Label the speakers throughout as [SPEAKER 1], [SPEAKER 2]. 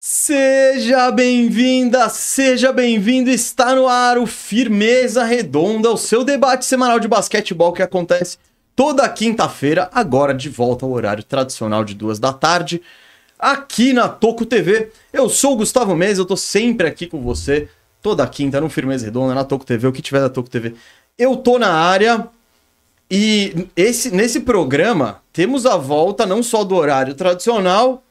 [SPEAKER 1] Seja bem-vinda, seja bem-vindo. Está no ar o Firmeza Redonda, o seu debate semanal de basquetebol que acontece toda quinta-feira, agora de volta ao horário tradicional de duas da tarde, aqui na Toco TV. Eu sou o Gustavo Mesa, eu tô sempre aqui com você, toda quinta, no Firmeza Redonda, na Toco TV, o que tiver da Toco TV. Eu tô na área e esse, nesse programa temos a volta não só do horário tradicional,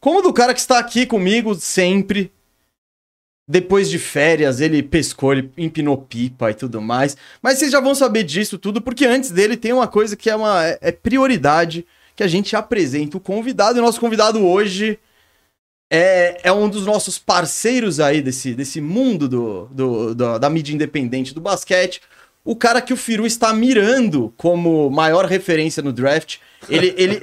[SPEAKER 1] como do cara que está aqui comigo sempre. Depois de férias, ele pescou, ele empinou pipa e tudo mais. Mas vocês já vão saber disso tudo, porque antes dele tem uma coisa que é uma é prioridade, que a gente apresenta o convidado. E o nosso convidado hoje é, é um dos nossos parceiros aí desse, desse mundo do, do, do da mídia independente do basquete o cara que o Firu está mirando como maior referência no draft. Ele, ele,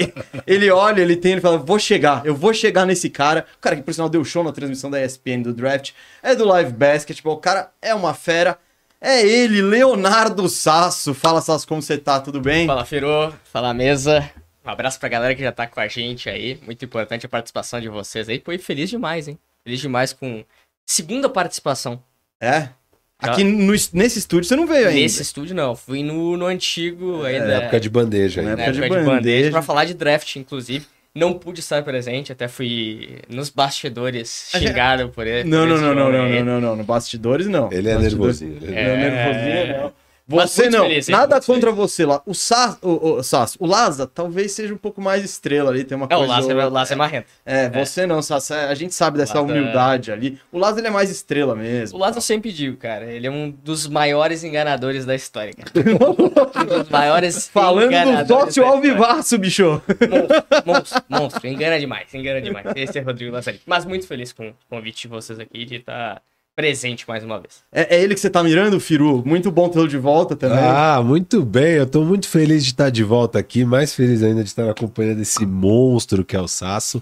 [SPEAKER 1] ele olha, ele tem, ele fala: vou chegar, eu vou chegar nesse cara. O cara que, por sinal, deu show na transmissão da ESPN do draft. É do Live Basketball. O cara é uma fera. É ele, Leonardo Sasso. Fala, Sasso, como você tá? Tudo bem?
[SPEAKER 2] Fala, Firu. Fala, mesa. Um abraço pra galera que já tá com a gente aí. Muito importante a participação de vocês aí. Foi feliz demais, hein? Feliz demais com segunda participação.
[SPEAKER 1] É? Aqui no, nesse estúdio você não veio ainda.
[SPEAKER 2] Nesse estúdio não, fui no, no antigo
[SPEAKER 3] É,
[SPEAKER 2] ainda.
[SPEAKER 3] na época de bandeja
[SPEAKER 1] Na
[SPEAKER 3] ainda.
[SPEAKER 1] época de
[SPEAKER 2] época
[SPEAKER 1] bandeja.
[SPEAKER 2] pra falar de draft, inclusive. Não pude estar presente, até fui nos bastidores
[SPEAKER 1] A gente-
[SPEAKER 2] xingado por ele.
[SPEAKER 1] Não,
[SPEAKER 2] por
[SPEAKER 1] não,
[SPEAKER 2] esse
[SPEAKER 1] não, não,
[SPEAKER 2] homem
[SPEAKER 1] não,
[SPEAKER 2] aí.
[SPEAKER 1] não, não, não. No bastidores, não.
[SPEAKER 3] Ele é
[SPEAKER 1] Bastidores-
[SPEAKER 3] nervosinho. ele é
[SPEAKER 1] Não,
[SPEAKER 2] É.
[SPEAKER 1] nervosinho, não.
[SPEAKER 2] Mas
[SPEAKER 1] Você
[SPEAKER 2] muito
[SPEAKER 1] não,
[SPEAKER 2] feliz, hein?
[SPEAKER 1] nada
[SPEAKER 2] Muito
[SPEAKER 1] contra você lá. O Sas, o, o Sas, o Laza talvez seja um pouco mais estrela ali, tem uma
[SPEAKER 2] É,
[SPEAKER 1] coisa.
[SPEAKER 2] o Laço, é- o
[SPEAKER 1] ou-
[SPEAKER 2] Laço é marrento.
[SPEAKER 1] É, você não, Sas, é, a gente sabe dessa
[SPEAKER 2] Laza-
[SPEAKER 1] humildade ali. O Laza ele é mais estrela mesmo.
[SPEAKER 2] O Lazo eu sempre digo, cara, ele é um dos maiores enganadores da história, cara. um dos maiores
[SPEAKER 1] Falando do
[SPEAKER 2] enganadores
[SPEAKER 1] sócio
[SPEAKER 2] da história.
[SPEAKER 1] Alvivaço, bicho.
[SPEAKER 2] Monstro, monstro, monstro, engana demais, engana demais. Esse é Rodrigo Lazzari. Mas muito feliz com o convite de vocês aqui de estar presente mais uma vez.
[SPEAKER 1] É, é ele que você tá mirando, Firu. Muito bom tê-lo de volta também.
[SPEAKER 3] Ah, muito bem. Eu tô muito feliz de estar de volta aqui, mais feliz ainda de estar acompanhando esse monstro que é o Sasso.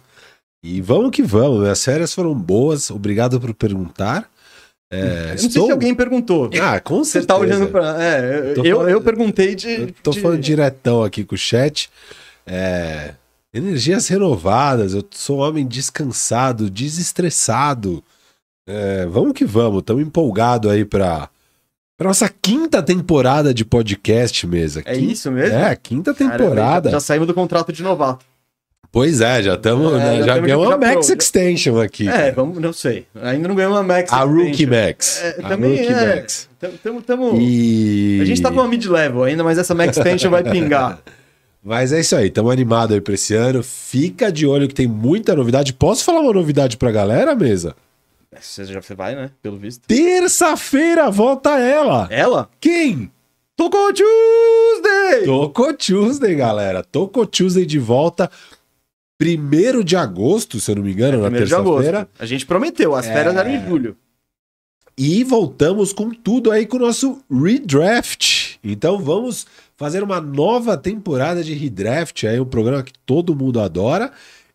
[SPEAKER 3] E vamos que vamos. Minhas férias foram boas. Obrigado por perguntar. É,
[SPEAKER 1] Eu não sei
[SPEAKER 3] estou...
[SPEAKER 1] se alguém perguntou.
[SPEAKER 3] Ah, com
[SPEAKER 1] Você
[SPEAKER 3] certeza.
[SPEAKER 1] tá olhando pra. É,
[SPEAKER 3] Eu tô
[SPEAKER 1] eu, eu,
[SPEAKER 3] falando-
[SPEAKER 1] perguntei de.
[SPEAKER 3] Eu tô falando diretão aqui com o chat. É, energias renovadas, eu sou um homem descansado, desestressado. É, vamos que vamos, estamos empolgado aí pra, pra nossa quinta temporada de podcast, mesa.
[SPEAKER 1] É
[SPEAKER 3] Quin-
[SPEAKER 1] isso mesmo?
[SPEAKER 3] É, quinta
[SPEAKER 1] Caramba,
[SPEAKER 3] temporada.
[SPEAKER 1] Já, já saímos do contrato de novato.
[SPEAKER 3] Pois é, já estamos.
[SPEAKER 1] É, já
[SPEAKER 3] já
[SPEAKER 1] temos
[SPEAKER 3] ganhou
[SPEAKER 1] que
[SPEAKER 3] uma
[SPEAKER 1] já
[SPEAKER 3] Max
[SPEAKER 1] pro-
[SPEAKER 3] Extension aqui.
[SPEAKER 1] É,
[SPEAKER 3] cara.
[SPEAKER 1] vamos, não sei. Ainda não ganhou uma Max.
[SPEAKER 3] a
[SPEAKER 1] Extension.
[SPEAKER 3] Rookie Max.
[SPEAKER 1] É,
[SPEAKER 3] a
[SPEAKER 1] também
[SPEAKER 3] Rookie
[SPEAKER 1] é.
[SPEAKER 3] Max.
[SPEAKER 1] Tam- Tamo, tamo...
[SPEAKER 3] E...
[SPEAKER 1] A gente tá com uma mid-level ainda, mas essa Max Extension vai pingar.
[SPEAKER 3] Mas é isso aí, estamos animados aí pra esse ano. Fica de olho que tem muita novidade. Posso falar uma novidade pra galera, mesa?
[SPEAKER 1] Você já você vai, né? Pelo visto.
[SPEAKER 3] Terça-feira volta ela!
[SPEAKER 1] Ela?
[SPEAKER 3] Quem?
[SPEAKER 1] Tocou Tuesday!
[SPEAKER 3] Toco Tuesday, galera. Toco Tuesday de volta. 1 de agosto, se eu não me engano, na
[SPEAKER 1] É, Primeiro de
[SPEAKER 3] terça-feira. É,
[SPEAKER 1] agosto. A gente prometeu, as férias eram em julho.
[SPEAKER 3] E voltamos com tudo aí com o nosso redraft. Então vamos fazer uma nova temporada de redraft, aí um programa que todo mundo adora.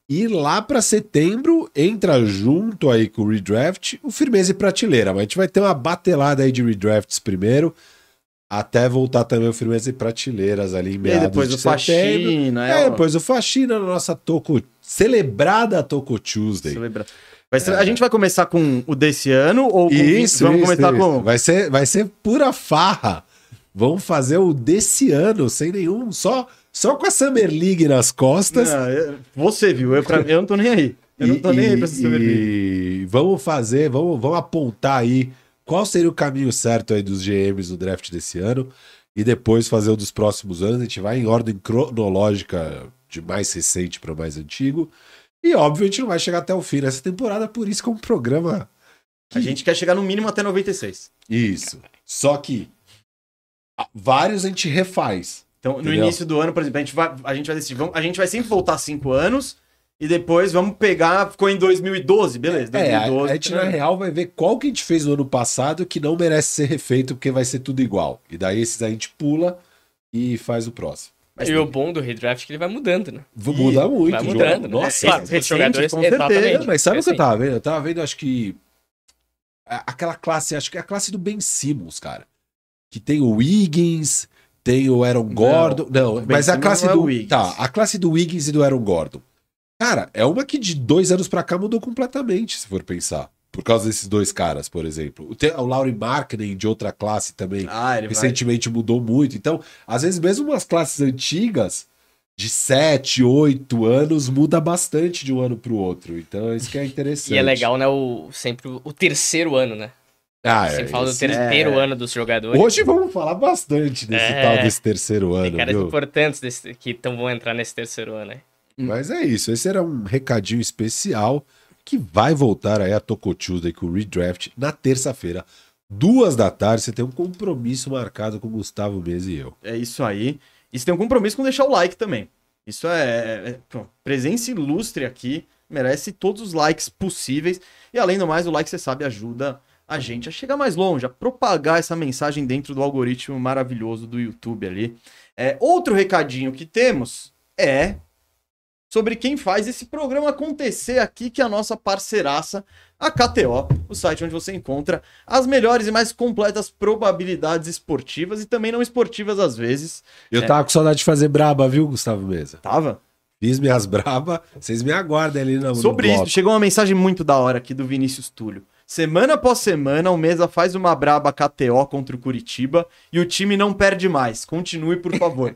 [SPEAKER 3] E lá para setembro entra junto aí com o redraft o Firmeza e Prateleira. Mas a gente vai ter uma batelada aí de redrafts primeiro, até voltar também o Firmeza e Prateleiras ali em
[SPEAKER 1] E aí
[SPEAKER 3] meados
[SPEAKER 1] depois
[SPEAKER 3] de
[SPEAKER 1] o
[SPEAKER 3] setembro.
[SPEAKER 1] faxina. né?
[SPEAKER 3] É,
[SPEAKER 1] ela-
[SPEAKER 3] depois o Faxina na nossa Toco, celebrada Toco Tuesday.
[SPEAKER 1] celebra- Vai ser- A gente vai começar com o desse ano ou com o vinte?
[SPEAKER 3] É. Isso,
[SPEAKER 1] vamos
[SPEAKER 3] isso,
[SPEAKER 1] começar
[SPEAKER 3] isso.
[SPEAKER 1] com...
[SPEAKER 3] Vai ser, vai ser pura farra. Vamos fazer o desse ano, sem nenhum, só só com a Summer League nas costas.
[SPEAKER 1] Não, eu- Você viu, eu, pra- eu não tô nem aí. Eu não tô nem aí pra essa Summer League.
[SPEAKER 3] e vamos fazer, vamos, vamos apontar aí qual seria o caminho certo aí dos GMs no um draft desse ano e depois fazer o dos próximos anos. A gente vai em ordem cronológica de mais recente para o mais antigo. E óbvio, a gente não vai chegar até o fim dessa temporada, por isso que é um programa.
[SPEAKER 1] A gente quer chegar no mínimo até 96.
[SPEAKER 3] Isso. Só que a- vários a gente refaz.
[SPEAKER 1] Então, no
[SPEAKER 3] Entendeu?
[SPEAKER 1] início do ano, por exemplo, a gente vai, a gente vai decidir. vamos- a gente vai sempre voltar 5 anos e depois vamos pegar. Ficou em 2012, beleza.
[SPEAKER 3] É, a,
[SPEAKER 1] 2012.
[SPEAKER 3] a gente,
[SPEAKER 2] né?
[SPEAKER 3] na real, vai ver qual que a gente fez no ano passado que não merece ser refeito, porque vai ser tudo igual. E daí esses a gente pula e faz o próximo.
[SPEAKER 1] Mas
[SPEAKER 2] e
[SPEAKER 1] tem-
[SPEAKER 2] o bom do redraft é que ele vai mudando, né?
[SPEAKER 3] V- Muda muito,
[SPEAKER 2] vai
[SPEAKER 3] João.
[SPEAKER 2] mudando, né?
[SPEAKER 3] Nossa,
[SPEAKER 1] Claro,
[SPEAKER 2] os
[SPEAKER 1] recente,
[SPEAKER 2] jogadores-
[SPEAKER 1] com certeza.
[SPEAKER 2] exatamente.
[SPEAKER 3] Não, mas sabe
[SPEAKER 2] É
[SPEAKER 3] o que eu
[SPEAKER 2] assim.
[SPEAKER 3] tava vendo? Eu tava vendo, acho que. a- Aquela classe, acho que é a classe do Ben Simmons, cara. Que tem o Wiggins, tem o Aaron Gordon. Não,
[SPEAKER 1] Ben
[SPEAKER 3] mas a
[SPEAKER 1] Simmons
[SPEAKER 3] classe
[SPEAKER 1] não é o
[SPEAKER 3] do.
[SPEAKER 1] Wiggins.
[SPEAKER 3] tá, a classe do Wiggins e do Aaron Gordon. Cara, é uma que de dois anos pra cá mudou completamente, se for pensar. Por causa desses dois caras, por exemplo. O, te- o Laurie Markkinen de outra classe também
[SPEAKER 1] Ah, ele vai.
[SPEAKER 3] recentemente mudou muito. Então, às vezes, mesmo umas classes antigas, de 7, 8 anos, muda bastante de um ano para o outro. Então, isso que é interessante.
[SPEAKER 2] E é legal, né? O, sempre o, o terceiro ano, né?
[SPEAKER 3] Ah,
[SPEAKER 2] Sempre
[SPEAKER 3] é,
[SPEAKER 2] fala do
[SPEAKER 3] esse-
[SPEAKER 2] terceiro
[SPEAKER 1] é.
[SPEAKER 2] ano dos jogadores.
[SPEAKER 3] Hoje vamos falar bastante desse
[SPEAKER 2] É.
[SPEAKER 3] tal desse terceiro
[SPEAKER 2] Tem
[SPEAKER 3] ano,
[SPEAKER 2] caras
[SPEAKER 3] viu?
[SPEAKER 2] importantes desse- que tão, vão entrar nesse terceiro ano, né?
[SPEAKER 3] Mas é isso. Esse era um recadinho especial que vai voltar aí a Toco Tuesday com o Redraft na terça-feira. Duas da tarde, você tem um compromisso marcado com o Gustavo Mesa e eu.
[SPEAKER 1] É isso aí. E você tem um compromisso com deixar o like também. Isso é, é- pô, presença ilustre aqui. Merece todos os likes possíveis. E além do mais, o like, você sabe, ajuda a gente a chegar mais longe, a propagar essa mensagem dentro do algoritmo maravilhoso do YouTube ali. É, outro recadinho que temos é sobre quem faz esse programa acontecer aqui, que é a nossa parceiraça, a KTO, o site onde você encontra as melhores e mais completas probabilidades esportivas e também não esportivas às vezes.
[SPEAKER 3] Eu
[SPEAKER 1] É.
[SPEAKER 3] tava com saudade de fazer braba, viu, Gustavo Mesa?
[SPEAKER 1] Tava?
[SPEAKER 3] Fiz minhas braba, vocês me aguardem ali na
[SPEAKER 1] Sobre
[SPEAKER 3] no
[SPEAKER 1] isso,
[SPEAKER 3] bloco.
[SPEAKER 1] chegou uma mensagem muito da hora aqui do Vinícius Túlio. Semana após semana, o Mesa faz uma braba KTO contra o Curitiba e o time não perde mais. Continue, por favor.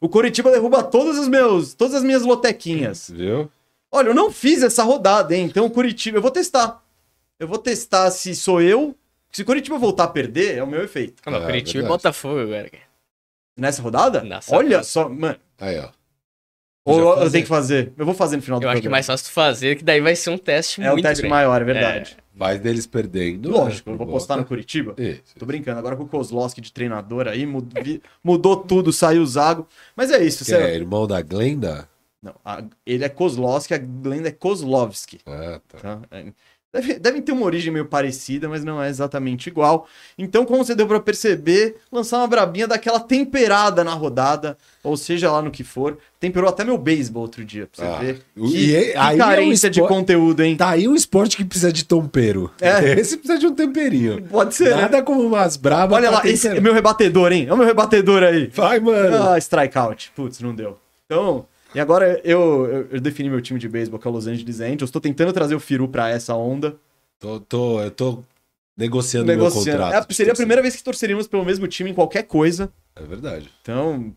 [SPEAKER 1] o Curitiba derruba todos os meus, todas as minhas lotequinhas.
[SPEAKER 3] Viu?
[SPEAKER 1] Olha, eu não fiz essa rodada, hein? Então, Curitiba, eu vou testar. Eu vou testar se sou eu. Se Curitiba voltar a perder, é o meu efeito.
[SPEAKER 2] Não,
[SPEAKER 3] É,
[SPEAKER 2] Curitiba
[SPEAKER 3] verdade.
[SPEAKER 2] e Ah, Botafogo agora, cara.
[SPEAKER 1] Nessa rodada?
[SPEAKER 2] Nessa
[SPEAKER 1] Olha
[SPEAKER 2] rodada.
[SPEAKER 1] só, mano.
[SPEAKER 3] Aí, ó.
[SPEAKER 1] Ou
[SPEAKER 3] Já
[SPEAKER 1] eu
[SPEAKER 3] fazer.
[SPEAKER 1] tenho que fazer. Eu vou fazer no final do
[SPEAKER 2] Eu acho que é
[SPEAKER 1] programa.
[SPEAKER 2] mais fácil tu fazer, que daí vai ser um teste
[SPEAKER 1] é
[SPEAKER 2] muito
[SPEAKER 1] o teste
[SPEAKER 2] grande.
[SPEAKER 1] maior, é verdade.
[SPEAKER 3] Vai deles perdendo.
[SPEAKER 1] Lógico,
[SPEAKER 3] né,
[SPEAKER 1] eu vou
[SPEAKER 3] por
[SPEAKER 1] postar no
[SPEAKER 3] volta.
[SPEAKER 1] Curitiba.
[SPEAKER 3] Isso.
[SPEAKER 1] Tô brincando, agora com o Kozlowski de treinador aí, mud- vi- mudou tudo, saiu o Zago. Mas é isso,
[SPEAKER 3] Que
[SPEAKER 1] você...
[SPEAKER 3] é irmão da Glenda?
[SPEAKER 1] Não, a- ele é Kozlowski, a Glenda é Kozlovski.
[SPEAKER 3] Ah, tá.
[SPEAKER 1] Tá? É. Deve- devem ter uma origem meio parecida, mas não é exatamente igual. Então, como você deu pra perceber, lançar uma brabinha daquela temperada na rodada, ou seja lá no que for. Temperou até meu beisebol outro dia, pra você
[SPEAKER 3] Ah,
[SPEAKER 1] ver.
[SPEAKER 3] o-
[SPEAKER 1] Que,
[SPEAKER 3] e aí-
[SPEAKER 1] que
[SPEAKER 3] aí é um
[SPEAKER 1] carência de
[SPEAKER 3] espo-
[SPEAKER 1] conteúdo, hein?
[SPEAKER 3] Tá aí um esporte que precisa de tempero.
[SPEAKER 1] É.
[SPEAKER 3] Esse precisa de um temperinho.
[SPEAKER 1] Pode ser, né?
[SPEAKER 3] Nada como umas brabas.
[SPEAKER 1] Olha
[SPEAKER 3] pra
[SPEAKER 1] lá, esse é
[SPEAKER 3] temperar.
[SPEAKER 1] meu rebatedor, hein? É o meu rebatedor aí.
[SPEAKER 3] Vai, mano.
[SPEAKER 1] Ah, strikeout. Putz, não deu. Então, e agora eu, eu, eu defini meu time de beisebol, que é o Los Angeles Angels. Tô tentando trazer o Firu pra essa onda.
[SPEAKER 3] Tô, tô- eu tô negociando, meu
[SPEAKER 1] negociando.
[SPEAKER 3] contrato.
[SPEAKER 1] É, seria a primeira vez que torceríamos pelo mesmo time em qualquer coisa.
[SPEAKER 3] É verdade.
[SPEAKER 1] Então, acho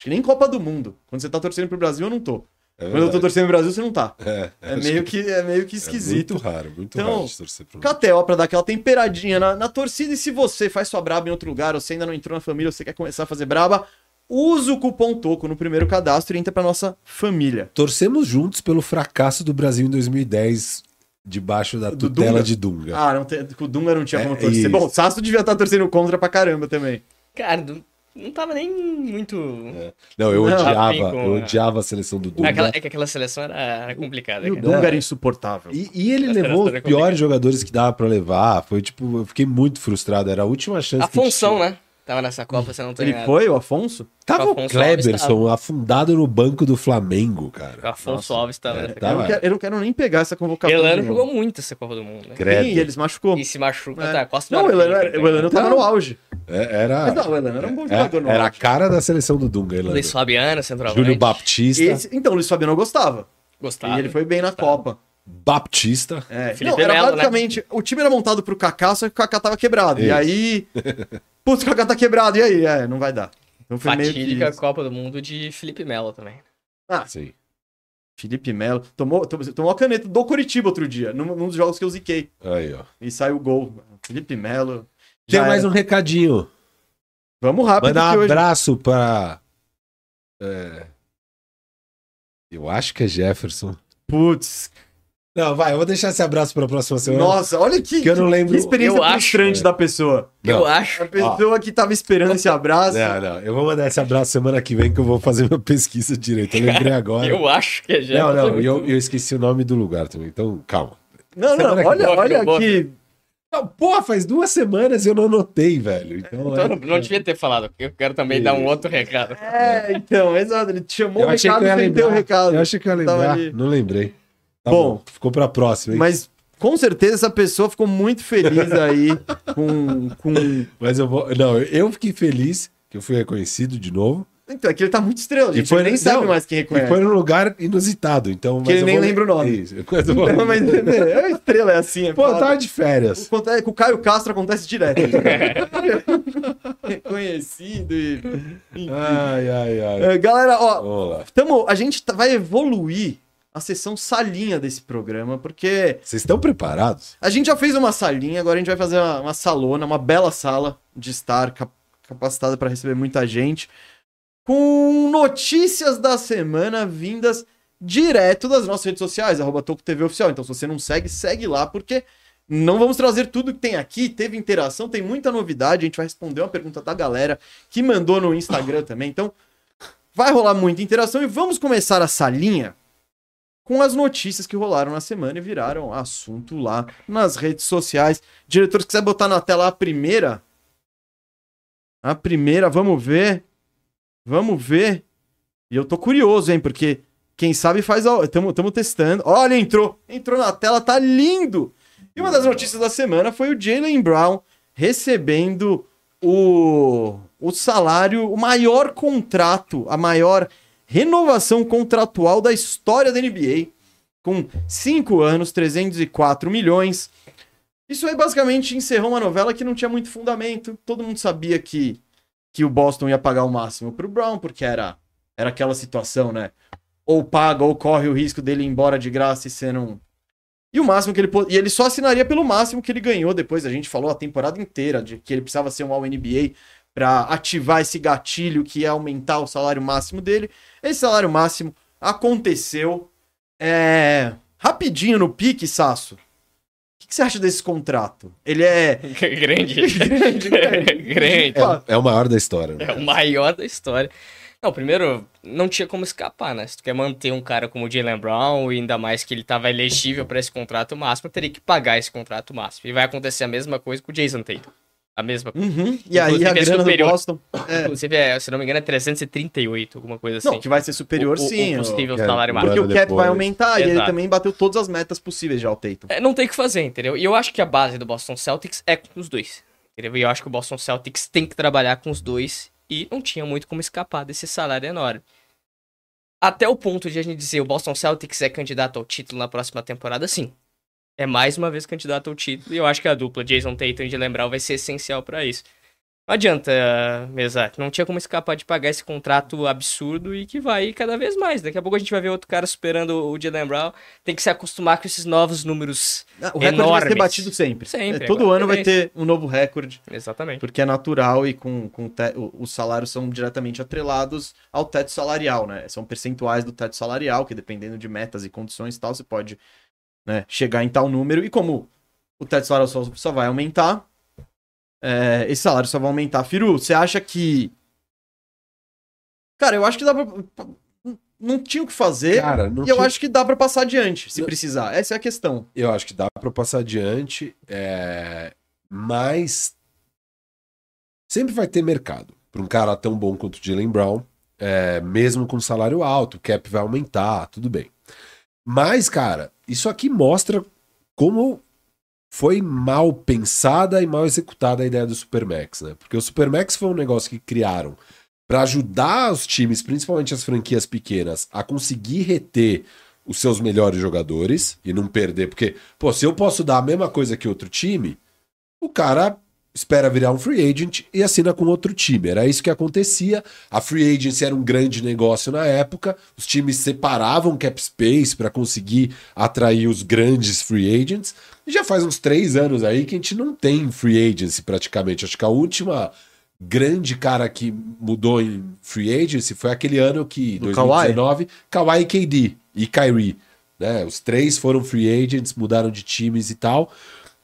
[SPEAKER 1] que nem Copa do Mundo. Quando você tá torcendo pro Brasil, eu não tô.
[SPEAKER 3] É
[SPEAKER 1] Quando eu tô
[SPEAKER 3] verdade.
[SPEAKER 1] torcendo pro Brasil, você não tá.
[SPEAKER 3] É,
[SPEAKER 1] É meio que, é meio que esquisito.
[SPEAKER 3] muito raro, muito
[SPEAKER 1] Então,
[SPEAKER 3] raro de torcer um pro
[SPEAKER 1] KTO pra dar aquela temperadinha na, na torcida. E se você faz sua braba em outro lugar, ou você ainda não entrou na família, ou você quer começar a fazer braba, usa o cupom TOCO no primeiro cadastro e entra pra nossa família.
[SPEAKER 3] Torcemos juntos pelo fracasso do Brasil em 2010, debaixo da
[SPEAKER 1] Do
[SPEAKER 3] tutela
[SPEAKER 1] Dunga?
[SPEAKER 3] de Dunga.
[SPEAKER 1] Ah, não tem, com o Dunga não tinha
[SPEAKER 3] É,
[SPEAKER 1] como torcer.
[SPEAKER 3] isso.
[SPEAKER 1] Bom, o Sasso devia estar torcendo contra pra caramba também.
[SPEAKER 2] Cara, não, não tava nem muito...
[SPEAKER 3] Não, eu
[SPEAKER 1] Não,
[SPEAKER 3] odiava,
[SPEAKER 2] tem como,
[SPEAKER 3] eu
[SPEAKER 2] né?
[SPEAKER 3] odiava a seleção do Dunga.
[SPEAKER 2] Aquela- é que aquela seleção era, era complicada,
[SPEAKER 1] E o
[SPEAKER 3] É.
[SPEAKER 2] cara.
[SPEAKER 1] Dunga era insuportável.
[SPEAKER 3] E, e ele
[SPEAKER 2] Essa
[SPEAKER 3] levou os
[SPEAKER 2] era a história
[SPEAKER 3] piores jogadores que dava pra levar. Foi tipo, eu fiquei muito frustrado. Era a última chance.
[SPEAKER 2] A
[SPEAKER 3] que gente
[SPEAKER 2] função,
[SPEAKER 3] tinha.
[SPEAKER 2] né? Tava nessa Copa, você não tem
[SPEAKER 1] Ele
[SPEAKER 3] é.
[SPEAKER 1] foi, o Afonso?
[SPEAKER 3] Tava o
[SPEAKER 2] Afonso Alves
[SPEAKER 3] Kleberson afundado no banco do Flamengo, cara.
[SPEAKER 2] Afonso
[SPEAKER 1] Nossa.
[SPEAKER 2] Alves tava...
[SPEAKER 3] É,
[SPEAKER 2] né?
[SPEAKER 3] tá.
[SPEAKER 1] eu, não
[SPEAKER 3] é.
[SPEAKER 1] quero, eu não quero nem pegar essa convocação.
[SPEAKER 2] Elano
[SPEAKER 1] de novo.
[SPEAKER 2] jogou muito essa Copa do Mundo, né?
[SPEAKER 3] Credo.
[SPEAKER 1] Sim, e ele se machucou.
[SPEAKER 2] E se machuca,
[SPEAKER 1] É.
[SPEAKER 2] tá? Costa
[SPEAKER 1] Não, o
[SPEAKER 2] Marfim,
[SPEAKER 1] Elano, é,
[SPEAKER 2] tá?
[SPEAKER 1] o Elano tava
[SPEAKER 3] Não.
[SPEAKER 1] no auge.
[SPEAKER 3] É, era,
[SPEAKER 1] Mas não, o Elano era um bom jogador no
[SPEAKER 3] é, era, era a
[SPEAKER 1] auge.
[SPEAKER 3] cara da seleção do Dunga, Elano.
[SPEAKER 2] né? Luiz Fabiano, centroavante.
[SPEAKER 3] Júlio Baptista.
[SPEAKER 1] Esse- então, o Luiz Fabiano eu gostava.
[SPEAKER 2] Gostava.
[SPEAKER 1] E ele foi bem
[SPEAKER 2] Tá.
[SPEAKER 1] na Copa.
[SPEAKER 3] Baptista.
[SPEAKER 1] É,
[SPEAKER 2] Felipe
[SPEAKER 1] não, era
[SPEAKER 2] Melo, né?
[SPEAKER 1] praticamente. O time era montado pro Kaká, só que o Kaká tava quebrado. E
[SPEAKER 3] Isso.
[SPEAKER 1] aí. Putz, o Kaká tá quebrado. E aí? É, não vai dar. Então foi meio que.
[SPEAKER 2] Fatídica Copa do Mundo de Felipe Melo também.
[SPEAKER 1] Ah.
[SPEAKER 3] Sim.
[SPEAKER 1] Felipe Melo. Tomou, tomou, tomou a caneta do Curitiba outro dia, num, num dos jogos que eu ziquei.
[SPEAKER 3] Aí, ó.
[SPEAKER 1] E saiu o gol. Felipe Melo.
[SPEAKER 3] Tem
[SPEAKER 1] já
[SPEAKER 3] mais
[SPEAKER 1] era.
[SPEAKER 3] um recadinho. um
[SPEAKER 1] Vamos rápido,
[SPEAKER 3] Mandar
[SPEAKER 1] que
[SPEAKER 3] um
[SPEAKER 1] hoje.
[SPEAKER 3] abraço pra. é, Eu acho que é Jefferson.
[SPEAKER 1] Putz.
[SPEAKER 3] Não, vai, eu vou deixar esse abraço pra próxima semana.
[SPEAKER 1] Nossa, olha que,
[SPEAKER 3] que eu não lembro.
[SPEAKER 1] que experiência
[SPEAKER 2] Eu acho,
[SPEAKER 1] frustrante
[SPEAKER 3] é.
[SPEAKER 1] da pessoa.
[SPEAKER 3] Não.
[SPEAKER 2] Eu acho.
[SPEAKER 1] A pessoa que tava esperando esse abraço.
[SPEAKER 3] Não, não, eu vou mandar esse abraço semana que vem que eu vou fazer minha pesquisa direito. Eu lembrei agora.
[SPEAKER 2] Eu acho que é
[SPEAKER 3] Não,
[SPEAKER 2] Jefferson.
[SPEAKER 3] não, eu, eu esqueci o nome do lugar também, então calma.
[SPEAKER 1] Não, não,
[SPEAKER 3] Semana que
[SPEAKER 1] olha,
[SPEAKER 2] vem,
[SPEAKER 1] olha
[SPEAKER 2] boa,
[SPEAKER 1] aqui.
[SPEAKER 3] Não, porra, faz duas semanas eu não anotei, velho. Então,
[SPEAKER 2] Então,
[SPEAKER 3] é-
[SPEAKER 2] não, não devia ter falado. Eu quero também dar um outro recado.
[SPEAKER 1] É, então, exato. Ele te chamou
[SPEAKER 3] eu
[SPEAKER 1] o
[SPEAKER 3] achei que
[SPEAKER 1] recado
[SPEAKER 3] eu ia
[SPEAKER 1] sem ter o
[SPEAKER 3] lembrar.
[SPEAKER 1] recado.
[SPEAKER 3] Eu achei que eu ia
[SPEAKER 1] Tava
[SPEAKER 3] lembrar,
[SPEAKER 1] ali.
[SPEAKER 3] não lembrei. Tá
[SPEAKER 1] Bom.
[SPEAKER 3] bom, ficou pra próxima, hein? Mas,
[SPEAKER 1] Mas com certeza essa pessoa ficou muito feliz aí com. com...
[SPEAKER 3] eu vou. Não, eu fiquei feliz que eu fui reconhecido de novo.
[SPEAKER 1] Então, aqui ele tá muito estrela, gente. Ele nem
[SPEAKER 3] não,
[SPEAKER 1] sabe mais quem
[SPEAKER 3] E
[SPEAKER 1] reconhece.
[SPEAKER 3] foi num lugar inusitado, então.
[SPEAKER 1] É. Que ele nem lembra o nome.
[SPEAKER 3] Isso, mas eu vou-
[SPEAKER 1] Não, mas né, é uma estrela, é assim. É
[SPEAKER 3] Pô, eu
[SPEAKER 1] foda.
[SPEAKER 3] tava de férias.
[SPEAKER 1] Acontece- Com o Caio Castro acontece direto. Reconhecido e. enfim.
[SPEAKER 3] Ai, ai, ai.
[SPEAKER 1] É, galera, ó,
[SPEAKER 3] Olá.
[SPEAKER 1] tamo, a gente tá- vai evoluir a sessão salinha desse programa, porque
[SPEAKER 3] Vocês estão preparados?
[SPEAKER 1] a gente já fez uma salinha, agora a gente vai fazer uma, uma salona, uma bela sala de estar cap- capacitada para receber muita gente, com notícias da semana vindas direto das nossas redes sociais, arroba Toco TV Oficial. Então, se você não segue, segue lá, porque não vamos trazer tudo que tem aqui. Teve interação, tem muita novidade. A gente vai responder uma pergunta da galera que mandou no Instagram também. Então, vai rolar muita interação e vamos começar a salinha com as notícias que rolaram na semana e viraram assunto lá nas redes sociais. Diretor, se quiser botar na tela a primeira. A primeira, vamos ver. Vamos ver. E eu tô curioso, hein, porque quem sabe faz. a- Tamo, tamo testando. Olha, entrou. Entrou na tela, tá lindo. E uma das notícias da semana foi o Jalen Brown recebendo o, o salário, o maior contrato, a maior renovação contratual da história da NBA, com 5 anos, 304 milhões. Isso aí basicamente encerrou uma novela que não tinha muito fundamento. Todo mundo sabia que, que o Boston ia pagar o máximo pro Brown, porque era, era aquela situação, né? Ou paga ou corre o risco dele ir embora de graça e ser um. E o máximo que ele po- E ele só assinaria pelo máximo que ele ganhou depois. A gente falou a temporada inteira de que ele precisava ser um All-NBA para ativar esse gatilho que ia aumentar o salário máximo dele. Esse salário máximo aconteceu. É. Rapidinho no pique, Sasso. O que, que você acha desse contrato? Ele é.
[SPEAKER 2] Grande.
[SPEAKER 1] Grande, grande.
[SPEAKER 2] Grande.
[SPEAKER 3] É, é o maior da história. né?
[SPEAKER 2] É o maior da história. Não, primeiro, não tinha como escapar, né? Se tu quer manter um cara como o Jalen Brown, e ainda mais que ele tava elegível pra esse contrato máximo, teria que pagar esse contrato máximo. E vai acontecer a mesma coisa com o Jason Tatum. A mesma coisa.
[SPEAKER 1] Uhum. E aí
[SPEAKER 2] Inclusive,
[SPEAKER 1] a
[SPEAKER 2] é
[SPEAKER 1] grana do
[SPEAKER 2] superior.
[SPEAKER 1] Boston. É.
[SPEAKER 2] Inclusive, é, se não me engano, é 338, alguma coisa assim.
[SPEAKER 1] Não, que vai ser superior,
[SPEAKER 2] O- o-
[SPEAKER 1] sim.
[SPEAKER 2] O possível
[SPEAKER 3] É,
[SPEAKER 2] salário máximo.
[SPEAKER 1] Porque o cap
[SPEAKER 3] Depois.
[SPEAKER 1] vai aumentar e ele
[SPEAKER 2] Exato.
[SPEAKER 1] também bateu todas as metas possíveis já, o Tatum.
[SPEAKER 2] É, não tem o que fazer, entendeu? E eu acho que a base do Boston Celtics é com os dois. Entendeu? E eu acho que o Boston Celtics tem que trabalhar com os dois. E não tinha muito como escapar desse salário enorme. Até o ponto de a gente dizer o Boston Celtics é candidato ao título na próxima temporada, sim. É mais uma vez candidato ao título. E eu acho que a dupla Jason Tatum e Jalen Brown vai ser essencial pra isso. Não adianta, Mesac. Não tinha como escapar de pagar esse contrato absurdo e que vai cada vez mais. Daqui a pouco a gente vai ver outro cara superando o Jalen Brown. Tem que se acostumar com esses novos números
[SPEAKER 1] Ah, O recorde vai ser
[SPEAKER 2] Enormes.
[SPEAKER 1] batido sempre.
[SPEAKER 2] Sempre,
[SPEAKER 1] É, todo
[SPEAKER 2] agora
[SPEAKER 1] ano vai
[SPEAKER 2] também.
[SPEAKER 1] ter um novo recorde,
[SPEAKER 2] Exatamente.
[SPEAKER 1] porque é natural e com, com te- o- os salários são diretamente atrelados ao teto salarial, né? São percentuais do teto salarial, que dependendo de metas e condições e tal, você pode né, chegar em tal número. E como o teto salarial só, só vai aumentar, é, esse salário só vai aumentar. Firu, você acha que. Cara, eu acho que dá pra. Não tinha o que fazer.
[SPEAKER 3] Cara, não
[SPEAKER 1] e eu
[SPEAKER 3] tinha-
[SPEAKER 1] acho que dá pra passar adiante, se
[SPEAKER 3] Não-
[SPEAKER 1] precisar. Essa é a questão.
[SPEAKER 3] eu acho que dá pra passar adiante, é, mas sempre vai ter mercado pra um cara tão bom quanto o Jalen Brown, é, mesmo com salário alto, o cap vai aumentar, tudo bem. Mas, cara, isso aqui mostra como foi mal pensada e mal executada a ideia do Supermax, né? Porque o Supermax foi um negócio que criaram pra ajudar os times, principalmente as franquias pequenas, a conseguir reter os seus melhores jogadores e não perder, porque, pô, se eu posso dar a mesma coisa que outro time, o cara espera virar um free agent e assina com outro time. Era isso que acontecia. A free agency era um grande negócio na época. Os times separavam cap space para conseguir atrair os grandes free agents. E já faz uns três anos aí que a gente não tem free agency praticamente. Acho que a última grande cara que mudou em free agency foi aquele ano que,
[SPEAKER 1] Do
[SPEAKER 3] 2019, Kawhi e KD e Kyrie. Né? Os três foram free agents, mudaram de times e tal.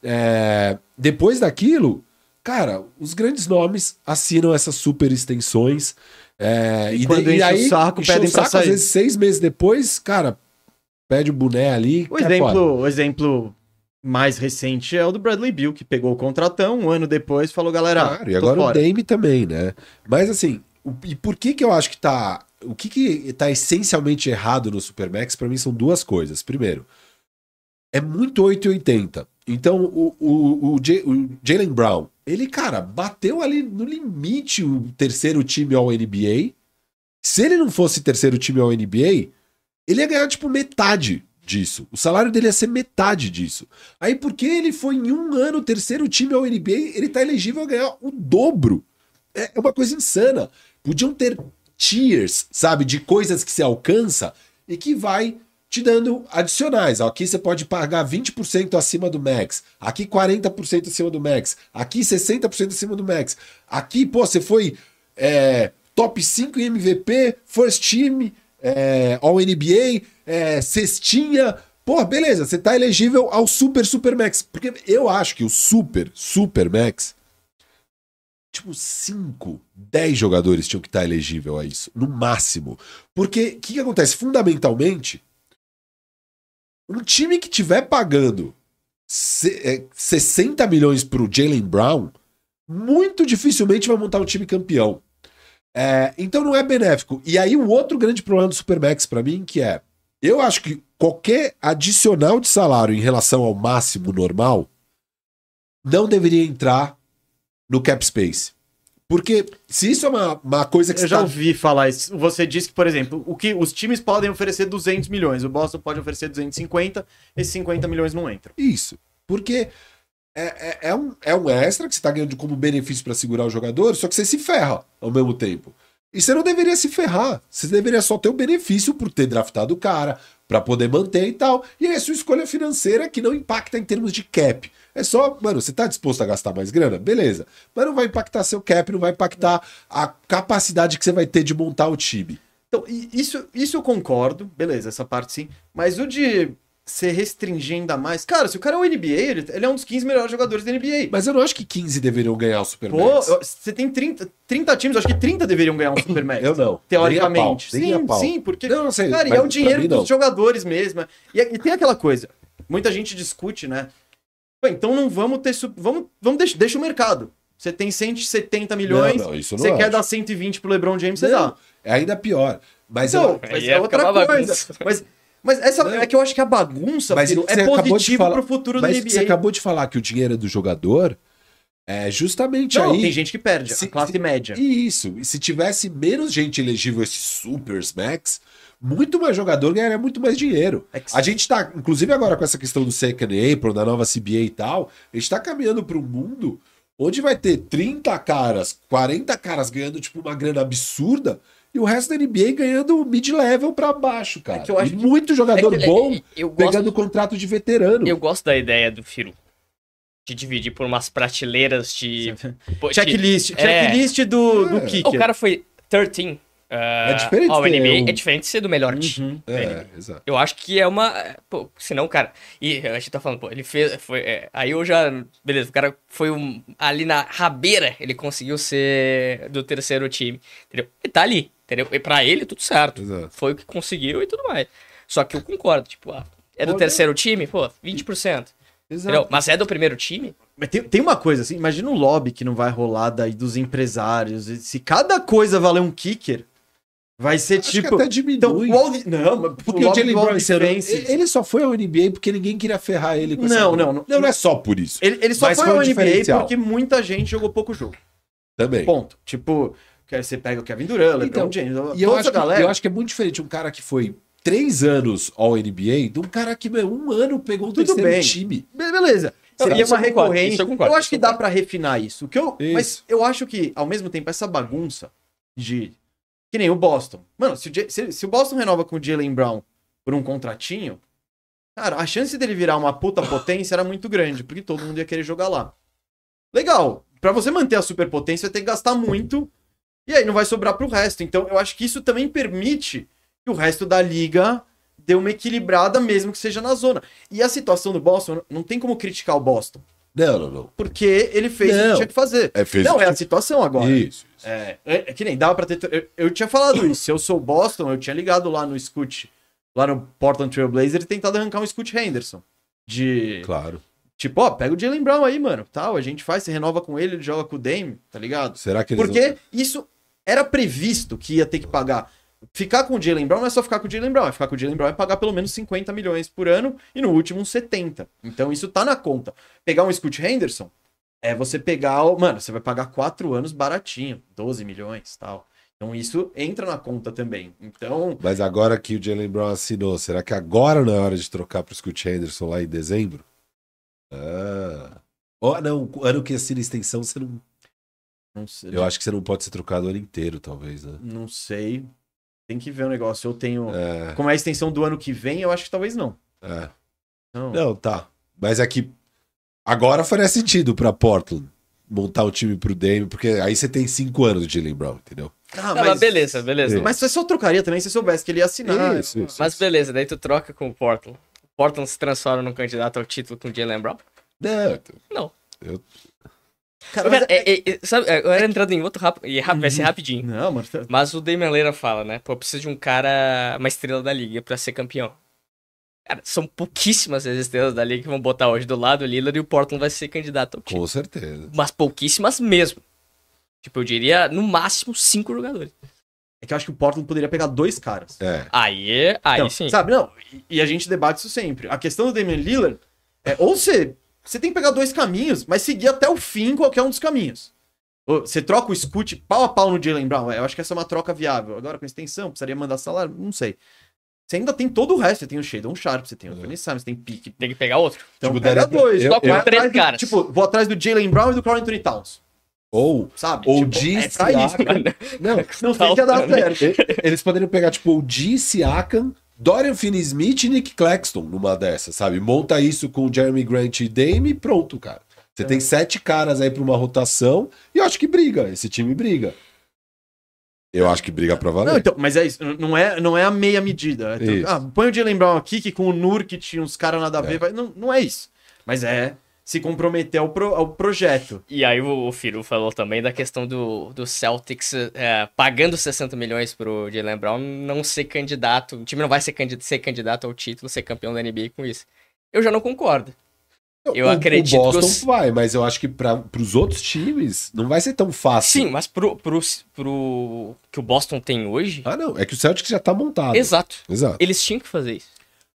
[SPEAKER 3] É, Depois daquilo, cara, os grandes nomes assinam essas super extensões. é,
[SPEAKER 1] E quando
[SPEAKER 3] de-
[SPEAKER 1] enche o saco,
[SPEAKER 3] encheu
[SPEAKER 1] pedem
[SPEAKER 3] o
[SPEAKER 1] pra
[SPEAKER 3] saco,
[SPEAKER 1] sair.
[SPEAKER 3] Às vezes, seis meses depois, cara, pede o boné ali. é
[SPEAKER 1] O
[SPEAKER 3] cai fora.
[SPEAKER 1] exemplo, o exemplo mais recente é o do Bradley Bill, que pegou o contratão, um ano depois falou, galera,
[SPEAKER 3] Claro, e
[SPEAKER 1] tô
[SPEAKER 3] agora o
[SPEAKER 1] fora.
[SPEAKER 3] Dame também, né? Mas assim, o- e por que que eu acho que tá. O que que tá essencialmente errado no Supermax, pra mim, são duas coisas. Primeiro, é muito 880. Então, o, o, o, J- o Jalen Brown, ele, cara, bateu ali no limite o terceiro time ao NBA. Se ele não fosse terceiro time ao NBA, ele ia ganhar, tipo, metade disso. O salário dele ia ser metade disso. Aí, porque ele foi em um ano o terceiro time ao NBA, ele tá elegível a ganhar o dobro. É é uma coisa insana. Podiam ter tiers, sabe, de coisas que se alcança e que vai te dando adicionais. Aqui você pode pagar 20% acima do max, aqui 40% acima do max, aqui 60% acima do max. Aqui, pô, você foi é, top 5 em MVP, first time, é, All NBA, é, cestinha. Pô, beleza, você tá elegível ao Super Super Max. Porque eu acho que o Super Super Max, tipo, 5, 10 jogadores tinham que estar elegível a isso, no máximo. Porque o que, que acontece? Fundamentalmente, um time que tiver pagando se- é, 60 milhões pro Jalen Brown, muito dificilmente vai montar um time campeão. É, então não é benéfico. E aí o outro grande problema do Supermax pra mim, que é, eu acho que qualquer adicional de salário em relação ao máximo normal não deveria entrar no cap space. Porque se isso é uma, uma coisa que
[SPEAKER 1] Eu
[SPEAKER 3] você
[SPEAKER 1] já
[SPEAKER 3] tá-
[SPEAKER 1] ouvi falar isso. Você disse que, por exemplo, o que os times podem oferecer 200 milhões, o Boston pode oferecer 250, esses 50 milhões não entram.
[SPEAKER 3] Isso. Porque é, é- é um, é um extra que você tá ganhando como benefício para segurar o jogador, só que você se ferra ao mesmo tempo. E você não deveria se ferrar. Você deveria só ter o benefício por ter draftado o cara, para poder manter e tal. E aí é sua escolha financeira que não impacta em termos de cap. É só, mano, você tá disposto a gastar mais grana? Beleza. Mas não vai impactar seu cap, não vai impactar a capacidade que você vai ter de montar o time.
[SPEAKER 1] Então, i- isso, isso eu concordo, beleza, essa parte sim. Mas o de se restringir ainda mais. Cara, se o cara é o NBA, ele, ele é um dos 15 melhores jogadores da NBA.
[SPEAKER 3] Mas eu não acho que 15 deveriam ganhar o Super
[SPEAKER 1] Pô, eu- você tem 30, 30 times, eu acho que 30 deveriam ganhar um Supermax.
[SPEAKER 3] Eu não.
[SPEAKER 1] Teoricamente.
[SPEAKER 3] Nem a pau. Nem a
[SPEAKER 1] Sim,
[SPEAKER 3] pau.
[SPEAKER 1] sim, porque.
[SPEAKER 3] Não, não sei.
[SPEAKER 1] Cara, e
[SPEAKER 3] mas
[SPEAKER 1] é o
[SPEAKER 3] pra
[SPEAKER 1] dinheiro
[SPEAKER 3] mim, não.
[SPEAKER 1] dos jogadores mesmo. é. E, e tem aquela coisa, muita gente discute, né? Pô, então não vamos ter. su- Vamos, vamos deixa, deixa o mercado. Você tem 170 milhões,
[SPEAKER 3] Não, não, isso eu não
[SPEAKER 1] você quer
[SPEAKER 3] acho.
[SPEAKER 1] dar 120 pro LeBron James, você
[SPEAKER 3] Não,
[SPEAKER 1] dá.
[SPEAKER 3] É ainda pior. Mas
[SPEAKER 1] Então,
[SPEAKER 3] eu-
[SPEAKER 1] mas
[SPEAKER 2] Aí
[SPEAKER 1] é
[SPEAKER 2] ia
[SPEAKER 1] outra
[SPEAKER 2] ficar uma
[SPEAKER 1] coisa.
[SPEAKER 2] bagunça.
[SPEAKER 1] Mas, mas essa
[SPEAKER 3] Não.
[SPEAKER 1] é que eu acho que a bagunça
[SPEAKER 3] Mas
[SPEAKER 1] Firu,
[SPEAKER 3] o que
[SPEAKER 1] é
[SPEAKER 3] você acabou de
[SPEAKER 1] positivo
[SPEAKER 3] falar-
[SPEAKER 1] pro futuro
[SPEAKER 3] mas
[SPEAKER 1] do
[SPEAKER 3] você
[SPEAKER 1] NBA.
[SPEAKER 3] acabou de falar que o dinheiro é do jogador, é justamente
[SPEAKER 1] Não,
[SPEAKER 3] aí.
[SPEAKER 1] tem gente é. que perde,
[SPEAKER 3] Se-
[SPEAKER 1] a classe
[SPEAKER 3] se-
[SPEAKER 1] média.
[SPEAKER 3] E Isso. E se tivesse menos gente elegível esse Super Max, muito mais jogador ganharia muito mais dinheiro.
[SPEAKER 1] É que-
[SPEAKER 3] A gente tá, inclusive agora com essa questão do Second April, da nova CBA e tal, a gente tá caminhando para um mundo onde vai ter 30 caras, 40 caras ganhando tipo uma grana absurda e o resto da NBA ganhando mid-level pra baixo, cara.
[SPEAKER 1] É que eu acho
[SPEAKER 3] e
[SPEAKER 1] que-
[SPEAKER 3] muito jogador
[SPEAKER 2] É que-
[SPEAKER 3] bom
[SPEAKER 2] eu gosto,
[SPEAKER 3] pegando contrato de veterano.
[SPEAKER 2] eu gosto da ideia do Firu. De dividir por umas prateleiras de. pô, de-
[SPEAKER 1] Checklist,
[SPEAKER 2] É.
[SPEAKER 1] checklist do, do
[SPEAKER 3] É.
[SPEAKER 1] kicker.
[SPEAKER 2] O cara foi 13. é
[SPEAKER 3] diferente
[SPEAKER 2] All
[SPEAKER 3] ter
[SPEAKER 2] NBA,
[SPEAKER 3] um-
[SPEAKER 2] É diferente de ser do melhor time.
[SPEAKER 1] Uhum.
[SPEAKER 3] É, exato.
[SPEAKER 2] Eu acho que é uma. Pô, senão, cara. E a gente tá falando, pô, ele fez. Foi, é, aí eu já. Beleza, o cara foi um- ali na rabeira, ele conseguiu ser do terceiro time. Entendeu? E tá ali, entendeu? E pra ele, tudo certo.
[SPEAKER 3] Exato.
[SPEAKER 2] Foi o que conseguiu e tudo mais. Só que eu concordo, tipo, ah, é do
[SPEAKER 3] Olha.
[SPEAKER 2] terceiro time? Pô, 20%. Entendeu? Mas é do primeiro time?
[SPEAKER 1] Mas tem, tem uma coisa, assim, imagina o lobby que não vai rolar daí dos empresários. e Se cada coisa valer um kicker, vai ser
[SPEAKER 3] Acho
[SPEAKER 1] tipo.
[SPEAKER 3] que até diminui.
[SPEAKER 1] Então, o Aldi... Não, mas
[SPEAKER 3] porque o
[SPEAKER 1] lobby
[SPEAKER 3] Jalen
[SPEAKER 1] do
[SPEAKER 3] Brown é
[SPEAKER 1] Aldi
[SPEAKER 3] esse ano,
[SPEAKER 1] Fence-
[SPEAKER 3] ele ele só foi ao NBA porque ninguém queria ferrar ele com essa
[SPEAKER 1] Não,
[SPEAKER 3] briga.
[SPEAKER 1] não,
[SPEAKER 3] não.
[SPEAKER 1] não.
[SPEAKER 3] é só por isso.
[SPEAKER 1] Ele, ele só
[SPEAKER 3] Mas
[SPEAKER 1] foi
[SPEAKER 3] foi um
[SPEAKER 1] ao NBA
[SPEAKER 3] diferencial.
[SPEAKER 1] porque muita gente jogou pouco jogo.
[SPEAKER 3] Também.
[SPEAKER 1] Ponto. Tipo, que aí você pega o Kevin Durant, LeBron
[SPEAKER 3] Então,
[SPEAKER 1] James,
[SPEAKER 3] e eu
[SPEAKER 1] toda
[SPEAKER 3] acho,
[SPEAKER 1] essa
[SPEAKER 3] que,
[SPEAKER 1] galera.
[SPEAKER 3] eu acho que é muito diferente um cara que foi três anos ao NBA de um cara que meu, um ano pegou o
[SPEAKER 1] Tudo
[SPEAKER 3] terceiro
[SPEAKER 1] bem.
[SPEAKER 3] time.
[SPEAKER 1] Be- Beleza.
[SPEAKER 2] Não,
[SPEAKER 1] Seria
[SPEAKER 2] isso
[SPEAKER 1] uma
[SPEAKER 2] eu concordo,
[SPEAKER 1] recorrente.
[SPEAKER 2] isso eu
[SPEAKER 1] eu,
[SPEAKER 2] concordo,
[SPEAKER 1] acho
[SPEAKER 2] isso
[SPEAKER 1] que
[SPEAKER 2] eu
[SPEAKER 1] dá
[SPEAKER 2] concordo.
[SPEAKER 1] pra refinar isso. O que eu,
[SPEAKER 3] Isso.
[SPEAKER 1] mas eu acho que, ao mesmo tempo, essa bagunça de. Que nem o Boston. Mano, se o, J- se- se o Boston renova com o Jalen Brown por um contratinho, cara, a chance dele virar uma puta potência era muito grande, porque todo mundo ia querer jogar lá. Legal. Pra você manter a superpotência, vai ter que gastar muito. E aí não vai sobrar pro resto. Então, eu acho que isso também permite que o resto da liga dê uma equilibrada, mesmo que seja na zona. E a situação do Boston, não tem como criticar o Boston.
[SPEAKER 3] Não, não, não.
[SPEAKER 1] Porque ele fez o que
[SPEAKER 3] Não.
[SPEAKER 1] tinha que fazer.
[SPEAKER 3] É, fez o
[SPEAKER 1] não,
[SPEAKER 3] que
[SPEAKER 1] é a
[SPEAKER 3] tinha-
[SPEAKER 1] situação agora.
[SPEAKER 3] Isso. isso.
[SPEAKER 1] É, é é que nem dava pra ter. Eu, eu tinha falado isso. Se eu sou Boston, eu tinha ligado lá no Scoot, lá no Portland Trail Blazer e tentado arrancar um Scoot Henderson. De.
[SPEAKER 3] Claro.
[SPEAKER 1] Tipo, ó, pega o Jalen Brown aí, mano. Tal, a gente faz, se renova com ele, ele joga com o Dame, tá ligado?
[SPEAKER 3] Será que eles
[SPEAKER 1] Porque isso era previsto que ia ter que pagar. Ficar com o Jalen Brown não é só ficar com o Jalen Brown, é ficar com o Jalen Brown é pagar pelo menos 50 milhões por ano e no último uns 70. Então isso tá na conta. Pegar um Scoot Henderson é você pegar. o- Mano, você vai pagar 4 anos baratinho, 12 milhões tal. Então isso entra na conta também. Então.
[SPEAKER 3] Mas agora que o Jalen Brown assinou, será que agora não é hora de trocar pro Scoot Henderson lá em dezembro? Ah. Oh, não, ano que assina extensão, você não.
[SPEAKER 1] Não sei,
[SPEAKER 3] Eu acho que você não pode ser trocado o ano inteiro, talvez, né?
[SPEAKER 1] não sei. Tem que ver o negócio. Eu tenho.
[SPEAKER 3] É,
[SPEAKER 1] Como é a extensão do ano que vem, eu acho que talvez não.
[SPEAKER 3] é.
[SPEAKER 1] Não.
[SPEAKER 3] Não, tá. Mas é que agora faria sentido pra Portland montar o time pro Dame, porque aí você tem cinco anos de Jalen Brown, entendeu?
[SPEAKER 1] Ah,
[SPEAKER 2] Ah, mas... beleza, beleza.
[SPEAKER 3] É.
[SPEAKER 1] Mas você só trocaria também se soubesse que ele ia assinar.
[SPEAKER 3] isso.
[SPEAKER 2] Mas beleza, daí tu troca com o Portland. O Portland se transforma num candidato ao título com o Jalen Brown.
[SPEAKER 3] Não, então,
[SPEAKER 1] Cara,
[SPEAKER 2] Cara,
[SPEAKER 1] mas é- Uhum.
[SPEAKER 2] é- é- é- sabe, é, eu era entrando em outro rápido, e rápido, vai ser rapidinho.
[SPEAKER 1] Não, mano. tá-
[SPEAKER 2] Mas o Damian Leira fala, né? Pô, precisa de um cara, uma estrela da liga pra ser campeão. Cara, são pouquíssimas as estrelas da liga que vão botar hoje do lado o Lillard e o Portland vai ser candidato ao título.
[SPEAKER 3] com certeza.
[SPEAKER 2] Mas pouquíssimas mesmo. Tipo, eu diria, no máximo, cinco jogadores.
[SPEAKER 1] É que eu acho que o Portland poderia pegar dois caras.
[SPEAKER 3] É.
[SPEAKER 2] Aí, é- aí
[SPEAKER 1] Então,
[SPEAKER 2] sim.
[SPEAKER 1] Sabe, não. e- E a gente debate isso sempre. A questão do Damian Lillard é ou você, você tem que pegar dois caminhos, mas seguir até o fim qualquer um dos caminhos. Ou Você troca o Scoot pau a pau no Jalen Brown. Eu acho que essa é uma troca viável. Agora, com extensão, precisaria mandar salário, não sei. Você ainda tem todo o resto. Você tem o Shadon Sharp, você tem o Anthony Simons, você tem pique.
[SPEAKER 2] Tem que pegar outro.
[SPEAKER 1] Então,
[SPEAKER 3] É. Tipo,
[SPEAKER 1] pega
[SPEAKER 3] daria pra-
[SPEAKER 1] dois.
[SPEAKER 3] eu-
[SPEAKER 1] Só
[SPEAKER 2] eu-
[SPEAKER 1] vai
[SPEAKER 2] três
[SPEAKER 1] atrás do-
[SPEAKER 2] caras.
[SPEAKER 1] Tipo, vou atrás do Jalen Brown e do Carl Anthony Towns.
[SPEAKER 3] Ou.
[SPEAKER 1] Sabe?
[SPEAKER 3] Ou
[SPEAKER 1] tipo,
[SPEAKER 3] de
[SPEAKER 1] é pra isso.
[SPEAKER 3] Não,
[SPEAKER 1] Não sei se ia dar certo.
[SPEAKER 3] eles poderiam pegar, tipo, o G. Siakam, Dorian Finney-Smith e Nick Claxton numa dessas, sabe? Monta isso com o Jeremy Grant e Dame e pronto, cara. Você tem sete caras aí pra uma rotação e eu acho que briga. Esse time briga. Eu acho que briga pra valer.
[SPEAKER 1] Não, então, mas é isso. n- Não é, não é a meia medida. É tro-
[SPEAKER 3] Isso.
[SPEAKER 1] ah, põe o Jalen Brown aqui, que com o Nur que tinha uns caras nada a ver.
[SPEAKER 3] É.
[SPEAKER 1] vai- não, não é isso. Mas é se comprometer ao, pro- ao projeto.
[SPEAKER 2] E aí o, o Firu falou também da questão do, do Celtics é, pagando 60 milhões pro Jalen Brown não ser candidato, o time não vai ser candidato, ser candidato ao título, ser campeão da NBA com isso. Eu já não concordo. eu
[SPEAKER 3] O-
[SPEAKER 2] acredito
[SPEAKER 3] O Boston
[SPEAKER 2] que os-
[SPEAKER 3] vai, mas eu acho que pra, pros outros times não vai ser tão
[SPEAKER 1] Ah,
[SPEAKER 3] fácil.
[SPEAKER 2] Sim, mas pro, pro, pro que o Boston tem hoje,
[SPEAKER 3] Ah, não. É que o Celtics já tá montado.
[SPEAKER 2] exato,
[SPEAKER 3] Exato.
[SPEAKER 2] eles tinham que fazer isso.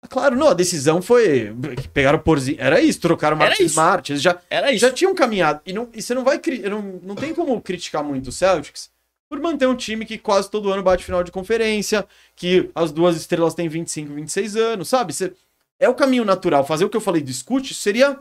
[SPEAKER 1] Ah, Claro, não, a decisão foi. Pegaram o Porzinho. Era isso, trocaram o
[SPEAKER 2] Era
[SPEAKER 1] Marcos
[SPEAKER 2] isso.
[SPEAKER 1] Smart. Eles já,
[SPEAKER 2] Era isso.
[SPEAKER 1] já tinham caminhado. E, não, e você não vai. cri- Não, não tem como criticar muito o Celtics por manter um time que quase todo ano bate final de conferência, que as duas estrelas têm 25, 26 anos, sabe? Você- é o caminho natural. Fazer o que eu falei do Scoot seria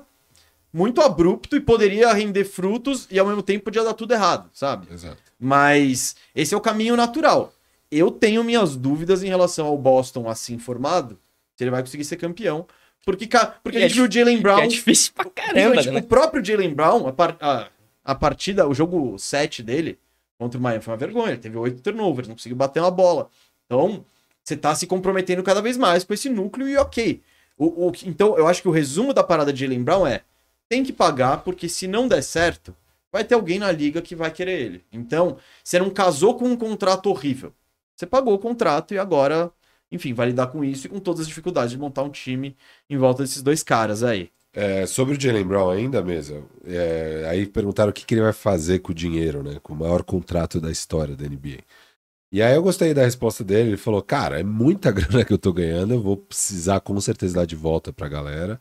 [SPEAKER 1] muito abrupto e poderia render frutos e ao mesmo tempo podia dar tudo errado, sabe?
[SPEAKER 3] Exato.
[SPEAKER 1] Mas esse é o caminho natural. Eu tenho minhas dúvidas em relação ao Boston assim formado, se ele vai conseguir ser campeão. Porque, ca- porque a
[SPEAKER 2] E é
[SPEAKER 1] gente viu o Jalen
[SPEAKER 2] Que
[SPEAKER 1] Brown
[SPEAKER 2] é difícil pra caramba,
[SPEAKER 1] Principalmente,
[SPEAKER 2] né?
[SPEAKER 1] tipo, O próprio Jalen Brown, a, par- a- a partida, o jogo 7 dele contra o Miami foi uma vergonha. Ele teve 8 turnovers, não conseguiu bater uma bola. Então, você tá se comprometendo cada vez mais com esse núcleo e ok. O- o que- então, eu acho que o resumo da parada de Jalen Brown é: tem que pagar, porque se não der certo, vai ter alguém na liga que vai querer ele. Então, você não casou com um contrato horrível. Você pagou o contrato e agora, enfim, vai lidar com isso e com todas as dificuldades de montar um time em volta desses dois caras aí.
[SPEAKER 3] É, sobre o Jalen Brown ainda mesmo, é, aí perguntaram o que, que ele vai fazer com o dinheiro, né? Com o maior contrato da história da NBA. E aí eu gostei da resposta dele, ele falou, cara, é muita grana que eu tô ganhando, eu vou precisar com certeza dar de volta pra galera.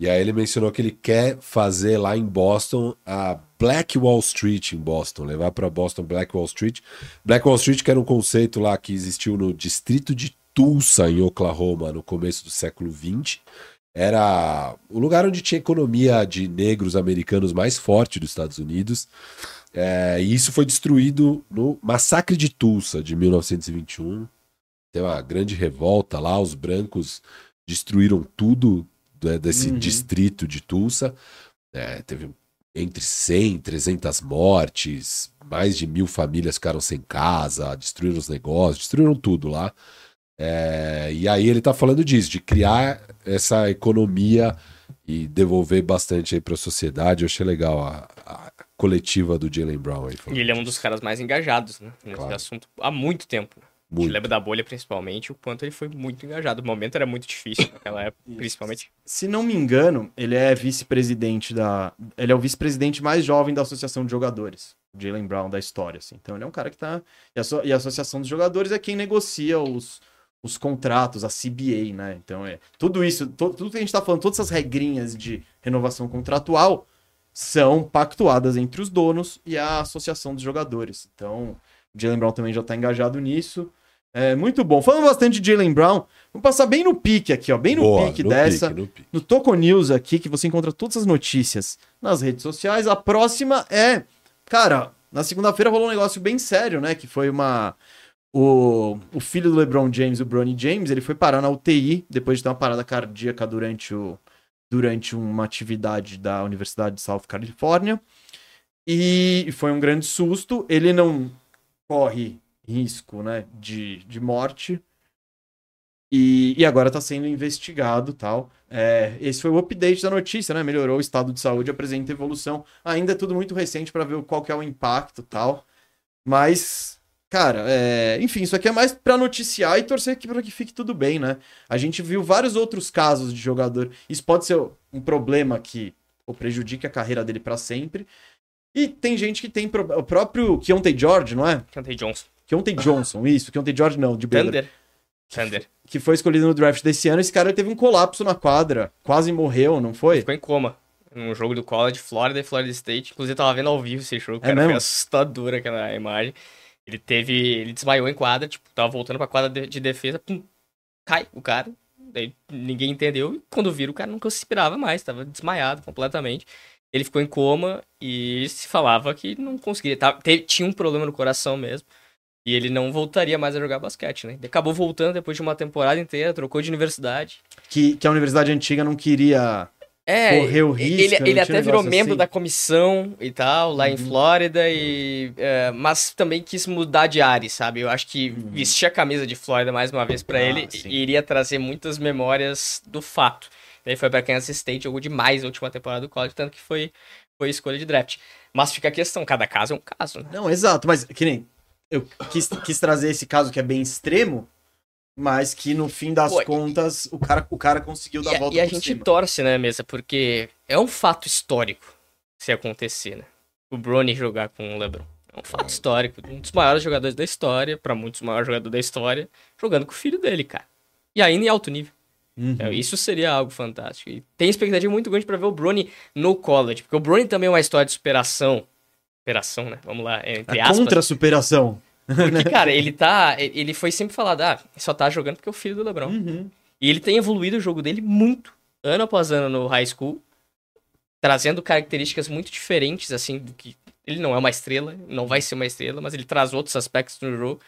[SPEAKER 3] E aí ele mencionou que ele quer fazer lá em Boston a Black Wall Street em Boston, levar pra Boston Black Wall Street. Black Wall Street que era um conceito lá que existiu no distrito de Tulsa, em Oklahoma, no começo do século XX era o lugar onde tinha economia de negros americanos mais forte dos Estados Unidos. É, e isso foi destruído no Massacre de Tulsa de 1921. Teve um. uma grande revolta lá, os brancos destruíram tudo né, desse
[SPEAKER 1] Uhum.
[SPEAKER 3] distrito de Tulsa. É, teve entre 100, 300 mortes, mais de mil famílias ficaram sem casa, destruíram os negócios, destruíram tudo lá. É, e aí ele tá falando disso, de criar essa economia e devolver bastante aí pra sociedade. Eu achei legal a, a coletiva do Jalen Brown aí. falando
[SPEAKER 2] E ele é um dos caras mais engajados, né? Nesse
[SPEAKER 3] Claro.
[SPEAKER 2] assunto há muito tempo.
[SPEAKER 3] Muito.
[SPEAKER 1] é
[SPEAKER 2] Te lembra da bolha, principalmente, o quanto ele foi muito engajado. O momento era muito difícil naquela época,
[SPEAKER 1] Isso.
[SPEAKER 2] principalmente.
[SPEAKER 1] Se não me engano, ele é vice-presidente da. Ele é o vice-presidente mais jovem da Associação de Jogadores, o Jalen Brown, da história. assim. Então ele é um cara que tá. E a, asso- e a Associação dos Jogadores é quem negocia os, os contratos, a CBA, né? Então é. Tudo isso, to- tudo que a gente tá falando, todas essas regrinhas de renovação contratual são pactuadas entre os donos e a Associação dos Jogadores. Então, o Jalen Brown também já tá engajado nisso. É muito bom. Falando bastante de Jalen Brown, vamos passar bem no pique aqui, ó. Bem no
[SPEAKER 3] Boa,
[SPEAKER 1] pique dessa
[SPEAKER 3] pique, no pique.
[SPEAKER 1] no Toco News aqui, que você encontra todas as notícias nas redes sociais. A próxima é. Cara, na segunda-feira rolou um negócio bem sério, né? Que foi uma. O, o filho do LeBron James, o Bronny James, ele foi parar na UTI depois de ter uma parada cardíaca durante, o, durante uma atividade da Universidade de South California. E foi um grande susto. Ele não corre risco, né? De, de morte. E, e agora tá sendo investigado tal. É, esse foi o update da notícia, né? Melhorou o estado de saúde, apresenta evolução. Ainda é tudo muito recente para ver qual que é o impacto e tal. Mas, cara, é, enfim, isso aqui é mais para noticiar e torcer que, pra que fique tudo bem, né? A gente viu vários outros casos de jogador. Isso pode ser um problema que ou prejudique a carreira dele para sempre. E tem gente que tem pro- o próprio Keontae George, não é?
[SPEAKER 2] Kante Johnson.
[SPEAKER 1] Keontae Johnson, isso. Keontae George não, de Baylor
[SPEAKER 2] Thunder. Thunder.
[SPEAKER 1] que foi escolhido no draft desse ano, esse cara teve um colapso na quadra, quase morreu, não foi?
[SPEAKER 2] Ficou em coma. Num jogo do college, Florida e Florida State. Inclusive, eu tava vendo ao vivo esse jogo.
[SPEAKER 1] É
[SPEAKER 2] Cara, foi
[SPEAKER 1] mesmo?
[SPEAKER 2] assustador aquela imagem. Ele teve. Ele desmaiou em quadra, tipo, tava voltando pra quadra de, de defesa. Pum, cai o cara. Daí ninguém entendeu. E quando viram, o cara não respirava mais, tava desmaiado completamente. Ele ficou em coma e se falava que não conseguiria. tava- te- tinha um problema no coração mesmo. E ele não voltaria mais a jogar basquete, né? Ele acabou voltando depois de uma temporada inteira, trocou de universidade.
[SPEAKER 1] Que, que a universidade antiga não queria.
[SPEAKER 2] É,
[SPEAKER 1] Correu
[SPEAKER 2] e-
[SPEAKER 1] risco,
[SPEAKER 2] ele,
[SPEAKER 1] não
[SPEAKER 2] ele
[SPEAKER 1] tinha
[SPEAKER 2] até
[SPEAKER 1] negócio
[SPEAKER 2] virou membro
[SPEAKER 1] assim? Uhum.
[SPEAKER 2] da comissão e tal, lá em Flórida, e, é, mas também quis mudar de área, sabe? Eu acho que vestir a camisa de Flórida mais uma vez pra
[SPEAKER 1] Uhum. Ah,
[SPEAKER 2] ele
[SPEAKER 1] sim.
[SPEAKER 2] iria trazer muitas memórias do fato. Ele foi pra Kansas State, jogou demais a última temporada do college, tanto que foi, foi escolha de draft. Mas fica a questão, cada caso é um caso, né?
[SPEAKER 1] Não, exato, mas que nem. Eu quis, quis trazer esse caso que é bem extremo, mas que no fim das
[SPEAKER 2] Pô, e-
[SPEAKER 1] contas o cara, o cara conseguiu dar
[SPEAKER 2] E
[SPEAKER 1] a
[SPEAKER 2] a,
[SPEAKER 1] volta
[SPEAKER 2] e a
[SPEAKER 1] por
[SPEAKER 2] gente
[SPEAKER 1] cima.
[SPEAKER 2] torce, né, mesa? Porque é um fato histórico se acontecer, né? O Brony jogar com o LeBron. É um fato histórico. Um dos maiores jogadores da história, pra muitos, o maior jogador da história, jogando com o filho dele, cara. E ainda em alto nível.
[SPEAKER 1] Uhum.
[SPEAKER 2] É, Isso seria algo fantástico. E tem expectativa muito grande pra ver o Brony no college. Porque o Brony também é uma história de superação. Superação, né? Vamos lá, é, entre
[SPEAKER 1] A né?
[SPEAKER 2] aspas. né?
[SPEAKER 1] contra-superação.
[SPEAKER 2] Porque, cara, ele tá. Ele foi sempre falado, ah, só tá jogando porque é o filho do LeBron.
[SPEAKER 1] Uhum.
[SPEAKER 2] E ele tem evoluído o jogo dele muito, ano após ano no high school, trazendo características muito diferentes, assim, do que. Ele não é uma estrela, não vai ser uma estrela, mas ele traz outros aspectos no jogo.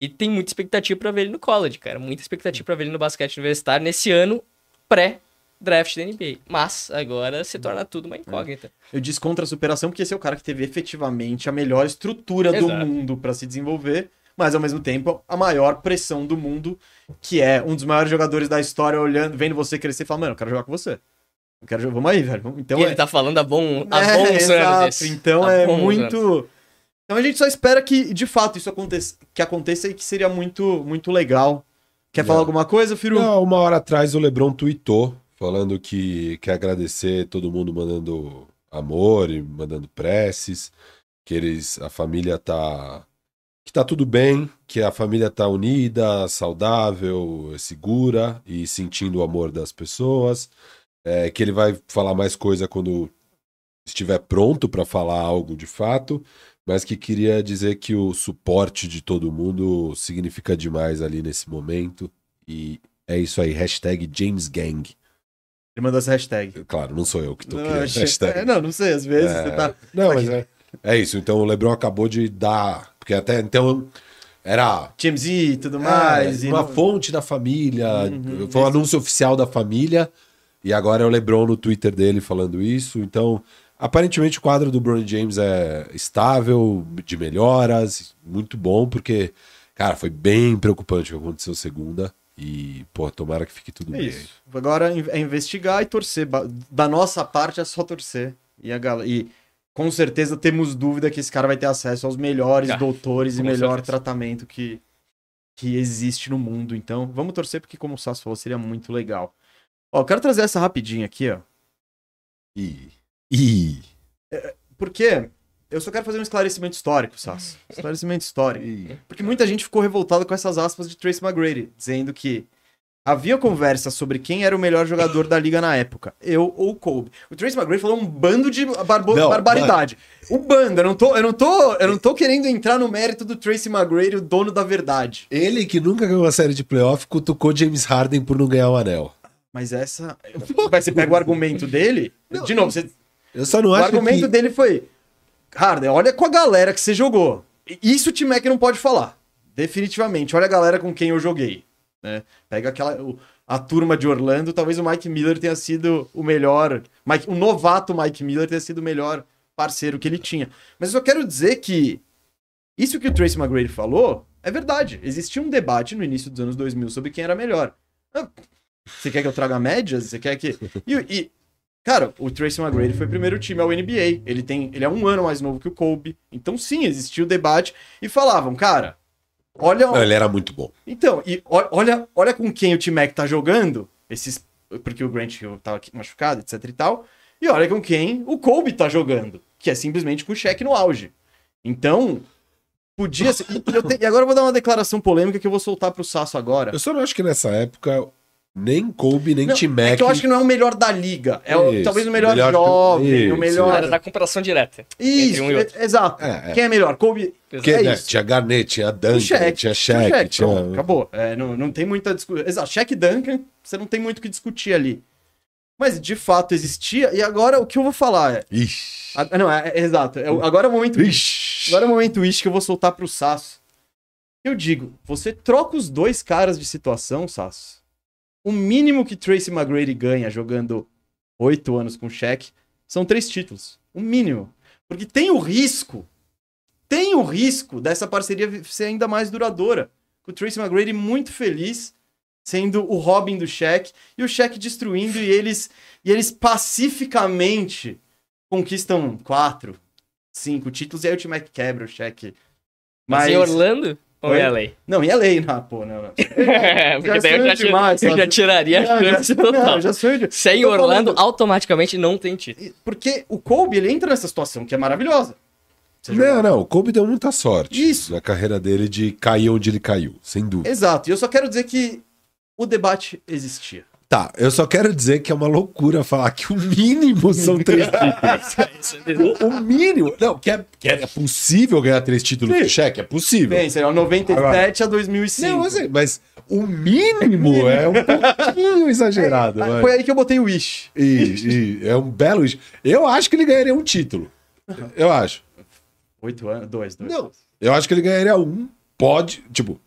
[SPEAKER 2] E tem muita expectativa pra ver ele no college, cara. Muita expectativa pra ver ele no basquete universitário nesse ano pré-draft da NBA. Mas agora se torna tudo uma incógnita.
[SPEAKER 1] Eu disse contra-superação porque esse é o cara que teve efetivamente a melhor estrutura do
[SPEAKER 2] Exato.
[SPEAKER 1] mundo pra se desenvolver, mas ao mesmo tempo a maior pressão do mundo, que é um dos maiores jogadores da história olhando, vendo você crescer e falando, mano, eu quero jogar com você. Eu quero jogar, vamos aí, velho. vamos." Então
[SPEAKER 2] e
[SPEAKER 1] é-
[SPEAKER 2] ele tá falando há, bom, há
[SPEAKER 1] É,
[SPEAKER 2] bons
[SPEAKER 1] exato.
[SPEAKER 2] anos. Esse.
[SPEAKER 1] Então
[SPEAKER 2] Há
[SPEAKER 1] é
[SPEAKER 2] bons
[SPEAKER 1] muito.
[SPEAKER 2] anos.
[SPEAKER 1] Então a gente só espera que, de fato, isso aconteça, que aconteça e que seria muito, muito legal. Quer falar
[SPEAKER 3] Não.
[SPEAKER 1] alguma coisa, Firu?
[SPEAKER 3] Não, uma hora atrás o Lebron tweetou falando que quer agradecer todo mundo mandando amor e mandando preces, que eles, a família tá que tá tudo bem, que a família tá unida, saudável, segura e sentindo o amor das pessoas, é, que ele vai falar mais coisa quando estiver pronto para falar algo de fato, mas que queria dizer que o suporte de todo mundo significa demais ali nesse momento e é isso aí, hashtag James Gang.
[SPEAKER 1] Ele mandou essa hashtag.
[SPEAKER 3] Claro, não sou eu que tô
[SPEAKER 1] Não,
[SPEAKER 3] criando
[SPEAKER 1] achei-
[SPEAKER 3] hashtag.
[SPEAKER 1] é, não, não sei, às vezes
[SPEAKER 3] É.
[SPEAKER 1] você tá.
[SPEAKER 3] Não, mas é, é isso. Então o Lebron acabou de dar. Porque até então era
[SPEAKER 1] James e tudo mais.
[SPEAKER 3] é,
[SPEAKER 1] e
[SPEAKER 3] uma
[SPEAKER 1] não-
[SPEAKER 3] fonte da família.
[SPEAKER 1] Uhum,
[SPEAKER 3] foi um
[SPEAKER 1] esse-
[SPEAKER 3] anúncio oficial da família. E agora é o Lebron no Twitter dele falando isso. Então Aparentemente o quadro do Bron James é estável, de melhoras, muito bom, porque, cara, foi bem preocupante o que aconteceu segunda. E, pô, tomara que fique tudo
[SPEAKER 1] É
[SPEAKER 3] bem.
[SPEAKER 1] isso. Agora é investigar e torcer. Ba- Da nossa parte é só torcer. E, a gal... e com certeza temos dúvida que esse cara vai ter acesso aos melhores
[SPEAKER 2] Ah,
[SPEAKER 1] doutores e
[SPEAKER 2] com
[SPEAKER 1] melhor
[SPEAKER 2] certeza.
[SPEAKER 1] tratamento que... que existe no mundo. Então, vamos torcer, porque, como o Sasso falou, seria muito legal. Ó, eu quero trazer essa rapidinha aqui, ó.
[SPEAKER 3] E. E.
[SPEAKER 1] Porque eu só quero fazer um esclarecimento histórico, Sasso. Esclarecimento histórico. Porque muita gente ficou revoltada com essas aspas de Trace McGrady, dizendo que havia conversa sobre quem era o melhor jogador da liga na época, eu ou o Kobe. O Trace McGrady falou um bando de barbo-
[SPEAKER 3] Não,
[SPEAKER 1] barbaridade. Um bando, eu não, tô, eu, não tô, eu não tô querendo entrar no mérito do Trace McGrady, o dono da verdade.
[SPEAKER 3] Ele que nunca ganhou uma série de playoff, cutucou James Harden por não ganhar o anel.
[SPEAKER 1] Mas essa... Mas você pega o argumento dele... De novo, você-
[SPEAKER 3] Eu só não
[SPEAKER 1] o
[SPEAKER 3] acho
[SPEAKER 1] argumento
[SPEAKER 3] que...
[SPEAKER 1] dele foi... Harden, olha com a galera que você jogou. Isso o Tim Mac não pode falar. Definitivamente. Olha a galera com quem eu joguei. né? Pega aquela o- a turma de Orlando, talvez o Mike Miller tenha sido o melhor, Mike- o novato Mike Miller tenha sido o melhor parceiro que ele tinha. Mas eu só quero dizer que isso que o Tracy McGrady falou é verdade. Existia um debate no início dos anos 2000 sobre quem era melhor. Ah, Você quer que eu traga médias? Você quer que E, e, cara, o Tracy McGrady foi o primeiro time ao NBA. Ele tem, ele é um ano mais novo que o Kobe. Então sim, existia o debate e falavam, cara, olha
[SPEAKER 3] Não, ele era muito bom.
[SPEAKER 1] então, e o- olha, olha com quem o T-Mac tá jogando, esses, porque o Grant Hill tava aqui machucado, etc e tal, e olha com quem o Kobe tá jogando, que é simplesmente com o cheque no auge. Então, podia ser... E, eu te- e agora eu vou dar uma declaração polêmica que eu vou soltar pro Sasso agora.
[SPEAKER 3] Eu só não acho que nessa época nem Kobe, nem
[SPEAKER 1] Não,
[SPEAKER 3] T-Mac...
[SPEAKER 1] É que eu acho que não é o melhor da liga, é o-
[SPEAKER 3] Isso,
[SPEAKER 1] talvez o melhor,
[SPEAKER 3] melhor-
[SPEAKER 1] jovem,
[SPEAKER 3] isso.
[SPEAKER 1] o melhor...
[SPEAKER 2] Era da comparação direta.
[SPEAKER 1] Isso,
[SPEAKER 2] um e
[SPEAKER 1] é- exato.
[SPEAKER 3] É, é.
[SPEAKER 1] Quem é melhor, Kobe...
[SPEAKER 3] Porque,
[SPEAKER 1] é
[SPEAKER 3] né,
[SPEAKER 1] isso. é,
[SPEAKER 3] tinha Garnett, tinha Duncan,
[SPEAKER 1] Shaq,
[SPEAKER 3] tinha
[SPEAKER 1] Tinha
[SPEAKER 3] Shaq,
[SPEAKER 1] Shaq,
[SPEAKER 3] tinha...
[SPEAKER 1] pronto, acabou. É, não, não tem muita discussão. Exato, Shaq e Duncan, você não tem muito o que discutir ali. Mas de fato existia, e agora o que eu vou falar é.
[SPEAKER 3] Ixi.
[SPEAKER 1] Ah, não, é, é- é exato. É o- agora é o momento.
[SPEAKER 3] Ixi.
[SPEAKER 1] Agora é o momento isso que eu vou soltar pro Sasso. Eu digo, você troca os dois caras de situação, Sasso. O mínimo que Tracy McGrady ganha jogando oito anos com cheque são três títulos. O mínimo. Porque tem o risco, tem o risco dessa parceria vi- ser ainda mais duradoura. Com o Tracy McGrady muito feliz sendo o Robin do Shaq e o Shaq destruindo e eles e eles pacificamente conquistam quatro, cinco títulos e aí o time é quebra o Shaq.
[SPEAKER 2] Mas,
[SPEAKER 1] Mas
[SPEAKER 2] em Orlando ou
[SPEAKER 1] Oi?
[SPEAKER 2] em LA?
[SPEAKER 1] não, e a lei, não, pô, né? não. não.
[SPEAKER 2] É, Porque daí eu
[SPEAKER 1] sonho
[SPEAKER 2] já, tiro-
[SPEAKER 1] demais,
[SPEAKER 2] eu
[SPEAKER 1] sabe?
[SPEAKER 2] já tiraria a
[SPEAKER 1] Não,
[SPEAKER 2] chance
[SPEAKER 1] já-
[SPEAKER 2] total.
[SPEAKER 1] não, já sonho de-
[SPEAKER 2] Se é em
[SPEAKER 1] Tô
[SPEAKER 2] Orlando,
[SPEAKER 1] falando-
[SPEAKER 2] automaticamente não tem título.
[SPEAKER 1] Porque o Kobe, ele entra nessa situação que é maravilhosa. Você joga-
[SPEAKER 3] Não, não, o Kobe deu muita sorte.
[SPEAKER 1] Isso.
[SPEAKER 3] Na carreira dele de cair onde ele caiu, sem dúvida.
[SPEAKER 1] Exato. E eu só quero dizer que o debate existia.
[SPEAKER 3] Tá, eu só quero dizer que é uma loucura falar que o mínimo são três títulos. o, o mínimo. Não, que é, que é possível ganhar três títulos
[SPEAKER 1] Sim.
[SPEAKER 3] do cheque, é possível.
[SPEAKER 1] Bem, seria 97 a 2005.
[SPEAKER 3] Não, assim, mas o mínimo é um pouquinho exagerado.
[SPEAKER 1] Ah,
[SPEAKER 3] vai.
[SPEAKER 1] Foi aí que eu botei o Wish.
[SPEAKER 3] E- e é um belo. Eu acho que ele ganharia um título. Eu acho.
[SPEAKER 1] Oito anos, dois, dois.
[SPEAKER 3] Não. Eu acho que ele ganharia um. Pode. Tipo.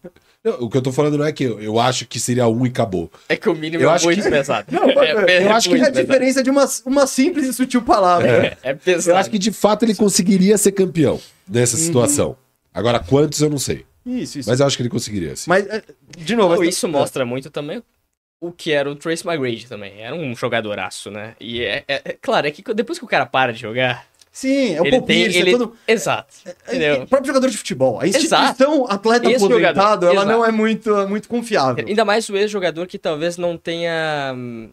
[SPEAKER 3] não, o que eu tô falando não é que eu, eu acho que seria um e acabou.
[SPEAKER 2] É que o mínimo
[SPEAKER 3] Eu
[SPEAKER 2] é
[SPEAKER 3] acho
[SPEAKER 2] muito
[SPEAKER 3] que-
[SPEAKER 2] pesado.
[SPEAKER 1] Não,
[SPEAKER 2] é,
[SPEAKER 1] eu
[SPEAKER 2] é
[SPEAKER 3] acho que
[SPEAKER 2] muito
[SPEAKER 1] É a
[SPEAKER 2] pesado.
[SPEAKER 1] diferença de uma, uma simples e sutil palavra.
[SPEAKER 2] É pesado.
[SPEAKER 3] Eu acho que de fato ele conseguiria ser campeão nessa situação. Agora, quantos eu não sei.
[SPEAKER 1] Isso, isso.
[SPEAKER 3] Mas eu acho que ele conseguiria, sim.
[SPEAKER 1] Mas, é, de novo,
[SPEAKER 2] é assim. Não,
[SPEAKER 1] essa-
[SPEAKER 2] isso mostra muito também o que era o Trace McGrady também. Era um jogadoraço, né? E é, é- é claro, é que depois que o cara para de jogar,
[SPEAKER 1] Sim, é o
[SPEAKER 2] ele
[SPEAKER 1] Paul
[SPEAKER 2] tem...
[SPEAKER 1] Pierce, é
[SPEAKER 2] ele...
[SPEAKER 1] todo...
[SPEAKER 2] Exato.
[SPEAKER 1] é,
[SPEAKER 2] Entendeu?
[SPEAKER 1] O próprio jogador de futebol. A instituição atleta
[SPEAKER 2] Esse jogador,
[SPEAKER 1] aposentado, ela
[SPEAKER 2] exato.
[SPEAKER 1] não é muito, é muito confiável.
[SPEAKER 2] Ainda mais o ex-jogador que talvez não tenha hum,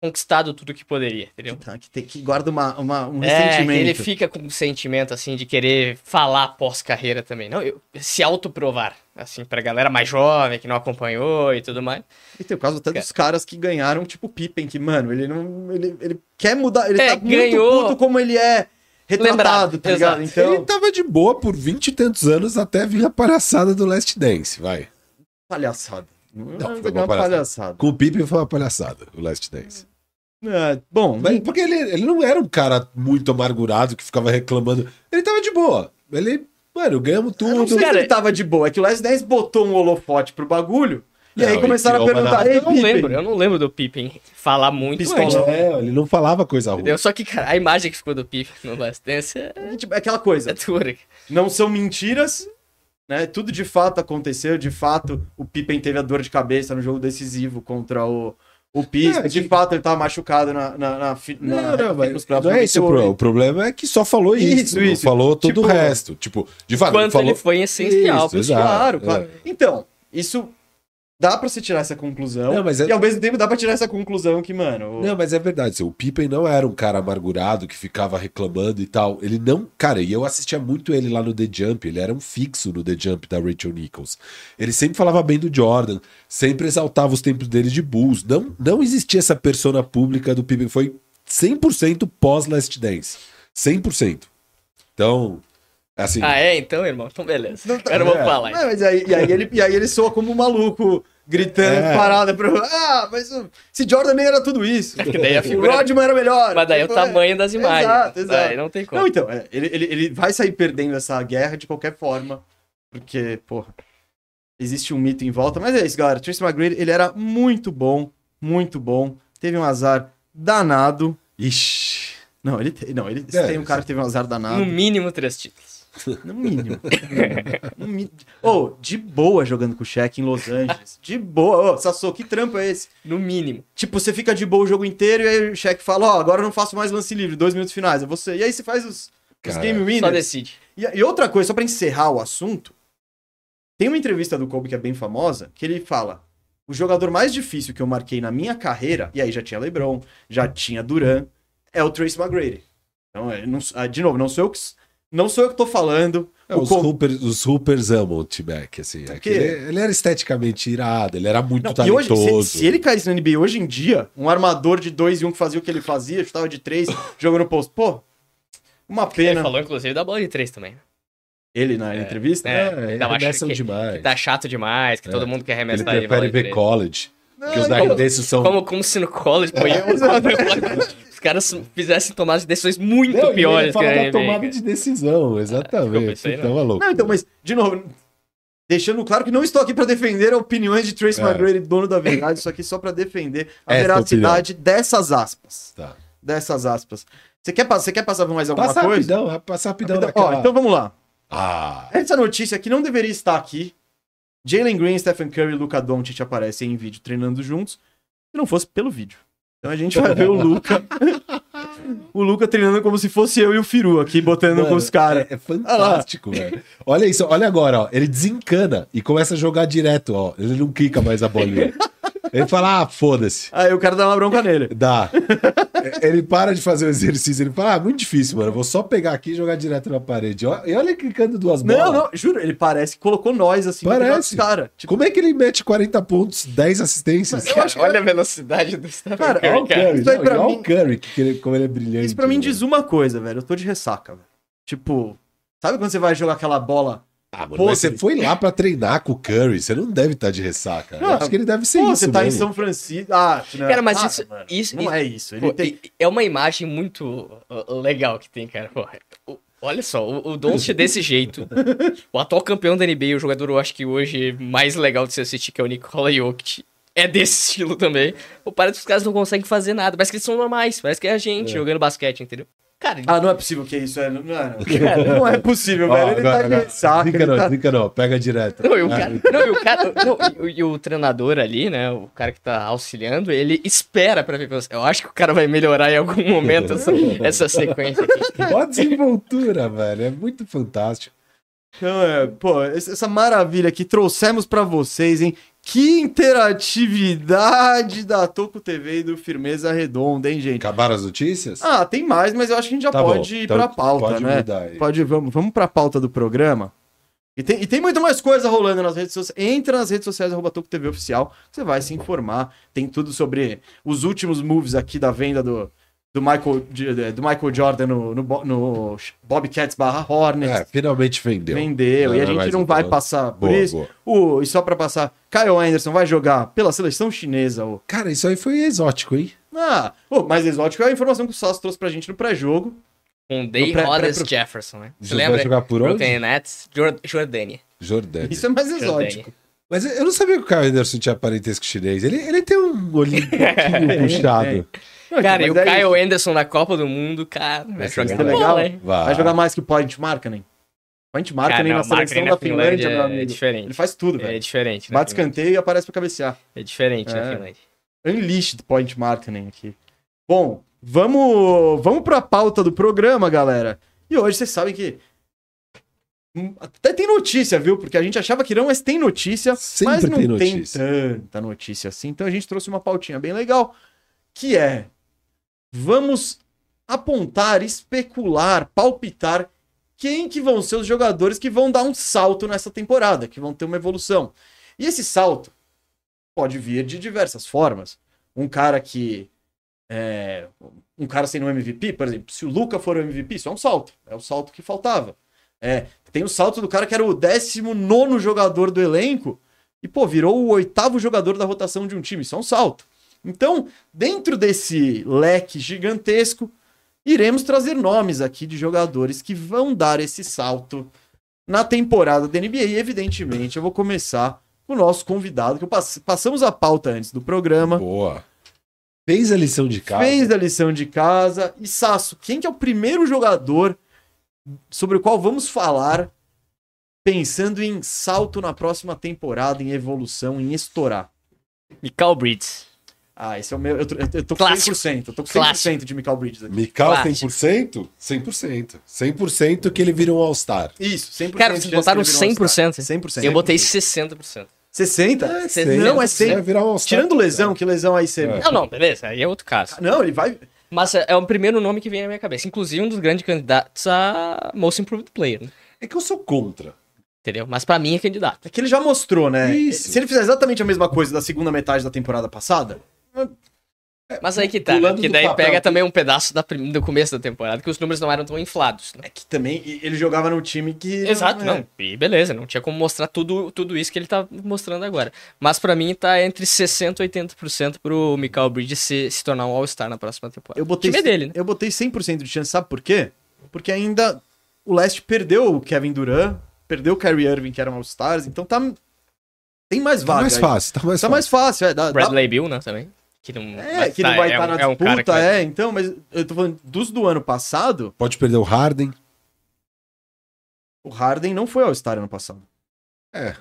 [SPEAKER 2] conquistado tudo que poderia, entendeu?
[SPEAKER 1] Tá, que, tem, que guarda uma, uma- um
[SPEAKER 2] É, que
[SPEAKER 1] ressentimento.
[SPEAKER 2] ele fica com um sentimento, assim, de querer falar pós-carreira também. Não, eu, se autoprovar, assim, pra galera mais jovem, que não acompanhou e tudo mais.
[SPEAKER 1] E tem o caso até dos caras que ganharam, tipo o Pippen, que, mano, ele não. Ele, ele quer mudar. Ele
[SPEAKER 2] É,
[SPEAKER 1] tá
[SPEAKER 2] ganhou.
[SPEAKER 1] muito puto como ele é retratado,
[SPEAKER 2] Lembrado,
[SPEAKER 1] tá ligado?
[SPEAKER 2] exato.
[SPEAKER 1] Então,
[SPEAKER 3] Ele tava de boa por vinte e tantos anos até vir a palhaçada do Last Dance, vai.
[SPEAKER 1] palhaçada.
[SPEAKER 3] foi
[SPEAKER 1] Não,
[SPEAKER 3] uma
[SPEAKER 1] é uma
[SPEAKER 3] palhaçada.
[SPEAKER 1] palhaçada.
[SPEAKER 3] Com o Pippen foi uma palhaçada, o Last Dance.
[SPEAKER 1] É, bom,
[SPEAKER 3] Mas- porque ele, ele não era um cara muito amargurado que ficava reclamando. Ele tava de boa. Ele, mano, ganhamos
[SPEAKER 1] Eu não
[SPEAKER 3] tudo.
[SPEAKER 1] sei se
[SPEAKER 2] Cara,
[SPEAKER 1] ele tava de boa. É que o Les 10 botou um holofote pro bagulho E aí
[SPEAKER 3] Não,
[SPEAKER 1] começaram a
[SPEAKER 3] ele tirou uma
[SPEAKER 1] perguntar,
[SPEAKER 3] da-
[SPEAKER 1] ei,
[SPEAKER 2] Eu não lembro,
[SPEAKER 1] Pippen,
[SPEAKER 2] eu não lembro do Pippen falar muito
[SPEAKER 1] Pistola.
[SPEAKER 2] antes,
[SPEAKER 3] É, ele não falava coisa ruim.
[SPEAKER 2] entendeu? Só que, cara, a imagem que ficou do Pippen no Last Dance é
[SPEAKER 1] tipo, é aquela coisa,
[SPEAKER 2] é dura.
[SPEAKER 1] não são mentiras, né? Tudo de fato aconteceu, de fato o Pippen teve a dor de cabeça no jogo decisivo contra o, o Pistons,
[SPEAKER 3] É,
[SPEAKER 1] de
[SPEAKER 3] que-
[SPEAKER 1] fato ele tava machucado na... na, na, fi- na
[SPEAKER 3] Não, não, mas
[SPEAKER 1] nos playoffs
[SPEAKER 3] não é
[SPEAKER 1] do
[SPEAKER 3] esse
[SPEAKER 1] 98.
[SPEAKER 3] o problema. O problema é que só falou isso,
[SPEAKER 1] Isso,
[SPEAKER 3] não
[SPEAKER 1] isso.
[SPEAKER 3] falou todo
[SPEAKER 1] Tipo,
[SPEAKER 3] o resto. Tipo, de fato,
[SPEAKER 2] Quanto
[SPEAKER 3] falou...
[SPEAKER 2] ele foi essencial.
[SPEAKER 3] Isso,
[SPEAKER 2] pro-
[SPEAKER 3] exato.
[SPEAKER 1] Claro,
[SPEAKER 3] é.
[SPEAKER 1] claro. Então, isso dá pra se tirar essa conclusão.
[SPEAKER 3] Não, mas é-
[SPEAKER 1] E ao mesmo tempo dá pra tirar essa conclusão que, mano. o-
[SPEAKER 3] Não, mas é verdade. assim, O Pippen não era um cara amargurado que ficava reclamando e tal. Ele não. Cara, e eu assistia muito ele lá no The Jump. Ele era um fixo no The Jump da Rachel Nichols. Ele sempre falava bem do Jordan, sempre exaltava os tempos dele de Bulls. Não, não existia essa persona pública do Pippen. Foi 100% pós-Last Dance. 100%. Então, assim.
[SPEAKER 2] Ah, é? Então, irmão? Então, beleza.
[SPEAKER 1] Não
[SPEAKER 2] Não,
[SPEAKER 1] tá-
[SPEAKER 2] Agora eu vou
[SPEAKER 3] é.
[SPEAKER 2] falar.
[SPEAKER 1] Não, mas aí, e, aí ele, e aí ele soa como um maluco gritando
[SPEAKER 3] É.
[SPEAKER 1] parada pro. Ah, mas o- se Jordan nem era tudo isso.
[SPEAKER 2] É Que daí a
[SPEAKER 1] o
[SPEAKER 2] figura-
[SPEAKER 1] Rodman era melhor.
[SPEAKER 2] Mas daí é o
[SPEAKER 1] Tipo, é.
[SPEAKER 2] tamanho das imagens.
[SPEAKER 1] Exato, exato.
[SPEAKER 2] Daí não tem como.
[SPEAKER 1] Não, então, é, ele, ele, ele vai sair perdendo essa guerra de qualquer forma. Porque, porra, existe um mito em volta. Mas é isso, galera. Tracy McGrady, ele era muito bom, muito bom. Teve um azar danado.
[SPEAKER 3] Ixi.
[SPEAKER 1] Não, ele tem, não, ele
[SPEAKER 3] É,
[SPEAKER 1] tem um cara que teve um azar danado.
[SPEAKER 2] No mínimo três títulos.
[SPEAKER 1] No mínimo. No mínimo. Ô, de boa jogando com o Shaq em Los Angeles. De boa. Ô, Sassou, que trampo é esse?
[SPEAKER 2] No mínimo.
[SPEAKER 1] Tipo, você fica de boa o jogo inteiro e aí o Shaq fala, ó, agora eu não faço mais lance livre, dois minutos finais, é você. E aí você faz os, os
[SPEAKER 3] Cara,
[SPEAKER 1] game
[SPEAKER 2] Só
[SPEAKER 1] winners.
[SPEAKER 2] decide.
[SPEAKER 1] E, e outra coisa, só pra encerrar o assunto, tem uma entrevista do Kobe que é bem famosa, que ele fala, o jogador mais difícil que eu marquei na minha carreira, e aí já tinha LeBron, já tinha Duran, é o Trace McGrady. Então, é, não- ah, de novo, não sou eu que, não sou eu que tô falando.
[SPEAKER 3] É,
[SPEAKER 1] o
[SPEAKER 3] os,
[SPEAKER 1] Kobe-
[SPEAKER 3] Hoopers, os Hoopers amam o T-Mac, assim. é que
[SPEAKER 1] quê?
[SPEAKER 3] Ele, ele era esteticamente irado, ele era muito
[SPEAKER 1] Não, e hoje,
[SPEAKER 3] talentoso.
[SPEAKER 1] se, se ele caísse na NBA hoje em dia, um armador de 2 e 1 um que fazia o que ele fazia, chutava de 3, jogando no posto, pô, uma
[SPEAKER 2] Ele
[SPEAKER 1] pena.
[SPEAKER 2] falou, inclusive, da bola de três também.
[SPEAKER 1] Ele na entrevista?
[SPEAKER 2] é.
[SPEAKER 3] É,
[SPEAKER 2] Tava achando
[SPEAKER 3] arremessam
[SPEAKER 2] que-
[SPEAKER 3] demais.
[SPEAKER 2] Que tá chato demais, que
[SPEAKER 3] É.
[SPEAKER 2] todo mundo quer
[SPEAKER 3] Ele
[SPEAKER 2] arremessar de bola
[SPEAKER 3] prefere
[SPEAKER 2] de
[SPEAKER 3] ver
[SPEAKER 2] três.
[SPEAKER 3] college. Porque os
[SPEAKER 1] não, não.
[SPEAKER 3] arremessos são.
[SPEAKER 2] Ah, Como, como se no college pô,
[SPEAKER 3] É,
[SPEAKER 2] eu-
[SPEAKER 1] exato.
[SPEAKER 2] os caras fizessem tomar decisões muito
[SPEAKER 3] Não, e ele
[SPEAKER 2] piores que
[SPEAKER 3] fala
[SPEAKER 2] a
[SPEAKER 3] da
[SPEAKER 2] NBA,
[SPEAKER 3] tomada
[SPEAKER 2] cara.
[SPEAKER 3] de decisão,
[SPEAKER 2] desculpa,
[SPEAKER 3] exatamente.
[SPEAKER 2] isso aí não.
[SPEAKER 3] então, maluco.
[SPEAKER 1] Não, então, mas, de novo, deixando claro que não estou aqui para defender opiniões de Trace
[SPEAKER 3] É.
[SPEAKER 1] McGrady, dono da verdade, isso aqui só para defender a
[SPEAKER 3] Essa é
[SPEAKER 1] veracidade dessas aspas.
[SPEAKER 3] Tá.
[SPEAKER 1] Dessas aspas. Você quer, pa- você quer passar por mais alguma
[SPEAKER 3] Passa
[SPEAKER 1] coisa?
[SPEAKER 3] rapidão, rapidão, passa rapidão
[SPEAKER 1] Rapidão.
[SPEAKER 3] naquela-
[SPEAKER 1] Ó, então vamos lá.
[SPEAKER 3] Ah,
[SPEAKER 1] Essa notícia que não deveria estar aqui. Jalen Green, Stephen Curry e Luca Doncic aparecem em vídeo treinando juntos, se não fosse pelo vídeo. Então a gente vai ver o Luca. o Luca treinando como se fosse eu e o Firu aqui, botando
[SPEAKER 3] mano,
[SPEAKER 1] com os caras.
[SPEAKER 3] É, é fantástico, velho. Olha isso, olha agora, ó. Ele desencana e começa a jogar direto, ó. Ele não quica mais a bolinha. ele fala, ah, foda-se.
[SPEAKER 1] Aí o cara dá uma bronca nele.
[SPEAKER 3] Dá. É, ele para de fazer o exercício, ele fala, ah, muito difícil, mano. Eu Vou só pegar aqui e jogar direto na parede. Ó, E olha ele clicando duas bolas.
[SPEAKER 1] Não, não, juro, ele parece que colocou nós assim
[SPEAKER 3] Parece.
[SPEAKER 1] cara. Tipo,
[SPEAKER 3] Como é que ele mete 40 pontos, 10 assistências?
[SPEAKER 1] eu acho que-
[SPEAKER 2] Olha a velocidade do Stephen
[SPEAKER 1] É, Cara,
[SPEAKER 2] Curry,
[SPEAKER 3] Olha o
[SPEAKER 2] cara.
[SPEAKER 3] Curry,
[SPEAKER 1] Isso aí
[SPEAKER 3] não,
[SPEAKER 1] pra
[SPEAKER 3] e olha
[SPEAKER 1] mim-
[SPEAKER 3] o Curry, que ele- como ele é brilhante.
[SPEAKER 1] isso pra mim
[SPEAKER 3] né?
[SPEAKER 1] diz uma coisa, velho. Eu tô de ressaca, velho. Tipo, sabe quando você vai jogar aquela bola?
[SPEAKER 3] Ah, mano,
[SPEAKER 1] Podre.
[SPEAKER 3] mas você foi lá pra treinar com o Curry, você não deve estar de ressaca.
[SPEAKER 1] Não,
[SPEAKER 3] eu acho que ele deve ser
[SPEAKER 1] Pô,
[SPEAKER 3] isso
[SPEAKER 1] você tá em
[SPEAKER 3] mesmo.
[SPEAKER 1] São Francisco. Ah, não.
[SPEAKER 2] Cara, mas
[SPEAKER 1] Ah,
[SPEAKER 2] isso-
[SPEAKER 1] mano,
[SPEAKER 2] isso-
[SPEAKER 1] Não
[SPEAKER 2] isso-
[SPEAKER 1] é isso. Ele
[SPEAKER 2] Pô,
[SPEAKER 1] tem.
[SPEAKER 2] e- É uma imagem muito uh, legal que tem, cara. Pô, o- Olha só, o, o Doncic é desse jeito. O atual campeão da NBA, o jogador, eu acho que hoje mais legal de se assistir, que é o Nikola Jokic. É desse estilo também. Pô, parece que os caras não conseguem fazer nada. Parece que eles são normais. Parece que é a gente jogando basquete, entendeu? Cara,
[SPEAKER 1] Ah, não é possível que isso é. Não, não, é, não. Não é possível,
[SPEAKER 3] Ó,
[SPEAKER 1] velho. Ele
[SPEAKER 3] agora-
[SPEAKER 1] tá de
[SPEAKER 3] agora-
[SPEAKER 1] ressaca.
[SPEAKER 3] Zica
[SPEAKER 1] Ele
[SPEAKER 3] não,
[SPEAKER 1] tá...
[SPEAKER 3] zica não, pega direto.
[SPEAKER 2] Não, e o
[SPEAKER 1] é.
[SPEAKER 3] Ah,
[SPEAKER 2] cara, não, e o cara- não, e o- e o treinador ali, né, o cara que tá auxiliando, ele espera pra ver, eu acho que o cara vai melhorar em algum momento essa, essa sequência aqui.
[SPEAKER 3] Ó a desenvoltura, velho, é muito fantástico.
[SPEAKER 1] Então, é, pô, esse- essa maravilha que trouxemos pra vocês, hein? Que interatividade da Toco TV e do Firmeza Redonda, hein, gente?
[SPEAKER 3] Acabaram as notícias?
[SPEAKER 1] Ah, tem mais, mas eu acho que a gente já
[SPEAKER 3] Tá bom,
[SPEAKER 1] pode ir
[SPEAKER 3] então
[SPEAKER 1] pra pauta,
[SPEAKER 3] pode
[SPEAKER 1] né?
[SPEAKER 3] mudar aí.
[SPEAKER 1] Pode, vamos, vamos pra pauta do programa. E tem, e tem muito mais coisa rolando nas redes sociais. Entra nas redes sociais, arroba Toco TV Oficial, você vai se informar. Tem tudo sobre os últimos moves aqui da venda do, do, Michael, de- do Michael Jordan no, no, Bo- no Bobcats barra Hornets.
[SPEAKER 3] É, finalmente vendeu.
[SPEAKER 1] Vendeu, e a
[SPEAKER 3] Não,
[SPEAKER 1] gente
[SPEAKER 3] mas
[SPEAKER 1] não vai
[SPEAKER 3] boa,
[SPEAKER 1] passar por
[SPEAKER 3] boa,
[SPEAKER 1] isso.
[SPEAKER 3] boa.
[SPEAKER 1] O, e só pra passar, Kyle Anderson vai jogar pela seleção chinesa. O...
[SPEAKER 3] Cara, isso aí foi exótico, hein?
[SPEAKER 1] Ah, o mais exótico é a informação que o Sassi trouxe pra gente no pré-jogo.
[SPEAKER 2] Um
[SPEAKER 1] No
[SPEAKER 2] Day
[SPEAKER 1] pré-
[SPEAKER 2] Hollis
[SPEAKER 1] pré-
[SPEAKER 2] Jefferson, né? Você
[SPEAKER 3] Vai
[SPEAKER 2] lembra?
[SPEAKER 3] jogar por onde?
[SPEAKER 2] Brooklyn Nets, Jor- Jordânia.
[SPEAKER 3] Jordânia.
[SPEAKER 1] Isso é mais
[SPEAKER 2] Jordânia.
[SPEAKER 1] exótico.
[SPEAKER 3] Mas eu não sabia que o Kyle Anderson tinha parentesco chinês. Ele, ele tem um olhinho
[SPEAKER 1] É,
[SPEAKER 3] pouquinho puxado.
[SPEAKER 2] Cara, e o
[SPEAKER 1] Mas é isso. é
[SPEAKER 2] Kyle Anderson na Copa do Mundo, cara, vai
[SPEAKER 3] ser
[SPEAKER 2] jogar
[SPEAKER 1] legal.
[SPEAKER 2] bola, hein?
[SPEAKER 3] Vai.
[SPEAKER 1] Vai jogar mais que o Point Markkanen? Point Markkanen
[SPEAKER 2] é- Cara,
[SPEAKER 1] na
[SPEAKER 2] não,
[SPEAKER 1] seleção
[SPEAKER 2] Markkanen
[SPEAKER 1] da
[SPEAKER 2] na Finlândia
[SPEAKER 1] Finlândia, meu
[SPEAKER 2] é
[SPEAKER 1] amigo.
[SPEAKER 2] diferente.
[SPEAKER 1] Ele faz tudo,
[SPEAKER 2] É
[SPEAKER 1] velho.
[SPEAKER 2] diferente, né?
[SPEAKER 1] Bate escanteio e aparece pra cabecear.
[SPEAKER 2] É diferente,
[SPEAKER 1] É.
[SPEAKER 2] né, Finlândia?
[SPEAKER 1] Unleashed Point Marketing aqui. Bom, vamos, vamos pra pauta do programa, galera. E hoje vocês sabem que. hum, Até tem notícia, viu? Porque a gente achava que não, mas tem notícia.
[SPEAKER 3] Sempre
[SPEAKER 1] mas não
[SPEAKER 3] tem
[SPEAKER 1] tem,
[SPEAKER 3] notícia.
[SPEAKER 1] tanta notícia assim. Então a gente trouxe uma pautinha bem legal, que é. Vamos apontar, especular, palpitar quem que vão ser os jogadores que vão dar um salto nessa temporada, que vão ter uma evolução. E esse salto pode vir de diversas formas. Um cara que. é, um cara sendo um MVP, por exemplo, se o Luca for o MVP, isso é um salto. É o salto que faltava. É, tem o salto do cara que era o 19 jogador do elenco e, pô, virou o oitavo jogador da rotação de um time. Isso é um salto. Então, dentro desse leque gigantesco, iremos trazer nomes aqui de jogadores que vão dar esse salto na temporada da NBA. E, evidentemente, eu vou começar com o nosso convidado, que eu pass- passamos a pauta antes do programa.
[SPEAKER 3] Boa. Fez a lição de casa.
[SPEAKER 1] Fez a lição de casa. E Sasso, quem que é o primeiro jogador sobre o qual vamos falar pensando em salto na próxima temporada, em evolução, em estourar?
[SPEAKER 2] Michael Bridges.
[SPEAKER 1] Ah, esse é o meu. Eu, tô- eu tô com
[SPEAKER 2] Clássico.
[SPEAKER 1] 100%. Eu tô com 100%
[SPEAKER 2] Clássico.
[SPEAKER 1] de Michael Bridges aqui.
[SPEAKER 3] Mical
[SPEAKER 2] Claro.
[SPEAKER 3] 100%? 100%. 100% que ele vira um All-Star.
[SPEAKER 1] Isso, 100%.
[SPEAKER 2] Cara,
[SPEAKER 1] de
[SPEAKER 2] vocês
[SPEAKER 1] chance
[SPEAKER 2] botaram
[SPEAKER 1] de ele virar um All-Star.
[SPEAKER 2] 100%.
[SPEAKER 1] 100%.
[SPEAKER 2] Eu botei 60%.
[SPEAKER 1] 60?
[SPEAKER 2] Cê-
[SPEAKER 1] não, é
[SPEAKER 3] Vai
[SPEAKER 1] sempre.
[SPEAKER 3] virar um All-Star.
[SPEAKER 1] Tirando lesão, que lesão aí você.
[SPEAKER 3] É.
[SPEAKER 2] Não, não, beleza, aí é outro caso.
[SPEAKER 1] Não, ele vai.
[SPEAKER 2] Mas é é o primeiro nome que vem na minha cabeça. Inclusive, um dos grandes candidatos a Most Improved Player, né?
[SPEAKER 3] É que eu sou contra.
[SPEAKER 2] entendeu? Mas pra mim é candidato.
[SPEAKER 1] É que ele já mostrou, né?
[SPEAKER 3] Isso.
[SPEAKER 1] Se ele fizer exatamente a mesma coisa da segunda metade da temporada passada,
[SPEAKER 2] Mas aí que tá, né?
[SPEAKER 3] Pulando
[SPEAKER 2] Porque
[SPEAKER 3] do
[SPEAKER 2] daí
[SPEAKER 3] papel
[SPEAKER 2] pega
[SPEAKER 3] aqui.
[SPEAKER 2] também um pedaço da prim- do começo da temporada, que os números não eram tão inflados. Né?
[SPEAKER 1] é que também e- ele jogava num time que.
[SPEAKER 2] Exato,
[SPEAKER 1] é.
[SPEAKER 2] não. E beleza, não tinha como mostrar tudo, tudo isso que ele tá mostrando agora. Mas pra mim tá entre 60% e 80% pro Michael Bridges se, se tornar um All-Star na próxima temporada.
[SPEAKER 1] Eu botei,
[SPEAKER 2] o time é dele, né?
[SPEAKER 1] eu botei 100% de chance, sabe por quê? Porque ainda o Leste perdeu o Kevin Durant, perdeu o Kyrie Irving, que eram All-Stars, então tá. Tem mais
[SPEAKER 3] Tá
[SPEAKER 1] vaga.
[SPEAKER 3] mais
[SPEAKER 1] aí.
[SPEAKER 3] fácil, tá mais
[SPEAKER 1] Tá
[SPEAKER 3] fácil.
[SPEAKER 1] mais fácil, é. Dá, dá-
[SPEAKER 2] Bradley Bill, né, também. Que não,
[SPEAKER 1] É,
[SPEAKER 2] mas
[SPEAKER 1] que não vai
[SPEAKER 2] é
[SPEAKER 1] estar
[SPEAKER 2] um-
[SPEAKER 1] na
[SPEAKER 2] é um cara que
[SPEAKER 1] disputa,
[SPEAKER 2] vai-
[SPEAKER 1] é. Então, mas eu tô falando dos do ano passado,
[SPEAKER 3] Pode perder o Harden.
[SPEAKER 1] o Harden não foi All-Star ano passado.
[SPEAKER 3] É.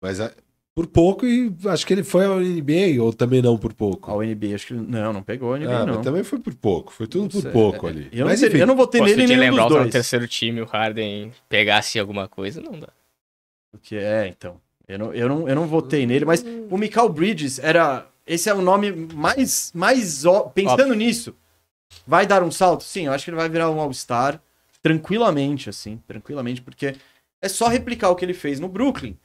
[SPEAKER 3] Mas ah, por pouco e acho que ele foi ao NBA ou também não por pouco.
[SPEAKER 1] Ao NBA, acho que ele- não, não pegou a NBA,
[SPEAKER 3] Ah,
[SPEAKER 1] não.
[SPEAKER 3] mas também foi por pouco. Foi tudo
[SPEAKER 1] Não
[SPEAKER 3] por
[SPEAKER 1] sei.
[SPEAKER 3] pouco ali.
[SPEAKER 1] Eu,
[SPEAKER 3] mas
[SPEAKER 1] não teria-
[SPEAKER 3] enfim,
[SPEAKER 1] eu não votei
[SPEAKER 2] Pô, se
[SPEAKER 1] nele
[SPEAKER 2] o
[SPEAKER 1] em
[SPEAKER 2] Jalen
[SPEAKER 1] nenhum dos
[SPEAKER 2] Brown tá no
[SPEAKER 1] dois.
[SPEAKER 2] terceiro time, o Harden pegasse alguma coisa, não dá.
[SPEAKER 1] Porque, é, então. Eu não, eu, não, eu não votei nele, mas o Michael Bridges era. Esse é o nome mais. mais ó- pensando
[SPEAKER 2] Óbvio.
[SPEAKER 1] nisso, vai dar um salto? Sim, eu acho que ele vai virar um All-Star tranquilamente, assim. Tranquilamente, porque é só replicar o que ele fez no Brooklyn.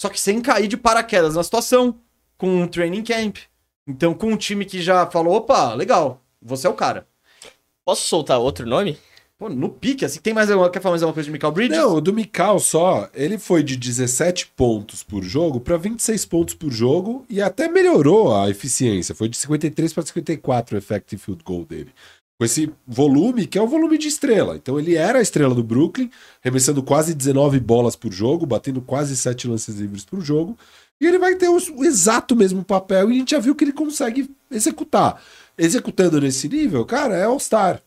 [SPEAKER 1] Só que sem cair de paraquedas na situação, com um training camp. Então, com um time que já falou: opa, legal, você é o cara.
[SPEAKER 2] Posso soltar outro nome?
[SPEAKER 1] Pô, no pique, assim, tem mais alguma. Quer falar mais alguma coisa de Michael Bridges?
[SPEAKER 3] Não, o do Mikal só, ele foi de 17 pontos por jogo para 26 pontos por jogo e até melhorou a eficiência. Foi de 53 para 54 o effective field goal dele. Com esse volume, que é o volume de estrela. Então ele era a estrela do Brooklyn, arremessando quase 19 bolas por jogo, batendo quase 7 lances livres por jogo. E ele vai ter os- o exato mesmo papel e a gente já viu que ele consegue executar. Executando nesse nível, cara, é All-Star.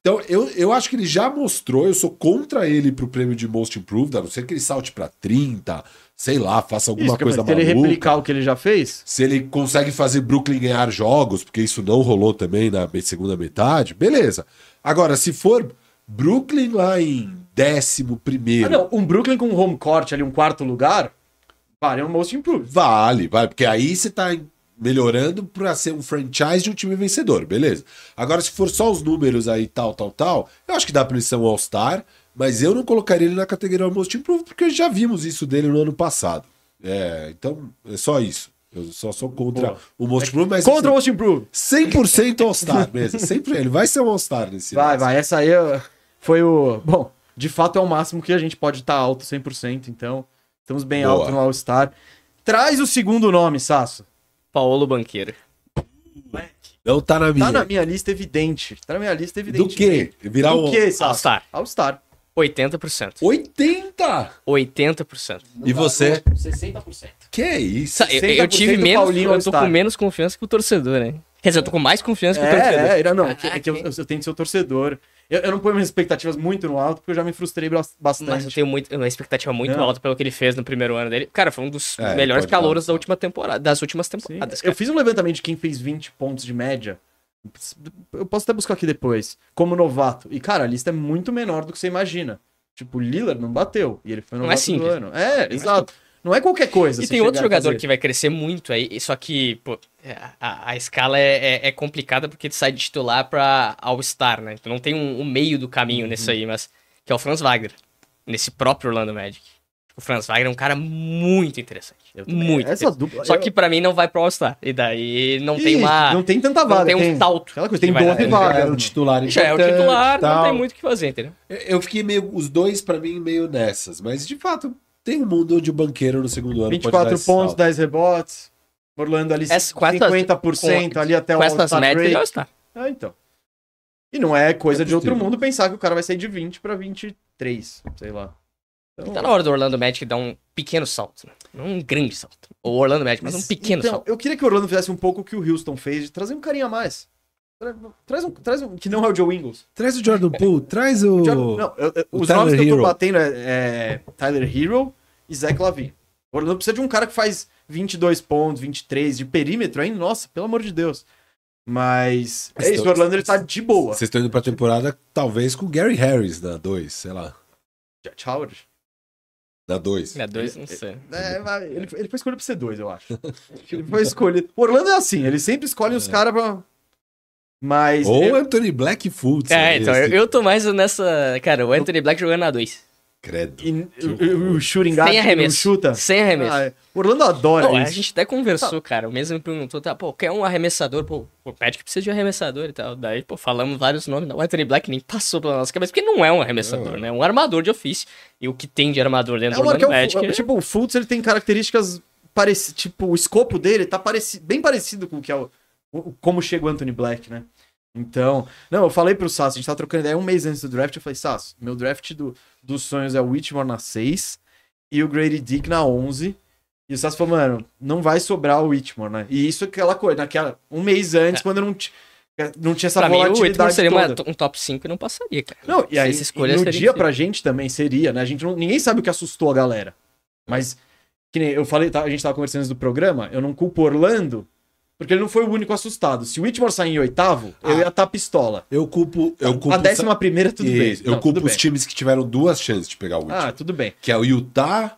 [SPEAKER 3] Então, eu, eu acho que ele já mostrou, eu sou contra ele pro prêmio de Most Improved, a não ser que ele salte pra 30, sei lá, faça alguma
[SPEAKER 1] Isso, que eu
[SPEAKER 3] coisa
[SPEAKER 1] falei, se
[SPEAKER 3] maluca.
[SPEAKER 1] ele replicar o que ele já fez.
[SPEAKER 3] Se ele consegue fazer Brooklyn ganhar jogos, porque isso não rolou também na me- segunda metade, beleza. Agora, se for Brooklyn lá em décimo
[SPEAKER 1] Ah,
[SPEAKER 3] primeiro,
[SPEAKER 1] não, um Brooklyn com um home court ali, um quarto lugar, vale um most improved.
[SPEAKER 3] vale, vale, porque aí você tá melhorando pra ser um franchise de um time vencedor, beleza. Agora, se for só os números aí, tal, tal, tal, eu acho que dá pra ele ser um All-Star, mas eu não colocaria ele na categoria Most Improved, porque já vimos isso dele no ano passado. É, então, é só isso. Eu só sou contra
[SPEAKER 1] Boa. É
[SPEAKER 3] o Most Improved, mas... assim,
[SPEAKER 1] Contra o most improved.
[SPEAKER 3] 100% All-Star mesmo. Sempre, ele vai ser um All-Star nesse
[SPEAKER 1] Vai,
[SPEAKER 3] lance.
[SPEAKER 1] vai, essa aí eu- foi o... Bom, de fato é o máximo que a gente pode estar alto 100%, então estamos bem
[SPEAKER 3] Boa.
[SPEAKER 1] alto no All-Star. Traz o segundo nome, Sasso. Tá
[SPEAKER 2] Paolo Banqueiro.
[SPEAKER 3] Não tá na minha.
[SPEAKER 1] Tá na minha lista evidente. Tá na minha lista evidente.
[SPEAKER 3] Do quê? Virar
[SPEAKER 1] Do
[SPEAKER 3] um.
[SPEAKER 1] que, Sasso?
[SPEAKER 2] All-Star.
[SPEAKER 1] All-Star.
[SPEAKER 2] 80%.
[SPEAKER 3] 80!
[SPEAKER 2] 80%.
[SPEAKER 1] tá,
[SPEAKER 3] E você?
[SPEAKER 2] 60%.
[SPEAKER 3] Que isso?
[SPEAKER 2] Sa- Eu, eu
[SPEAKER 1] 60%
[SPEAKER 2] tive
[SPEAKER 1] do
[SPEAKER 2] menos,
[SPEAKER 1] Paulinho é um ao
[SPEAKER 2] eu tô com
[SPEAKER 1] estádio.
[SPEAKER 2] menos confiança que o torcedor, né? Quer dizer, eu tô com mais confiança que o torcedor.
[SPEAKER 1] É, é, era- não, é que, é que eu,
[SPEAKER 2] Caraca,
[SPEAKER 1] eu tenho que ser o torcedor. Eu, eu não ponho minhas expectativas muito no alto, porque eu já me frustrei bas-
[SPEAKER 2] Mas eu
[SPEAKER 1] bastante.
[SPEAKER 2] tenho muito, uma expectativa muito
[SPEAKER 1] Não.
[SPEAKER 2] alta pelo que ele fez no primeiro ano dele. Cara, foi um dos
[SPEAKER 3] É, ele
[SPEAKER 2] melhores
[SPEAKER 3] pode dar.
[SPEAKER 2] calouros da última temporada, das últimas
[SPEAKER 1] Sim.
[SPEAKER 2] temporadas.
[SPEAKER 1] Eu
[SPEAKER 2] Cara.
[SPEAKER 1] fiz um levantamento de quem fez 20 pontos de média. Eu posso até buscar aqui depois, como novato. E, cara, a lista é muito menor do que você imagina. Tipo, o Lillard não bateu. E ele foi
[SPEAKER 2] Não é
[SPEAKER 1] novato do
[SPEAKER 2] simples.
[SPEAKER 1] ano. É, exato. Não é qualquer coisa.
[SPEAKER 2] E
[SPEAKER 1] você
[SPEAKER 2] tem outro
[SPEAKER 1] chegar a
[SPEAKER 2] jogador
[SPEAKER 1] fazer.
[SPEAKER 2] que vai crescer muito aí, só que pô, a- a, a escala é, é- é complicada porque ele sai de titular pra All-Star, né? Então não tem um, um meio do caminho
[SPEAKER 1] Uhum.
[SPEAKER 2] nisso aí, mas que é o Franz Wagner, nesse próprio Orlando Magic. O Franz Wagner é um cara muito interessante.
[SPEAKER 1] Eu também-
[SPEAKER 2] é Muito.
[SPEAKER 1] Essa
[SPEAKER 2] interessante.
[SPEAKER 1] dupla.
[SPEAKER 2] Só
[SPEAKER 1] eu-
[SPEAKER 2] que pra mim não vai pro All-Star. E daí não
[SPEAKER 1] Ih,
[SPEAKER 2] tem uma.
[SPEAKER 1] Não tem tanta
[SPEAKER 2] não
[SPEAKER 1] vaga.
[SPEAKER 2] tem um salto
[SPEAKER 1] Aquela coisa,
[SPEAKER 2] que
[SPEAKER 1] tem
[SPEAKER 2] vai dar.
[SPEAKER 1] 12
[SPEAKER 2] Ele
[SPEAKER 1] vagas.
[SPEAKER 3] era o
[SPEAKER 1] né?
[SPEAKER 3] um titular
[SPEAKER 2] Já é o
[SPEAKER 3] importante,
[SPEAKER 2] titular, não
[SPEAKER 3] tal.
[SPEAKER 2] tem muito o que fazer, entendeu?
[SPEAKER 3] Eu fiquei meio. Os dois, pra mim, meio nessas. Mas, de fato, tem um mundo onde o banqueiro no segundo ano
[SPEAKER 1] 24
[SPEAKER 3] pode dar
[SPEAKER 1] pontos, 10 rebotes. Orlando ali
[SPEAKER 2] Essa- com essas-
[SPEAKER 1] 50% ali até o
[SPEAKER 2] Com essas
[SPEAKER 1] um All-Star
[SPEAKER 2] médias,
[SPEAKER 1] break.
[SPEAKER 2] ele é All-Star.
[SPEAKER 1] Ah, então. E não é coisa
[SPEAKER 3] É
[SPEAKER 1] de outro
[SPEAKER 3] possível.
[SPEAKER 1] mundo pensar que o cara vai sair de 20 pra 23, sei lá. Então,
[SPEAKER 2] Tá na hora do Orlando Magic dar um pequeno salto. né? Não um grande salto. Ou Orlando Magic, mas, um pequeno
[SPEAKER 1] então,
[SPEAKER 2] salto.
[SPEAKER 1] eu queria que o Orlando fizesse um pouco o que o Houston fez, de trazer um carinha a mais. Tra- Traz um, traz um que não é o Joe Ingles.
[SPEAKER 3] Traz o Jordan Poole, traz o.
[SPEAKER 1] Jordan- não, eu- eu-
[SPEAKER 3] o
[SPEAKER 1] os
[SPEAKER 3] Tyler
[SPEAKER 1] nomes que eu tô
[SPEAKER 3] Hero.
[SPEAKER 1] batendo é, é Tyler Hero e Zach Lavin. O Orlando precisa de um cara que faz 22 pontos, 23 de perímetro, hein? Nossa, pelo amor de Deus. Mas é
[SPEAKER 3] Mas
[SPEAKER 2] Então,
[SPEAKER 1] isso,
[SPEAKER 3] tô-
[SPEAKER 1] o Orlando ele tá de boa.
[SPEAKER 3] Vocês estão indo pra temporada, talvez, com o Gary Harris na 2, sei lá.
[SPEAKER 1] Jet Howard.
[SPEAKER 3] Na 2.
[SPEAKER 2] É dois, não sei.
[SPEAKER 1] É, vai- ele, ele foi escolhido pra ser dois, eu acho. ele foi escolhido. O Orlando é assim, eles sempre escolhem os
[SPEAKER 3] É.
[SPEAKER 1] caras pra. Mas.
[SPEAKER 3] Ou é
[SPEAKER 1] eu-
[SPEAKER 3] Anthony Black Fultz.
[SPEAKER 2] É, então, eu, eu tô mais nessa. Cara, o Anthony Black jogando na 2.
[SPEAKER 3] Credo.
[SPEAKER 1] e- o, o- o shooting guard
[SPEAKER 2] Sem
[SPEAKER 1] que não
[SPEAKER 2] arremesso.
[SPEAKER 1] chuta.
[SPEAKER 2] Sem arremesso. é
[SPEAKER 1] Ah, é. o Orlando adora
[SPEAKER 2] Pô, a
[SPEAKER 1] é isso.
[SPEAKER 2] gente até conversou, cara. O mesmo me perguntou, tá, pô, quer um arremessador? Pô, o Magic precisa de um arremessador e tal. Daí, pô, falamos vários nomes. O Anthony Black nem passou pela nossa cabeça, porque não é um arremessador,
[SPEAKER 3] Não, é.
[SPEAKER 2] né? É um armador de ofício. E o que tem de armador
[SPEAKER 1] É
[SPEAKER 2] dentro
[SPEAKER 1] uma hora que
[SPEAKER 2] do né?
[SPEAKER 1] é o,
[SPEAKER 2] Magic
[SPEAKER 1] é, tipo, o Fultz ele tem características parecidas. Tipo, o escopo dele tá pareci, bem parecido com o que é o, o- como chega o Anthony Black, né? Então, não, eu falei pro Sasso, a gente tava trocando ideia um mês antes do draft, eu falei, Sasso, meu draft do, dos sonhos é o Whitmore na 6 e o Grady Dick na 11. E o Sasso falou, mano, não vai sobrar o Whitmore, né? E isso é aquela coisa, naquela, um mês antes, quando eu não, ti- não tinha essa
[SPEAKER 2] É. Pra mim, o Whitmore
[SPEAKER 1] volatilidade
[SPEAKER 2] seria uma-
[SPEAKER 1] toda.
[SPEAKER 2] um top 5 e não passaria, cara.
[SPEAKER 1] Não, e aí,
[SPEAKER 2] Essa escolha
[SPEAKER 1] e no
[SPEAKER 2] seria
[SPEAKER 1] dia
[SPEAKER 2] difícil.
[SPEAKER 1] pra gente também seria, né? A gente não, ninguém sabe o que assustou a galera. Mas, que nem eu falei, tá, a gente tava conversando antes do programa, eu não culpo o Orlando, porque ele não foi o único assustado. Se o Whitmore sair em oitavo, eu ia estar pistola.
[SPEAKER 3] Eu culpo. Eu culpo
[SPEAKER 1] a décima primeira, tudo bem.
[SPEAKER 3] Isso, Eu
[SPEAKER 1] Não,
[SPEAKER 3] culpo
[SPEAKER 1] tudo
[SPEAKER 3] os
[SPEAKER 1] bem.
[SPEAKER 3] times que tiveram duas chances de pegar o último.
[SPEAKER 1] Ah, tudo bem.
[SPEAKER 3] Que é o Utah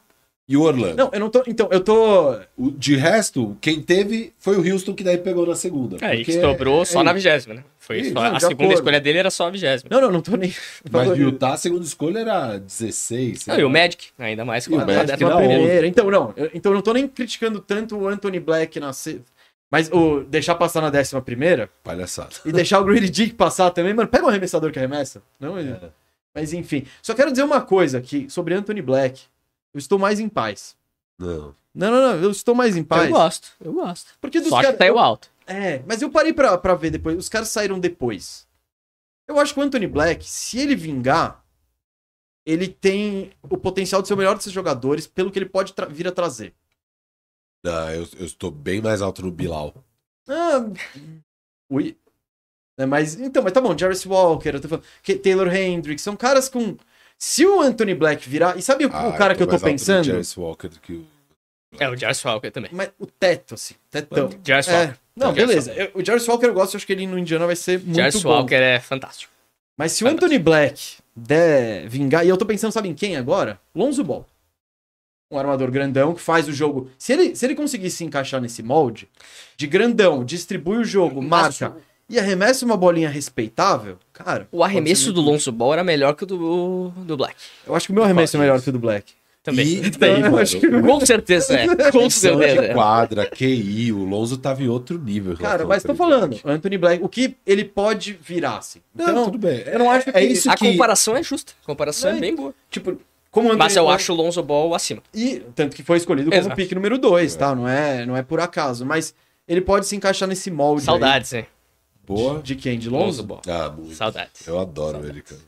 [SPEAKER 3] e o Orlando.
[SPEAKER 1] Não, eu não tô. Então, eu tô.
[SPEAKER 3] O- de resto, quem teve foi o Houston que daí pegou na segunda.
[SPEAKER 2] É, e
[SPEAKER 3] porque-
[SPEAKER 2] que sobrou só
[SPEAKER 3] é
[SPEAKER 2] na
[SPEAKER 3] isso.
[SPEAKER 2] vigésima, né? Foi
[SPEAKER 3] Isso,
[SPEAKER 2] só-
[SPEAKER 1] não,
[SPEAKER 2] a
[SPEAKER 1] de
[SPEAKER 2] segunda
[SPEAKER 1] acordo.
[SPEAKER 2] escolha dele era só a vigésima.
[SPEAKER 1] Não, não, não tô nem.
[SPEAKER 3] Mas o
[SPEAKER 1] falando isso.
[SPEAKER 3] Utah, a segunda escolha era 16. sei
[SPEAKER 2] Não, e o
[SPEAKER 3] lá.
[SPEAKER 2] Magic, ainda mais com
[SPEAKER 3] E o
[SPEAKER 2] a
[SPEAKER 3] Magic
[SPEAKER 2] décima
[SPEAKER 3] na
[SPEAKER 1] Ah, Décima
[SPEAKER 2] primeira.
[SPEAKER 1] primeira. Então, não. eu- então, eu não tô nem criticando tanto o Anthony Black na. se- Mas o deixar passar na décima primeira.
[SPEAKER 3] Palhaçada.
[SPEAKER 1] E deixar o Grady Dick passar também, mano. Pega o arremessador que arremessa. Não,
[SPEAKER 3] É.
[SPEAKER 1] Mas enfim. Só quero dizer uma coisa aqui sobre Anthony Black. Eu estou mais em paz.
[SPEAKER 3] Não.
[SPEAKER 1] Não, não, não. Eu estou mais em paz.
[SPEAKER 2] Eu gosto, eu gosto.
[SPEAKER 1] Porque dos
[SPEAKER 2] Só que
[SPEAKER 1] caras.
[SPEAKER 2] tá o alto.
[SPEAKER 1] É, mas eu parei pra, pra ver depois. Os caras saíram depois. Eu acho que o Anthony Black, se ele vingar, ele tem o potencial de ser o melhor desses jogadores pelo que ele pode tra- vir a trazer.
[SPEAKER 3] Não, eu, eu estou bem mais alto no Bilal.
[SPEAKER 1] Ah. Ui. É, mas, então, mas tá bom, Jarvis Walker, eu tô falando, que- Taylor Hendricks, são caras com. Se o Anthony Black virar. E sabe o, o
[SPEAKER 3] Ah,
[SPEAKER 1] cara que eu tô
[SPEAKER 3] mais alto no
[SPEAKER 1] pensando?
[SPEAKER 3] Jarvis Walker do que o...
[SPEAKER 2] É, o Jarvis Walker também.
[SPEAKER 1] Mas o teto, assim. Tetão.
[SPEAKER 2] Jarvis Walker.
[SPEAKER 1] É, não,
[SPEAKER 2] Jarvis
[SPEAKER 1] beleza. Eu- o Jarvis Walker eu gosto, eu acho que ele no Indiana vai ser muito
[SPEAKER 2] Jarvis
[SPEAKER 1] bom.
[SPEAKER 2] Walker é fantástico.
[SPEAKER 1] Mas se o Anthony Black der vingar, e eu tô pensando, sabe em quem agora? Lonzo Ball. Um armador grandão que faz o jogo. Se ele, se ele conseguir se encaixar nesse molde, de grandão, distribui o jogo,
[SPEAKER 2] Mas
[SPEAKER 1] marca e arremessa uma bolinha respeitável, cara.
[SPEAKER 2] O arremesso
[SPEAKER 1] pode
[SPEAKER 2] do
[SPEAKER 1] ser muito-
[SPEAKER 2] Lonzo Ball era melhor que o do, do Black.
[SPEAKER 1] Eu acho que o meu arremesso é melhor que o do Black.
[SPEAKER 2] Também.
[SPEAKER 3] E
[SPEAKER 1] Eu
[SPEAKER 3] daí, mano,
[SPEAKER 1] acho que-
[SPEAKER 2] Com certeza é. Com
[SPEAKER 3] Posição de
[SPEAKER 2] certeza é.
[SPEAKER 3] quadra, QI, o Lonzo tava em outro nível. em relação
[SPEAKER 1] Cara,
[SPEAKER 3] ao
[SPEAKER 1] mas tô
[SPEAKER 3] Anthony
[SPEAKER 1] falando,
[SPEAKER 3] Black.
[SPEAKER 1] Anthony Black, o que ele pode virar, assim.
[SPEAKER 3] Não,
[SPEAKER 1] Então,
[SPEAKER 3] tudo bem.
[SPEAKER 1] eu não acho que-
[SPEAKER 3] é isso
[SPEAKER 2] A
[SPEAKER 3] que...
[SPEAKER 2] comparação é justa. A comparação é bem boa.
[SPEAKER 1] tipo, como o
[SPEAKER 2] Mas
[SPEAKER 1] Anthony
[SPEAKER 2] eu
[SPEAKER 1] Black-
[SPEAKER 2] acho o Lonzo Ball acima.
[SPEAKER 1] E tanto que foi escolhido como
[SPEAKER 2] Exato.
[SPEAKER 1] pique número 2, tá? Não é, não é por acaso, mas ele pode se encaixar nesse molde. aí.
[SPEAKER 2] Saudades, hein?
[SPEAKER 3] Boa.
[SPEAKER 1] De quem? De Lonzo?
[SPEAKER 2] Lonzo Ball.
[SPEAKER 3] Ah, muito.
[SPEAKER 2] Saudades.
[SPEAKER 3] Eu adoro ele, cara.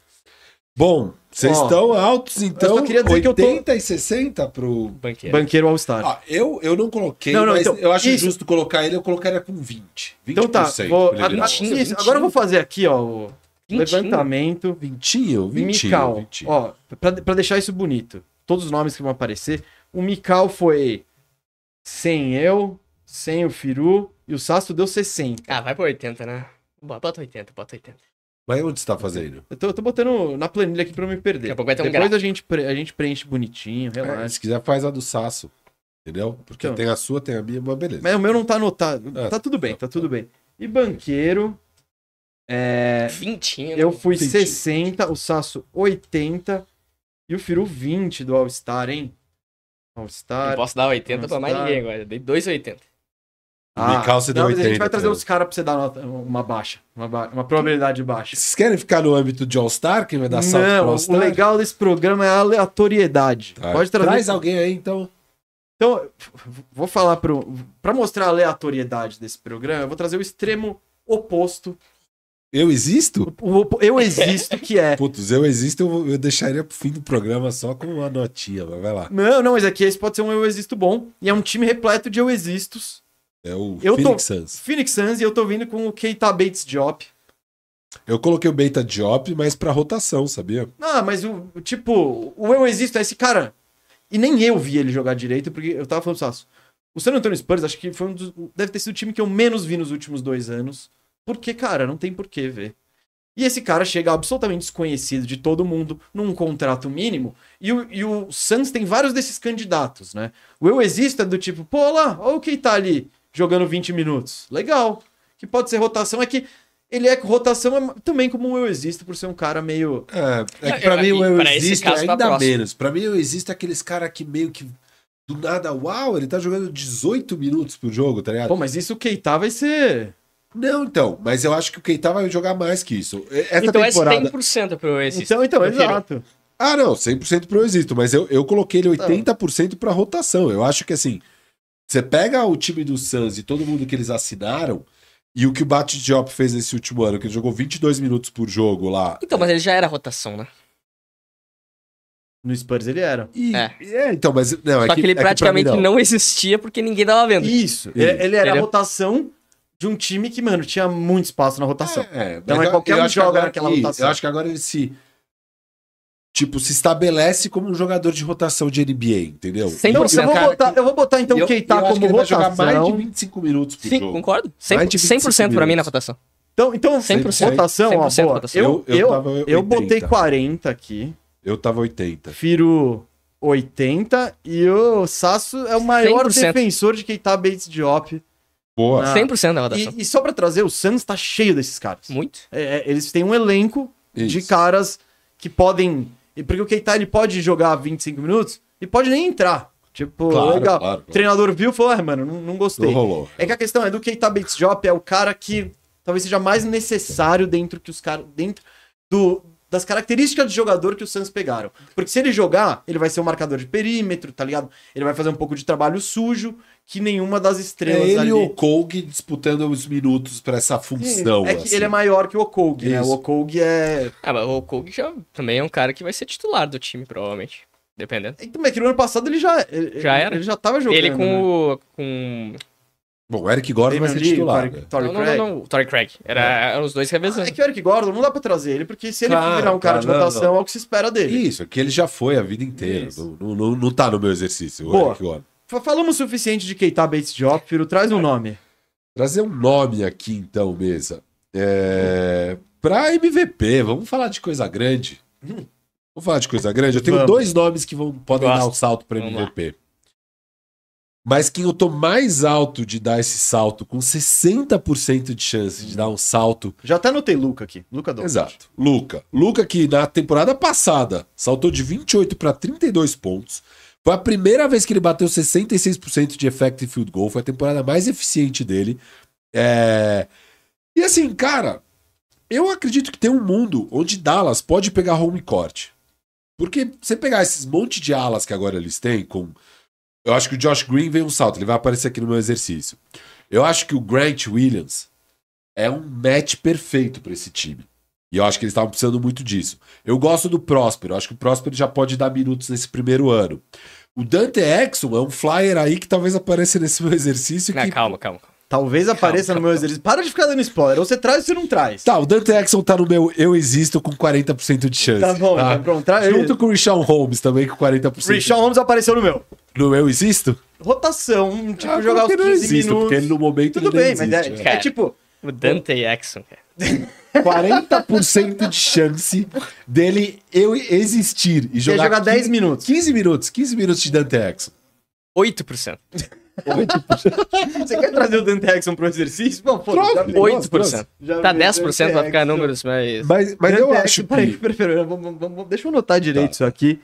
[SPEAKER 3] Bom, vocês
[SPEAKER 1] Ó,
[SPEAKER 3] estão altos, então.
[SPEAKER 1] só queria dizer que eu tô-
[SPEAKER 3] 80 e 60 pro.
[SPEAKER 2] Banqueiro.
[SPEAKER 1] Banqueiro All-Star.
[SPEAKER 3] Ah, eu, eu não coloquei,
[SPEAKER 1] Não, não,
[SPEAKER 3] mas
[SPEAKER 1] então,
[SPEAKER 3] eu acho
[SPEAKER 1] isso.
[SPEAKER 3] justo colocar ele, eu colocaria com 20. 20%.
[SPEAKER 1] então tá, vou-
[SPEAKER 2] é
[SPEAKER 3] pro liberal.
[SPEAKER 1] ah,
[SPEAKER 2] Vintinho,
[SPEAKER 1] isso,
[SPEAKER 2] vintinho.
[SPEAKER 1] agora eu vou fazer aqui, ó, o
[SPEAKER 2] Vintinho.
[SPEAKER 1] levantamento
[SPEAKER 3] Vintinho?
[SPEAKER 2] um,
[SPEAKER 3] Vintinho.
[SPEAKER 1] Mikau.
[SPEAKER 3] vintinho.
[SPEAKER 1] Ó, pra, pra deixar isso bonito, todos os nomes que vão aparecer, o Mikau foi sem eu, sem o Firu, e o Sasso deu 60.
[SPEAKER 2] Ah, vai pra 80, né? Bo- Bota 80, bota 80.
[SPEAKER 3] Mas onde você tá fazendo?
[SPEAKER 1] Eu tô, eu tô botando na planilha aqui pra eu não me perder.
[SPEAKER 2] Daqui a pouco vai ter um
[SPEAKER 1] Depois
[SPEAKER 2] gra-
[SPEAKER 1] a, gente pre- a gente preenche bonitinho, relaxa.
[SPEAKER 3] É, se quiser, faz a do Saço. Entendeu? Porque
[SPEAKER 1] Então.
[SPEAKER 3] tem a sua, tem a minha, mas beleza.
[SPEAKER 1] Mas o meu não tá anotado.
[SPEAKER 2] É.
[SPEAKER 3] Ah,
[SPEAKER 1] tá tudo bem, tá tudo bem. E banqueiro. É,
[SPEAKER 2] Vintinho.
[SPEAKER 1] eu fui
[SPEAKER 3] Entendi.
[SPEAKER 1] 60, o Sasso 80 e o Firu 20 do All-Star, hein?
[SPEAKER 2] Não
[SPEAKER 1] All-Star.
[SPEAKER 2] posso dar 80 pra mais
[SPEAKER 1] Tá.
[SPEAKER 2] ninguém agora. Eu dei 2,80.
[SPEAKER 1] Ah,
[SPEAKER 3] Mikau você deu
[SPEAKER 1] não, mas A gente
[SPEAKER 3] 80
[SPEAKER 1] vai trazer
[SPEAKER 3] pra
[SPEAKER 1] uns caras pra você dar nota- uma baixa. Uma, ba- uma probabilidade baixa.
[SPEAKER 3] Vocês querem ficar no âmbito de All-Star? Quem vai dar salto pro
[SPEAKER 1] Não, o
[SPEAKER 3] All-Star?
[SPEAKER 1] legal desse programa é a aleatoriedade.
[SPEAKER 3] Tá.
[SPEAKER 1] Pode trazer. um-
[SPEAKER 3] Traz alguém aí, então.
[SPEAKER 1] Então, eu f- vou falar pro. Pra mostrar a aleatoriedade desse programa, eu vou trazer o extremo oposto.
[SPEAKER 3] Eu existo?
[SPEAKER 1] o opo- eu existo, que é.
[SPEAKER 3] Putz, eu existo, eu, vou- eu deixaria pro fim do programa só com uma notinha, mas vai lá.
[SPEAKER 1] Não, não, mas aqui esse pode ser um eu existo bom. E é um time repleto de eu existos.
[SPEAKER 3] É o
[SPEAKER 1] Eu tô-
[SPEAKER 3] Phoenix Suns.
[SPEAKER 1] Phoenix Suns e eu tô vindo com o Keita Bates Diop.
[SPEAKER 3] Eu coloquei o Beta Diop, mas pra rotação, sabia?
[SPEAKER 1] Ah, mas o o tipo, o eu existo é esse cara. E nem eu vi ele jogar direito, porque eu tava falando Sasso. O San Antonio Spurs, acho que foi um dos, deve ter sido o time que eu menos vi nos últimos dois anos. Porque, cara, não tem porquê ver. E esse cara chega absolutamente desconhecido de todo mundo, num contrato mínimo. E o, e o Suns tem vários desses candidatos, né? O eu existo é do tipo, pô, olha lá, olha o que tá ali jogando 20 minutos. Legal. Que pode ser rotação, é que ele é rotação é também como um eu existo, por ser um cara meio.
[SPEAKER 3] É, é que
[SPEAKER 2] Eu-
[SPEAKER 3] pra mim o eu
[SPEAKER 2] pra esse
[SPEAKER 3] existo
[SPEAKER 2] caso,
[SPEAKER 3] é
[SPEAKER 2] pra
[SPEAKER 3] ainda
[SPEAKER 2] próxima.
[SPEAKER 3] menos. Pra mim eu existo é aqueles cara que meio que do nada, uau, ele tá jogando 18 minutos pro jogo, tá ligado?
[SPEAKER 1] Pô, mas isso o Keita vai ser.
[SPEAKER 3] Não, então, mas eu acho que o Keita vai jogar mais que isso. E- Essa
[SPEAKER 2] então
[SPEAKER 3] temporada.
[SPEAKER 2] é 100% pro esse.
[SPEAKER 1] Então, então,
[SPEAKER 2] Eu quero.
[SPEAKER 1] exato.
[SPEAKER 3] Ah, não, 100% pro eu existo, mas eu, eu coloquei ele 80% pra rotação. Eu acho que assim, você pega o time do Suns e todo mundo que eles assinaram e o que o Bat Diop fez nesse último ano, que ele jogou 22 minutos por jogo lá.
[SPEAKER 2] Então, mas ele já era rotação, né?
[SPEAKER 1] No Spurs ele era.
[SPEAKER 3] E-
[SPEAKER 2] É.
[SPEAKER 3] é, então, mas não, é
[SPEAKER 2] Só que, ele
[SPEAKER 3] é pra mim
[SPEAKER 2] praticamente não. existia porque ninguém tava vendo.
[SPEAKER 1] Isso. Ele, ele era a
[SPEAKER 2] Ele é-
[SPEAKER 1] rotação de um time que, mano, tinha muito espaço na rotação.
[SPEAKER 3] É,
[SPEAKER 1] Então
[SPEAKER 3] mas
[SPEAKER 1] é
[SPEAKER 3] eu-
[SPEAKER 1] qualquer
[SPEAKER 3] eu
[SPEAKER 1] um
[SPEAKER 3] acho que
[SPEAKER 1] joga
[SPEAKER 3] agora-
[SPEAKER 1] naquela
[SPEAKER 3] isso,
[SPEAKER 1] rotação.
[SPEAKER 3] Eu acho que agora ele se. Tipo, se estabelece como um jogador de rotação de NBA, entendeu?
[SPEAKER 2] 100%.
[SPEAKER 1] Então,
[SPEAKER 2] Você é
[SPEAKER 1] eu,
[SPEAKER 2] um
[SPEAKER 1] vou
[SPEAKER 3] cara
[SPEAKER 1] botar,
[SPEAKER 3] que-
[SPEAKER 1] eu vou botar então
[SPEAKER 3] E eu-
[SPEAKER 1] o Keita
[SPEAKER 3] eu acho
[SPEAKER 1] como
[SPEAKER 3] que ele vai jogar
[SPEAKER 1] rotação.
[SPEAKER 3] mais de 25 minutos por
[SPEAKER 2] Sim,
[SPEAKER 3] jogo.
[SPEAKER 2] concordo. 100%,
[SPEAKER 3] Mais de 25
[SPEAKER 2] pra mim na
[SPEAKER 3] minutos.
[SPEAKER 2] rotação.
[SPEAKER 1] Então, então
[SPEAKER 2] 100%,
[SPEAKER 1] rotação, ó,
[SPEAKER 2] 100%
[SPEAKER 1] boa.
[SPEAKER 2] rotação.
[SPEAKER 1] Eu, eu, eu,
[SPEAKER 3] tava 80.
[SPEAKER 1] botei 40 aqui.
[SPEAKER 3] Eu tava 80.
[SPEAKER 1] Firo 80. E o Sasso é o maior
[SPEAKER 2] 100%.
[SPEAKER 1] defensor de Keita Bates Diop.
[SPEAKER 3] Boa.
[SPEAKER 1] Ah.
[SPEAKER 2] 100% na rotação.
[SPEAKER 1] E, e só pra trazer, o Suns tá cheio desses caras.
[SPEAKER 2] Muito.
[SPEAKER 1] É, é, eles têm um elenco de
[SPEAKER 3] Isso.
[SPEAKER 1] caras que podem. e Porque o Keita ele pode jogar 25 minutos e pode nem entrar. Tipo,
[SPEAKER 3] Claro,
[SPEAKER 1] legal.
[SPEAKER 3] claro, Uhum. claro.
[SPEAKER 1] O treinador viu e falou: ah, mano, não, não
[SPEAKER 3] Não
[SPEAKER 1] gostei.
[SPEAKER 3] então rolou.
[SPEAKER 1] É que a questão é do Keita Bates Diop é o cara que talvez seja mais necessário dentro que os caras. dentro do, das características de jogador que os Suns pegaram. Porque se ele jogar, ele vai ser um marcador de perímetro, tá ligado? Ele vai fazer um pouco de trabalho sujo que nenhuma das
[SPEAKER 3] É
[SPEAKER 1] estrelas
[SPEAKER 3] ele
[SPEAKER 1] ali.
[SPEAKER 3] e o Kog disputando os minutos pra essa função.
[SPEAKER 1] é que
[SPEAKER 3] assim.
[SPEAKER 1] ele é maior que o Okoug, né?
[SPEAKER 3] Isso.
[SPEAKER 1] O Okoug é.
[SPEAKER 2] Ah, mas o Kog já também é um cara que vai ser titular do time, provavelmente. Dependendo.
[SPEAKER 1] Então, mas que no ano passado ele já. Ele,
[SPEAKER 2] Já era.
[SPEAKER 1] Ele já tava jogando.
[SPEAKER 2] ele
[SPEAKER 1] né?
[SPEAKER 2] com o. Com...
[SPEAKER 3] Bom, o Eric Gordon vai ser
[SPEAKER 1] Damian Lee,
[SPEAKER 3] titular.
[SPEAKER 1] Torrey-
[SPEAKER 3] né?
[SPEAKER 1] Torrey
[SPEAKER 2] não, não, não,
[SPEAKER 1] Craig.
[SPEAKER 2] não, o Torrey Craig. Era, Eram os dois
[SPEAKER 1] Ah, É
[SPEAKER 2] revezando.
[SPEAKER 1] que o Eric Gordon não dá pra trazer ele, porque se ele
[SPEAKER 3] Claro,
[SPEAKER 1] virar um cara de
[SPEAKER 3] claro, não,
[SPEAKER 1] rotação, é o que se espera dele.
[SPEAKER 3] Isso, que ele já foi a vida inteira.
[SPEAKER 1] Isso.
[SPEAKER 3] Não, não, não- não tá no meu exercício, o
[SPEAKER 1] Boa.
[SPEAKER 3] Eric Gordon.
[SPEAKER 1] F- Falamos o suficiente de Keita Bates Diop, Firo, traz um nome.
[SPEAKER 3] Trazer um nome aqui, então, mesa. É... Pra MVP, vamos falar de coisa grande.
[SPEAKER 2] Hum.
[SPEAKER 3] Vamos falar de coisa grande. Eu tenho
[SPEAKER 1] Vamos.
[SPEAKER 3] dois nomes que vão, podem
[SPEAKER 2] Gosto.
[SPEAKER 3] dar o salto pra
[SPEAKER 2] Vamos
[SPEAKER 3] MVP. Mas quem eu tô mais alto de dar esse salto, com 60% de chance de dar um salto.
[SPEAKER 1] Já até anotei Luca aqui. Luca Doncic.
[SPEAKER 3] Exato. Luca. Luca, que na temporada passada saltou de 28 pra 32 pontos. Foi a primeira vez que ele bateu 66% de effective field goal. Foi a temporada mais eficiente dele. É... E assim, cara, eu acredito que tem um mundo onde Dallas pode pegar home court. Porque você pegar esses monte de alas que agora eles têm, com. Eu acho que o Josh Green veio um salto, ele vai aparecer aqui no meu exercício. Eu acho que o Grant Williams é um match perfeito pra esse time. E eu acho que eles estavam precisando muito disso. Eu gosto do Próspero. Acho que o Próspero já pode dar minutos nesse primeiro ano. O Dante Exum é um flyer aí que talvez apareça nesse meu exercício.
[SPEAKER 2] Não,
[SPEAKER 3] que...
[SPEAKER 2] calma, calma.
[SPEAKER 1] Talvez apareça
[SPEAKER 2] Calma,
[SPEAKER 1] no meu exercício. Para de ficar dando spoiler. Ou você traz ou você não traz.
[SPEAKER 3] Tá, o Dante Exum tá no meu Eu Existo com 40% de chance.
[SPEAKER 1] Tá bom, então pronto. Traz
[SPEAKER 3] Junto com o Richon Holmes também com 40%.
[SPEAKER 1] Richard Holmes apareceu no meu.
[SPEAKER 3] No Eu Existo?
[SPEAKER 1] Rotação, tipo,
[SPEAKER 3] Ah,
[SPEAKER 1] jogar os 15
[SPEAKER 3] porque não existo,
[SPEAKER 1] minutos.
[SPEAKER 3] Porque ele no momento
[SPEAKER 1] Tudo
[SPEAKER 3] ele
[SPEAKER 1] bem,
[SPEAKER 3] não
[SPEAKER 1] mas
[SPEAKER 3] existe,
[SPEAKER 1] é,
[SPEAKER 3] né?
[SPEAKER 1] é
[SPEAKER 2] Cara.
[SPEAKER 1] tipo...
[SPEAKER 2] O Dante Jackson, cara.
[SPEAKER 3] 40% de chance dele eu existir e jogar,
[SPEAKER 1] jogar 10 minutos.
[SPEAKER 3] 15 minutos, 15 minutos de Dante Exum.
[SPEAKER 2] 8%.
[SPEAKER 1] Você quer trazer o Dante Exxon pro exercício? Bom, pô,
[SPEAKER 3] Troca.
[SPEAKER 1] já vi.
[SPEAKER 3] Oi.
[SPEAKER 2] 8%.
[SPEAKER 1] Já
[SPEAKER 2] Tá
[SPEAKER 1] vi, Dante
[SPEAKER 2] 10% vai ficar
[SPEAKER 1] Jackson.
[SPEAKER 2] números, mas.
[SPEAKER 3] Mas, mas eu
[SPEAKER 1] Dante
[SPEAKER 3] acho
[SPEAKER 1] Exum, peraí,
[SPEAKER 3] que Tá.
[SPEAKER 1] peraí, peraí, vamos- vamos- vamos- Deixa eu anotar direito isso aqui.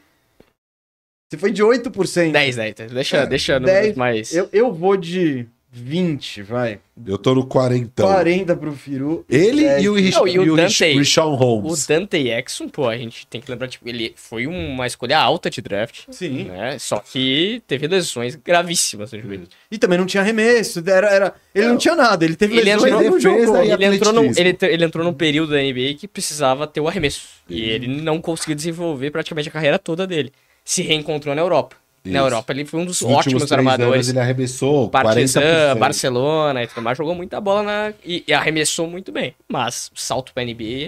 [SPEAKER 1] Se foi de 8%,
[SPEAKER 2] 10, 10. né? Então, Deixa,
[SPEAKER 3] É,
[SPEAKER 2] deixa
[SPEAKER 1] 10,
[SPEAKER 2] números mais.
[SPEAKER 1] eu, eu vou de 20, vai.
[SPEAKER 3] eu tô no 40.
[SPEAKER 1] 40 pro Firu.
[SPEAKER 3] Ele
[SPEAKER 1] É,
[SPEAKER 3] e o, Rich,
[SPEAKER 2] Não, e o Dante-
[SPEAKER 3] Richon
[SPEAKER 2] O
[SPEAKER 3] Holmes.
[SPEAKER 2] Dante Jackson, pô, a gente tem que lembrar, tipo, ele foi uma escolha alta de draft.
[SPEAKER 1] Sim.
[SPEAKER 2] Né? Só que teve lesões gravíssimas no joelho.
[SPEAKER 1] E também não tinha arremesso, era, era, ele não.
[SPEAKER 3] Não.
[SPEAKER 1] tinha nada, ele teve
[SPEAKER 2] Ele
[SPEAKER 1] lesão e
[SPEAKER 2] entrou-
[SPEAKER 1] não
[SPEAKER 3] defesa
[SPEAKER 1] jogou.
[SPEAKER 3] e
[SPEAKER 2] Ele entrou, num,
[SPEAKER 3] atleticismo.
[SPEAKER 2] ele, te- ele entrou num período da NBA que precisava ter o arremesso.
[SPEAKER 3] Uhum.
[SPEAKER 2] E ele não conseguiu desenvolver praticamente a carreira toda dele. Se reencontrou na Europa.
[SPEAKER 3] Isso.
[SPEAKER 2] Na Europa ele foi um dos
[SPEAKER 3] Nos últimos
[SPEAKER 2] ótimos
[SPEAKER 3] três anos
[SPEAKER 2] armadores.
[SPEAKER 3] ele é arremessou
[SPEAKER 2] Partizan,
[SPEAKER 3] 40%.
[SPEAKER 2] Barcelona e tudo mais, jogou muita bola na- e, e arremessou muito bem. Mas o salto pra NBA é,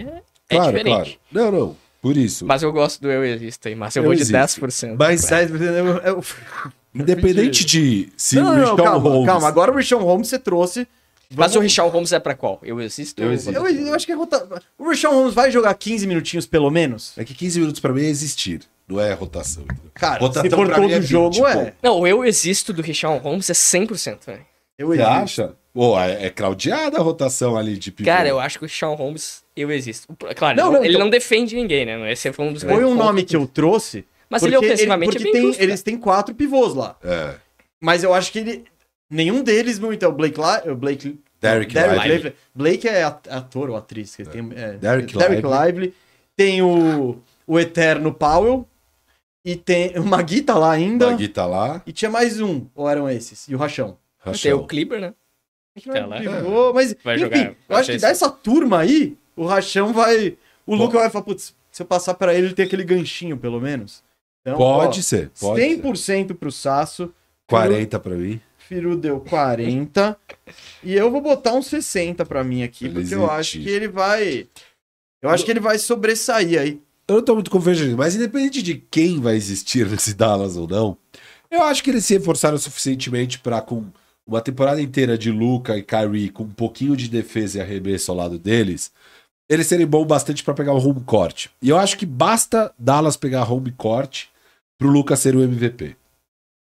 [SPEAKER 2] é
[SPEAKER 3] claro,
[SPEAKER 2] diferente.
[SPEAKER 3] claro. Não, não. Por isso.
[SPEAKER 2] Mas eu gosto do eu existo aí, mas eu,
[SPEAKER 3] Eu
[SPEAKER 2] vou de
[SPEAKER 3] existo.
[SPEAKER 2] 10%.
[SPEAKER 3] É.
[SPEAKER 1] Mas sai- eu- eu-
[SPEAKER 3] Independente de se
[SPEAKER 1] Não,
[SPEAKER 3] o
[SPEAKER 1] não, não,
[SPEAKER 3] Richon
[SPEAKER 1] calma,
[SPEAKER 3] Holmes.
[SPEAKER 1] calma. Agora o Richon Holmes você trouxe.
[SPEAKER 2] Mas
[SPEAKER 1] Vamos-
[SPEAKER 2] o Richard Holmes é pra qual? Eu existo?
[SPEAKER 3] Eu
[SPEAKER 2] ou-
[SPEAKER 3] existo.
[SPEAKER 1] Eu, eu acho que é rota... O Richon Holmes vai jogar 15 minutinhos pelo menos?
[SPEAKER 3] É que 15 minutos pra mim é existir, não é rotação. entendeu?
[SPEAKER 1] Cara,
[SPEAKER 3] Rotação
[SPEAKER 1] se for
[SPEAKER 3] pra
[SPEAKER 1] todo
[SPEAKER 3] mim é
[SPEAKER 1] jogo,
[SPEAKER 3] 20,
[SPEAKER 1] é.
[SPEAKER 3] pô.
[SPEAKER 2] Não, o eu existo do Richard Holmes é 100%. velho.
[SPEAKER 1] Eu
[SPEAKER 3] Você
[SPEAKER 1] exijo.
[SPEAKER 3] acha? Pô, é, é claudiada a rotação ali de pivô.
[SPEAKER 2] Cara, eu acho que o Richard Holmes, eu existo. O pro- Claro,
[SPEAKER 1] Tipo, Não,
[SPEAKER 2] ele
[SPEAKER 1] não,
[SPEAKER 2] não- ele
[SPEAKER 1] então-
[SPEAKER 2] não defende ninguém, né? Esse foi um dos
[SPEAKER 1] Foi
[SPEAKER 2] grandes
[SPEAKER 1] um
[SPEAKER 2] pontos.
[SPEAKER 1] nome que eu trouxe.
[SPEAKER 2] Mas ele
[SPEAKER 1] porque
[SPEAKER 2] ofensivamente
[SPEAKER 1] porque
[SPEAKER 2] é bem
[SPEAKER 1] tem-
[SPEAKER 2] justo,
[SPEAKER 1] Eles têm quatro pivôs lá.
[SPEAKER 3] É.
[SPEAKER 1] Mas eu acho que ele. Nenhum deles muito. É o Blake Lively. O Blake.
[SPEAKER 3] Derrick
[SPEAKER 1] Derrick
[SPEAKER 3] Lively.
[SPEAKER 1] Lively. Blake é at- ator ou atriz. Que tem, é,
[SPEAKER 3] Derrick
[SPEAKER 1] Lively. Tem o, o Eterno Powell. E tem o Magui tá lá ainda.
[SPEAKER 3] Magui tá lá.
[SPEAKER 1] E tinha mais um. Ou eram esses? E o Rachão.
[SPEAKER 2] Tem o
[SPEAKER 3] Rachel.
[SPEAKER 2] Kleber, né?
[SPEAKER 1] É que não é
[SPEAKER 2] Tá lá.
[SPEAKER 1] pivô, mas,
[SPEAKER 2] Vai
[SPEAKER 1] enfim,
[SPEAKER 2] jogar,
[SPEAKER 1] eu
[SPEAKER 2] vai
[SPEAKER 1] acho
[SPEAKER 2] ser
[SPEAKER 1] que
[SPEAKER 2] isso.
[SPEAKER 1] dessa turma aí, o Rachão vai. O
[SPEAKER 3] Bom.
[SPEAKER 1] Luca vai falar, putz, se eu passar pra ele, ele tem aquele ganchinho, pelo menos. Então,
[SPEAKER 3] Pode
[SPEAKER 1] ó,
[SPEAKER 3] ser, pode ser.
[SPEAKER 1] 100% pro Sasso.
[SPEAKER 3] 40 pra mim.
[SPEAKER 1] Firu deu 40. e eu vou botar uns 60 pra mim aqui, porque eu
[SPEAKER 3] Felizmente.
[SPEAKER 1] acho que ele vai. Eu acho que ele vai sobressair aí.
[SPEAKER 3] Eu não tô muito convergindo, mas independente de quem vai existir nesse Dallas ou não, eu acho que eles se reforçaram suficientemente pra com uma temporada inteira de Luca e Kyrie com um pouquinho de defesa e arremesso ao lado deles, eles serem bons bastante pra pegar o home court. E eu acho que basta Dallas pegar home court pro Luca ser o MVP.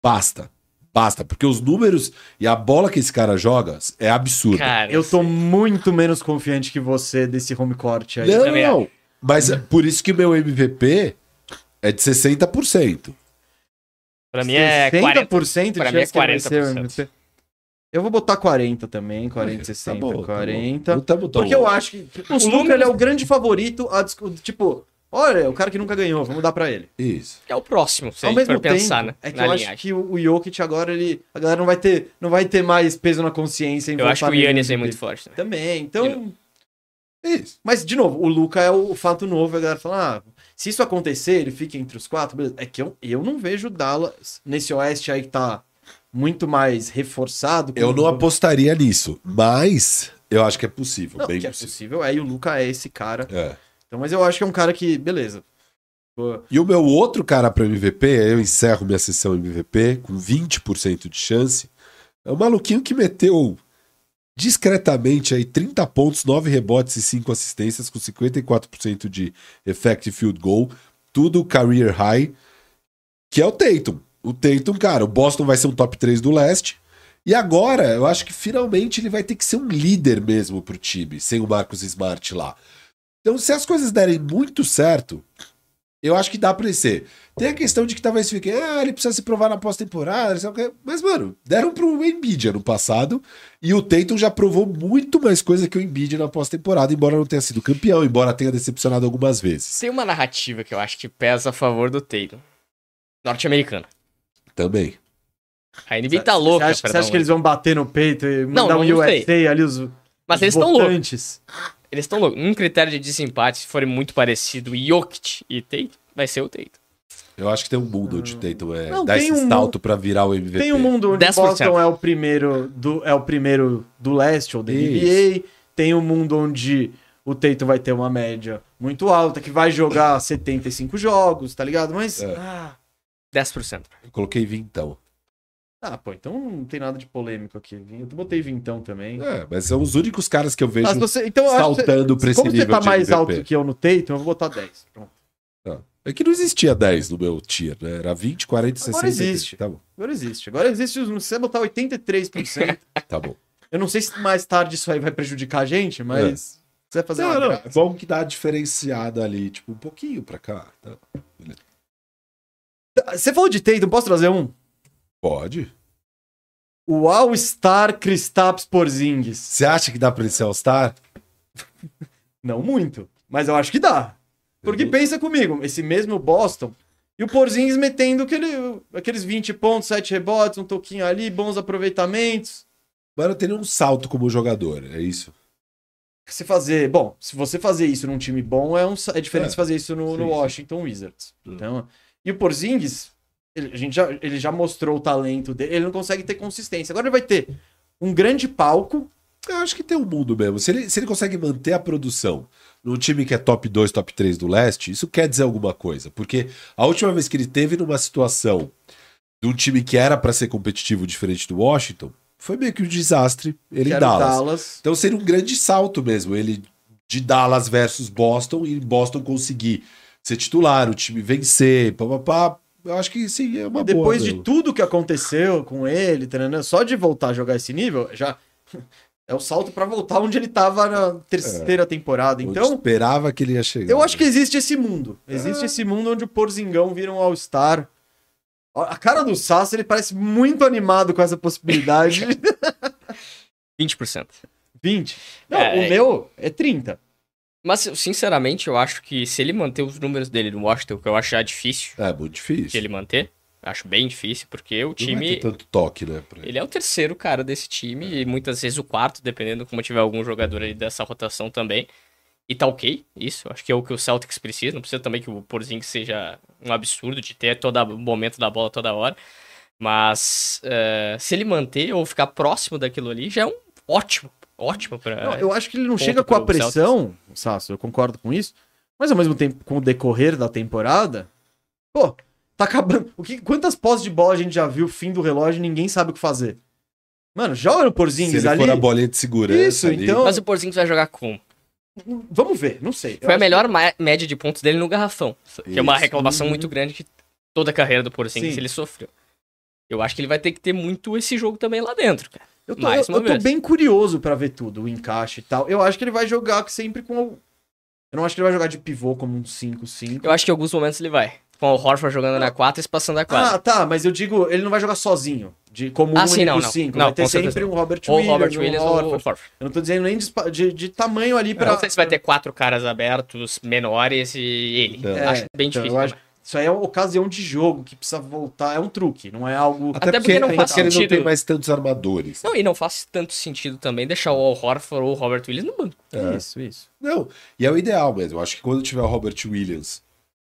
[SPEAKER 3] Basta. Basta, porque os números e a bola que esse cara joga é absurdo.
[SPEAKER 2] Cara,
[SPEAKER 1] Eu tô muito menos confiante que você desse home court aí.
[SPEAKER 3] não,
[SPEAKER 2] também
[SPEAKER 3] não. Mas é por isso que meu MVP é de 60%.
[SPEAKER 2] pra mim é 40%.
[SPEAKER 1] 40%.
[SPEAKER 2] Pra mim é 40%.
[SPEAKER 1] Eu vou botar 40 também, 40,
[SPEAKER 3] Tá
[SPEAKER 1] 60,
[SPEAKER 3] bom, tá bom. tá
[SPEAKER 1] 40.
[SPEAKER 3] Não tamo tão
[SPEAKER 1] Porque eu
[SPEAKER 3] longe.
[SPEAKER 1] acho que o
[SPEAKER 2] Os
[SPEAKER 1] Luca
[SPEAKER 2] números-
[SPEAKER 1] ele é o grande favorito a discu- tipo, olha, o cara que nunca ganhou, vamos dar pra ele.
[SPEAKER 3] Isso.
[SPEAKER 2] É o próximo, se a
[SPEAKER 1] Ao
[SPEAKER 2] gente
[SPEAKER 1] mesmo
[SPEAKER 2] for
[SPEAKER 1] tempo,
[SPEAKER 2] pensar, né?
[SPEAKER 1] é que
[SPEAKER 2] na
[SPEAKER 1] eu
[SPEAKER 2] linhagem.
[SPEAKER 1] acho que o, o Jokic agora ele, a galera não vai ter, não vai ter mais peso na consciência em
[SPEAKER 2] Eu acho que
[SPEAKER 1] votar
[SPEAKER 2] o
[SPEAKER 1] nele
[SPEAKER 2] Yannis é
[SPEAKER 1] MVP.
[SPEAKER 2] muito forte. Né?
[SPEAKER 1] também. Então,
[SPEAKER 3] Isso.
[SPEAKER 1] mas de novo, o Luca é o fato novo, a galera fala, ah, se isso acontecer, ele fica entre os quatro, beleza. É que eu, eu não vejo o Dallas nesse oeste aí que tá muito mais reforçado. com-
[SPEAKER 3] Eu não apostaria nisso, mas eu acho que é possível.
[SPEAKER 1] Não,
[SPEAKER 3] bem
[SPEAKER 1] que é
[SPEAKER 3] possível.
[SPEAKER 1] possível. É, e o Luca é esse cara.
[SPEAKER 3] É.
[SPEAKER 1] Então, mas eu acho que é um cara que, beleza. Pô,
[SPEAKER 3] E o meu outro cara para MVP, eu encerro minha sessão MVP com 20% de chance. É o maluquinho que meteu discretamente aí 30 pontos, 9 rebotes e 5 assistências com 54% de effective field goal, tudo career high, que é o Tatum. O Tatum, cara, o Boston vai ser um top 3 do leste. E agora, eu acho que finalmente ele vai ter que ser um líder mesmo pro time, sem o Marcos Smart lá. Então, se as coisas derem muito certo, eu acho que dá pra ele ser. Tem a questão de que talvez fique, ah, ele precisa se provar na pós-temporada, não sei o quê. mas, mano, deram pro Embiid ano passado e o Tatum já provou muito mais coisa que o Embiid na pós-temporada, embora não tenha sido campeão, embora tenha decepcionado algumas vezes.
[SPEAKER 2] Tem uma narrativa que eu acho que pesa a favor do Tatum. Norte-americana.
[SPEAKER 3] Também.
[SPEAKER 2] A NBA tá louca,
[SPEAKER 1] Você acha,
[SPEAKER 2] pra
[SPEAKER 1] você acha
[SPEAKER 2] dar um-
[SPEAKER 1] que eles vão bater no peito e
[SPEAKER 2] Não,
[SPEAKER 1] mandar
[SPEAKER 2] não
[SPEAKER 1] um USA
[SPEAKER 2] sei.
[SPEAKER 1] ali os
[SPEAKER 2] Mas
[SPEAKER 1] os
[SPEAKER 2] eles estão loucos.
[SPEAKER 1] votantes?
[SPEAKER 2] Eles estão loucos. Num critério de desempate, se forem muito parecido Jokic e Tatum, vai ser o Tatum.
[SPEAKER 3] Eu acho que tem um mundo de Tatum é,
[SPEAKER 1] Ah. Não,
[SPEAKER 3] dar
[SPEAKER 1] tem
[SPEAKER 3] esse
[SPEAKER 1] um
[SPEAKER 3] salto pra virar o MVP.
[SPEAKER 1] Tem um mundo onde
[SPEAKER 2] 10%.
[SPEAKER 1] Boston é o primeiro do é o primeiro do leste ou da
[SPEAKER 3] Isso.
[SPEAKER 1] NBA. Tem um mundo onde o Teito vai ter uma média muito alta que vai jogar 75 jogos, tá ligado? Mas
[SPEAKER 3] É.
[SPEAKER 1] ah,
[SPEAKER 2] 10%.
[SPEAKER 3] Eu coloquei vintão.
[SPEAKER 1] ah, pô, então não tem nada de polêmico aqui. Eu botei vintão também.
[SPEAKER 3] É, mas são os únicos caras que eu vejo
[SPEAKER 1] Mas você, então eu acho que você-
[SPEAKER 3] saltando pra esse
[SPEAKER 1] como você
[SPEAKER 3] nível
[SPEAKER 1] tá
[SPEAKER 3] de
[SPEAKER 1] mais
[SPEAKER 3] MVP.
[SPEAKER 1] alto que eu no Teito, eu vou botar 10. Pronto.
[SPEAKER 3] É que não existia 10 no meu tier, né? Era 20, 40, 60.
[SPEAKER 1] Agora existe.
[SPEAKER 3] 80. Tá bom,
[SPEAKER 1] Agora existe. Agora existe, os- se você botar 83%,
[SPEAKER 3] tá bom.
[SPEAKER 1] eu não sei se mais tarde isso aí vai prejudicar a gente, mas você vai fazer uma
[SPEAKER 3] É. Não, não,
[SPEAKER 1] graça.
[SPEAKER 3] é bom que dá a diferenciada ali, tipo, um pouquinho pra cá. tá?
[SPEAKER 1] Você falou de Teito, posso trazer um?
[SPEAKER 3] Pode.
[SPEAKER 1] O All-Star Kristaps Porzingis.
[SPEAKER 3] Você acha que dá pra ele ser All-Star?
[SPEAKER 1] Não muito, mas eu acho que dá. Porque
[SPEAKER 3] Eu-
[SPEAKER 1] pensa comigo, esse mesmo Boston e o Porzingis metendo aquele, aqueles 20 pontos, 7 rebotes, um toquinho ali, bons aproveitamentos.
[SPEAKER 3] Mano, eu teria um salto como jogador, é isso.
[SPEAKER 1] Se fazer, bom, se você fazer isso num time bom, é, um, sa- é diferente
[SPEAKER 3] É,
[SPEAKER 1] de fazer isso no, no
[SPEAKER 3] sim, Uhum. sim.
[SPEAKER 1] Washington Wizards. Então, e o Porzingis, ele, a gente já, ele já mostrou o talento dele, ele não consegue ter consistência. Agora ele vai ter um grande palco,
[SPEAKER 3] Eu acho que tem um mundo mesmo. Se ele, se ele consegue manter a produção num time que é top 2, top 3 do leste, isso quer dizer alguma coisa. Porque a última vez que ele teve numa situação de um time que era pra ser competitivo diferente do Washington, foi meio que um desastre ele
[SPEAKER 1] que era
[SPEAKER 3] em
[SPEAKER 1] o
[SPEAKER 3] Dallas.
[SPEAKER 1] Dallas.
[SPEAKER 3] Então seria um grande salto mesmo, ele de Dallas versus Boston e Boston conseguir ser titular, o time vencer, papapá. Eu acho que sim, é uma boa.
[SPEAKER 1] Depois de
[SPEAKER 3] mesmo.
[SPEAKER 1] tudo que aconteceu com ele, taranã, só de voltar a jogar esse nível, já é o salto pra voltar onde ele tava na
[SPEAKER 3] É.
[SPEAKER 1] terceira temporada.
[SPEAKER 3] Eu
[SPEAKER 1] Então,
[SPEAKER 3] esperava que ele ia chegar.
[SPEAKER 1] eu acho que existe esse mundo.
[SPEAKER 3] É.
[SPEAKER 1] Existe esse mundo onde o Porzingão vira um All-Star. Ó, A cara do Sasso, ele parece muito animado com essa possibilidade.
[SPEAKER 2] 20%.
[SPEAKER 1] 20. Não,
[SPEAKER 2] É,
[SPEAKER 1] o
[SPEAKER 2] é.
[SPEAKER 1] meu é 30.
[SPEAKER 2] Mas, sinceramente, eu acho que se ele manter os números dele no Washington, que eu acho já difícil
[SPEAKER 3] é muito
[SPEAKER 2] de
[SPEAKER 3] difícil.
[SPEAKER 2] ele manter, acho bem difícil, porque o
[SPEAKER 3] Não vai
[SPEAKER 2] time.
[SPEAKER 3] ter tanto toque, né? pra ele.
[SPEAKER 2] Ele é o terceiro cara desse time e muitas vezes o quarto, dependendo como tiver algum jogador ali dessa rotação também. E tá ok, isso. Acho que é o que o Celtics precisa. Não precisa também que o Porzingis seja um absurdo de ter todo momento da bola toda hora. Mas eh, se ele manter ou ficar próximo daquilo ali, já é um ótimo, ótimo pra.
[SPEAKER 1] Não, eu acho que ele não
[SPEAKER 2] É. Ponto
[SPEAKER 1] chega com a
[SPEAKER 2] pro Celtics.
[SPEAKER 1] pressão, Sasso, eu concordo com isso. Mas ao mesmo tempo, com o decorrer da temporada, pô, tá acabando. O que, quantas postes de bola a gente já viu, fim do relógio, e ninguém sabe o que fazer? Mano, joga no
[SPEAKER 3] Se
[SPEAKER 1] Porzingis
[SPEAKER 3] ele
[SPEAKER 1] ali.
[SPEAKER 3] for a bolinha de segurança.
[SPEAKER 1] Isso,
[SPEAKER 3] ali,
[SPEAKER 1] então-
[SPEAKER 2] Mas o Porzingis vai jogar com.
[SPEAKER 1] Vamos ver, não sei. Eu
[SPEAKER 2] Foi a
[SPEAKER 1] acho
[SPEAKER 2] melhor ma- média de pontos dele no garrafão. Que é uma
[SPEAKER 3] Isso.
[SPEAKER 2] reclamação
[SPEAKER 1] Uhum.
[SPEAKER 2] muito grande que toda a carreira do Porzingis
[SPEAKER 1] Sim.
[SPEAKER 2] ele sofreu. Eu acho que ele vai ter que ter muito esse jogo também lá dentro, cara.
[SPEAKER 1] Eu tô,
[SPEAKER 2] Mais
[SPEAKER 1] eu-
[SPEAKER 2] uma
[SPEAKER 1] eu tô
[SPEAKER 2] vez.
[SPEAKER 1] bem curioso pra ver tudo, o encaixe e tal. Eu acho que ele vai jogar sempre com. o- Eu não acho que ele vai jogar de pivô como um 5-5.
[SPEAKER 2] Eu acho que em alguns momentos ele vai. Com o Horford jogando na 4 e espaçando a 4.
[SPEAKER 1] Ah, tá, mas eu digo, ele não vai jogar sozinho. De, como
[SPEAKER 2] Ah,
[SPEAKER 1] um
[SPEAKER 2] sim,
[SPEAKER 1] único
[SPEAKER 2] não, não.
[SPEAKER 1] 5.
[SPEAKER 2] Não,
[SPEAKER 1] Vai ter
[SPEAKER 2] com
[SPEAKER 1] sempre
[SPEAKER 2] certeza
[SPEAKER 1] um Robert
[SPEAKER 2] ou
[SPEAKER 1] Williams.
[SPEAKER 2] Robert
[SPEAKER 1] um
[SPEAKER 2] Williams ou
[SPEAKER 1] Horford.
[SPEAKER 2] Horford.
[SPEAKER 1] Eu não tô dizendo nem de, espa- de- de tamanho ali
[SPEAKER 2] Eu
[SPEAKER 1] pra.
[SPEAKER 2] Não sei se vai ter quatro caras abertos, menores e ele.
[SPEAKER 3] É,
[SPEAKER 2] acho bem
[SPEAKER 1] então,
[SPEAKER 2] difícil.
[SPEAKER 1] eu acho- Isso aí é uma ocasião de jogo que precisa voltar. É um truque, não é algo.
[SPEAKER 2] Até porque não
[SPEAKER 3] até
[SPEAKER 2] faz
[SPEAKER 3] porque ele não
[SPEAKER 2] sentido.
[SPEAKER 3] tem mais tantos armadores.
[SPEAKER 2] Não, e não faz tanto sentido também deixar o Horford ou o Robert Williams no banco.
[SPEAKER 3] É.
[SPEAKER 1] Isso, isso.
[SPEAKER 3] Não, e é o ideal mesmo. Eu Acho que quando tiver o Robert Williams,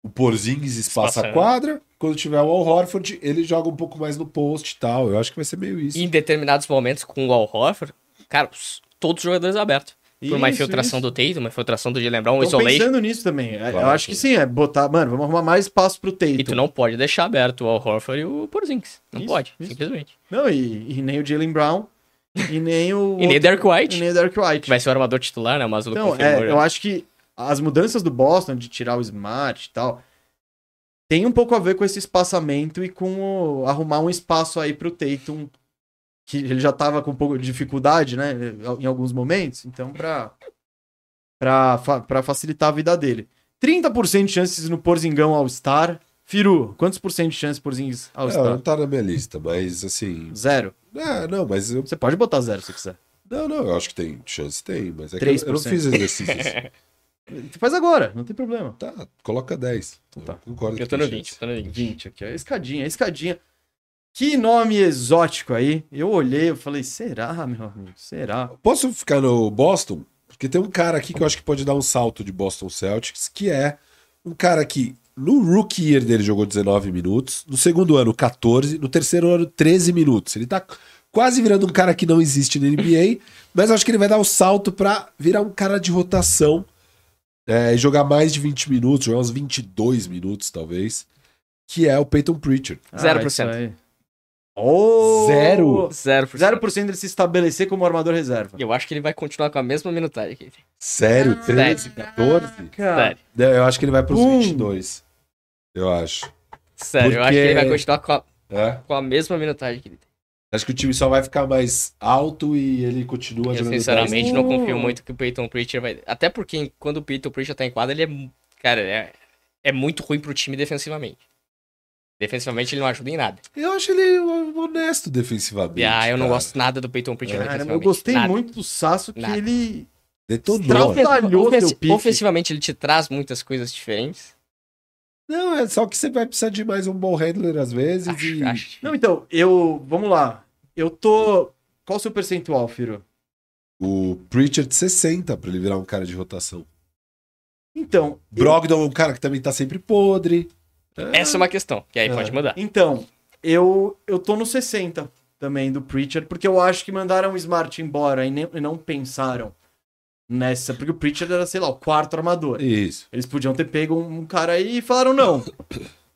[SPEAKER 3] o Porzingis espaça
[SPEAKER 2] Espaça,
[SPEAKER 3] a
[SPEAKER 2] né?
[SPEAKER 3] quadra. Quando tiver o Al Horford, ele joga um pouco mais no post e tal. Eu acho que vai ser meio isso.
[SPEAKER 2] E em determinados momentos com o Al Horford, cara, os- todos os jogadores abertos. Por uma
[SPEAKER 1] Isso,
[SPEAKER 2] infiltração
[SPEAKER 1] isso. Então,
[SPEAKER 2] do Tatum, uma infiltração do Jalen Brown, um
[SPEAKER 1] Tô
[SPEAKER 2] isolation.
[SPEAKER 1] pensando nisso também. É, Eu
[SPEAKER 3] Claro.
[SPEAKER 1] acho que sim, é botar. Mano, vamos arrumar mais espaço pro Tatum.
[SPEAKER 2] E tu não pode deixar aberto o Al Horford e o Porzingis. Não
[SPEAKER 1] Isso,
[SPEAKER 2] pode,
[SPEAKER 1] isso.
[SPEAKER 2] simplesmente.
[SPEAKER 1] Não, e, e nem o Jalen Brown. E nem o.
[SPEAKER 2] E nem
[SPEAKER 1] outro-
[SPEAKER 2] Derek
[SPEAKER 1] E
[SPEAKER 2] White,
[SPEAKER 1] nem o Derek White.
[SPEAKER 2] que vai ser o armador titular, né? Mas o
[SPEAKER 1] Então,
[SPEAKER 2] confirmou
[SPEAKER 1] é,
[SPEAKER 2] já.
[SPEAKER 1] eu acho que as mudanças do Boston, de tirar o Smart e tal, tem um pouco a ver com esse espaçamento e com o- arrumar um espaço aí pro Tatum, que ele já tava com um pouco de dificuldade, né, em alguns momentos, então pra, pra, fa- pra facilitar a vida dele. 30% de chances no Porzingão All-Star. Firu, quantos por cento de chance Porzingis
[SPEAKER 3] Não, não
[SPEAKER 1] All-Star?
[SPEAKER 3] tá na minha lista, mas assim.
[SPEAKER 1] Zero.
[SPEAKER 3] Ah, não, mas eu.
[SPEAKER 1] Você pode botar zero se quiser.
[SPEAKER 3] Não, não, eu acho que tem chance, tem, mas é que eu, eu não
[SPEAKER 1] 3%.
[SPEAKER 3] fiz exercícios.
[SPEAKER 1] Faz agora, não tem problema.
[SPEAKER 3] tá, coloca 10.
[SPEAKER 1] Tá.
[SPEAKER 3] Eu concordo
[SPEAKER 2] Eu
[SPEAKER 3] que
[SPEAKER 2] tô no
[SPEAKER 3] tem
[SPEAKER 2] 20,
[SPEAKER 3] chance.
[SPEAKER 2] tô no 20.
[SPEAKER 1] 20 aqui, ó. Escadinha, escadinha. Que nome exótico aí. Eu olhei, eu falei, será, meu amigo? Será?
[SPEAKER 3] Posso ficar no Boston? Porque Porque tem um cara aqui que eu acho que pode dar um salto de Boston Celtics, que é um cara que no rookie year dele jogou 19 minutos, no segundo ano 14, no terceiro ano 13 minutos. Ele tá quase virando um cara que não existe na NBA, mas eu acho que ele vai dar o salto pra virar um cara de rotação é, e jogar mais de 20 minutos, jogar uns 22 minutos talvez, que é o Peyton Pritchard.
[SPEAKER 2] Zero por
[SPEAKER 1] Ah, isso
[SPEAKER 2] cento.
[SPEAKER 1] aí. Oh!
[SPEAKER 3] Zero?
[SPEAKER 2] 0%.
[SPEAKER 1] 0% dele se estabelecer como armador reserva.
[SPEAKER 2] E eu acho que ele vai continuar com a mesma minutagem que ele tem.
[SPEAKER 3] Sério? 13,
[SPEAKER 2] Sério.
[SPEAKER 3] 14?
[SPEAKER 1] Cara,
[SPEAKER 2] Sério.
[SPEAKER 3] Não, Eu acho que ele vai pros
[SPEAKER 1] Um.
[SPEAKER 3] 22. Eu acho.
[SPEAKER 2] Sério, eu acho que ele vai continuar com a,
[SPEAKER 3] É.
[SPEAKER 2] com a mesma minutagem que ele tem.
[SPEAKER 3] Acho que o time só vai ficar mais alto e ele continua
[SPEAKER 2] Eu,
[SPEAKER 3] jogando.
[SPEAKER 2] sinceramente, não
[SPEAKER 1] Hum.
[SPEAKER 2] confio muito que o Peyton Pritchard vai... Até porque em- quando o Peyton Pritchard tá em quadra, ele é... mu- Cara, é, é muito ruim pro time defensivamente. Defensivamente, ele não ajuda em nada.
[SPEAKER 3] Eu acho ele honesto defensivamente.
[SPEAKER 2] E, ah, eu não
[SPEAKER 3] cara.
[SPEAKER 2] gosto nada do Peyton Pritchard
[SPEAKER 1] É. caramba, eu
[SPEAKER 2] defensivamente.
[SPEAKER 1] gostei
[SPEAKER 2] Nada.
[SPEAKER 1] muito do Sasso que
[SPEAKER 2] Nada.
[SPEAKER 1] ele.
[SPEAKER 3] Detonou.
[SPEAKER 1] Strauss- Atrapalhou
[SPEAKER 2] Ofensi-
[SPEAKER 1] teu pique.
[SPEAKER 2] Ofensivamente, ele te traz muitas coisas diferentes.
[SPEAKER 3] Não, é só que você vai precisar de mais um bom handler às vezes. e...
[SPEAKER 2] Acho, acho.
[SPEAKER 1] Não, então, eu. Vamos lá. Eu tô. Qual o seu percentual, Firo?
[SPEAKER 3] O Pritchard 60 pra ele virar um cara de rotação.
[SPEAKER 1] Então.
[SPEAKER 3] Brogdon é um cara que também tá sempre podre.
[SPEAKER 2] Essa é uma questão, que aí
[SPEAKER 3] É.
[SPEAKER 2] pode mudar.
[SPEAKER 1] Então, eu, eu tô no 60 também do Pritchard, porque eu acho que mandaram o Smart embora e, nem- e não pensaram nessa. Porque o Pritchard era, sei lá, o quarto armador.
[SPEAKER 3] Isso.
[SPEAKER 1] Eles podiam ter pego um um cara aí e falaram: não.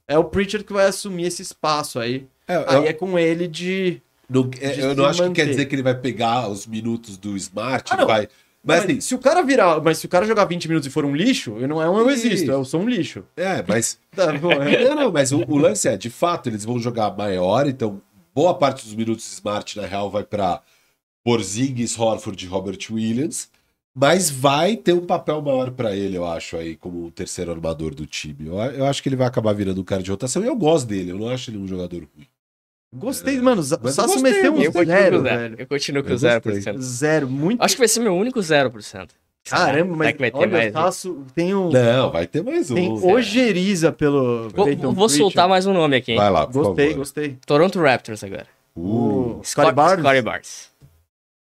[SPEAKER 1] É o Pritchard que vai assumir esse espaço aí.
[SPEAKER 2] Ah,
[SPEAKER 3] É, eu,
[SPEAKER 1] Aí é com ele de.
[SPEAKER 3] não, é,
[SPEAKER 1] de
[SPEAKER 3] eu
[SPEAKER 1] se
[SPEAKER 3] não acho que
[SPEAKER 1] manter.
[SPEAKER 3] quer dizer que ele vai pegar os minutos do Smart.
[SPEAKER 1] Ah, não.
[SPEAKER 3] vai... Mas
[SPEAKER 1] Mas
[SPEAKER 3] assim,
[SPEAKER 1] se o cara virar. Mas se o cara jogar 20 minutos e for um lixo, eu não é um eu
[SPEAKER 3] Isso.
[SPEAKER 1] existo, eu sou um lixo.
[SPEAKER 3] é, mas
[SPEAKER 1] Tá bom, é.
[SPEAKER 3] Não, não, mas o, o lance é, de fato, eles vão jogar maior, então boa parte dos minutos Smart, na real, vai pra Porzingis, Horford e Robert Williams, mas vai ter um papel maior pra ele, eu acho, aí, como o terceiro armador do time. Eu, eu acho que ele vai acabar virando um cara de rotação, e eu gosto dele, eu não acho ele um jogador ruim.
[SPEAKER 1] Gostei, mano. O
[SPEAKER 3] Mas eu
[SPEAKER 1] Sasso
[SPEAKER 3] gostei,
[SPEAKER 1] meteu um
[SPEAKER 2] Eu
[SPEAKER 3] eu
[SPEAKER 2] continuo
[SPEAKER 1] zero,
[SPEAKER 2] com zero.
[SPEAKER 1] velho.
[SPEAKER 2] Eu continuo com
[SPEAKER 3] Eu
[SPEAKER 2] zero por
[SPEAKER 3] gostei.
[SPEAKER 2] cento.
[SPEAKER 1] Zero, muito.
[SPEAKER 2] Acho que vai ser meu único 0%.
[SPEAKER 1] Caramba, mas
[SPEAKER 2] Será que vai ter
[SPEAKER 1] olha,
[SPEAKER 2] mais,
[SPEAKER 1] o Sasso tem um.
[SPEAKER 3] Não, vai ter mais um.
[SPEAKER 1] Tem ojeriza pelo.
[SPEAKER 2] Vou,
[SPEAKER 1] Peyton
[SPEAKER 2] vou
[SPEAKER 1] Pritchard.
[SPEAKER 2] soltar mais um nome aqui, hein?
[SPEAKER 3] Vai lá, por
[SPEAKER 1] Gostei,
[SPEAKER 3] favor.
[SPEAKER 1] gostei.
[SPEAKER 2] Toronto Raptors agora.
[SPEAKER 3] Uh,
[SPEAKER 1] O Scottie Barnes?
[SPEAKER 2] Scottie Barnes.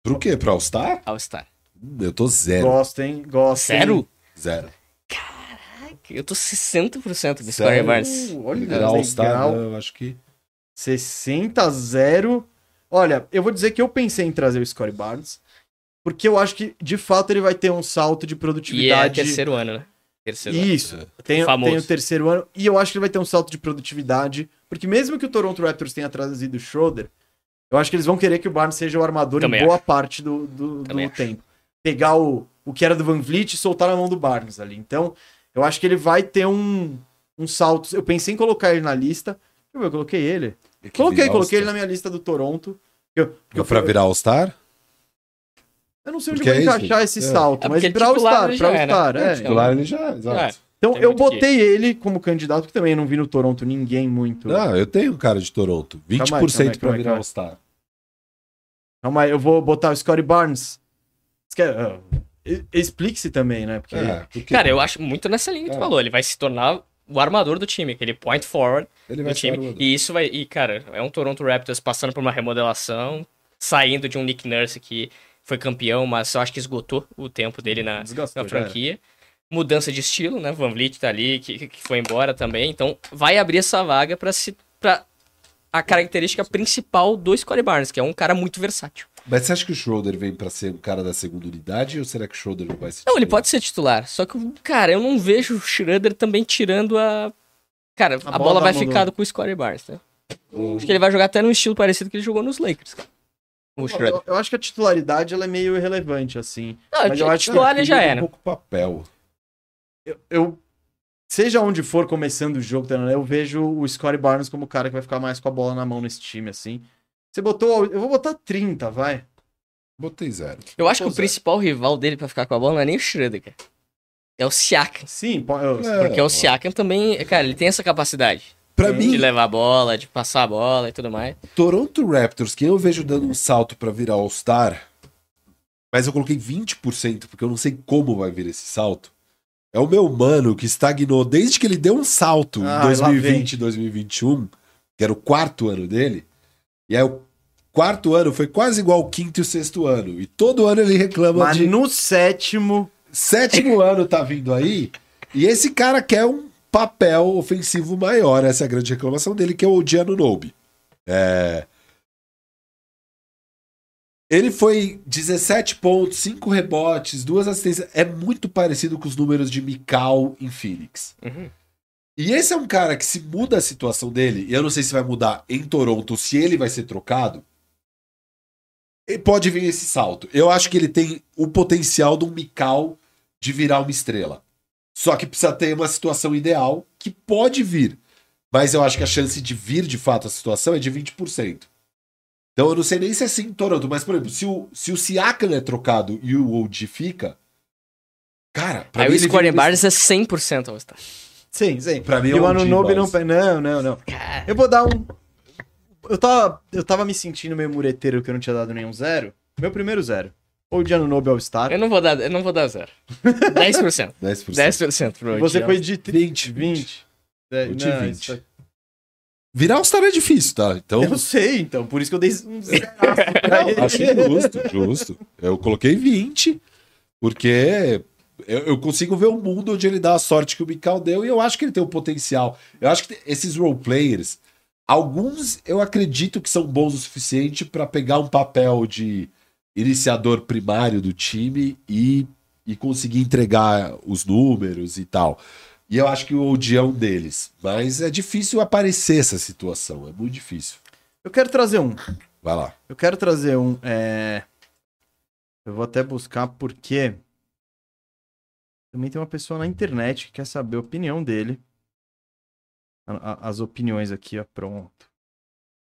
[SPEAKER 3] pro quê? Pra All-Star?
[SPEAKER 2] All-Star.
[SPEAKER 3] Hum, Eu tô zero.
[SPEAKER 1] Gosto, hein? Gosto. hein?
[SPEAKER 2] Sério?
[SPEAKER 3] Zero.
[SPEAKER 2] Eu tô 60% do Scottie
[SPEAKER 3] Sério?
[SPEAKER 2] Barnes. é
[SPEAKER 1] Uh, olha,
[SPEAKER 3] Virar All-Star,
[SPEAKER 1] legal.
[SPEAKER 3] não, eu acho que...
[SPEAKER 1] 60 a 0. Olha, eu vou dizer que eu pensei em trazer o Scottie Barnes, porque eu acho que de fato ele vai ter um salto de
[SPEAKER 2] E é
[SPEAKER 1] produtividade.
[SPEAKER 2] terceiro ano, né? Terceiro ano.
[SPEAKER 1] Isso. Tem,
[SPEAKER 2] Famoso.
[SPEAKER 1] tem o terceiro ano. E eu acho que ele vai ter um salto de produtividade. Porque mesmo que o Toronto Raptors tenha trazido o Schroeder, eu acho que eles vão querer que o Barnes seja o armador
[SPEAKER 2] Também
[SPEAKER 1] em boa parte do, do, do
[SPEAKER 2] Também acho.
[SPEAKER 1] tempo. Pegar o, o que era do Van Vliet e soltar na mão do Barnes ali. Então, eu acho que ele vai ter um, um salto. Eu pensei em colocar ele na lista. Deixa eu ver, eu coloquei ele.
[SPEAKER 3] é que
[SPEAKER 1] Coloquei,
[SPEAKER 3] virar
[SPEAKER 1] coloquei ele
[SPEAKER 3] All-Star.
[SPEAKER 1] na minha lista do Toronto. Eu, porque eu,
[SPEAKER 3] Pra virar All-Star?
[SPEAKER 1] eu não sei onde
[SPEAKER 3] Porque
[SPEAKER 1] eu vou
[SPEAKER 3] é isso.
[SPEAKER 1] encaixar esse
[SPEAKER 3] É.
[SPEAKER 1] salto,
[SPEAKER 2] É
[SPEAKER 1] mas
[SPEAKER 2] porque
[SPEAKER 1] pra o
[SPEAKER 2] titular
[SPEAKER 1] Star,
[SPEAKER 2] ele
[SPEAKER 1] pra o
[SPEAKER 2] já é, né?
[SPEAKER 1] Star.
[SPEAKER 3] É,
[SPEAKER 1] É,
[SPEAKER 3] titular ele já, exato.
[SPEAKER 1] Então
[SPEAKER 2] Tem
[SPEAKER 1] eu
[SPEAKER 2] muito que-
[SPEAKER 1] botei ele como candidato, porque também eu não vi no Toronto ninguém muito.
[SPEAKER 3] Não, eu tenho um cara de Toronto. 20%
[SPEAKER 1] Calma aí, calma aí,
[SPEAKER 3] pra é um
[SPEAKER 1] calma aí,
[SPEAKER 3] virar
[SPEAKER 1] calma aí.
[SPEAKER 3] All-Star.
[SPEAKER 1] Calma aí, eu vou botar o Scottie Barnes. Você quer- ah, e- Explique-se também, né? Porque
[SPEAKER 3] É, porque
[SPEAKER 2] Cara, eu acho muito nessa linha que tu
[SPEAKER 3] É.
[SPEAKER 2] falou. Ele vai se tornar o armador do time, aquele point forward
[SPEAKER 3] ele
[SPEAKER 2] do
[SPEAKER 3] vai ser
[SPEAKER 2] um time.
[SPEAKER 3] armador.
[SPEAKER 2] E isso vai. E, cara, é um Toronto Raptors passando por uma remodelação, saindo de um Nick Nurse que foi campeão, mas eu acho que esgotou o tempo dele na,
[SPEAKER 1] desgastou. né?
[SPEAKER 2] na
[SPEAKER 1] já era.
[SPEAKER 2] franquia. Mudança de estilo, né? Van Vliet tá ali, que, que foi embora também. Então, vai abrir essa vaga pra se para a característica principal do Scottie Barnes, que é um cara muito versátil.
[SPEAKER 3] Mas você acha que o Schroeder vem pra ser um cara da segunda unidade ou será que o Schroeder não vai ser
[SPEAKER 2] Não, ele
[SPEAKER 3] titular?
[SPEAKER 2] pode ser titular, só que, cara, eu não vejo o Schroeder também tirando a... Cara, a,
[SPEAKER 1] bola
[SPEAKER 2] bola
[SPEAKER 1] da
[SPEAKER 2] vai
[SPEAKER 1] mão do-
[SPEAKER 2] ficar com o Scottie Barnes, né? Acho que ele vai jogar até num estilo parecido que ele jogou nos Lakers, cara.
[SPEAKER 3] Hum.
[SPEAKER 2] O Schroeder.
[SPEAKER 1] Eu, eu acho que a titularidade ela é meio irrelevante, assim.
[SPEAKER 2] Não,
[SPEAKER 1] mas eu acho que-
[SPEAKER 2] titular ele já é,
[SPEAKER 3] Um
[SPEAKER 2] né?
[SPEAKER 3] pouco papel.
[SPEAKER 1] Eu, eu- seja onde for começando o jogo, tá, né, eu vejo o Scottie Barnes como o cara que vai ficar mais com a bola na mão nesse time, assim. Você botou. Eu vou botar 30, vai.
[SPEAKER 3] Botei zero.
[SPEAKER 2] Eu acho que o
[SPEAKER 1] Pois é.
[SPEAKER 2] principal rival dele pra ficar com a bola não é nem o Schroeder, cara. É o Siakam.
[SPEAKER 1] Sim, po- eu-
[SPEAKER 3] É,
[SPEAKER 2] Porque o Siakam também, cara, ele tem essa capacidade
[SPEAKER 3] Pra
[SPEAKER 1] Sim.
[SPEAKER 2] de
[SPEAKER 3] mim,
[SPEAKER 2] levar a bola, de passar a bola e tudo mais.
[SPEAKER 3] Toronto Raptors, quem eu vejo dando um salto pra virar All-Star, mas eu coloquei 20% porque eu não sei como vai vir esse salto. É o meu mano que estagnou desde que ele deu um
[SPEAKER 1] Ah,
[SPEAKER 3] salto em
[SPEAKER 1] lá vem.
[SPEAKER 3] um, 2020 2021, que era o quarto ano dele. E aí eu quarto ano foi quase igual ao quinto e o sexto ano. E todo ano ele reclama
[SPEAKER 1] Mas
[SPEAKER 3] de
[SPEAKER 1] no sétimo.
[SPEAKER 3] sétimo ano tá vindo aí, e esse cara quer um papel ofensivo maior. Essa é a grande reclamação dele, que é o Odiano Nobe. É. Ele foi 17 pontos, 5 rebotes, duas assistências. É muito parecido com os números de Mikal em Phoenix.
[SPEAKER 2] Uhum.
[SPEAKER 3] E esse é um cara que se muda a situação dele, e eu não sei se vai mudar em Toronto, se ele vai ser trocado, e pode vir esse salto. Eu acho que ele tem o potencial de um Mikal de virar uma estrela. Só que precisa ter uma situação ideal que pode vir. Mas eu acho que a chance de vir de fato a situação é de 20%. Então eu não sei nem se é assim em Toronto, mas por exemplo, se o, se o Siakam é trocado e o OG fica, cara, pra
[SPEAKER 2] Aí
[SPEAKER 3] mim
[SPEAKER 2] o
[SPEAKER 3] ele
[SPEAKER 2] scoring
[SPEAKER 3] vira- um
[SPEAKER 2] Barnes é 100% All-Star.
[SPEAKER 1] Sim, sim.
[SPEAKER 3] Pra mim é
[SPEAKER 1] e o
[SPEAKER 3] um
[SPEAKER 1] Anunobi
[SPEAKER 3] Jim
[SPEAKER 1] não.
[SPEAKER 3] Balls.
[SPEAKER 1] pe- Não, não, não.
[SPEAKER 2] Cara,
[SPEAKER 1] Eu vou dar um. Eu tava, eu tava me sentindo meio mureteiro que eu não tinha dado nenhum zero. Meu primeiro zero. Ou de Anunobi All-Star.
[SPEAKER 2] eu não vou dar, eu não vou dar zero. 10%.
[SPEAKER 3] 10%.
[SPEAKER 2] 10% pro
[SPEAKER 1] Você
[SPEAKER 2] Odiano.
[SPEAKER 1] foi de 30,
[SPEAKER 3] 20,
[SPEAKER 1] 20. É,
[SPEAKER 3] Eu
[SPEAKER 1] não,
[SPEAKER 3] tive 20.
[SPEAKER 1] isso aqui-
[SPEAKER 3] Virar All-Star é difícil, tá? Então,
[SPEAKER 1] Eu sei, então. Por isso que eu dei um zero pra ele.
[SPEAKER 3] acho justo, justo. Eu coloquei 20, porque eu, eu consigo ver o mundo onde ele dá a sorte que o Mikal deu e eu acho que ele tem o potencial. Eu acho que esses role players, alguns eu acredito que são bons o suficiente pra pegar um papel de iniciador primário do time e, e conseguir entregar os números e tal. E eu acho que o Old é um deles. Mas é difícil aparecer essa situação. É muito difícil.
[SPEAKER 1] Eu quero trazer um.
[SPEAKER 3] Vai lá.
[SPEAKER 1] Eu quero trazer um. é, Eu vou até buscar porque. Também tem uma pessoa na internet que quer saber a opinião dele. A- a- as opiniões aqui, ó, pronto.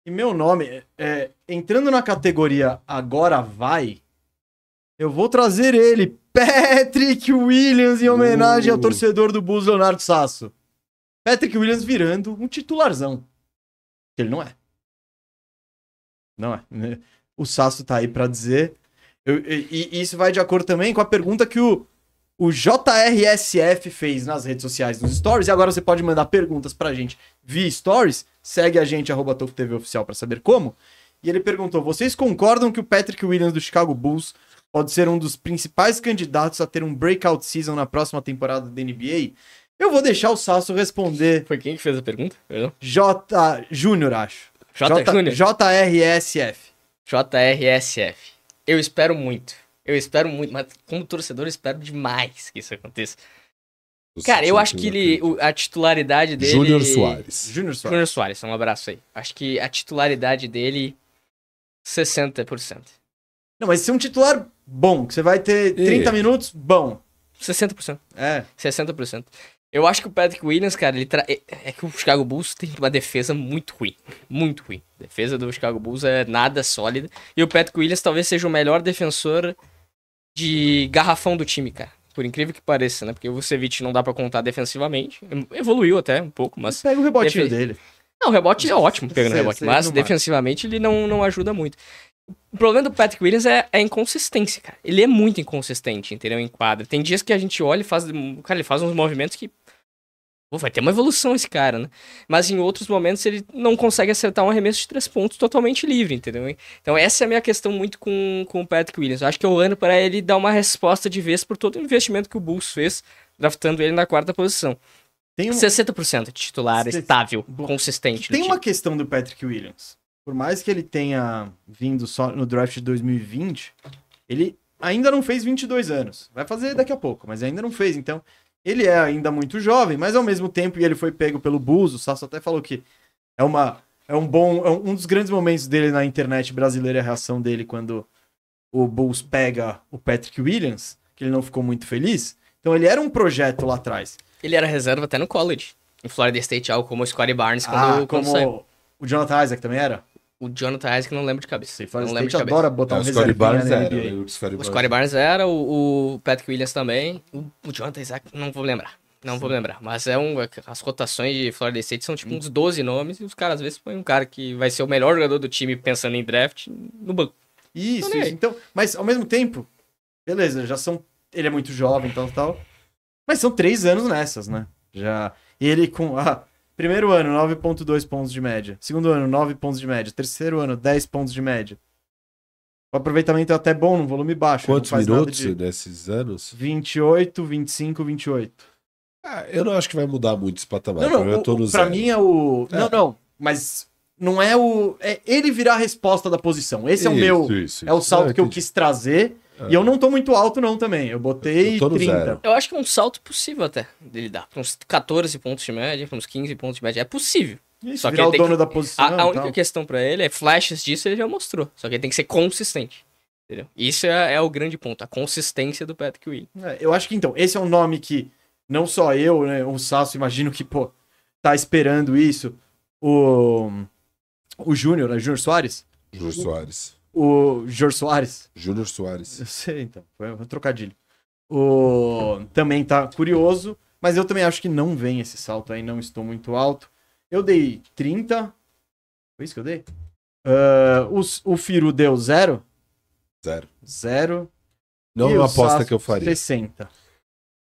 [SPEAKER 1] E meu nome, é- é, entrando na categoria Agora Vai, eu vou trazer ele, Patrick Williams, em homenagem ao
[SPEAKER 3] Uh.
[SPEAKER 1] torcedor do Bulls, Leonardo Sasso. Patrick Williams virando um titularzão. Que ele não é. Não é. né? O Sasso tá aí pra dizer. Eu- e, e isso vai de acordo também com a pergunta que o, o JRSF fez nas redes sociais, nos stories. E agora você pode mandar perguntas pra gente via stories. Segue a gente, arroba Toco TV Oficial, pra saber como. E ele perguntou: vocês concordam que o Patrick Williams do Chicago Bulls pode ser um dos principais candidatos a ter um breakout season na próxima temporada da NBA? Eu vou deixar o Sasso responder
[SPEAKER 2] Foi quem que fez a pergunta? Perdão?
[SPEAKER 1] J. Júnior, acho.
[SPEAKER 2] J. Júnior.
[SPEAKER 1] JRSF.
[SPEAKER 2] JRSF. Eu espero muito. Eu espero muito, mas como torcedor, eu espero demais que isso aconteça. Cara, eu acho que ele, o- a titularidade dele.
[SPEAKER 3] Júnior Soares.
[SPEAKER 1] Júnior Soares.
[SPEAKER 2] Júnior Soares, um abraço aí. Acho que a titularidade dele, 60%.
[SPEAKER 1] Não, mas se é um titular bom, que você vai ter 30
[SPEAKER 3] Ih.
[SPEAKER 1] minutos, bom.
[SPEAKER 2] 60%.
[SPEAKER 1] É.
[SPEAKER 2] 60%. Eu acho que o Patrick Williams, cara, ele tra... é- é que o Chicago Bulls tem uma defesa muito ruim. Muito ruim. A defesa do Chicago Bulls é nada sólida. E o Patrick Williams talvez seja o melhor defensor de garrafão do time, cara. Por incrível que pareça, né? Porque o Vucevic não dá pra contar defensivamente. Evoluiu até um pouco, mas
[SPEAKER 1] Pega o rebotinho
[SPEAKER 2] Defe-
[SPEAKER 1] dele.
[SPEAKER 2] Não, o rebote é ótimo pegando
[SPEAKER 1] Sei,
[SPEAKER 2] rebote,
[SPEAKER 1] sei,
[SPEAKER 2] mas
[SPEAKER 1] não marca.
[SPEAKER 2] defensivamente ele não, não ajuda muito. O problema do Patrick Williams é, é a inconsistência, cara. Ele é muito inconsistente, entendeu? Em quadra. Tem dias que a gente olha e faz. Cara, ele faz uns movimentos que. Pô, vai ter uma evolução esse cara, né? Mas em outros momentos ele não consegue acertar um arremesso de três pontos totalmente livre, entendeu? Então essa é a minha questão muito com, com o Patrick Williams. Eu acho que é o ano para ele dar uma resposta de vez por todo o investimento que o Bulls fez, draftando ele na quarta posição.
[SPEAKER 1] Tem, um-
[SPEAKER 2] 60% de titular
[SPEAKER 1] Se-
[SPEAKER 2] estável,
[SPEAKER 1] Bom,
[SPEAKER 2] consistente. no
[SPEAKER 1] tem
[SPEAKER 2] time.
[SPEAKER 1] uma questão do Patrick Williams. Por mais que ele tenha vindo só no draft de 2020, ele ainda não fez 22 anos. Vai fazer daqui a pouco, mas ainda não fez. Então, ele é ainda muito jovem, mas ao mesmo tempo, e ele foi pego pelo Bulls, o Sasso até falou que é uma é um bom, é um um dos grandes momentos dele na internet brasileira é a reação dele quando o Bulls pega o Patrick Williams, que ele não ficou muito feliz. Então, ele era um projeto lá atrás.
[SPEAKER 2] Ele era reserva até no college. Em Florida State, algo como o Scottie Barnes,
[SPEAKER 1] Ah,
[SPEAKER 2] quando, quando saiu.
[SPEAKER 1] como o Jonathan Isaac também era?
[SPEAKER 2] O Jonathan Isaac, não lembro de cabeça.
[SPEAKER 1] Sim, Florida
[SPEAKER 2] não lembro
[SPEAKER 1] State
[SPEAKER 2] de cabeça.
[SPEAKER 1] adora assim. botar
[SPEAKER 3] É,
[SPEAKER 1] um
[SPEAKER 3] o Scottie
[SPEAKER 1] reservinha
[SPEAKER 3] Barnes
[SPEAKER 1] na
[SPEAKER 3] era.
[SPEAKER 1] NBA.
[SPEAKER 3] né? O Scottie
[SPEAKER 2] O
[SPEAKER 3] Barnes.
[SPEAKER 2] Scottie Barnes era, o, o Patrick Williams também. O, o Jonathan Isaac, não vou lembrar. Não vou lembrar. Mas é um. As rotações de Florida State são tipo uns 12 nomes. E os caras, às vezes, põem um cara que vai ser o melhor jogador do time pensando em draft no banco.
[SPEAKER 1] Isso,
[SPEAKER 2] Olha aí.
[SPEAKER 1] isso. Então, mas ao mesmo tempo, beleza, já são. Ele é muito jovem, tal, tal. Mas são três anos nessas, né? Já. E ele com. ah, Primeiro ano, 9.2 pontos de média. Segundo ano, 9 pontos de média. Terceiro ano, 10 pontos de média. O aproveitamento é até bom, no volume baixo.
[SPEAKER 3] Quantos
[SPEAKER 1] não faz nada
[SPEAKER 3] minutos
[SPEAKER 1] de
[SPEAKER 3] desses anos?
[SPEAKER 1] 28, 25, 28.
[SPEAKER 3] Ah, eu não acho que vai mudar muito esse patamar.
[SPEAKER 1] Não, não,
[SPEAKER 3] eu
[SPEAKER 1] o-
[SPEAKER 3] tô no
[SPEAKER 1] o- pra
[SPEAKER 3] zero.
[SPEAKER 1] mim é o.
[SPEAKER 3] É.
[SPEAKER 1] Não, não, mas não é o. É ele virar a resposta da posição. Esse é o meu. É o salto que eu quis trazer. E eu não tô muito alto, não, também. Eu botei
[SPEAKER 3] É. Eu tô no
[SPEAKER 1] 30.
[SPEAKER 3] zero.
[SPEAKER 2] Eu acho que é um salto possível até dele dar. Pra uns 14 pontos de média, pra uns 15 pontos de média. É possível.
[SPEAKER 1] Isso,
[SPEAKER 2] Só que
[SPEAKER 1] virar
[SPEAKER 2] ele
[SPEAKER 1] o
[SPEAKER 2] tem
[SPEAKER 1] dono
[SPEAKER 2] que-
[SPEAKER 1] da posição.
[SPEAKER 2] A, a
[SPEAKER 1] e
[SPEAKER 2] única
[SPEAKER 1] tal.
[SPEAKER 2] questão pra ele é flashes disso ele já mostrou. Só que ele tem que ser consistente. Entendeu? Isso é, é o grande ponto. A consistência do Patrick Williams.
[SPEAKER 1] É, eu acho que então, esse é um nome que não só eu, né, o Sasso, imagino que, pô, tá esperando isso. O. O Júnior, né? Júnior Soares?
[SPEAKER 3] Júnior Soares.
[SPEAKER 1] O Jor Soares.
[SPEAKER 3] Júnior Soares.
[SPEAKER 1] Eu sei, então. Foi um trocadilho. O... Também tá curioso, mas eu também acho que não vem esse salto aí, não estou muito alto. Eu dei 30. Foi isso que eu dei? Ah, os- o Firu deu 0.
[SPEAKER 3] Zero.
[SPEAKER 1] 0.
[SPEAKER 3] Não é uma aposta que eu faria.
[SPEAKER 1] 60.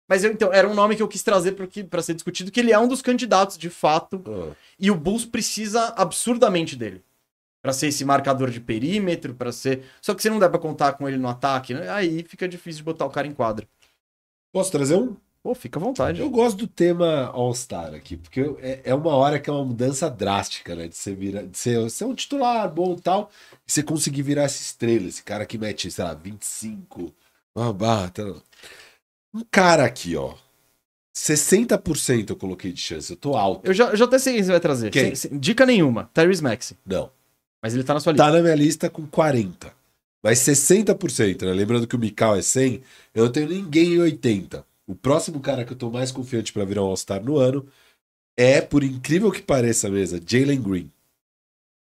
[SPEAKER 1] Mas eu, então, era um nome que eu quis trazer porque- pra ser discutido, que ele é um dos candidatos, de fato,
[SPEAKER 3] Ah,
[SPEAKER 1] e o Bulls precisa absurdamente dele. Pra ser esse marcador de perímetro, pra ser. Só que você não dá pra contar com ele no ataque, né? Aí fica difícil de botar o cara em quadra.
[SPEAKER 3] Posso trazer um?
[SPEAKER 1] Pô, fica à vontade.
[SPEAKER 3] Eu gosto do tema All-Star aqui, porque eu- é, é uma hora que é uma mudança drástica, né? De você virar, de ser, ser um titular bom e tal, e você conseguir virar essa estrela, esse cara que mete, sei lá, 25, uma barra, tá? Um cara aqui, ó. 60% eu coloquei de chance, eu tô alto.
[SPEAKER 1] Eu já, eu já até sei quem você vai trazer. Sem-
[SPEAKER 3] Quem?
[SPEAKER 1] sem- dica nenhuma. Tyrese Maxi.
[SPEAKER 3] Não.
[SPEAKER 1] Mas ele tá na sua lista.
[SPEAKER 3] Tá na minha lista com 40. Mas 60%, né? Lembrando que o Mikal é 100, eu não tenho ninguém em 80. O próximo cara que eu tô mais confiante pra virar um All-Star no ano é, por incrível que pareça mesmo, Jalen Green.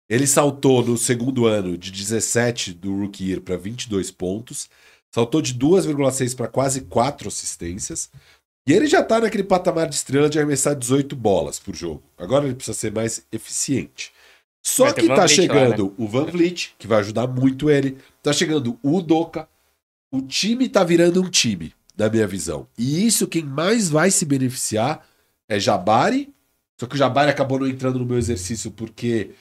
[SPEAKER 3] Ele saltou no segundo ano de 17 do rookie year para 22 pontos, saltou de 2,6 para quase 4 assistências, e ele já tá naquele patamar de estrela de arremessar 18 bolas por jogo. Agora ele precisa ser mais eficiente. Só
[SPEAKER 2] Vai ter
[SPEAKER 3] que
[SPEAKER 2] Van
[SPEAKER 3] tá
[SPEAKER 2] Vliet lá, né?
[SPEAKER 3] chegando o Van Vliet, que vai ajudar muito ele, tá chegando o Udoka, o time tá virando um time, na minha visão. E isso quem mais vai se beneficiar é Jabari. Só que o Jabari acabou não entrando no meu exercício porque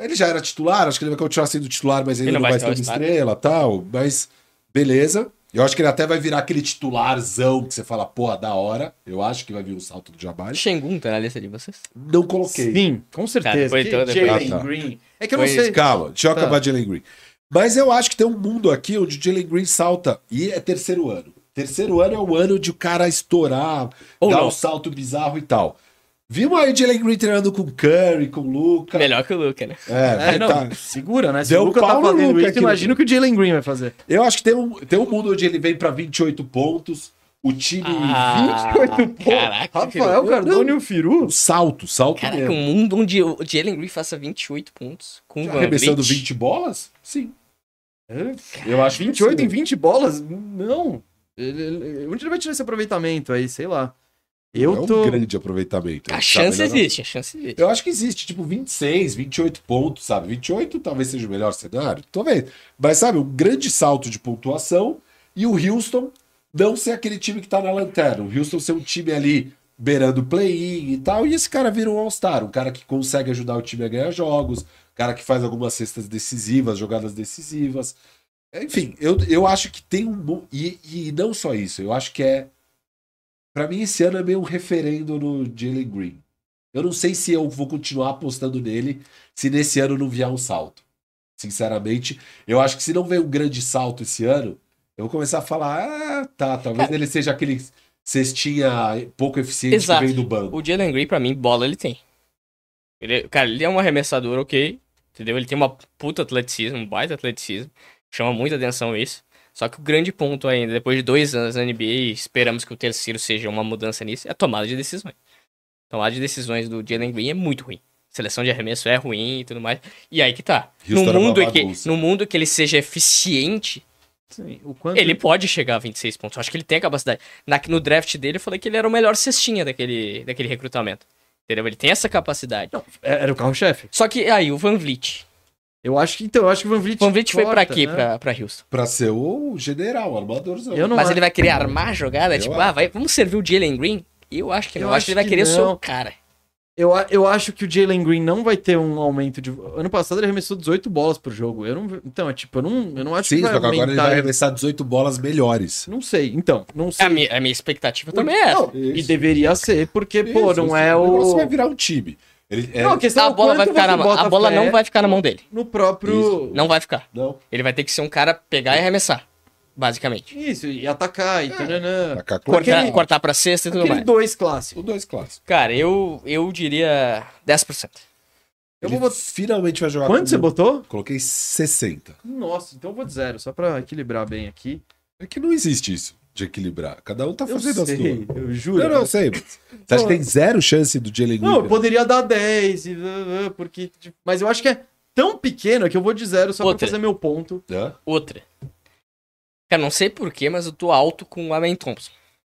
[SPEAKER 3] ele já era titular, acho que ele vai continuar sendo titular, mas ainda
[SPEAKER 2] Ele
[SPEAKER 3] não,
[SPEAKER 2] não vai
[SPEAKER 3] vai ser
[SPEAKER 2] ser
[SPEAKER 3] uma
[SPEAKER 2] All-Star.
[SPEAKER 3] estrela tal. Mas beleza. Eu acho que ele até vai virar aquele titularzão que você fala, porra, da hora. Eu acho que vai vir um salto do Jabari.
[SPEAKER 2] Shengun tá na lista de vocês?
[SPEAKER 3] Não coloquei.
[SPEAKER 1] Sim, com certeza.
[SPEAKER 2] depois
[SPEAKER 1] Que
[SPEAKER 2] então, depois.
[SPEAKER 1] Jalen
[SPEAKER 3] Ah, tá.
[SPEAKER 1] Green. É que eu não
[SPEAKER 2] Foi-
[SPEAKER 1] sei.
[SPEAKER 3] Calma, deixa eu
[SPEAKER 1] Tá.
[SPEAKER 3] acabar de Jalen Green. Mas eu acho que tem um mundo aqui onde o Jalen Green salta e é terceiro ano. Terceiro ano é o ano de o cara estourar,
[SPEAKER 2] Ou
[SPEAKER 3] dar
[SPEAKER 2] não.
[SPEAKER 3] um salto bizarro e tal. Vimos aí o Jalen Green treinando com o Curry, com o Luca.
[SPEAKER 2] Melhor que o Luca, né?
[SPEAKER 3] É,
[SPEAKER 1] É, não,
[SPEAKER 3] tá.
[SPEAKER 1] segura, né? Se
[SPEAKER 3] Deu
[SPEAKER 1] o Luca tá
[SPEAKER 3] pau no
[SPEAKER 1] fazendo
[SPEAKER 3] Luca
[SPEAKER 1] isso,
[SPEAKER 3] aqui,
[SPEAKER 1] imagino que o Jalen Green vai fazer.
[SPEAKER 3] Eu acho que tem um, tem um mundo onde ele vem pra 28 pontos, o time
[SPEAKER 2] Ah,
[SPEAKER 1] 28 pontos.
[SPEAKER 2] caraca,
[SPEAKER 1] Rafael
[SPEAKER 2] filho.
[SPEAKER 1] Cardone e o Firu?
[SPEAKER 3] 20, salto, salto
[SPEAKER 2] Caraca, um
[SPEAKER 3] mesmo. Tá
[SPEAKER 2] mundo onde o Jalen Green faça 28 pontos com o
[SPEAKER 1] um
[SPEAKER 2] Van
[SPEAKER 3] Arremessando
[SPEAKER 2] Vliet.
[SPEAKER 3] 20 bolas? Sim.
[SPEAKER 1] Eu acho 28
[SPEAKER 3] sim.
[SPEAKER 1] em 20 bolas? Não. Ele- ele- Onde ele vai tirar esse aproveitamento aí? Sei lá.
[SPEAKER 3] é
[SPEAKER 1] Eu
[SPEAKER 3] um
[SPEAKER 1] tô.
[SPEAKER 3] grande aproveitamento.
[SPEAKER 2] A
[SPEAKER 3] sabe?
[SPEAKER 2] chance
[SPEAKER 3] Melhor não.
[SPEAKER 2] existe, a chance existe.
[SPEAKER 3] Eu acho que existe, tipo, 26, 28 pontos, sabe? 28 talvez seja o melhor cenário, talvez. Mas, sabe, um grande salto de pontuação e o Houston não ser aquele time que tá na lanterna. O Houston ser um time ali beirando o play-in e tal, e esse cara vira um All-Star, um cara que consegue ajudar o time a ganhar jogos, um cara que faz algumas cestas decisivas, jogadas decisivas. Enfim, eu, eu acho que tem um bom... E, e não só isso, eu acho que é... Pra mim, esse ano é meio um referendo no Jalen Green. Eu não sei se eu vou continuar apostando nele se nesse ano não vier um salto. Sinceramente, eu acho que se não vier um grande salto esse ano, eu vou começar a falar: ah, tá, talvez ele seja aquele cestinha pouco eficiente
[SPEAKER 2] Exato.
[SPEAKER 3] que vem do banco.
[SPEAKER 2] O Jalen Green, pra mim, bola ele tem. Ele- cara, ele é um arremessador, ok. Entendeu? Ele tem uma puta atleticismo, um baita atleticismo. Chama muita atenção isso. Só que o grande ponto ainda, depois de dois anos na NBA, e esperamos que o terceiro seja uma mudança nisso, é a tomada de decisões. A tomada de decisões do Jalen Green é muito ruim. A seleção de arremesso é ruim e tudo mais. E aí que tá. No
[SPEAKER 3] Houston era é uma
[SPEAKER 2] mundo, em que,
[SPEAKER 3] bagunça.
[SPEAKER 2] no mundo que ele seja eficiente,
[SPEAKER 1] Sim, o quanto
[SPEAKER 2] ele pode chegar a 26 pontos. Eu acho que ele tem a capacidade. Na- no draft dele, eu falei que ele era o melhor cestinha daquele, daquele recrutamento. Entendeu? Ele tem essa capacidade.
[SPEAKER 1] É, Era o carro-chefe.
[SPEAKER 2] Só que aí, o Van Vliet.
[SPEAKER 1] Eu acho que então, eu acho que o Van Vliet.
[SPEAKER 2] O Van Vliet foi pra
[SPEAKER 1] corta,
[SPEAKER 2] quê?
[SPEAKER 1] né?
[SPEAKER 2] Pra, pra Houston.
[SPEAKER 3] Pra ser o general, o armadorzão.
[SPEAKER 1] Eu não é.
[SPEAKER 2] Mas
[SPEAKER 1] acho.
[SPEAKER 2] ele vai querer armar a jogada?
[SPEAKER 3] Eu
[SPEAKER 2] tipo,
[SPEAKER 3] acho.
[SPEAKER 2] ah, vai, vamos servir o Jalen Green? Eu acho que não.
[SPEAKER 1] Eu
[SPEAKER 2] Eu acho que ele vai
[SPEAKER 1] acho que
[SPEAKER 2] querer ser
[SPEAKER 1] não.
[SPEAKER 2] o cara.
[SPEAKER 1] Eu, a- eu acho que o Jalen Green não vai ter um aumento de. Ano passado ele arremessou 18 bolas por jogo. Eu não. ve- Então, é tipo, eu não, eu não acho
[SPEAKER 3] Sim,
[SPEAKER 1] que
[SPEAKER 3] só
[SPEAKER 1] vai
[SPEAKER 3] que agora ele vai
[SPEAKER 1] aumentar.
[SPEAKER 3] arremessar 18 bolas melhores.
[SPEAKER 1] Não sei, então. Não sei.
[SPEAKER 2] É A minha, a minha expectativa também é essa.
[SPEAKER 1] Não, E deveria ser, porque, pô,
[SPEAKER 3] Isso,
[SPEAKER 1] não
[SPEAKER 3] assim,
[SPEAKER 1] é
[SPEAKER 3] negócio
[SPEAKER 1] o.
[SPEAKER 3] vai virar um time. Ele, é-
[SPEAKER 1] Não, a questão
[SPEAKER 2] A
[SPEAKER 1] é
[SPEAKER 2] bola,
[SPEAKER 1] quanto
[SPEAKER 2] vai ficar
[SPEAKER 1] você
[SPEAKER 2] na,
[SPEAKER 1] bota
[SPEAKER 2] a bola
[SPEAKER 1] fé
[SPEAKER 2] não vai ficar na mão dele.
[SPEAKER 1] No próprio.
[SPEAKER 3] Isso.
[SPEAKER 2] Não vai ficar.
[SPEAKER 3] Não,
[SPEAKER 2] Ele vai ter que ser um cara pegar e arremessar, basicamente.
[SPEAKER 1] Isso, e atacar, e
[SPEAKER 3] É.
[SPEAKER 1] tananã.
[SPEAKER 3] tacar tá com
[SPEAKER 2] Cortar,
[SPEAKER 1] Aquele-
[SPEAKER 2] cortar pra cesta e tudo
[SPEAKER 1] Aquele
[SPEAKER 2] mais.
[SPEAKER 1] dois clássico.
[SPEAKER 3] o dois clássicos.
[SPEAKER 2] Cara, eu, eu diria 10%.
[SPEAKER 1] Eu
[SPEAKER 3] Ele
[SPEAKER 1] vou botar.
[SPEAKER 3] finalmente vai jogar.
[SPEAKER 1] Quanto você
[SPEAKER 3] botou?
[SPEAKER 1] botou?
[SPEAKER 3] Coloquei 60.
[SPEAKER 1] Nossa, então eu vou de zero, só pra equilibrar bem aqui.
[SPEAKER 3] É que não existe isso de equilibrar. Cada um tá
[SPEAKER 1] Eu
[SPEAKER 3] fazendo as suas.
[SPEAKER 1] sei, eu juro.
[SPEAKER 3] Eu não sei. mas- Você acha que tem zero chance do Jalen
[SPEAKER 1] Não, eu
[SPEAKER 3] Green?
[SPEAKER 1] poderia dar 10, e, uh, uh, porque. tipo, Mas eu acho que é tão pequeno que eu vou de zero só
[SPEAKER 2] Outra.
[SPEAKER 1] pra fazer meu ponto.
[SPEAKER 3] Hã?
[SPEAKER 2] Outra. Cara, não sei porquê, mas eu tô alto com o Amen Thompson.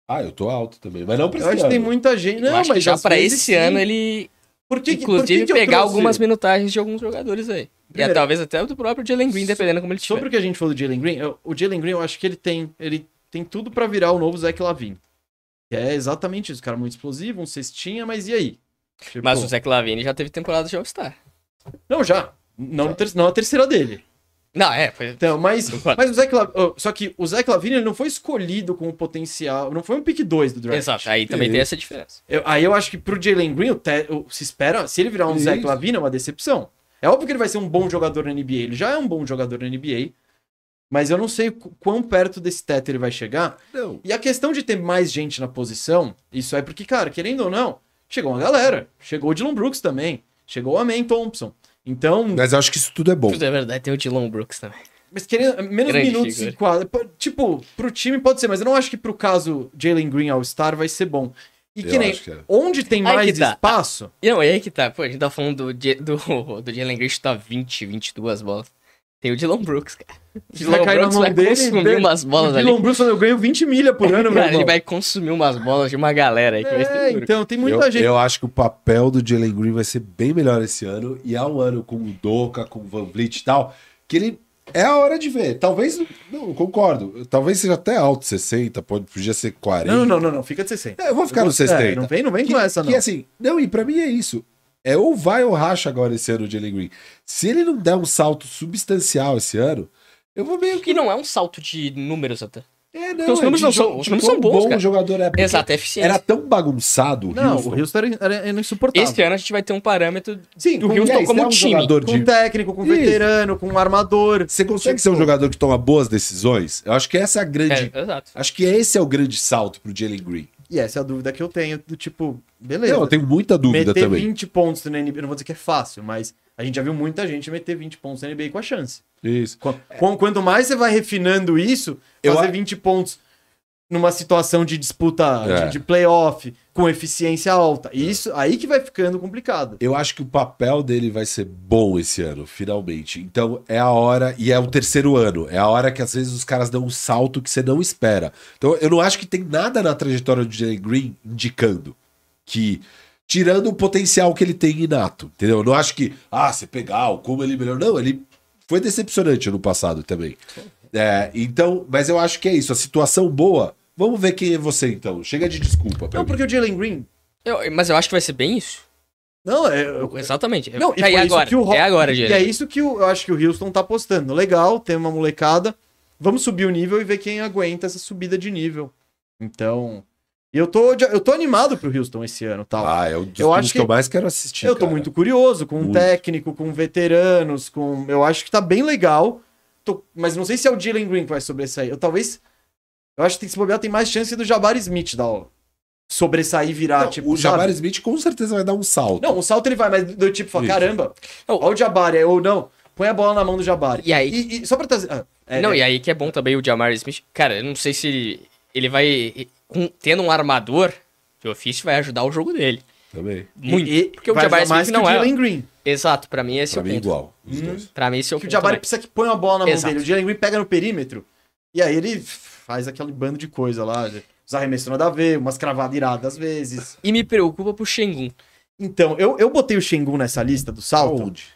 [SPEAKER 3] Ah, eu tô alto também. Mas não
[SPEAKER 1] Eu
[SPEAKER 3] precisa.
[SPEAKER 1] acho que tem muita gente.
[SPEAKER 2] Eu
[SPEAKER 1] Não,
[SPEAKER 2] acho que
[SPEAKER 1] mas
[SPEAKER 2] já
[SPEAKER 1] às
[SPEAKER 2] pra
[SPEAKER 1] vezes,
[SPEAKER 2] esse
[SPEAKER 1] sim.
[SPEAKER 2] ano ele,
[SPEAKER 1] Por que, que- por que
[SPEAKER 2] inclusive,
[SPEAKER 1] que eu
[SPEAKER 2] pegar
[SPEAKER 1] trouxe?
[SPEAKER 2] algumas minutagens de alguns jogadores aí.
[SPEAKER 1] Primeiro-
[SPEAKER 2] e é, talvez até do próprio Jalen Green, dependendo como ele tiver.
[SPEAKER 1] Sobre o que a gente falou do Jalen Green, eu- o Jalen Green eu acho que ele tem, ele tem tudo pra virar o novo Zach Lavin. Que é exatamente isso, cara muito explosivo, um cestinha, mas e aí? Tipo,
[SPEAKER 2] Mas o Zach Lavine já teve temporada de All-Star.
[SPEAKER 1] Não, já. Não, no ter- não a terceira dele.
[SPEAKER 2] Não, é, foi...
[SPEAKER 1] Então, mas, mas o Zach La- oh, Só que o Zach Lavine ele não foi escolhido com o potencial. Não foi um pick 2 do draft.
[SPEAKER 2] Exato, aí também tem essa diferença.
[SPEAKER 1] Eu- aí eu acho que pro Jalen Green, o te- o- se espera, se ele virar um
[SPEAKER 3] Isso.
[SPEAKER 1] Zach Lavine, é uma decepção. É óbvio que ele vai ser um bom jogador na NBA, ele já é um bom jogador na NBA, mas eu não sei qu- quão perto desse teto ele vai chegar.
[SPEAKER 3] Não.
[SPEAKER 1] E a questão de ter mais gente na posição, isso é porque, cara, querendo ou não, chegou uma galera. Chegou o Dylan Brooks também, chegou o Amen Thompson. Então,
[SPEAKER 3] Mas eu acho que isso tudo é bom.
[SPEAKER 2] Tudo é verdade, tem o Dylan Brooks também.
[SPEAKER 1] mas querendo, menos
[SPEAKER 2] Grande
[SPEAKER 1] minutos
[SPEAKER 2] figura.
[SPEAKER 1] em quadra. Pô, Tipo, pro time pode ser, mas eu não acho que pro caso Jalen Green All-Star vai ser bom. E
[SPEAKER 3] Eu
[SPEAKER 1] que nem,
[SPEAKER 3] acho que é.
[SPEAKER 1] onde tem
[SPEAKER 2] Aí
[SPEAKER 1] mais
[SPEAKER 2] que tá.
[SPEAKER 1] espaço...
[SPEAKER 2] E Não, e aí que tá, pô, a gente tá falando do, J- do, do Jalen Green chutar 20, 22 bolas. Tem o Dylan Brooks, cara. O
[SPEAKER 1] vai
[SPEAKER 2] Dylan
[SPEAKER 1] cair na
[SPEAKER 2] Brooks
[SPEAKER 1] mão
[SPEAKER 2] vai
[SPEAKER 1] dele.
[SPEAKER 2] consumir
[SPEAKER 1] dele.
[SPEAKER 2] umas bolas
[SPEAKER 1] o
[SPEAKER 2] ali.
[SPEAKER 1] Dylan Brooks falou, eu ganho 20 milha por ano, meu
[SPEAKER 2] Cara, ele
[SPEAKER 1] irmão.
[SPEAKER 2] vai consumir umas bolas de uma galera aí que vai
[SPEAKER 1] É,
[SPEAKER 2] ser duro.
[SPEAKER 1] então, tem muita
[SPEAKER 3] eu,
[SPEAKER 1] gente.
[SPEAKER 3] eu acho que o papel do Jalen Green vai ser bem melhor esse ano. E há um ano com o Doca, com o Van Vliet e tal, que ele. É a hora de ver. Talvez. Não, eu concordo. Talvez seja até alto 60, pode, podia ser 40.
[SPEAKER 1] Não, não, não, não, fica de 60.
[SPEAKER 3] É, Eu vou ficar no 60.
[SPEAKER 1] É, não vem, não vem com essa, não.
[SPEAKER 3] Que assim, não, e pra mim é isso. É ou vai ou racha agora esse ano o Jalen Green. Se ele não der um salto substancial esse ano, eu vou meio que.
[SPEAKER 2] Que não é um salto de números até.
[SPEAKER 3] É,
[SPEAKER 2] Porque os
[SPEAKER 3] é
[SPEAKER 2] números
[SPEAKER 3] de
[SPEAKER 2] não
[SPEAKER 3] jo-
[SPEAKER 2] são- os
[SPEAKER 3] de
[SPEAKER 2] números são
[SPEAKER 3] quão
[SPEAKER 2] bons,
[SPEAKER 3] bom
[SPEAKER 2] cara.
[SPEAKER 3] o jogador é. porque
[SPEAKER 2] Exato, é eficiente.
[SPEAKER 3] Era tão bagunçado o
[SPEAKER 1] não,
[SPEAKER 3] Houston.
[SPEAKER 1] o Houston era, era, era insuportável.
[SPEAKER 2] Este ano a gente vai ter um parâmetro
[SPEAKER 1] Sim,
[SPEAKER 2] do
[SPEAKER 1] com,
[SPEAKER 2] Houston
[SPEAKER 3] é,
[SPEAKER 2] como
[SPEAKER 3] é um
[SPEAKER 2] time.
[SPEAKER 3] jogador
[SPEAKER 1] com
[SPEAKER 3] de.
[SPEAKER 1] técnico, com
[SPEAKER 3] Isso.
[SPEAKER 1] veterano, com um armador.
[SPEAKER 3] Você consegue ser um jogador que toma boas decisões? Eu acho que essa é a grande.
[SPEAKER 2] É, exato.
[SPEAKER 3] Acho que esse é o grande salto pro Jalen Green.
[SPEAKER 1] E essa é a dúvida que eu tenho, do tipo, beleza.
[SPEAKER 3] Não, eu tenho muita dúvida
[SPEAKER 1] meter
[SPEAKER 3] também.
[SPEAKER 1] 20 pontos na NBA, eu não vou dizer que é fácil, mas a gente já viu muita gente meter 20 pontos na NBA com a chance.
[SPEAKER 3] Isso.
[SPEAKER 1] Qu- qu- Quanto mais você vai refinando isso,
[SPEAKER 3] Eu
[SPEAKER 1] fazer
[SPEAKER 3] a-
[SPEAKER 1] 20 pontos numa situação de disputa
[SPEAKER 3] É.
[SPEAKER 1] de, de playoff com eficiência alta. E Isso aí que vai ficando complicado.
[SPEAKER 3] Eu acho que o papel dele vai ser bom esse ano, finalmente. Então é a hora, e é o terceiro ano, é a hora que às vezes os caras dão um salto que você não espera. Então eu não acho que tem nada na trajetória do Jalen Green indicando que. Tirando o potencial que ele tem inato, entendeu? Eu não acho que, ah, você pegar o como ele melhor. Não, ele foi decepcionante no passado também. É, então, mas eu acho que é isso. A situação boa. Vamos ver quem é você então. Chega de desculpa. pra
[SPEAKER 1] Não,
[SPEAKER 3] mim.
[SPEAKER 1] porque o Jalen Green.
[SPEAKER 2] Eu- mas eu acho que vai ser bem isso.
[SPEAKER 1] Não, é. eu-
[SPEAKER 2] Exatamente.
[SPEAKER 1] Não, e
[SPEAKER 2] é,
[SPEAKER 1] foi
[SPEAKER 2] agora.
[SPEAKER 1] isso que o Ho-
[SPEAKER 2] é agora,
[SPEAKER 1] E é
[SPEAKER 2] gente.
[SPEAKER 1] isso que o- eu acho que o Houston tá apostando. Legal, tem uma molecada. Vamos subir o nível e ver quem aguenta essa subida de nível. Então. e Eu tô, de- eu tô animado pro Houston esse ano, tal.
[SPEAKER 3] Ah, é um dos
[SPEAKER 1] Eu acho
[SPEAKER 3] filmes que eu
[SPEAKER 1] que-
[SPEAKER 3] mais quero assistir.
[SPEAKER 1] Eu tô
[SPEAKER 3] cara.
[SPEAKER 1] muito curioso com um
[SPEAKER 3] Muito.
[SPEAKER 1] técnico, com veteranos, com. Eu acho que tá bem legal. Tô- Mas não sei se é o Dylan Green que vai sobressair. Eu talvez. Eu acho que se bobear tem mais chance do Jabari Smith da sobressair e virar,
[SPEAKER 3] Não,
[SPEAKER 1] tipo.
[SPEAKER 3] o Jabari
[SPEAKER 1] sabe?
[SPEAKER 3] Smith com certeza vai dar um salto.
[SPEAKER 1] Não, o salto ele vai, mas do tipo, fala,
[SPEAKER 3] Isso.
[SPEAKER 1] caramba,
[SPEAKER 2] Não.
[SPEAKER 1] olha o Jabari, aí, ou não, põe a bola na mão do Jabari.
[SPEAKER 2] E aí-
[SPEAKER 1] E, e só pra trazer. ah, é,
[SPEAKER 2] não,
[SPEAKER 1] é,
[SPEAKER 2] e aí que é bom também o Jamar Smith. Cara, eu não sei se ele, ele vai. com- tendo um armador de ofício vai ajudar o jogo dele.
[SPEAKER 3] Também.
[SPEAKER 2] Muito.
[SPEAKER 1] e-
[SPEAKER 2] porque o
[SPEAKER 1] vai
[SPEAKER 2] Jabari
[SPEAKER 1] ajudar mais
[SPEAKER 2] Smith
[SPEAKER 1] que
[SPEAKER 2] não
[SPEAKER 1] o
[SPEAKER 2] é.
[SPEAKER 1] Jalen Green.
[SPEAKER 2] Exato, pra mim esse é
[SPEAKER 3] Pra
[SPEAKER 2] o
[SPEAKER 3] mim,
[SPEAKER 2] ponto.
[SPEAKER 3] igual. Os dois.
[SPEAKER 2] Pra mim esse é o
[SPEAKER 1] Que o
[SPEAKER 2] ponto.
[SPEAKER 1] Jabari
[SPEAKER 2] também.
[SPEAKER 1] precisa que ponha a bola na mão
[SPEAKER 2] Exato.
[SPEAKER 1] dele. O Jalen Green pega no perímetro e aí ele faz aquele bando de coisa lá. Os arremessos nada a ver, umas cravadas iradas às vezes.
[SPEAKER 2] E me preocupa pro Shengun.
[SPEAKER 1] Então, eu, eu botei o Shengun nessa lista do salto.
[SPEAKER 3] Aonde?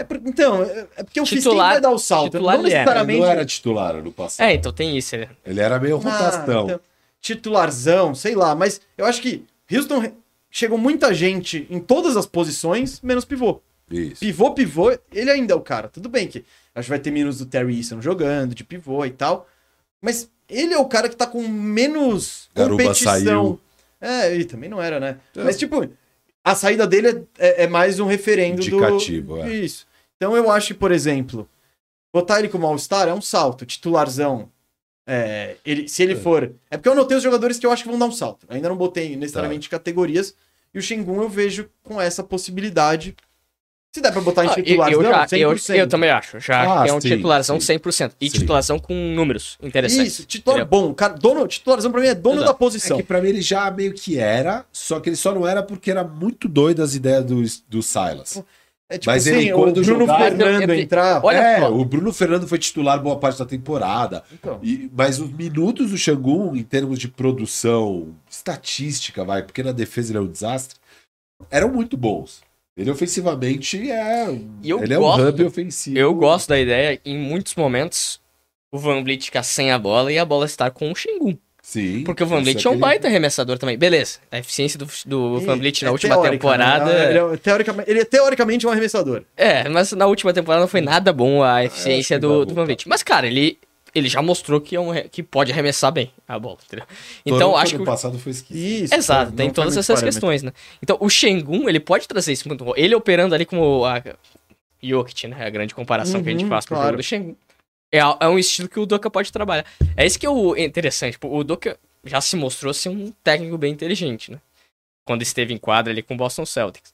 [SPEAKER 1] É por- então, é é porque eu fiz quem
[SPEAKER 2] Titular-
[SPEAKER 1] vai dar o salto.
[SPEAKER 2] titular
[SPEAKER 1] Não
[SPEAKER 2] ele é. era,
[SPEAKER 1] necessariamente...
[SPEAKER 3] Ele não era titular no passado.
[SPEAKER 2] É, então tem isso, né?
[SPEAKER 3] Ele era meio
[SPEAKER 1] Ah,
[SPEAKER 3] rotação.
[SPEAKER 1] então, titularzão, sei lá. Mas eu acho que Houston... re- chegou muita gente em todas as posições, menos pivô.
[SPEAKER 3] Isso.
[SPEAKER 1] Pivô, pivô, ele ainda é o cara. Tudo bem que a gente vai ter menos do Terry Eason jogando, de pivô e tal. Mas ele é o cara que tá com menos
[SPEAKER 3] Garuba
[SPEAKER 1] competição.
[SPEAKER 3] saiu.
[SPEAKER 1] É, ele também não era, né?
[SPEAKER 3] É.
[SPEAKER 1] Mas, tipo, a saída dele é, é- é mais um referendo
[SPEAKER 3] Indicativo,
[SPEAKER 1] do...
[SPEAKER 3] é.
[SPEAKER 1] Isso. Então eu acho que, por exemplo, botar ele como All-Star é um salto, titularzão. É, ele, se ele
[SPEAKER 3] É.
[SPEAKER 1] for. É porque eu notei os jogadores que eu acho que vão dar um salto. Ainda não botei necessariamente
[SPEAKER 3] Tá.
[SPEAKER 1] categorias. E o Shengun eu vejo com essa possibilidade. Se der pra botar em
[SPEAKER 2] Ah, eu,
[SPEAKER 1] titulares,
[SPEAKER 2] eu
[SPEAKER 1] não,
[SPEAKER 2] já- eu-
[SPEAKER 1] 100%.
[SPEAKER 2] eu também acho. Já
[SPEAKER 3] Ah,
[SPEAKER 2] que é um
[SPEAKER 3] sim,
[SPEAKER 2] titularzão
[SPEAKER 3] sim.
[SPEAKER 2] 100%. E
[SPEAKER 3] Sim.
[SPEAKER 2] titularzão com números interessantes.
[SPEAKER 1] Isso, titular bom. Cara, dono, titularzão pra mim é dono
[SPEAKER 2] Exato.
[SPEAKER 1] da posição.
[SPEAKER 3] É que pra mim ele já meio que era, só que ele só não era porque era muito doido as ideias do, do Silas.
[SPEAKER 1] É tipo
[SPEAKER 3] Mas ele,
[SPEAKER 1] assim, o
[SPEAKER 3] quando
[SPEAKER 1] Bruno
[SPEAKER 3] jogar-
[SPEAKER 1] Fernando
[SPEAKER 2] Eu- eu-
[SPEAKER 1] entrar.
[SPEAKER 2] Olha
[SPEAKER 3] é,
[SPEAKER 2] só.
[SPEAKER 3] o Bruno Fernando foi titular boa parte da temporada.
[SPEAKER 1] Então,
[SPEAKER 3] E- mas os minutos do Xangun, em termos de produção, estatística, vai, porque na defesa ele é um desastre, eram muito bons. Ele ofensivamente é. um-
[SPEAKER 2] E eu
[SPEAKER 3] ele é um
[SPEAKER 2] gosto-
[SPEAKER 3] hub ofensivo.
[SPEAKER 2] Eu gosto da ideia, em muitos momentos, o Van Vliet ficar sem a bola e a bola estar com o Shingun.
[SPEAKER 3] Sim.
[SPEAKER 2] Porque o Van Vliet é um baita arremessador também. Beleza, a eficiência do, do Van Vliet na
[SPEAKER 1] é
[SPEAKER 2] última
[SPEAKER 1] teórica,
[SPEAKER 2] temporada...
[SPEAKER 1] né? Ele, é, teoricamente, ele é teoricamente um arremessador.
[SPEAKER 2] É, mas na última temporada não foi nada bom a eficiência
[SPEAKER 3] É, acho que tá. vai
[SPEAKER 2] do, do
[SPEAKER 3] voltar.
[SPEAKER 2] Van Vliet. Mas, cara, ele, ele já mostrou que, é um, re- que pode arremessar bem a bola, entendeu? Então, acho que...
[SPEAKER 3] O
[SPEAKER 2] o-
[SPEAKER 3] passado foi esquisito.
[SPEAKER 1] Isso.
[SPEAKER 2] Exato,
[SPEAKER 1] não
[SPEAKER 2] tem
[SPEAKER 1] foi
[SPEAKER 2] todas
[SPEAKER 1] muito
[SPEAKER 2] essas
[SPEAKER 1] parâmetro.
[SPEAKER 2] questões, né? Então, o Shengun, ele pode trazer isso muito bom. Ele operando ali como a Jokic, né? A grande comparação que a gente
[SPEAKER 1] Uhum,
[SPEAKER 2] faz pro
[SPEAKER 1] claro.
[SPEAKER 2] jogo do Shengun. É, a- é um estilo que o Doka pode trabalhar. É isso que é o interessante. tipo, o Doka já se mostrou ser um técnico bem inteligente, né? Quando esteve em quadra ali com o Boston Celtics.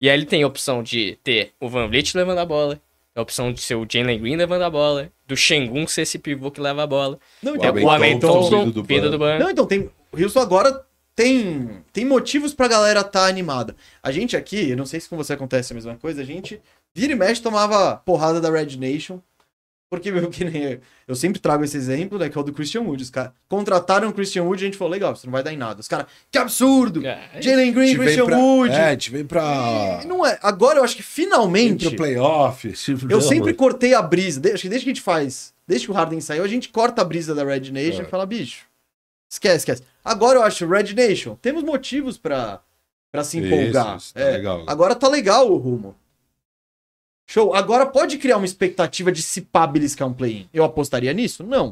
[SPEAKER 2] E aí ele tem a opção de ter o Van Vliet levando a bola, a opção de ser o Jalen Green levando a bola, do Shengun ser esse pivô que leva a bola,
[SPEAKER 1] Não,
[SPEAKER 3] O
[SPEAKER 1] então,
[SPEAKER 2] É, o Amen Thompson,
[SPEAKER 3] vindo do
[SPEAKER 2] vindo do
[SPEAKER 3] banco.
[SPEAKER 2] banco.
[SPEAKER 1] Não, então tem. O Houston agora tem, tem motivos pra galera tá animada. A gente aqui, eu não sei se com você acontece a mesma coisa, a gente vira e mexe tomava porrada da Red Nation. Porque meu, que nem- eu sempre trago esse exemplo, né? Que é o do Christian Wood. Os caras contrataram o Christian Wood e a gente falou, legal, isso não vai dar em nada. Os caras, que absurdo!
[SPEAKER 2] É,
[SPEAKER 1] Jalen
[SPEAKER 3] A
[SPEAKER 1] Green,
[SPEAKER 3] gente vem
[SPEAKER 1] Christian
[SPEAKER 3] pra,
[SPEAKER 1] Wood.
[SPEAKER 3] É, a gente vem pra.
[SPEAKER 1] E Não é. Agora eu acho que
[SPEAKER 3] vem
[SPEAKER 1] finalmente.
[SPEAKER 3] pro playoff. esse-
[SPEAKER 1] Eu
[SPEAKER 3] não,
[SPEAKER 1] sempre
[SPEAKER 3] mano.
[SPEAKER 1] cortei a brisa. De- acho que desde que a gente faz, desde que o Harden saiu, a gente corta a brisa da Red Nation
[SPEAKER 3] É.
[SPEAKER 1] e fala, bicho, esquece, esquece. Agora eu acho Red Nation, temos motivos pra, pra se
[SPEAKER 3] Isso,
[SPEAKER 1] empolgar.
[SPEAKER 3] isso, tá
[SPEAKER 1] É,
[SPEAKER 3] legal.
[SPEAKER 1] Agora tá legal o rumo. Show. Agora pode criar uma expectativa de se pá beliscar um play-in. Eu apostaria nisso? Não.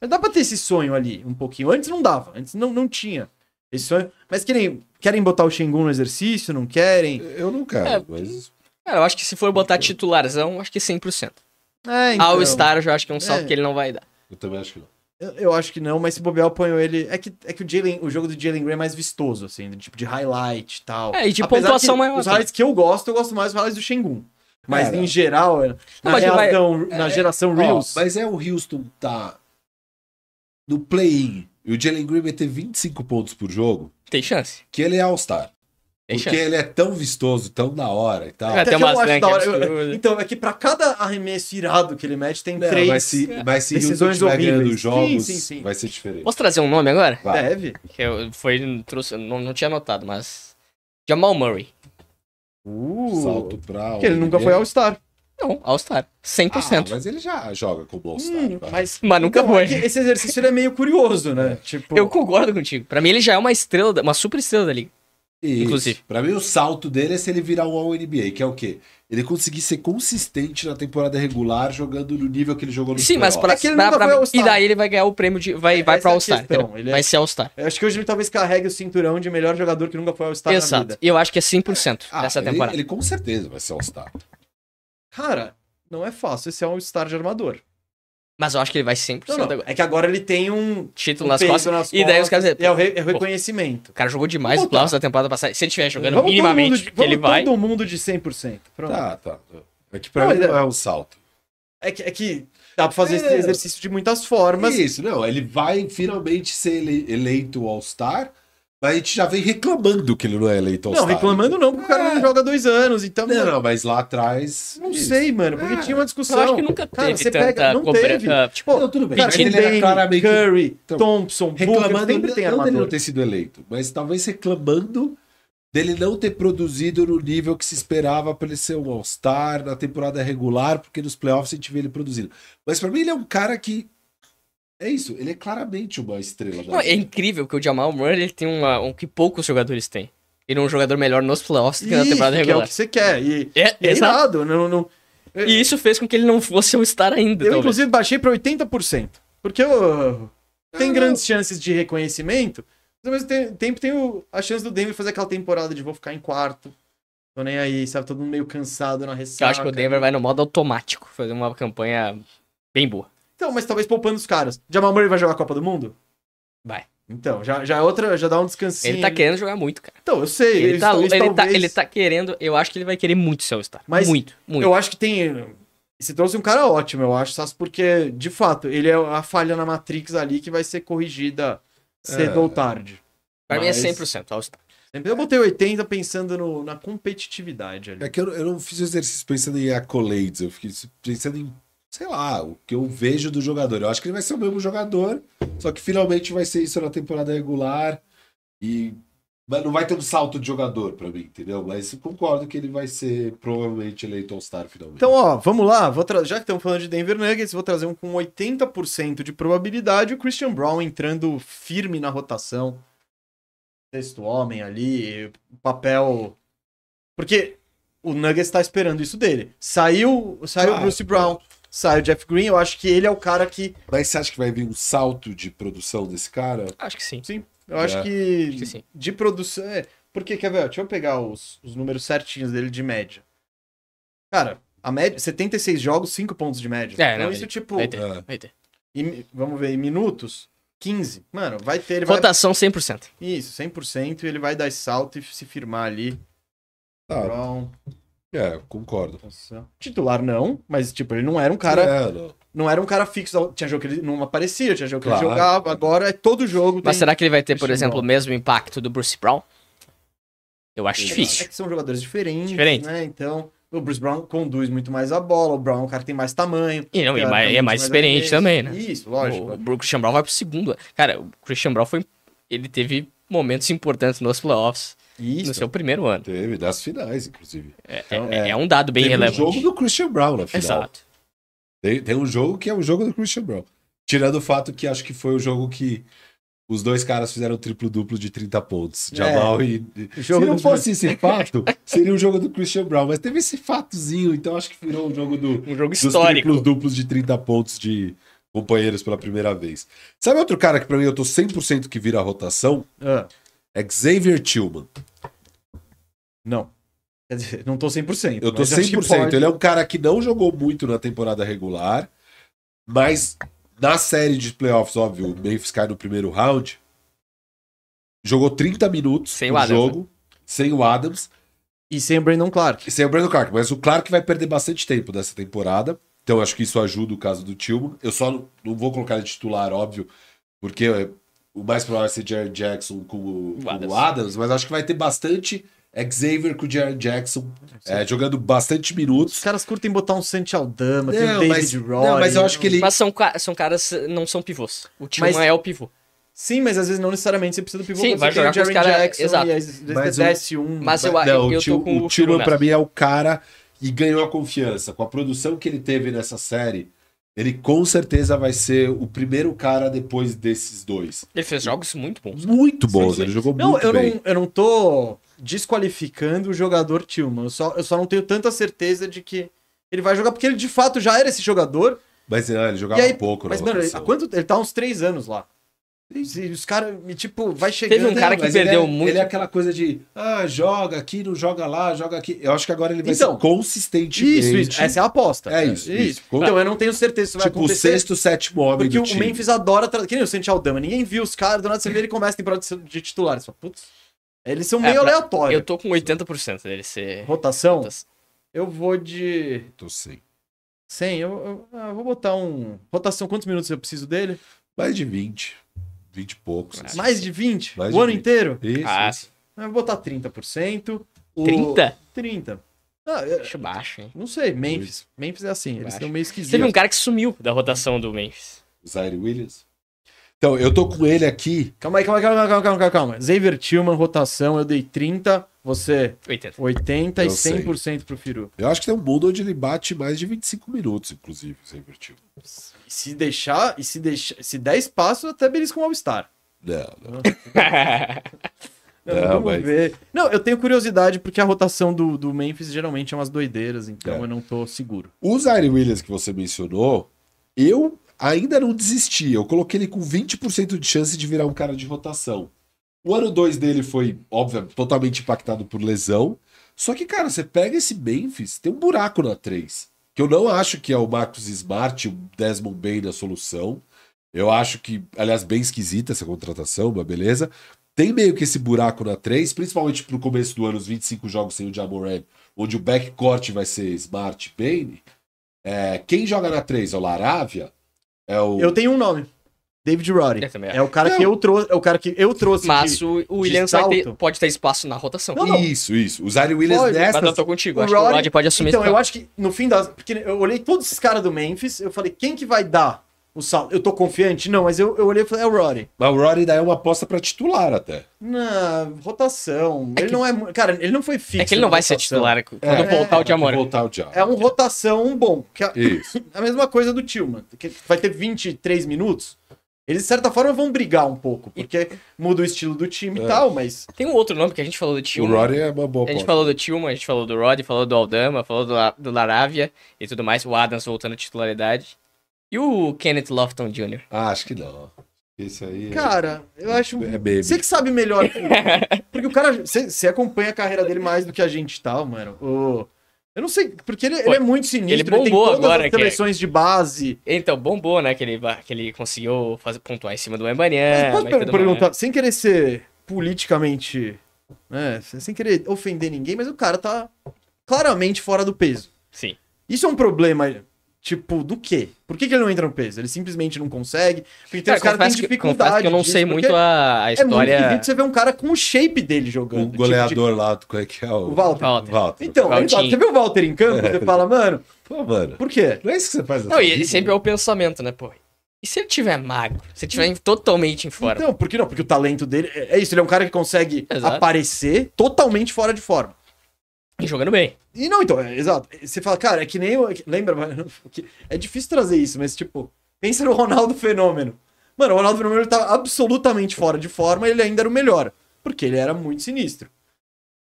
[SPEAKER 1] Mas dá pra ter esse sonho ali um pouquinho. Antes não dava, antes não, não tinha. Esse sonho. Mas querem, querem botar o Shengun no exercício? Não querem?
[SPEAKER 3] Eu não quero,
[SPEAKER 2] É,
[SPEAKER 3] mas.
[SPEAKER 2] Cara, eu acho que se for botar titularzão, acho que 100%.
[SPEAKER 1] É, então.
[SPEAKER 2] All Star, eu já acho que é um salto
[SPEAKER 1] É.
[SPEAKER 2] que ele não vai dar.
[SPEAKER 3] Eu também acho que não.
[SPEAKER 1] Eu, eu acho que não, mas se bobear, eu ponho ele. É que, é que o, Jalen, o jogo do Jalen Green é mais vistoso, assim, do tipo de highlight e tal.
[SPEAKER 2] É, e de
[SPEAKER 1] Apesar
[SPEAKER 2] pontuação
[SPEAKER 1] que
[SPEAKER 2] maior
[SPEAKER 1] Os highlights que eu gosto, eu gosto mais dos highlights do Shengun. Mas
[SPEAKER 3] Cara.
[SPEAKER 1] em geral, é, na,
[SPEAKER 2] mas ele vai- é,
[SPEAKER 1] reação- na geração Reels.
[SPEAKER 3] Ó, mas é o Houston tá no play-in e o Jalen Green vai ter 25 pontos por jogo,
[SPEAKER 2] Tem chance.
[SPEAKER 3] que ele é All-Star.
[SPEAKER 2] Tem
[SPEAKER 3] Porque
[SPEAKER 2] chance.
[SPEAKER 3] ele é tão vistoso, tão da hora e tal.
[SPEAKER 2] É,
[SPEAKER 1] Até
[SPEAKER 2] tem
[SPEAKER 1] que eu
[SPEAKER 2] umas
[SPEAKER 1] acho
[SPEAKER 2] rank
[SPEAKER 1] da hora. Eu-
[SPEAKER 2] absurdas.
[SPEAKER 1] então, é que pra cada arremesso irado que ele mete, tem
[SPEAKER 3] Não,
[SPEAKER 1] três.
[SPEAKER 3] mas se, mas se Houston
[SPEAKER 1] decisões
[SPEAKER 3] estiver ganhando
[SPEAKER 1] horríveis.
[SPEAKER 3] jogos,
[SPEAKER 1] Sim, sim, sim. é
[SPEAKER 3] vai ser diferente.
[SPEAKER 2] Posso trazer um nome agora?
[SPEAKER 3] Vai.
[SPEAKER 1] Deve.
[SPEAKER 2] Que eu foi, trouxe, não, não tinha anotado, mas. Jamal Murray.
[SPEAKER 1] Uh,
[SPEAKER 3] Salto pra.
[SPEAKER 1] Porque ele nunca foi All-Star.
[SPEAKER 2] Não, All Star. 100%.
[SPEAKER 3] Ah, mas ele já joga como All-Star.
[SPEAKER 1] Hum,
[SPEAKER 3] vai.
[SPEAKER 1] mas.
[SPEAKER 2] Mas nunca
[SPEAKER 1] então,
[SPEAKER 2] foi.
[SPEAKER 1] é que esse exercício ele é meio curioso, né? Tipo.
[SPEAKER 2] Eu concordo contigo. Pra mim, ele já é uma estrela, da- uma super estrela da liga.
[SPEAKER 3] Isso.
[SPEAKER 2] Inclusive.
[SPEAKER 3] Pra mim, o salto dele é se ele virar um All-NBA, que é o quê? Ele conseguir ser consistente na temporada regular, jogando no nível que ele jogou no
[SPEAKER 2] Sim, mas
[SPEAKER 3] playoff.
[SPEAKER 2] pra,
[SPEAKER 1] É que ele
[SPEAKER 2] dá
[SPEAKER 1] nunca
[SPEAKER 2] pra-
[SPEAKER 1] foi All-Star.
[SPEAKER 2] E daí ele vai ganhar o prêmio de. Vai,
[SPEAKER 1] É,
[SPEAKER 2] vai
[SPEAKER 1] essa é
[SPEAKER 2] pra
[SPEAKER 1] a
[SPEAKER 2] All Star.
[SPEAKER 1] questão,
[SPEAKER 2] entendeu?
[SPEAKER 1] ele é-
[SPEAKER 2] Vai ser All Star.
[SPEAKER 1] Eu acho que hoje ele talvez carregue o cinturão de melhor jogador que nunca foi All-Star tá na vida.
[SPEAKER 2] Exato. E eu acho que é 100%
[SPEAKER 3] Ah,
[SPEAKER 2] nessa
[SPEAKER 3] ele-
[SPEAKER 2] temporada.
[SPEAKER 3] Ele, com certeza vai ser um All-Star.
[SPEAKER 1] Cara, não é fácil esse é um star de armador.
[SPEAKER 2] Mas eu acho que ele vai
[SPEAKER 1] Não,
[SPEAKER 2] 100%
[SPEAKER 1] não.
[SPEAKER 2] agora.
[SPEAKER 1] É que agora ele tem um,
[SPEAKER 2] Título
[SPEAKER 1] um
[SPEAKER 2] nas
[SPEAKER 1] peso
[SPEAKER 2] costas.
[SPEAKER 1] nas
[SPEAKER 2] E daí os caras.
[SPEAKER 1] costas, e é o, re- é o reconhecimento.
[SPEAKER 2] O cara jogou demais
[SPEAKER 1] Vamos
[SPEAKER 2] o playoffs da temporada passada. Se ele estiver jogando
[SPEAKER 1] Vamos todo
[SPEAKER 2] minimamente,
[SPEAKER 1] mundo de-
[SPEAKER 2] que ele
[SPEAKER 1] vamos
[SPEAKER 2] vai.
[SPEAKER 1] todo mundo de 100%. Pronto.
[SPEAKER 3] Tá, tá. É que pra
[SPEAKER 1] Não,
[SPEAKER 3] mim
[SPEAKER 1] mas
[SPEAKER 3] não é um salto.
[SPEAKER 1] É, que, é que dá pra fazer esse
[SPEAKER 3] É.
[SPEAKER 1] exercício de muitas formas.
[SPEAKER 3] Mas isso, não. Ele vai finalmente ser ele- eleito All-Star, mas a gente já vem reclamando que ele não é eleito
[SPEAKER 1] não,
[SPEAKER 3] All-Star.
[SPEAKER 1] reclamando não, porque o cara
[SPEAKER 3] É.
[SPEAKER 1] não joga dois anos. Então,
[SPEAKER 3] Não,
[SPEAKER 1] não,
[SPEAKER 3] não, mas lá atrás. isso.
[SPEAKER 1] sei, mano. Porque
[SPEAKER 3] É.
[SPEAKER 1] tinha uma
[SPEAKER 2] Eu
[SPEAKER 1] discussão.
[SPEAKER 2] acho que nunca
[SPEAKER 1] Cara,
[SPEAKER 2] teve
[SPEAKER 1] você
[SPEAKER 2] tanta
[SPEAKER 1] pega- não
[SPEAKER 2] cobra-
[SPEAKER 1] teve.
[SPEAKER 2] ah, tipo,
[SPEAKER 3] Não, tudo bem.
[SPEAKER 1] Cara,
[SPEAKER 3] mas
[SPEAKER 1] Tim
[SPEAKER 3] ele era
[SPEAKER 1] Bailey,
[SPEAKER 3] claramente
[SPEAKER 1] Curry,
[SPEAKER 3] Então,
[SPEAKER 1] Thompson, Booker, sempre
[SPEAKER 3] reclamando
[SPEAKER 1] tem
[SPEAKER 3] não dele
[SPEAKER 1] armador.
[SPEAKER 3] não ter sido eleito, mas talvez reclamando dele não ter produzido no nível que se esperava para ele ser um All-Star na temporada regular, porque nos playoffs a gente vê ele produzindo. Mas para mim ele é um cara que é isso, ele é claramente uma estrela. da
[SPEAKER 2] Não, é
[SPEAKER 3] liga.
[SPEAKER 2] incrível que o Jamal Murray ele tem uma, um que poucos jogadores têm. Ele é um jogador melhor nos playoffs do que na
[SPEAKER 1] Isso,
[SPEAKER 2] temporada
[SPEAKER 1] que é o
[SPEAKER 2] regular.
[SPEAKER 1] que você quer. E,
[SPEAKER 2] É,
[SPEAKER 1] e é
[SPEAKER 2] exato.
[SPEAKER 1] irado. Não, não...
[SPEAKER 2] E isso fez com que ele não fosse um star ainda.
[SPEAKER 1] Eu,
[SPEAKER 2] talvez.
[SPEAKER 1] inclusive, baixei pra 80%. Porque eu... tem
[SPEAKER 3] não.
[SPEAKER 1] grandes chances de reconhecimento, mas ao mesmo te- tempo tem o- a chance do Denver fazer aquela temporada de vou ficar em quarto. Tô nem aí, sabe? Todo mundo meio cansado na
[SPEAKER 2] Eu
[SPEAKER 1] ressaca.
[SPEAKER 2] acho que o Denver vai no modo automático fazer uma campanha bem boa.
[SPEAKER 1] Então, mas talvez poupando os caras. Jamal Murray vai jogar a Copa do Mundo?
[SPEAKER 2] Vai.
[SPEAKER 1] Então, já, já é outra, já dá um descansinho.
[SPEAKER 2] ele tá querendo jogar muito, cara.
[SPEAKER 1] Então, eu sei.
[SPEAKER 2] Ele,
[SPEAKER 1] isso-
[SPEAKER 2] tá,
[SPEAKER 1] isso
[SPEAKER 2] ele, tá,
[SPEAKER 1] talvez-
[SPEAKER 2] ele tá querendo. Eu acho que ele vai querer muito ser o star.
[SPEAKER 1] Mas
[SPEAKER 2] muito, muito.
[SPEAKER 1] Eu acho que tem. Você trouxe um cara ótimo, eu acho, Sasso, porque, de fato, ele é a falha na Matrix ali que vai ser corrigida cedo
[SPEAKER 3] É.
[SPEAKER 1] ou tarde.
[SPEAKER 2] pra
[SPEAKER 1] mas-
[SPEAKER 2] mim é 100% all star.
[SPEAKER 1] Eu botei 80 pensando no- na competitividade ali.
[SPEAKER 3] É que eu, eu não fiz o exercício pensando em accolades, eu fiquei pensando em, sei lá, o que eu vejo do jogador. Eu acho que ele vai ser o mesmo jogador, só que finalmente vai ser isso na temporada regular e mas não vai ter um salto de jogador pra mim, entendeu? Mas eu concordo que ele vai ser provavelmente eleito All-Star finalmente.
[SPEAKER 1] Então, ó, vamos lá. Vou tra- Já que estamos falando de Denver Nuggets, vou trazer um com 80% de probabilidade. O Christian Brown entrando firme na rotação. Sexto homem ali, papel. Porque o Nuggets tá esperando isso dele. Saiu, saiu o
[SPEAKER 3] Claro.
[SPEAKER 1] Bruce Brown, saiu o Jeff Green. Eu acho que ele é o cara que.
[SPEAKER 3] Mas você acha que vai vir um salto de produção desse cara?
[SPEAKER 2] Acho que sim.
[SPEAKER 1] Eu acho
[SPEAKER 3] É.
[SPEAKER 1] que.
[SPEAKER 2] Acho que sim.
[SPEAKER 1] De produção. É, porque, quer ver? ó, Deixa eu pegar os, os números certinhos dele de média. Cara, a média. 76 jogos, 5 pontos de média.
[SPEAKER 2] É,
[SPEAKER 1] então,
[SPEAKER 2] não,
[SPEAKER 1] isso,
[SPEAKER 2] ele-
[SPEAKER 1] tipo.
[SPEAKER 2] Vai ter,
[SPEAKER 3] É.
[SPEAKER 2] vai ter.
[SPEAKER 1] E mi- vamos ver, em minutos? 15. Mano, vai ter, ele vai.
[SPEAKER 2] Rotação 100%.
[SPEAKER 1] Isso, 100%, e ele vai dar esse salto e se firmar ali.
[SPEAKER 3] Tá,
[SPEAKER 1] Brown,
[SPEAKER 3] é, eu concordo.
[SPEAKER 1] rotação. tá Titular não, mas tipo, ele não era um cara,
[SPEAKER 3] É, não.
[SPEAKER 1] não era um cara fixo, tinha jogo que ele não aparecia, tinha jogo que ele
[SPEAKER 3] Claro.
[SPEAKER 1] jogava, agora é todo jogo
[SPEAKER 2] Mas será que ele vai ter, por
[SPEAKER 1] Christian
[SPEAKER 2] exemplo, o
[SPEAKER 1] Brown.
[SPEAKER 2] mesmo impacto do Bruce Brown? Eu acho
[SPEAKER 1] É,
[SPEAKER 2] difícil.
[SPEAKER 1] É que são jogadores diferentes,
[SPEAKER 2] Diferente.
[SPEAKER 1] né? Então, o Bruce Brown conduz muito mais a bola, o Brown é um cara que tem mais tamanho.
[SPEAKER 2] E não, e mais-
[SPEAKER 1] teoricamente,
[SPEAKER 2] é mais experiente também, né?
[SPEAKER 1] Isso, lógico.
[SPEAKER 2] O, o Christian Brown vai pro segundo. Cara, o Christian Brown foi. Ele teve momentos importantes nos playoffs no
[SPEAKER 1] Isso.
[SPEAKER 2] seu primeiro ano.
[SPEAKER 3] Teve, das finais, inclusive.
[SPEAKER 2] É,
[SPEAKER 1] Então,
[SPEAKER 2] é- é um dado bem
[SPEAKER 3] Teve o
[SPEAKER 2] relevante.
[SPEAKER 3] jogo do Christian Brown na final.
[SPEAKER 2] Exato.
[SPEAKER 3] Tem, tem um jogo que é um jogo do Christian Brown. Tirando o fato que acho que foi o jogo que os dois caras fizeram triplo-duplo de 30 pontos.
[SPEAKER 1] É.
[SPEAKER 3] Jamal e.
[SPEAKER 1] O
[SPEAKER 3] Se
[SPEAKER 1] jogo
[SPEAKER 3] não
[SPEAKER 1] do-
[SPEAKER 3] fosse esse fato, seria o jogo do Christian Brown. Mas teve esse fatozinho, então acho que virou um jogo do,
[SPEAKER 2] Um jogo
[SPEAKER 3] dos
[SPEAKER 2] histórico.
[SPEAKER 3] triplos-duplos de 30 pontos de companheiros pela primeira vez. Sabe outro cara que pra mim eu tô 100% que vira a rotação?
[SPEAKER 1] Ah,
[SPEAKER 3] É Xavier Tillman.
[SPEAKER 1] não. Quer dizer, não tô 100%.
[SPEAKER 3] Eu tô
[SPEAKER 1] mas acho que
[SPEAKER 3] 100%.
[SPEAKER 1] pode.
[SPEAKER 3] Ele é um cara que não jogou muito na temporada regular, mas na série de playoffs, óbvio, o Memphis cai no primeiro round. Jogou 30 minutos
[SPEAKER 2] Sem
[SPEAKER 3] no
[SPEAKER 2] o Adams, né?
[SPEAKER 3] jogo, sem o Adams
[SPEAKER 1] E sem o Brandon Clark.
[SPEAKER 3] e sem o Brandon Clark. Mas o Clark vai perder bastante tempo dessa temporada, então acho que isso ajuda o caso do Tillman. Eu só não, não vou colocar ele titular, óbvio, porque é, o mais provável é ser Jared Jackson com o,
[SPEAKER 2] O
[SPEAKER 3] com
[SPEAKER 2] Adams.
[SPEAKER 3] o Adams, mas acho que vai ter bastante Xavier com o Jared Jackson, é, jogando bastante minutos.
[SPEAKER 1] Os caras curtem botar um Santi Aldama, tem o
[SPEAKER 3] Não,
[SPEAKER 1] David
[SPEAKER 3] mas-
[SPEAKER 1] Roy.
[SPEAKER 3] não, mas eu acho que ele-
[SPEAKER 2] Mas são, ca- são caras, eh, não são pivôs. O Tillman
[SPEAKER 1] Mas-
[SPEAKER 2] é o pivô.
[SPEAKER 1] Sim, mas às vezes não necessariamente você precisa do pivô.
[SPEAKER 2] Sim,
[SPEAKER 1] quando
[SPEAKER 2] vai
[SPEAKER 1] você tem
[SPEAKER 2] jogar com os
[SPEAKER 1] Jaren
[SPEAKER 2] cara-
[SPEAKER 1] Jackson
[SPEAKER 2] exato.
[SPEAKER 1] E às vezes
[SPEAKER 3] Mas
[SPEAKER 1] você
[SPEAKER 3] o-
[SPEAKER 1] desce um.
[SPEAKER 2] Mas eu,
[SPEAKER 3] Mas, não,
[SPEAKER 2] eu, eu
[SPEAKER 3] o, Til-
[SPEAKER 2] tô com
[SPEAKER 3] o
[SPEAKER 2] o
[SPEAKER 3] Tillman
[SPEAKER 2] Tillman
[SPEAKER 3] pra mim é o cara e ganhou a confiança. Com a produção que ele teve nessa série, ele com certeza vai ser o primeiro cara depois desses dois.
[SPEAKER 2] Ele fez jogos muito bons.
[SPEAKER 3] Muito bons,
[SPEAKER 2] sim.
[SPEAKER 3] ele jogou
[SPEAKER 1] Não,
[SPEAKER 3] muito
[SPEAKER 1] eu
[SPEAKER 3] bem.
[SPEAKER 1] não, eu não tô desqualificando o jogador Tillman. Eu só, eu só não tenho tanta certeza de que ele vai jogar, porque ele de fato já era esse jogador.
[SPEAKER 3] Mas ah, ele jogava
[SPEAKER 1] E aí-
[SPEAKER 3] pouco
[SPEAKER 1] mas,
[SPEAKER 3] na
[SPEAKER 1] mano, ele,
[SPEAKER 3] rotação.
[SPEAKER 1] há quanto, ele tá há uns três anos lá. E os caras, e, tipo, vai chegando.
[SPEAKER 2] Teve um cara que
[SPEAKER 3] Mas ele
[SPEAKER 2] perdeu
[SPEAKER 3] é-
[SPEAKER 2] muito.
[SPEAKER 3] Ele é aquela coisa de, ah, joga aqui, não joga lá, joga aqui. Eu acho que agora ele vai
[SPEAKER 1] Então,
[SPEAKER 3] ser consistente.
[SPEAKER 2] tipo,
[SPEAKER 1] Isso, isso. Essa é a aposta.
[SPEAKER 3] É isso, isso.
[SPEAKER 1] Então eu não tenho certeza se isso vai
[SPEAKER 3] Tipo, o
[SPEAKER 1] acontecer.
[SPEAKER 3] sexto, sétimo homem
[SPEAKER 1] Porque
[SPEAKER 3] do
[SPEAKER 1] o
[SPEAKER 3] time.
[SPEAKER 1] Memphis adora. Tra... Que nem o Santi Aldama. Ninguém viu os caras. Do nada você vê ele começa a temporada de- de titular. Você fala, putz. Eles são
[SPEAKER 2] É,
[SPEAKER 1] meio
[SPEAKER 2] pra-
[SPEAKER 1] aleatórios.
[SPEAKER 2] Eu tô com 80% dele ser.
[SPEAKER 1] Rotação?
[SPEAKER 2] rotação.
[SPEAKER 1] Eu vou de.
[SPEAKER 3] Tô sem.
[SPEAKER 1] 100. Eu, eu- ah, eu vou botar um. Rotação, quantos minutos eu preciso dele?
[SPEAKER 3] Mais de 20. 20 e poucos. assim.
[SPEAKER 1] Mais de 20?
[SPEAKER 3] Mais
[SPEAKER 1] o
[SPEAKER 3] de
[SPEAKER 1] ano
[SPEAKER 3] 20.
[SPEAKER 1] inteiro?
[SPEAKER 3] Isso,
[SPEAKER 2] Ah,
[SPEAKER 3] isso.
[SPEAKER 1] Eu vou botar 30%. O...
[SPEAKER 2] 30?
[SPEAKER 1] 30. Ah, eu-
[SPEAKER 2] Acho baixo, hein?
[SPEAKER 1] não sei, Memphis. Memphis é assim, eles
[SPEAKER 2] Baixo.
[SPEAKER 1] são meio
[SPEAKER 2] Teve um
[SPEAKER 1] esquisitos.
[SPEAKER 2] cara que sumiu da rotação do Memphis.
[SPEAKER 3] Zaire Williams. Então, eu tô com ele aqui.
[SPEAKER 1] Calma aí, calma aí, calma aí, calma, aí, calma, aí, calma. aí. Xavier Tillman, rotação, eu dei 30, você
[SPEAKER 2] 80.
[SPEAKER 1] 80 e
[SPEAKER 3] Eu sei.
[SPEAKER 1] 100% pro Firu.
[SPEAKER 3] Eu acho que tem um mundo onde ele bate mais de 25 minutos, inclusive, sem invertido.
[SPEAKER 1] E se deixar, e se deixar, se der espaço, até belisco um All-Star.
[SPEAKER 3] Não, não.
[SPEAKER 1] Então,
[SPEAKER 3] Não,
[SPEAKER 1] vamos
[SPEAKER 3] É, mas-
[SPEAKER 1] ver. Não, eu tenho curiosidade porque a rotação do, do Memphis geralmente é umas doideiras, então
[SPEAKER 3] É.
[SPEAKER 1] eu não tô seguro.
[SPEAKER 3] O Zaire Williams que você mencionou, eu ainda não desisti. Eu coloquei ele com 20% de chance de virar um cara de rotação. O ano 2 dele foi, óbvio, totalmente impactado por lesão. Só que, cara, você pega esse Memphis, tem um buraco na 3. Que eu não acho que é o Marcus Smart, o Desmond Bain a solução. Eu acho que, aliás, bem esquisita essa contratação, mas beleza. Tem meio que esse buraco na 3, principalmente pro começo do ano, os 25 jogos sem o Jamoran, onde o backcourt vai ser Smart Bane. É, quem joga na 3 é o Laravia? É o.
[SPEAKER 1] Eu tenho um nome. David Roddy.
[SPEAKER 2] Eu também
[SPEAKER 1] É o cara
[SPEAKER 3] Não.
[SPEAKER 1] que eu trouxe, é o cara que eu trouxe
[SPEAKER 2] Mas
[SPEAKER 1] de-
[SPEAKER 2] o o Williams vai ter-
[SPEAKER 1] salto.
[SPEAKER 2] pode ter espaço na rotação.
[SPEAKER 1] Não, não.
[SPEAKER 3] Isso, isso. O Zaire Williams
[SPEAKER 1] Pode,
[SPEAKER 3] nessa.
[SPEAKER 2] Mas eu tô contigo.
[SPEAKER 1] O
[SPEAKER 2] acho que o
[SPEAKER 1] Roddy-
[SPEAKER 2] Rod pode assumir
[SPEAKER 1] Então,
[SPEAKER 2] esse
[SPEAKER 1] eu acho que no fim das. Porque eu olhei todos esses caras do Memphis, eu falei, quem que vai dar o salto? Eu tô confiante? Não, mas eu, eu olhei e falei, é o Roddy.
[SPEAKER 3] Mas o Roddy daí é uma aposta pra titular até.
[SPEAKER 1] Na rotação.
[SPEAKER 2] É
[SPEAKER 1] ele
[SPEAKER 2] que-
[SPEAKER 1] não é. mu- Cara, ele não foi fixo.
[SPEAKER 2] É que ele não
[SPEAKER 1] na
[SPEAKER 2] vai ser
[SPEAKER 1] rotação.
[SPEAKER 2] titular quando voltar o
[SPEAKER 3] pra
[SPEAKER 2] Diamora.
[SPEAKER 3] Voltar o Diamora.
[SPEAKER 1] É um rotação bom. Que é
[SPEAKER 3] Isso.
[SPEAKER 1] a mesma coisa do Tillman, que vai ter 23 minutos. Eles, de certa forma, vão brigar um pouco, porque muda o estilo do
[SPEAKER 3] É,
[SPEAKER 1] time e tal, mas.
[SPEAKER 2] Tem um outro nome que a gente falou do
[SPEAKER 3] O
[SPEAKER 2] Tillman.
[SPEAKER 3] Roddy é uma boa
[SPEAKER 2] A gente
[SPEAKER 3] aposta.
[SPEAKER 2] falou do Tillman, a gente falou do Rod, falou do Aldama, falou do, La- do Laravia e tudo mais. O Adams voltando à titularidade. E o Kenneth Lofton Jr.
[SPEAKER 3] Ah, acho que não. Esse aí. é-
[SPEAKER 1] Cara, eu acho. um
[SPEAKER 3] É baby.
[SPEAKER 1] Você que sabe melhor. Porque o cara. Você você acompanha a carreira dele mais do que a gente e tal, mano. O- Eu não sei, porque ele, ele é muito sinistro.
[SPEAKER 2] ele bombou
[SPEAKER 1] tem todas
[SPEAKER 2] agora,
[SPEAKER 1] as
[SPEAKER 2] que é-
[SPEAKER 1] seleções de base.
[SPEAKER 2] Então, bombou, né? Que ele, va- que ele conseguiu fazer, pontuar em cima do
[SPEAKER 1] Mas
[SPEAKER 2] Ebanhan.
[SPEAKER 1] pode per-
[SPEAKER 2] é.
[SPEAKER 1] perguntar, sem querer ser politicamente. né, sem sem querer ofender ninguém, mas o cara tá claramente fora do peso.
[SPEAKER 2] Sim.
[SPEAKER 1] Isso é um problema, tipo, do quê? Por que, que ele não entra no peso? Ele simplesmente não consegue? Porque tem
[SPEAKER 2] Cara,
[SPEAKER 1] os caras que têm
[SPEAKER 2] confesso, que, confesso
[SPEAKER 1] dificuldade.
[SPEAKER 2] que eu não
[SPEAKER 1] disso,
[SPEAKER 2] sei
[SPEAKER 1] porque
[SPEAKER 2] muito a, a
[SPEAKER 1] É muito
[SPEAKER 2] história.
[SPEAKER 1] difícil você ver um cara com o shape dele
[SPEAKER 3] O
[SPEAKER 1] jogando. tipo
[SPEAKER 3] goleador lá, qual é que é
[SPEAKER 1] de-
[SPEAKER 3] o.
[SPEAKER 1] o Walter.
[SPEAKER 2] Walter.
[SPEAKER 3] Walter.
[SPEAKER 1] Então,
[SPEAKER 2] Valtinho.
[SPEAKER 1] exato. você vê o Walter em campo, você fala, mano,
[SPEAKER 3] Pô, mano.
[SPEAKER 1] por quê?
[SPEAKER 3] Não é isso que você faz na
[SPEAKER 2] Não,
[SPEAKER 3] sua
[SPEAKER 2] e
[SPEAKER 3] vida,
[SPEAKER 2] sempre é o pensamento, né, pô? E se ele tiver magro? Se ele tiver em- totalmente em forma?
[SPEAKER 1] Então, por que não? Porque o talento dele. É é isso, ele é um cara que consegue
[SPEAKER 2] Exato.
[SPEAKER 1] aparecer totalmente fora de forma.
[SPEAKER 2] E jogando bem.
[SPEAKER 1] E não, então, é, exato. Você fala, cara, é que nem. o- é que- Lembra, mano, que- é difícil trazer isso, mas tipo, pensa no Ronaldo Fenômeno. Mano, o Ronaldo Fenômeno ele tava absolutamente fora de forma e ele ainda era o melhor. Porque ele era muito sinistro.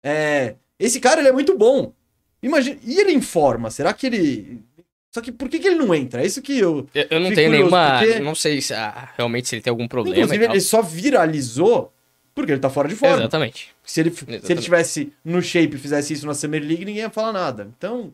[SPEAKER 1] É. Esse cara, ele é muito bom. Imagina. E ele informa, será que ele. Só que por que, que ele não entra? É isso que eu.
[SPEAKER 2] Eu, eu não
[SPEAKER 1] Fico
[SPEAKER 2] tenho
[SPEAKER 1] curioso,
[SPEAKER 2] nenhuma.
[SPEAKER 1] porque-
[SPEAKER 2] Não sei se, ah, realmente se ele tem algum problema. e
[SPEAKER 1] Inclusive,
[SPEAKER 2] tal.
[SPEAKER 1] ele só viralizou porque ele tá fora de forma.
[SPEAKER 2] Exatamente.
[SPEAKER 1] Se ele, se ele
[SPEAKER 2] Exatamente.
[SPEAKER 1] tivesse no shape e fizesse isso na Summer League, ninguém ia falar nada. Então.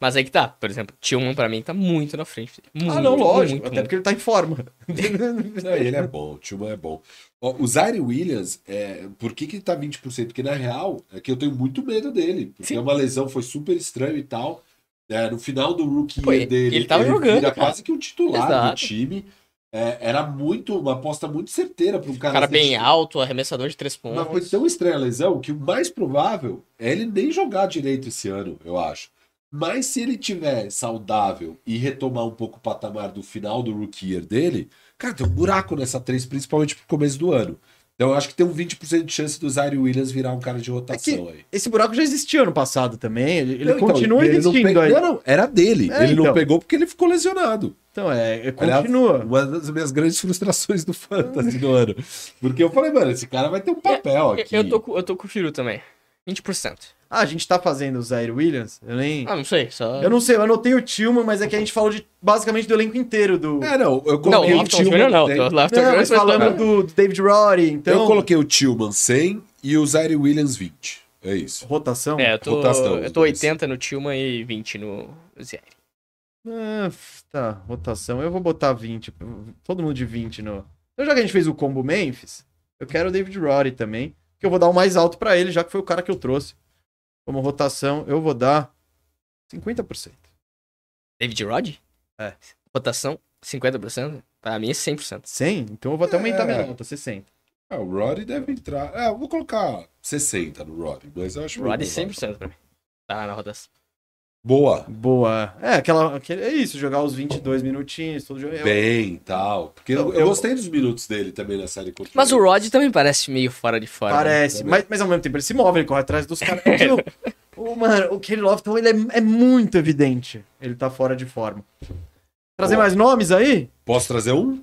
[SPEAKER 2] Mas aí que tá, por exemplo, Tillman pra mim tá muito na frente. Muito,
[SPEAKER 1] ah, não, lógico.
[SPEAKER 2] muito,
[SPEAKER 1] até
[SPEAKER 2] né? muito.
[SPEAKER 1] porque ele tá em forma.
[SPEAKER 3] Não, ele é bom, o Tillman é bom. Ó, o Zaire Williams, é, por que, que ele tá 20%? Porque na real, é que eu tenho muito medo dele. Porque é
[SPEAKER 2] Sim.
[SPEAKER 3] uma lesão foi super estranha e tal. É, no final do rookie
[SPEAKER 2] Pô,
[SPEAKER 3] year
[SPEAKER 2] e-
[SPEAKER 3] dele,
[SPEAKER 2] ele tava jogando,
[SPEAKER 3] vira
[SPEAKER 2] cara.
[SPEAKER 3] quase que um titular do
[SPEAKER 2] Exato.
[SPEAKER 3] time. É, era muito, uma aposta muito certeira para um
[SPEAKER 2] O
[SPEAKER 3] cara.
[SPEAKER 2] cara
[SPEAKER 3] ser
[SPEAKER 2] bem
[SPEAKER 3] titular.
[SPEAKER 2] alto, arremessador de três pontos.
[SPEAKER 3] Mas foi tão estranha a lesão que o mais provável é ele nem jogar direito esse ano, eu acho. Mas se ele tiver saudável e retomar um pouco o patamar do final do rookie year dele, cara, tem um buraco nessa 3, principalmente pro começo do ano. Então eu acho que tem um 20% de chance do Zaire Williams virar um cara de rotação aí.
[SPEAKER 1] Esse buraco já existia ano passado também. Ele, ele
[SPEAKER 3] Não, então,
[SPEAKER 1] continua
[SPEAKER 3] ele não
[SPEAKER 1] existindo
[SPEAKER 3] pegou-
[SPEAKER 1] aí.
[SPEAKER 3] Não, não, era dele.
[SPEAKER 1] É,
[SPEAKER 3] ele não
[SPEAKER 1] então.
[SPEAKER 3] pegou porque ele ficou lesionado.
[SPEAKER 1] Então, é, é,
[SPEAKER 3] Aliás,
[SPEAKER 1] continua.
[SPEAKER 3] Uma das minhas grandes frustrações do Fantasy do ano. Porque eu falei, mano, esse cara vai ter um papel
[SPEAKER 2] É, Eu-
[SPEAKER 3] aqui.
[SPEAKER 2] Eu, tô, com- eu tô com o Firu também. 20%.
[SPEAKER 1] Ah, a gente tá fazendo o Zaire Williams? Eu nem.
[SPEAKER 2] Ah, não sei, só.
[SPEAKER 1] Eu não sei, eu anotei o Tillman, mas é que a gente falou de, basicamente do elenco inteiro do.
[SPEAKER 3] É, não, eu
[SPEAKER 2] Não,
[SPEAKER 3] coloquei
[SPEAKER 2] o
[SPEAKER 3] o
[SPEAKER 2] Lofton
[SPEAKER 3] Tillman.
[SPEAKER 2] Jr. não.
[SPEAKER 3] dentro.
[SPEAKER 2] O Lofton
[SPEAKER 1] um Não,
[SPEAKER 2] Jr.
[SPEAKER 1] mas
[SPEAKER 2] foi
[SPEAKER 1] falando
[SPEAKER 2] falando.
[SPEAKER 1] do, do David Roddy, então.
[SPEAKER 3] Eu coloquei o Tillman 100 e o Zaire Williams 20. É isso.
[SPEAKER 1] Rotação?
[SPEAKER 2] É, eu tô,
[SPEAKER 3] Rotação, os
[SPEAKER 2] eu tô
[SPEAKER 3] dois.
[SPEAKER 2] 80 no Tillman e 20 no Zé.
[SPEAKER 1] Ah, f- tá, rotação. Eu vou botar 20. Todo mundo de 20 no. Então, já que a gente fez o combo Memphis, eu quero o David Roddy também. Que eu vou dar o mais alto pra ele, já que foi o cara que eu trouxe. Como rotação, eu vou dar 50%.
[SPEAKER 2] David Rod?
[SPEAKER 1] É.
[SPEAKER 2] Rotação, 50%? Pra mim é 100%.
[SPEAKER 1] 100? Então eu vou até aumentar
[SPEAKER 3] É.
[SPEAKER 1] minha nota, 60.
[SPEAKER 3] Ah, o Roddy deve entrar. É, eu vou colocar 60 no Roddy, mas eu acho
[SPEAKER 2] Rod é
[SPEAKER 3] muito
[SPEAKER 2] 100% pra mim. Tá na rotação.
[SPEAKER 3] Boa.
[SPEAKER 1] Boa. É, aquela, aquele, é isso, jogar os 22 minutinhos, todo jogo. é, Eu-
[SPEAKER 3] Bem e tal. Porque eu, eu
[SPEAKER 1] Eu-
[SPEAKER 3] gostei dos minutos dele também na série contra
[SPEAKER 2] Mas o Rod também parece meio fora né? de forma.
[SPEAKER 1] Parece,
[SPEAKER 3] né?
[SPEAKER 1] mas, mas ao mesmo tempo ele se move, ele corre atrás dos caras. Então, o, mano, o Kenny Lofton, ele é, é muito evidente. Ele tá fora de forma. Trazer
[SPEAKER 3] Boa.
[SPEAKER 1] mais nomes aí?
[SPEAKER 3] Posso trazer um?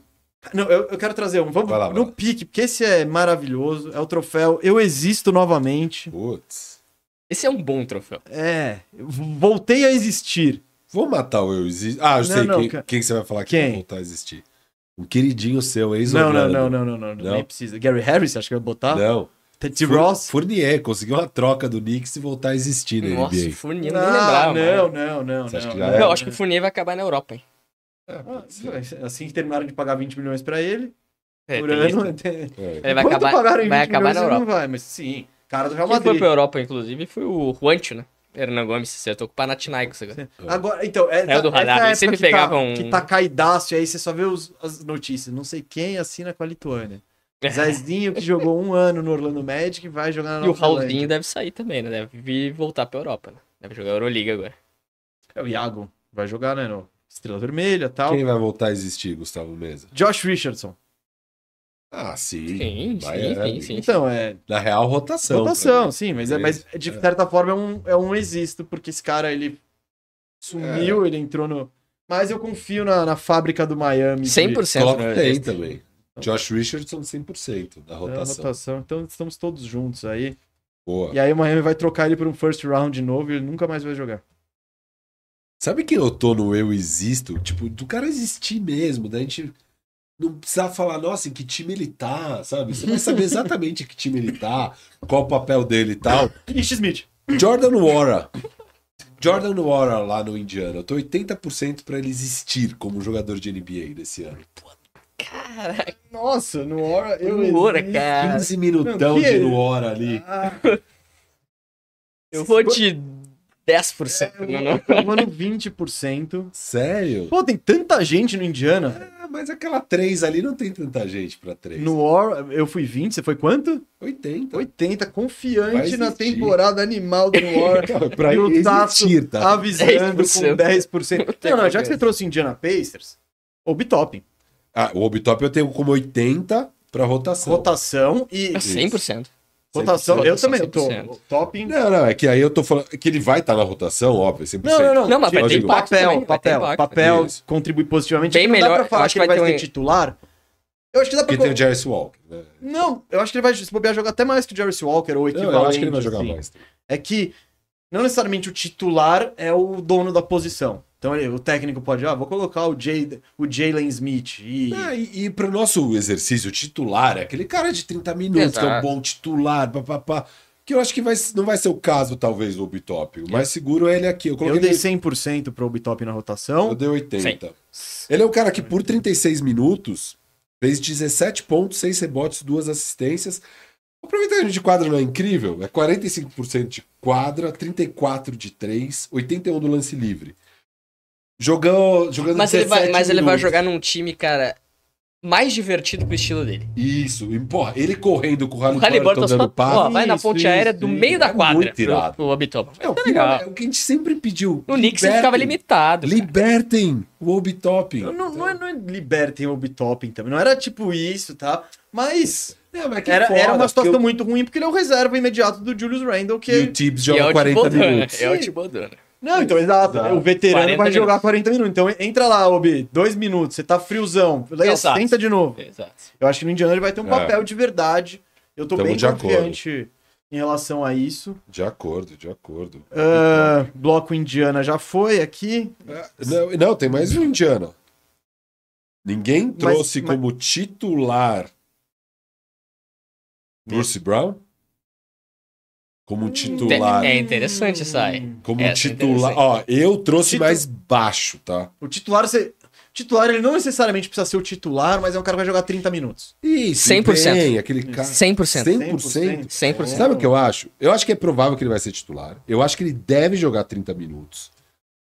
[SPEAKER 1] Não, eu, eu quero trazer um. Vamos
[SPEAKER 3] Vai lá, vai
[SPEAKER 1] no
[SPEAKER 3] lá.
[SPEAKER 1] pique, porque esse é maravilhoso. É o troféu Eu Existo Novamente.
[SPEAKER 3] Putz.
[SPEAKER 2] Esse é um bom troféu.
[SPEAKER 1] É, voltei a existir.
[SPEAKER 3] Vou matar o eu existo. Ah,
[SPEAKER 1] Não,
[SPEAKER 3] eu sei
[SPEAKER 1] não,
[SPEAKER 3] quem,
[SPEAKER 1] ca-
[SPEAKER 3] quem que você vai falar que
[SPEAKER 1] Quem?
[SPEAKER 3] vai voltar a existir. O queridinho seu, ex
[SPEAKER 1] Não, não,
[SPEAKER 3] Orlando.
[SPEAKER 1] não, não, não, não,
[SPEAKER 3] é Não.
[SPEAKER 1] Nem precisa. Gary Harris, acho que vai botar.
[SPEAKER 3] Não.
[SPEAKER 1] Tati
[SPEAKER 3] Fur-
[SPEAKER 1] Ross.
[SPEAKER 3] Fournier conseguiu uma troca do Knicks e voltar a existir na
[SPEAKER 2] Nossa, o
[SPEAKER 3] NBA.
[SPEAKER 2] Fournier, não
[SPEAKER 1] Ah,
[SPEAKER 2] lembrava.
[SPEAKER 1] não,
[SPEAKER 2] mano.
[SPEAKER 1] não, não,
[SPEAKER 3] Você acha
[SPEAKER 1] não,
[SPEAKER 3] que já
[SPEAKER 1] não.
[SPEAKER 3] era?
[SPEAKER 2] Não, acho que o Fournier vai acabar na Europa, hein?
[SPEAKER 3] É, pode ser.
[SPEAKER 1] Ah, Assim que terminaram de pagar 20 milhões pra ele,
[SPEAKER 2] É,
[SPEAKER 1] por
[SPEAKER 2] tem isso.
[SPEAKER 1] ano. né?
[SPEAKER 3] É.
[SPEAKER 2] Ele vai
[SPEAKER 1] Quanto
[SPEAKER 2] acabar,
[SPEAKER 1] pagaram em
[SPEAKER 2] vai
[SPEAKER 1] 20
[SPEAKER 2] acabar na
[SPEAKER 1] milhões, ele
[SPEAKER 2] Europa.
[SPEAKER 1] Não vai, mas sim, cara do Real
[SPEAKER 2] Quem foi
[SPEAKER 1] Madrid.
[SPEAKER 2] pra Europa, inclusive, foi o Juancho, né? Hernan Gomes, tá eu tô com o Panathinaikos agora.
[SPEAKER 1] Agora, então, é,
[SPEAKER 2] É o do
[SPEAKER 1] essa
[SPEAKER 2] radar, eles
[SPEAKER 1] época
[SPEAKER 2] sempre
[SPEAKER 1] que tá-
[SPEAKER 2] pegavam um-
[SPEAKER 1] Que tá caidaço, e aí você só vê os- as notícias. Não sei quem assina com a Lituânia. Zezinho, que jogou um ano no Orlando Magic, vai jogar tá na
[SPEAKER 2] E o
[SPEAKER 1] Nova Zelândia.
[SPEAKER 2] Raulzinho deve sair também, né? Deve vir voltar pra Europa, né? Deve jogar Euroliga agora.
[SPEAKER 1] É o Iago. Vai jogar, né? No Estrela Vermelha e tal.
[SPEAKER 3] Quem vai voltar a existir, Gustavo Mesa?
[SPEAKER 1] Josh Richardson.
[SPEAKER 3] Ah, sim.
[SPEAKER 2] Sim,
[SPEAKER 3] Vai,
[SPEAKER 2] sim,
[SPEAKER 3] é.
[SPEAKER 2] sim, sim.
[SPEAKER 1] Então, é.
[SPEAKER 3] Na real, rotação.
[SPEAKER 2] né?
[SPEAKER 1] Rotação, sim, mas, é, mas
[SPEAKER 3] Beleza.
[SPEAKER 1] de certa forma é um, é um existo, porque esse cara ele
[SPEAKER 3] É.
[SPEAKER 2] É.
[SPEAKER 1] sumiu, ele entrou no. Mas eu confio na, na fábrica do Miami. de-
[SPEAKER 2] 100%
[SPEAKER 3] Coloca
[SPEAKER 1] é
[SPEAKER 2] né?
[SPEAKER 3] tem também. Josh Richardson 100% da
[SPEAKER 1] da
[SPEAKER 3] rotação.
[SPEAKER 1] É, rotação. Então estamos todos juntos aí.
[SPEAKER 3] Boa.
[SPEAKER 1] E aí o Miami vai trocar ele por um first round de novo e ele nunca mais vai jogar.
[SPEAKER 3] Sabe quem eu tô no eu existo? Tipo, do cara existir mesmo, da gente não precisar falar, nossa, em que time ele tá, sabe? Você vai saber exatamente em que time ele tá, qual o papel dele e tal.
[SPEAKER 1] E Smith.
[SPEAKER 3] Jordan Wara. Jordan Wara lá no Indiana. Eu tô 80% pra ele existir como jogador de NBA desse ano.
[SPEAKER 2] Caraca,
[SPEAKER 1] Nossa, no hora eu.
[SPEAKER 2] o Oura,
[SPEAKER 1] existo.
[SPEAKER 2] cara.
[SPEAKER 3] 15 minutão
[SPEAKER 1] É. Não, que-
[SPEAKER 3] de Wara ali.
[SPEAKER 1] Ah,
[SPEAKER 2] Eu vou de 10%. não, não.
[SPEAKER 1] É, eu vou no 20%.
[SPEAKER 3] Sério?
[SPEAKER 1] Pô, tem tanta gente no Indiana. velho.
[SPEAKER 3] Ah, mas aquela 3 ali não tem tanta gente pra 3.
[SPEAKER 1] No War, eu fui 20, você foi quanto?
[SPEAKER 3] 80.
[SPEAKER 1] 80,
[SPEAKER 3] Vai
[SPEAKER 1] confiante
[SPEAKER 3] existir.
[SPEAKER 1] na temporado animal do War.
[SPEAKER 3] Não, é pra
[SPEAKER 1] E o
[SPEAKER 3] ele
[SPEAKER 1] Tato
[SPEAKER 3] existir, tá?
[SPEAKER 1] avisando
[SPEAKER 2] 10%.
[SPEAKER 1] com 10%. Não, não, já que você trouxe Indiana Pacers, Obi-Topping.
[SPEAKER 3] Ah, o Obitop eu tenho como 80 pra rotação.
[SPEAKER 1] Rotação e...
[SPEAKER 2] É 100%.
[SPEAKER 1] Rotação,
[SPEAKER 2] 100%,
[SPEAKER 1] eu também, eu tô
[SPEAKER 2] 100%.
[SPEAKER 1] Topping...
[SPEAKER 3] Não, não, é que aí eu tô falando é que ele vai estar na rotação, óbvio, é 100%.
[SPEAKER 2] Não, mas vai
[SPEAKER 3] ter
[SPEAKER 1] Tipo,
[SPEAKER 2] impacto
[SPEAKER 1] papel,
[SPEAKER 2] também, vai ter
[SPEAKER 1] papel,
[SPEAKER 2] impacto.
[SPEAKER 1] papel
[SPEAKER 3] Isso.
[SPEAKER 1] contribui positivamente.
[SPEAKER 2] Bem
[SPEAKER 1] não dá
[SPEAKER 2] melhor,
[SPEAKER 1] pra
[SPEAKER 2] eu
[SPEAKER 1] falar
[SPEAKER 2] acho
[SPEAKER 1] que
[SPEAKER 2] que
[SPEAKER 1] ele vai
[SPEAKER 2] vai
[SPEAKER 1] ser
[SPEAKER 2] ter um-
[SPEAKER 1] titular. Eu acho que dá pra...
[SPEAKER 3] Porque tem o Jarvis Walker. Né?
[SPEAKER 1] Não, eu acho que ele vai se bobear jogar até mais que o Jarvis Walker ou o
[SPEAKER 3] Eu,
[SPEAKER 1] equivalente.
[SPEAKER 3] eu acho que ele vai jogar
[SPEAKER 1] assim.
[SPEAKER 3] mais.
[SPEAKER 1] é que não necessariamente o titular é o dono da posição. Então ele- o técnico pode, ah, vou colocar o Jay- o Jalen Smith e.
[SPEAKER 3] Ah, e, e pro nosso exercício titular, é aquele cara de 30 minutos, que é um
[SPEAKER 2] Exato.
[SPEAKER 3] bom titular, papapá. Que eu acho que vai, não vai ser o caso, talvez, do Obitop. O mais seguro é ele aqui. Eu coloquei
[SPEAKER 1] eu dei
[SPEAKER 3] ele-
[SPEAKER 1] 100% pro Obitop na
[SPEAKER 2] Então,
[SPEAKER 3] eu
[SPEAKER 1] rotação.
[SPEAKER 3] dei 80. Ele é um cara que, por 36 minutos, fez 17 pontos, 6 rebotes, 2 assistências. O aproveitamento de quadra não é incrível? É 45% de quadra, 34% de 3, 81% do lance livre. Jogou, jogando
[SPEAKER 2] Mas, ele vai,
[SPEAKER 3] 17
[SPEAKER 2] mas ele vai
[SPEAKER 3] minutos.
[SPEAKER 2] jogar num time, cara, mais divertido pro estilo dele.
[SPEAKER 3] Isso, e, porra, ele correndo com o
[SPEAKER 2] O
[SPEAKER 3] Halliburton
[SPEAKER 2] Halliburton só
[SPEAKER 3] dando
[SPEAKER 2] ó,
[SPEAKER 3] passo.
[SPEAKER 2] vai na
[SPEAKER 1] Isso,
[SPEAKER 2] ponte
[SPEAKER 1] isso,
[SPEAKER 2] aérea do
[SPEAKER 1] isso.
[SPEAKER 2] meio da
[SPEAKER 3] É
[SPEAKER 2] quadra
[SPEAKER 3] muito
[SPEAKER 2] pro,
[SPEAKER 3] irado.
[SPEAKER 2] pro Obitoba.
[SPEAKER 3] É, o que-
[SPEAKER 2] tá legal.
[SPEAKER 3] é o que a gente sempre pediu.
[SPEAKER 2] No Knicks ele
[SPEAKER 3] Libertem-
[SPEAKER 2] ficava limitado. cara.
[SPEAKER 3] Libertem o Obi-Topping.
[SPEAKER 1] Não, não, não é, não é libertem o Obitop, então. Não era tipo isso, tá? Mas
[SPEAKER 3] É, mas que
[SPEAKER 1] era,
[SPEAKER 3] foda,
[SPEAKER 1] era uma situação
[SPEAKER 3] porque
[SPEAKER 1] muito ruim, porque ele é o reserva imediato do Julius Randle,
[SPEAKER 3] o- E
[SPEAKER 1] que.
[SPEAKER 3] o Tibbs
[SPEAKER 2] E é
[SPEAKER 3] joga
[SPEAKER 2] o
[SPEAKER 3] 40
[SPEAKER 1] né?
[SPEAKER 2] Tibodona,
[SPEAKER 3] minutos.
[SPEAKER 2] É o Tibodona.
[SPEAKER 1] Não, então, exato.
[SPEAKER 3] Exato.
[SPEAKER 1] O veterano
[SPEAKER 2] 40
[SPEAKER 1] vai jogar
[SPEAKER 2] minutos.
[SPEAKER 1] 40 minutos. Então entra lá, Obi, dois minutos, você tá friozão.
[SPEAKER 3] Exato.
[SPEAKER 1] Tenta de novo.
[SPEAKER 2] Exato.
[SPEAKER 1] Eu acho que no Indiana ele vai ter um
[SPEAKER 3] É.
[SPEAKER 1] papel de verdade. Eu tô
[SPEAKER 3] Tamo
[SPEAKER 1] bem
[SPEAKER 3] de acordo.
[SPEAKER 1] confiante em relação a isso.
[SPEAKER 3] De acordo, de acordo.
[SPEAKER 1] Ah, bloco Indiana já foi aqui.
[SPEAKER 3] Não, não, tem mais um indiano. Ninguém trouxe
[SPEAKER 1] mas-
[SPEAKER 3] como titular Bruce Brown? Como titular.
[SPEAKER 2] É interessante essa aí.
[SPEAKER 3] Como
[SPEAKER 2] essa é
[SPEAKER 3] titular.
[SPEAKER 2] interessante.
[SPEAKER 3] Ó, eu trouxe
[SPEAKER 1] Titu-
[SPEAKER 3] mais baixo, tá?
[SPEAKER 1] O titular, você... o titular, ele não necessariamente precisa ser o titular, mas é um cara que vai jogar 30 minutos.
[SPEAKER 3] Isso,
[SPEAKER 2] 100%.
[SPEAKER 3] bem, aquele cara.
[SPEAKER 2] 100%.
[SPEAKER 3] 100%.
[SPEAKER 2] 100%.
[SPEAKER 3] Sabe o que eu acho? Eu acho que é provável que ele vai ser titular. Eu acho que ele deve jogar 30 minutos.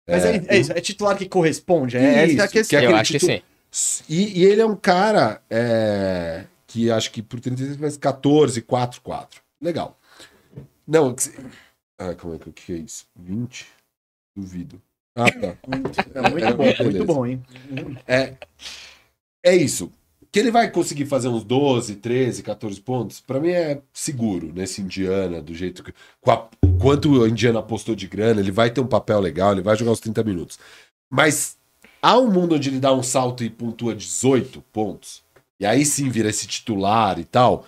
[SPEAKER 1] Mas é, é isso, é titular que corresponde. É
[SPEAKER 3] Isso,
[SPEAKER 1] essa é a questão.
[SPEAKER 3] que é
[SPEAKER 2] Eu
[SPEAKER 3] aquele
[SPEAKER 2] acho que
[SPEAKER 3] título-
[SPEAKER 2] sim.
[SPEAKER 3] E, e ele é um cara é, que acho que por 36 faz 14, 4, 4. Legal. Não, que se- ah, como é que, o que é isso? 20? Duvido. Ah, tá.
[SPEAKER 1] É muito bom, muito bom, hein?
[SPEAKER 3] É isso. Que ele vai conseguir fazer uns 12, 13, 14 pontos, pra mim é seguro nesse Indiana, do jeito que. Com a- quanto o Indiana apostou de grana, ele vai ter um papel legal, ele vai jogar os 30 minutos. Mas Há um mundo onde ele dá um salto e pontua 18 pontos, e aí sim vira esse titular e tal.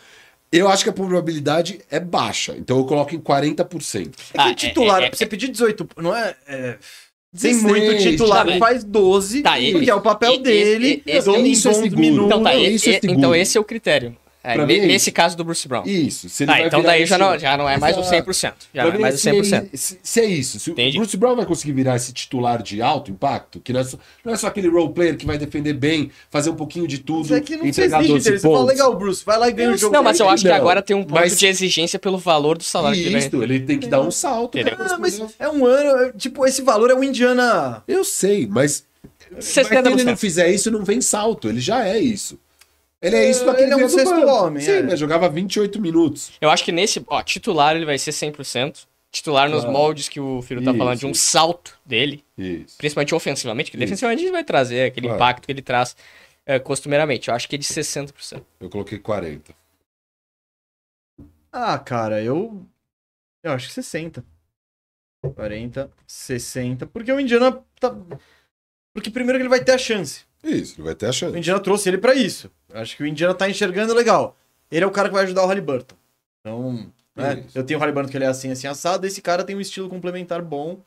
[SPEAKER 3] Eu acho que a probabilidade é baixa, então eu coloco em 40%.
[SPEAKER 1] É que
[SPEAKER 2] Ah,
[SPEAKER 1] titular,
[SPEAKER 2] é- é- é-
[SPEAKER 1] pra você pedir 18, não é. é, Tem
[SPEAKER 3] 16,
[SPEAKER 1] muito titular
[SPEAKER 2] tá
[SPEAKER 1] que
[SPEAKER 2] bem.
[SPEAKER 1] faz 12,
[SPEAKER 2] Tá,
[SPEAKER 1] porque
[SPEAKER 2] e-
[SPEAKER 1] é o papel
[SPEAKER 2] e-
[SPEAKER 1] dele.
[SPEAKER 2] e- e-
[SPEAKER 1] dou
[SPEAKER 3] e-
[SPEAKER 1] em
[SPEAKER 3] isso é
[SPEAKER 1] bons
[SPEAKER 3] seguro.
[SPEAKER 1] minutos.
[SPEAKER 2] Então tá,
[SPEAKER 3] Não,
[SPEAKER 2] e-
[SPEAKER 3] isso é
[SPEAKER 2] e-
[SPEAKER 3] seguro.
[SPEAKER 2] então esse é o critério. É,
[SPEAKER 3] Pra
[SPEAKER 2] ne-
[SPEAKER 3] mim é
[SPEAKER 2] nesse caso do Bruce Brown.
[SPEAKER 3] Isso. Se ele
[SPEAKER 2] Tá,
[SPEAKER 3] vai
[SPEAKER 2] então
[SPEAKER 3] virar
[SPEAKER 2] daí já
[SPEAKER 3] esse-
[SPEAKER 2] não, já não é mais o
[SPEAKER 3] Exato.
[SPEAKER 2] 100%. Já
[SPEAKER 3] Pra
[SPEAKER 2] não é
[SPEAKER 3] mim,
[SPEAKER 2] mais o
[SPEAKER 3] se
[SPEAKER 2] 100%.
[SPEAKER 3] ele- Se, se é isso, se
[SPEAKER 2] Entendi.
[SPEAKER 3] o Bruce Brown vai conseguir virar esse titular de alto impacto, que não é só, não é só aquele role player que vai defender bem, fazer um pouquinho de tudo,
[SPEAKER 1] Isso é que não se
[SPEAKER 3] entregar
[SPEAKER 1] exige
[SPEAKER 3] 12
[SPEAKER 1] dele. Você fala,
[SPEAKER 3] pontos.
[SPEAKER 1] legal, Bruce, vai lá e ganha o jogo.
[SPEAKER 2] Não, mas eu acho que
[SPEAKER 3] Não,
[SPEAKER 2] agora tem um ponto
[SPEAKER 3] um mas-
[SPEAKER 2] de exigência pelo valor do salário que ele vai
[SPEAKER 3] Isso, ele tem que dar um salto.
[SPEAKER 2] Ele-
[SPEAKER 3] cara,
[SPEAKER 1] Ah, mas
[SPEAKER 3] mas-
[SPEAKER 1] é um ano, é- tipo, esse valor é o Indiana.
[SPEAKER 3] Eu sei, mas, mas se
[SPEAKER 2] 60%.
[SPEAKER 3] ele não fizer isso, não vem salto. Ele já é isso. Ele é isso daquele
[SPEAKER 1] Ele é um
[SPEAKER 3] dia do
[SPEAKER 1] sexto
[SPEAKER 3] banco.
[SPEAKER 1] homem,
[SPEAKER 3] Sim,
[SPEAKER 1] é.
[SPEAKER 3] mas jogava 28 minutos.
[SPEAKER 2] Eu acho que nesse, ó, titular ele vai ser 100%. Titular nos
[SPEAKER 3] Claro.
[SPEAKER 2] moldes que o Firo tá
[SPEAKER 3] Isso.
[SPEAKER 2] falando, de um salto dele,
[SPEAKER 3] Isso.
[SPEAKER 2] principalmente ofensivamente, que
[SPEAKER 3] Isso.
[SPEAKER 2] defensivamente ele vai trazer aquele
[SPEAKER 3] Claro.
[SPEAKER 2] impacto que ele traz é, costumeiramente. Eu acho que é de 60%.
[SPEAKER 3] Eu coloquei 40.
[SPEAKER 1] Ah, cara, eu. Eu acho que 60. 40, 60. Porque o Indiana tá. Porque primeiro que ele vai ter a chance.
[SPEAKER 3] Isso, ele vai ter a chance.
[SPEAKER 1] O Indiana trouxe ele pra isso. Eu acho que o Indiana tá enxergando legal. Ele é o cara que vai ajudar o Halliburton. Então, né,
[SPEAKER 3] Isso.
[SPEAKER 1] eu tenho o Halliburton que ele é assim, assim, assado. Esse cara tem um estilo complementar bom.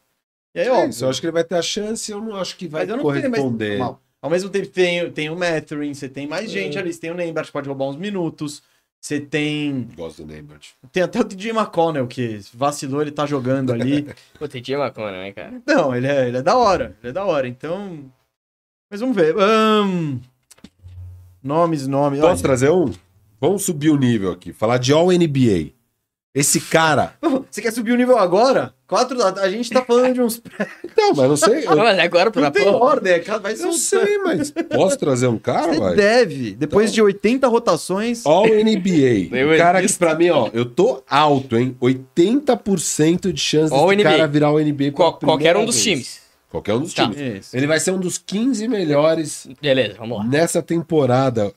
[SPEAKER 1] E aí,
[SPEAKER 3] É
[SPEAKER 1] ó.
[SPEAKER 3] isso, eu acho que ele vai ter a chance, eu não acho que vai
[SPEAKER 1] Mas eu não tenho, mas-
[SPEAKER 3] corresponder. É.
[SPEAKER 1] Mal. Ao mesmo tempo, tem, tem o Mathurin, você tem mais gente ali, você tem o Neymar que pode roubar uns minutos. Você tem.
[SPEAKER 3] Gosto do Neymart.
[SPEAKER 1] Tem até o DJ McConnell que vacilou, ele tá jogando ali.
[SPEAKER 2] Pô, tem dia bacana, né, cara?
[SPEAKER 1] Não, ele é, ele é da hora. Ele é da hora, então. Mas vamos ver. Ahn, Nomes, nomes.
[SPEAKER 3] Posso
[SPEAKER 1] olha.
[SPEAKER 3] trazer um? Vamos subir o nível aqui, falar de All NBA. Esse cara.
[SPEAKER 1] Você quer subir o nível agora? Quatro da tarde. A gente tá falando de uns.
[SPEAKER 3] Não, mas não sei.
[SPEAKER 2] Não,
[SPEAKER 3] Eu,
[SPEAKER 2] mas agora pra
[SPEAKER 1] Não tem ordem, é, cara, vai ser
[SPEAKER 3] Tá eu
[SPEAKER 1] um-
[SPEAKER 3] sei, mas posso trazer um cara,
[SPEAKER 1] Você
[SPEAKER 3] vai?
[SPEAKER 1] deve. Depois
[SPEAKER 3] Então.
[SPEAKER 1] de 80 rotações.
[SPEAKER 3] All NBA.
[SPEAKER 2] Eu
[SPEAKER 3] O cara que
[SPEAKER 2] existo.
[SPEAKER 3] pra mim, ó, eu tô alto, hein? 80% de chance
[SPEAKER 2] All
[SPEAKER 3] desse
[SPEAKER 2] NBA.
[SPEAKER 3] cara virar o NBA pela
[SPEAKER 2] Qual- qualquer
[SPEAKER 3] primeira
[SPEAKER 2] um dos
[SPEAKER 3] vez.
[SPEAKER 2] times.
[SPEAKER 3] Qualquer um dos
[SPEAKER 2] Tá.
[SPEAKER 3] times.
[SPEAKER 1] Isso.
[SPEAKER 3] Ele vai ser um dos 15 melhores
[SPEAKER 2] Beleza, vamos lá.
[SPEAKER 3] nessa temporada.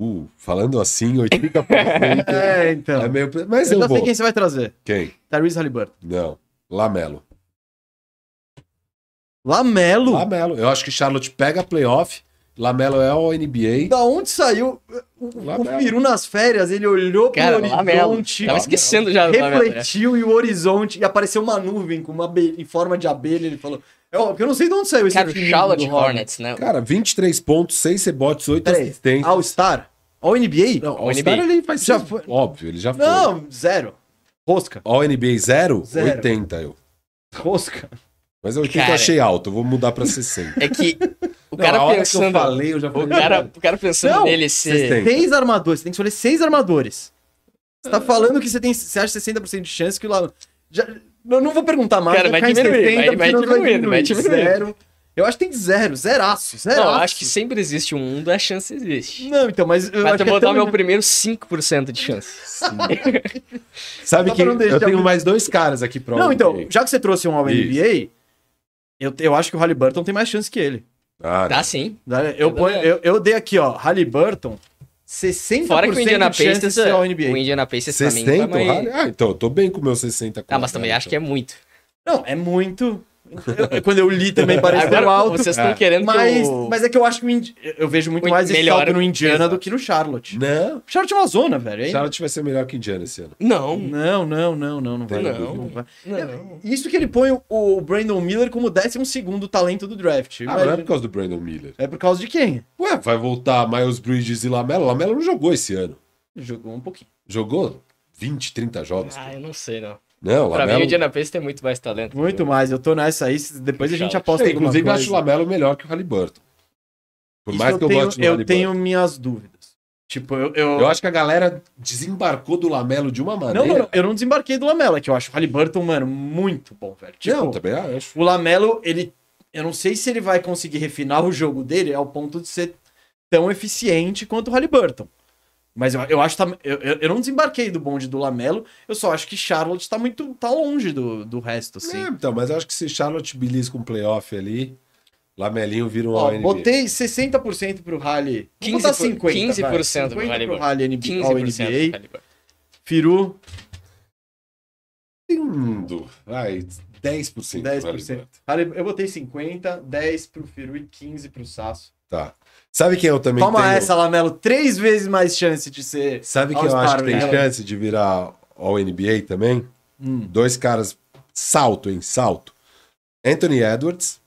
[SPEAKER 3] Uh, falando assim, 80%
[SPEAKER 1] É, então.
[SPEAKER 3] é meio... Mas
[SPEAKER 1] eu
[SPEAKER 3] eu,
[SPEAKER 1] já
[SPEAKER 3] vou.
[SPEAKER 1] sei quem você vai trazer.
[SPEAKER 3] Quem?
[SPEAKER 1] Tyrese Halliburton.
[SPEAKER 3] Não. Lamelo.
[SPEAKER 1] Lamelo?
[SPEAKER 3] Lamelo. Eu acho que Charlotte pega playoff. Lamelo é o NBA.
[SPEAKER 1] Da onde saiu? O, o
[SPEAKER 3] Lamelo.
[SPEAKER 1] Peru nas férias, ele olhou
[SPEAKER 2] Cara,
[SPEAKER 1] pro
[SPEAKER 2] Lamelo.
[SPEAKER 3] um
[SPEAKER 1] horizonte,
[SPEAKER 2] Tava esquecendo já do Lamelo, né?
[SPEAKER 1] refletiu e o horizonte, e apareceu uma nuvem com uma abelha- em forma de abelha, ele falou... É ó, porque eu não sei de onde saiu esse
[SPEAKER 2] Cara, o
[SPEAKER 1] filme
[SPEAKER 2] Charlotte
[SPEAKER 1] do Robin.
[SPEAKER 2] Hornets, né?
[SPEAKER 3] Cara, 23 pontos, 6 rebotes, 8
[SPEAKER 1] Peraí,
[SPEAKER 3] assistências.
[SPEAKER 1] All-Star? All-NBA?
[SPEAKER 3] Não,
[SPEAKER 2] O
[SPEAKER 3] All Star
[SPEAKER 2] NBA.
[SPEAKER 3] ele vai ser.
[SPEAKER 1] Já foi.
[SPEAKER 3] Óbvio, ele já foi.
[SPEAKER 1] Não, zero. Rosca.
[SPEAKER 3] All NBA 0,
[SPEAKER 1] Zero.
[SPEAKER 3] 80 eu.
[SPEAKER 1] Rosca.
[SPEAKER 3] Mas 80 eu
[SPEAKER 2] Cara.
[SPEAKER 3] achei alto, eu vou mudar pra 60.
[SPEAKER 2] É que o
[SPEAKER 3] Não, a
[SPEAKER 2] cara
[SPEAKER 3] hora que eu
[SPEAKER 2] pensando.
[SPEAKER 3] falei, eu já falei.
[SPEAKER 2] O cara, o cara pensando
[SPEAKER 1] Não,
[SPEAKER 2] nele
[SPEAKER 3] vocês
[SPEAKER 2] ser.
[SPEAKER 3] têm.
[SPEAKER 1] Seis armadores, você tem que escolher seis armadores. Você tá falando que você, tem, você acha 60% de chance que o Lamelo... Já, eu não vou perguntar mais,
[SPEAKER 2] Cara,
[SPEAKER 1] vou
[SPEAKER 2] vai
[SPEAKER 1] ficar em
[SPEAKER 2] diminuir, vai-
[SPEAKER 1] porque
[SPEAKER 2] vai
[SPEAKER 1] senão
[SPEAKER 2] diminuindo, vai diminuindo.
[SPEAKER 1] Zero. Eu acho que tem zero, zeraço, zeraço.
[SPEAKER 2] Não, eu acho que sempre existe um mundo, a chance existe.
[SPEAKER 1] Não, então, mas eu acho
[SPEAKER 2] Mas eu
[SPEAKER 1] que
[SPEAKER 2] vou
[SPEAKER 1] é tão...
[SPEAKER 3] um
[SPEAKER 2] dar meu primeiro 5% de chance.
[SPEAKER 3] Sabe
[SPEAKER 1] Só
[SPEAKER 3] que
[SPEAKER 1] pra não deixar
[SPEAKER 3] eu tenho
[SPEAKER 1] muito-
[SPEAKER 3] mais dois caras aqui pra
[SPEAKER 1] Não,
[SPEAKER 3] All
[SPEAKER 1] então,
[SPEAKER 3] NBA.
[SPEAKER 1] já que você trouxe um All-NBA, eu, eu acho que o Halliburton tem mais chance que ele.
[SPEAKER 3] Ah,
[SPEAKER 2] Tá sim.
[SPEAKER 1] Né? Eu,
[SPEAKER 2] Eu
[SPEAKER 1] ponho-
[SPEAKER 2] também
[SPEAKER 1] eu, eu dei aqui, ó, Halliburton, 60%
[SPEAKER 2] Fora que o Indiana
[SPEAKER 1] de chance de
[SPEAKER 2] Pacers. é
[SPEAKER 1] ser
[SPEAKER 3] é
[SPEAKER 2] O
[SPEAKER 1] All-NBA.
[SPEAKER 2] Indiana Pacers pra mim
[SPEAKER 3] 60?
[SPEAKER 2] tá mais...
[SPEAKER 3] Ah, então, eu tô bem com o meu então. 60.
[SPEAKER 2] Ah, mas também acho que é muito.
[SPEAKER 1] Não, é muito... Eu- Quando eu li também pareceu
[SPEAKER 2] Agora
[SPEAKER 1] alto,
[SPEAKER 2] vocês estão
[SPEAKER 3] É.
[SPEAKER 2] querendo
[SPEAKER 1] mas,
[SPEAKER 2] que o...
[SPEAKER 1] mas é que eu acho que o Indi- eu vejo muito
[SPEAKER 2] O
[SPEAKER 1] mais esse
[SPEAKER 2] melhor-
[SPEAKER 1] salto no Indiana
[SPEAKER 2] Exato.
[SPEAKER 1] do que no Charlotte.
[SPEAKER 3] Não,
[SPEAKER 1] O Charlotte é uma zona, velho. hein?
[SPEAKER 3] Charlotte vai ser melhor que Indiana esse ano.
[SPEAKER 2] Não,
[SPEAKER 1] Não, não, não, não, não vai.
[SPEAKER 2] Não.
[SPEAKER 1] vai.
[SPEAKER 3] é
[SPEAKER 2] não.
[SPEAKER 1] Isso que ele põe o- o Brandon Miller como 12 segundo talento do draft.
[SPEAKER 3] Ah, mas não é
[SPEAKER 1] Imagina-
[SPEAKER 3] por causa do Brandon Miller.
[SPEAKER 1] É por causa de quem?
[SPEAKER 3] Ué, vai voltar Miles Bridges e Lamelo? Lamelo não jogou esse ano.
[SPEAKER 1] Jogou um pouquinho.
[SPEAKER 3] Jogou 20, 30 jogos.
[SPEAKER 2] Ah, eu não sei, não.
[SPEAKER 3] Não,
[SPEAKER 2] Pra mim, o
[SPEAKER 3] Lamelo...
[SPEAKER 2] Indiana Pacers tem muito mais talento.
[SPEAKER 1] Muito mais, eu tô nessa aí. se- Depois a gente aposta
[SPEAKER 3] É,
[SPEAKER 1] alguma
[SPEAKER 3] inclusive, eu
[SPEAKER 1] coisa.
[SPEAKER 3] acho o Lamelo melhor que o Halliburton. Por
[SPEAKER 1] Isso
[SPEAKER 3] mais que eu,
[SPEAKER 1] tenho,
[SPEAKER 3] vote no
[SPEAKER 1] Eu
[SPEAKER 3] Halliburton.
[SPEAKER 1] tenho minhas dúvidas. Tipo, eu. eu...
[SPEAKER 3] Eu acho que a galera desembarcou do Lamelo de uma maneira...
[SPEAKER 1] Não, não, não, eu não desembarquei do Lamelo, é que eu acho o Halliburton, mano, muito bom, velho. Tipo,
[SPEAKER 3] Não, também acho.
[SPEAKER 1] o Lamelo, ele. Eu não sei se ele vai conseguir refinar o jogo dele ao ponto de ser tão eficiente quanto o Halliburton. Mas eu, eu acho que tá- eu, eu eu não desembarquei do bonde do Lamelo, eu só acho que Charlotte tá muito. tá longe do, do resto, assim.
[SPEAKER 3] É, então, mas eu acho que se Charlotte belisca um playoff ali, Lamelinho vira um
[SPEAKER 1] Ó,
[SPEAKER 3] All-NBA.
[SPEAKER 1] botei 60% pro Rally.
[SPEAKER 2] 15
[SPEAKER 1] Vou botar
[SPEAKER 2] por-
[SPEAKER 1] 50,
[SPEAKER 2] 15%
[SPEAKER 1] vai.
[SPEAKER 2] pro Rally
[SPEAKER 1] pro
[SPEAKER 2] Burton.
[SPEAKER 1] Rally NBA,
[SPEAKER 2] 15%
[SPEAKER 1] ao
[SPEAKER 2] do
[SPEAKER 1] NBA.
[SPEAKER 2] Halliburton.
[SPEAKER 1] Firu.
[SPEAKER 3] Tem um Hum, vai, 10%.
[SPEAKER 1] 10%. Cara, eu botei 50, 10 pro Firu e 15 pro Sasso.
[SPEAKER 3] Tá. Sabe quem eu também
[SPEAKER 1] Toma
[SPEAKER 3] tenho?
[SPEAKER 1] essa, Lamelo. Três vezes mais chance de ser.
[SPEAKER 3] Sabe quem eu
[SPEAKER 1] All-Star,
[SPEAKER 3] acho que tem
[SPEAKER 1] né?
[SPEAKER 3] chance de virar ao NBA também?
[SPEAKER 1] Hum.
[SPEAKER 3] Dois caras salto em salto. Anthony Edwards.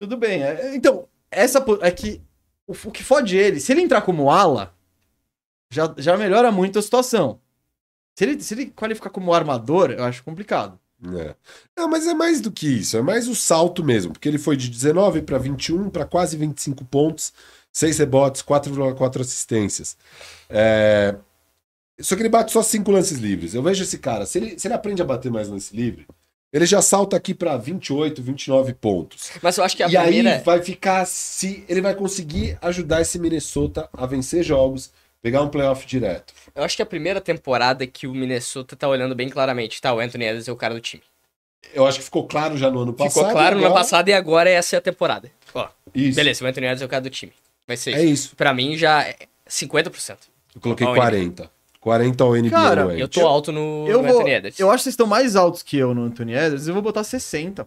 [SPEAKER 1] Tudo bem. é- Então, essa po- é que o, o que fode ele, se ele entrar como ala, já, já melhora muito a situação. Se ele, se ele qualificar como armador, eu acho complicado.
[SPEAKER 3] né? Não, mas é mais do que isso, é mais o salto mesmo, porque ele foi de 19 para 21 para um, quase 25 pontos, 6 rebotes, 4,4 assistências. É, Só que ele bate só 5 lances livres. Eu vejo esse cara, se ele, se ele aprende a bater mais lance livre, ele já salta aqui para 28, 29 pontos.
[SPEAKER 2] Mas eu acho que é a
[SPEAKER 3] e
[SPEAKER 2] primeira.
[SPEAKER 3] aí vai ficar se ele vai conseguir ajudar esse Minnesota a vencer jogos, pegar um playoff direto.
[SPEAKER 2] Eu acho que a primeira temporada que o Minnesota tá olhando bem claramente, tá? O Anthony Edwards é o cara do time.
[SPEAKER 3] Eu acho que ficou claro já no ano passado.
[SPEAKER 2] Ficou claro no ano
[SPEAKER 3] agora-
[SPEAKER 2] passado e agora essa é a temporada. Ó,
[SPEAKER 3] Isso.
[SPEAKER 2] beleza, o Anthony Edwards é o cara do time. Vai ser
[SPEAKER 3] É
[SPEAKER 2] isso.
[SPEAKER 3] isso.
[SPEAKER 2] Pra mim já é 50%.
[SPEAKER 3] Eu coloquei
[SPEAKER 2] Ao
[SPEAKER 3] 40. 40 ao NBA.
[SPEAKER 1] Cara,
[SPEAKER 3] Wade.
[SPEAKER 2] Eu tô
[SPEAKER 1] Eu-
[SPEAKER 2] alto no,
[SPEAKER 1] É eu
[SPEAKER 2] no
[SPEAKER 1] vou-
[SPEAKER 2] Anthony Edwards.
[SPEAKER 1] Eu acho que vocês estão mais altos que eu no Anthony Edwards, eu vou botar 60.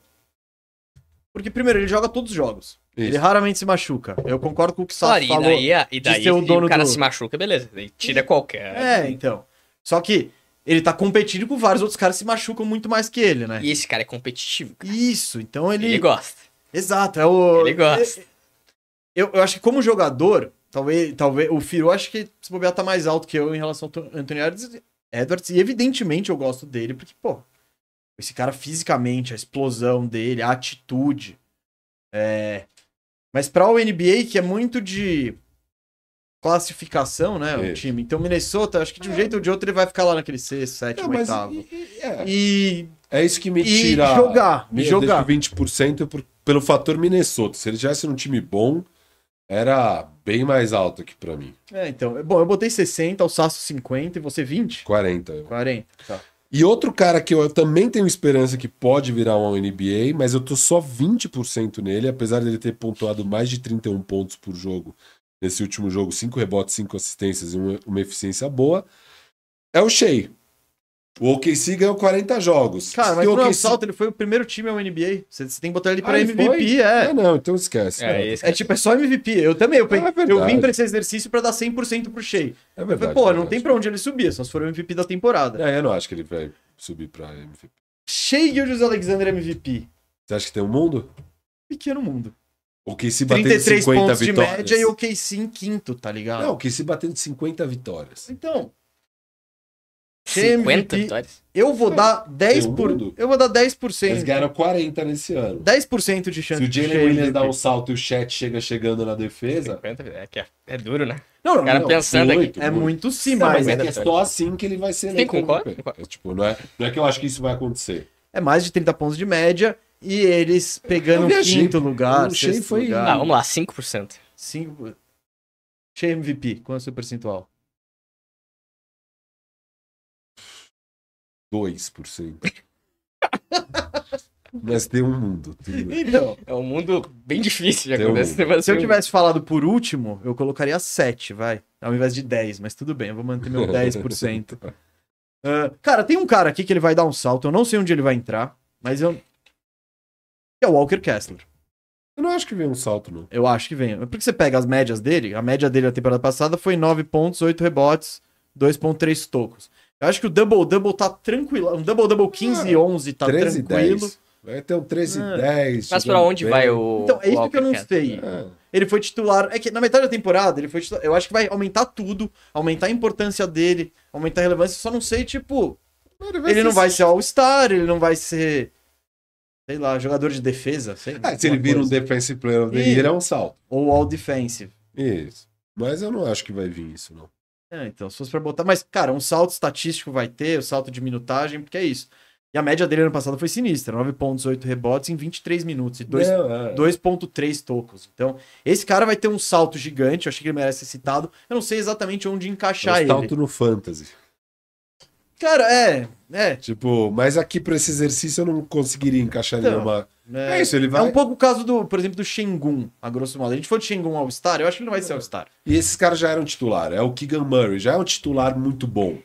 [SPEAKER 1] Porque, primeiro, ele joga todos os jogos.
[SPEAKER 2] é
[SPEAKER 3] Isso.
[SPEAKER 1] Ele raramente se machuca. Eu concordo com o que o Sato
[SPEAKER 2] Claro, e
[SPEAKER 1] falou.
[SPEAKER 2] daí, e daí
[SPEAKER 1] ser o
[SPEAKER 2] e
[SPEAKER 1] dono
[SPEAKER 2] o cara
[SPEAKER 1] do-
[SPEAKER 2] se machuca, beleza. Daí tira qualquer.
[SPEAKER 1] É, então. Só que ele tá competindo com vários outros caras que se machucam muito mais que ele, né?
[SPEAKER 2] E esse cara é competitivo.
[SPEAKER 1] Isso, então ele.
[SPEAKER 2] Ele gosta.
[SPEAKER 1] Exato, é o.
[SPEAKER 2] Ele gosta.
[SPEAKER 1] Eu, eu acho que como jogador, talvez, talvez o Firo acho que se bobear tá mais alto que eu em relação ao Anto- Anthony Edwards, Edwards. E evidentemente eu gosto dele, porque, pô, esse cara fisicamente, a explosão dele, a atitude. É... Mas pra o NBA, que é muito de classificação, né, o
[SPEAKER 3] Isso.
[SPEAKER 1] time. Então Minnesota, acho que de um jeito ou de outro ele vai ficar lá naquele sexto,
[SPEAKER 3] Não,
[SPEAKER 1] sétimo,
[SPEAKER 2] um
[SPEAKER 3] mas
[SPEAKER 1] oitavo.
[SPEAKER 3] e- e- é.
[SPEAKER 1] E,
[SPEAKER 3] É isso que me
[SPEAKER 1] e
[SPEAKER 3] tira.
[SPEAKER 1] jogar,
[SPEAKER 3] Me
[SPEAKER 1] jogar.
[SPEAKER 3] jogar. 20% por- pelo fator Minnesota. Se ele tivesse num time bom, era bem mais alto aqui pra mim.
[SPEAKER 1] É, então. Bom, eu botei 60, o Sasso 50 e você 20?
[SPEAKER 3] 40.
[SPEAKER 1] 40.
[SPEAKER 3] E outro cara que eu também tenho esperança que pode virar um NBA, mas eu tô só 20% nele, apesar dele ter pontuado mais de 31 pontos por jogo nesse último jogo, 5 rebotes, 5 assistências e uma, uma eficiência boa, é o Shea. O OKC ganhou 40 jogos.
[SPEAKER 1] Cara,
[SPEAKER 3] Se
[SPEAKER 1] mas
[SPEAKER 3] o
[SPEAKER 1] não é um
[SPEAKER 3] OKC
[SPEAKER 1] salto, ele foi o primeiro time ao NBA. Você você tem que botar ele pra
[SPEAKER 3] Ah, ele
[SPEAKER 1] MVP,
[SPEAKER 3] foi?
[SPEAKER 1] é.
[SPEAKER 3] Ah, não, então esquece.
[SPEAKER 2] É,
[SPEAKER 3] Não,
[SPEAKER 2] esse
[SPEAKER 1] É tipo, é só MVP. Eu também, eu, pe-
[SPEAKER 3] Ah, é verdade.
[SPEAKER 1] eu vim pra esse exercício pra dar 100% pro Shea.
[SPEAKER 3] é
[SPEAKER 1] Eu falei,
[SPEAKER 3] verdade.
[SPEAKER 1] pô,
[SPEAKER 3] é
[SPEAKER 1] não
[SPEAKER 3] verdade.
[SPEAKER 1] tem pra onde ele subir, só se for o MVP da temporada.
[SPEAKER 3] É, eu não acho que ele vai subir pra MVP.
[SPEAKER 1] Shea e o José Alexander MVP.
[SPEAKER 3] Você acha que tem um mundo?
[SPEAKER 1] Pequeno mundo.
[SPEAKER 3] O OKC batendo
[SPEAKER 1] 33
[SPEAKER 3] 50
[SPEAKER 1] pontos de
[SPEAKER 3] vitórias.
[SPEAKER 1] média e o KC em quinto, tá ligado?
[SPEAKER 3] Não, o OKC batendo 50 vitórias.
[SPEAKER 1] Então, Shea
[SPEAKER 2] 50
[SPEAKER 1] MVP.
[SPEAKER 2] vitórias.
[SPEAKER 1] eu vou dar 10
[SPEAKER 3] Tem um
[SPEAKER 1] por...
[SPEAKER 3] mundo.
[SPEAKER 1] Eu vou dar
[SPEAKER 3] Eles
[SPEAKER 1] 10%.
[SPEAKER 3] ganharam 40 nesse ano.
[SPEAKER 1] 10% de chance
[SPEAKER 3] Se o
[SPEAKER 1] de
[SPEAKER 3] Jalen
[SPEAKER 1] Shea
[SPEAKER 3] Williams dá
[SPEAKER 1] MVP.
[SPEAKER 3] um salto e o chat chega chegando na defesa.
[SPEAKER 2] 50, é, que é, é duro, né?
[SPEAKER 1] Não, não,
[SPEAKER 2] O cara
[SPEAKER 1] não.
[SPEAKER 2] pensando aqui.
[SPEAKER 1] É muito sim,
[SPEAKER 3] Não, mas
[SPEAKER 1] mas
[SPEAKER 3] é
[SPEAKER 1] é,
[SPEAKER 3] que é só assim que ele vai ser
[SPEAKER 2] Sim,
[SPEAKER 3] eleito
[SPEAKER 2] concordo,
[SPEAKER 3] MVP.
[SPEAKER 2] concordo.
[SPEAKER 3] É, tipo, não é, não é que eu acho que isso vai acontecer.
[SPEAKER 1] é mais de 30 pontos de média. E eles pegando
[SPEAKER 3] Eu
[SPEAKER 1] o
[SPEAKER 3] viajei.
[SPEAKER 1] quinto lugar,
[SPEAKER 3] O Shea
[SPEAKER 1] sexto
[SPEAKER 3] foi-
[SPEAKER 1] lugar.
[SPEAKER 2] Ah, vamos lá, 5%.
[SPEAKER 1] Cinco... Cheio MVP, quanto é o seu percentual?
[SPEAKER 3] 2%. mas tem um mundo. tudo bem.
[SPEAKER 1] Então,
[SPEAKER 2] É um mundo bem difícil de
[SPEAKER 3] Tem um-
[SPEAKER 2] acontecer. mas
[SPEAKER 1] se eu
[SPEAKER 2] assim,
[SPEAKER 1] tivesse falado por último, eu colocaria 7, vai. Ao invés de 10, mas tudo bem, eu vou manter meu 10%. Ah, cara, tem um cara aqui que ele vai dar um salto, eu não sei onde ele vai entrar, mas eu. É o Walker Kessler.
[SPEAKER 3] Eu não acho que vem um salto, não.
[SPEAKER 1] Eu acho que vem. Porque você pega as médias dele, a média dele na temporada passada foi 9 pontos, 8 rebotes, 2.3 tocos. Eu acho que o double-double tá tranquilo. Um double-double 15
[SPEAKER 3] Ah,
[SPEAKER 1] e 11 tá
[SPEAKER 3] 13 e
[SPEAKER 1] tranquilo.
[SPEAKER 3] 10. Vai ter um 13 e
[SPEAKER 1] Ah.
[SPEAKER 3] 10.
[SPEAKER 2] Mas pra
[SPEAKER 3] jogando
[SPEAKER 2] onde
[SPEAKER 3] bem.
[SPEAKER 2] vai o.
[SPEAKER 1] Então, é isso
[SPEAKER 2] Walker
[SPEAKER 1] que eu não
[SPEAKER 2] Kessler?
[SPEAKER 1] sei.
[SPEAKER 3] É.
[SPEAKER 1] Ele foi titular. É que na metade da temporada, ele foi titular. Eu acho que vai aumentar tudo, aumentar a importância dele, aumentar a relevância. Só não sei, tipo, ele não
[SPEAKER 3] é
[SPEAKER 1] vai ser All-Star, ele não vai ser. Sei lá, jogador de defesa, sei lá.
[SPEAKER 3] Ah, se ele
[SPEAKER 1] alguma
[SPEAKER 3] vira um
[SPEAKER 1] coisa.
[SPEAKER 3] defensive player of the
[SPEAKER 1] Ih.
[SPEAKER 3] year, é um salto.
[SPEAKER 1] Ou All-Defensive.
[SPEAKER 3] Isso. Mas eu não acho que vai vir isso, não.
[SPEAKER 1] É, então, se fosse pra botar. Mas, cara, um salto estatístico vai ter, o salto de minutagem, porque é isso. E a média dele ano passado foi sinistra: 9 pontos, 8 rebotes em 23 minutos e dois-
[SPEAKER 3] Não, é.
[SPEAKER 1] 2,3 tocos. Então, esse cara vai ter um salto gigante. Eu achei que ele merece ser citado. Eu não sei exatamente onde encaixar
[SPEAKER 3] É um
[SPEAKER 1] ele.
[SPEAKER 3] salto no fantasy.
[SPEAKER 1] Cara, é. É.
[SPEAKER 3] Tipo, mas aqui pra esse exercício eu não conseguiria encaixar ele
[SPEAKER 1] Então,
[SPEAKER 3] numa.
[SPEAKER 1] É,
[SPEAKER 3] É isso, ele vai.
[SPEAKER 1] É um pouco o caso do, por exemplo, do Shengun, a grosso modo. A gente foi de Shengun All-Star, eu acho
[SPEAKER 3] É.
[SPEAKER 1] que ele não vai ser All-Star.
[SPEAKER 3] E esses caras já eram titular. É o Keegan Murray, já é um titular muito bom.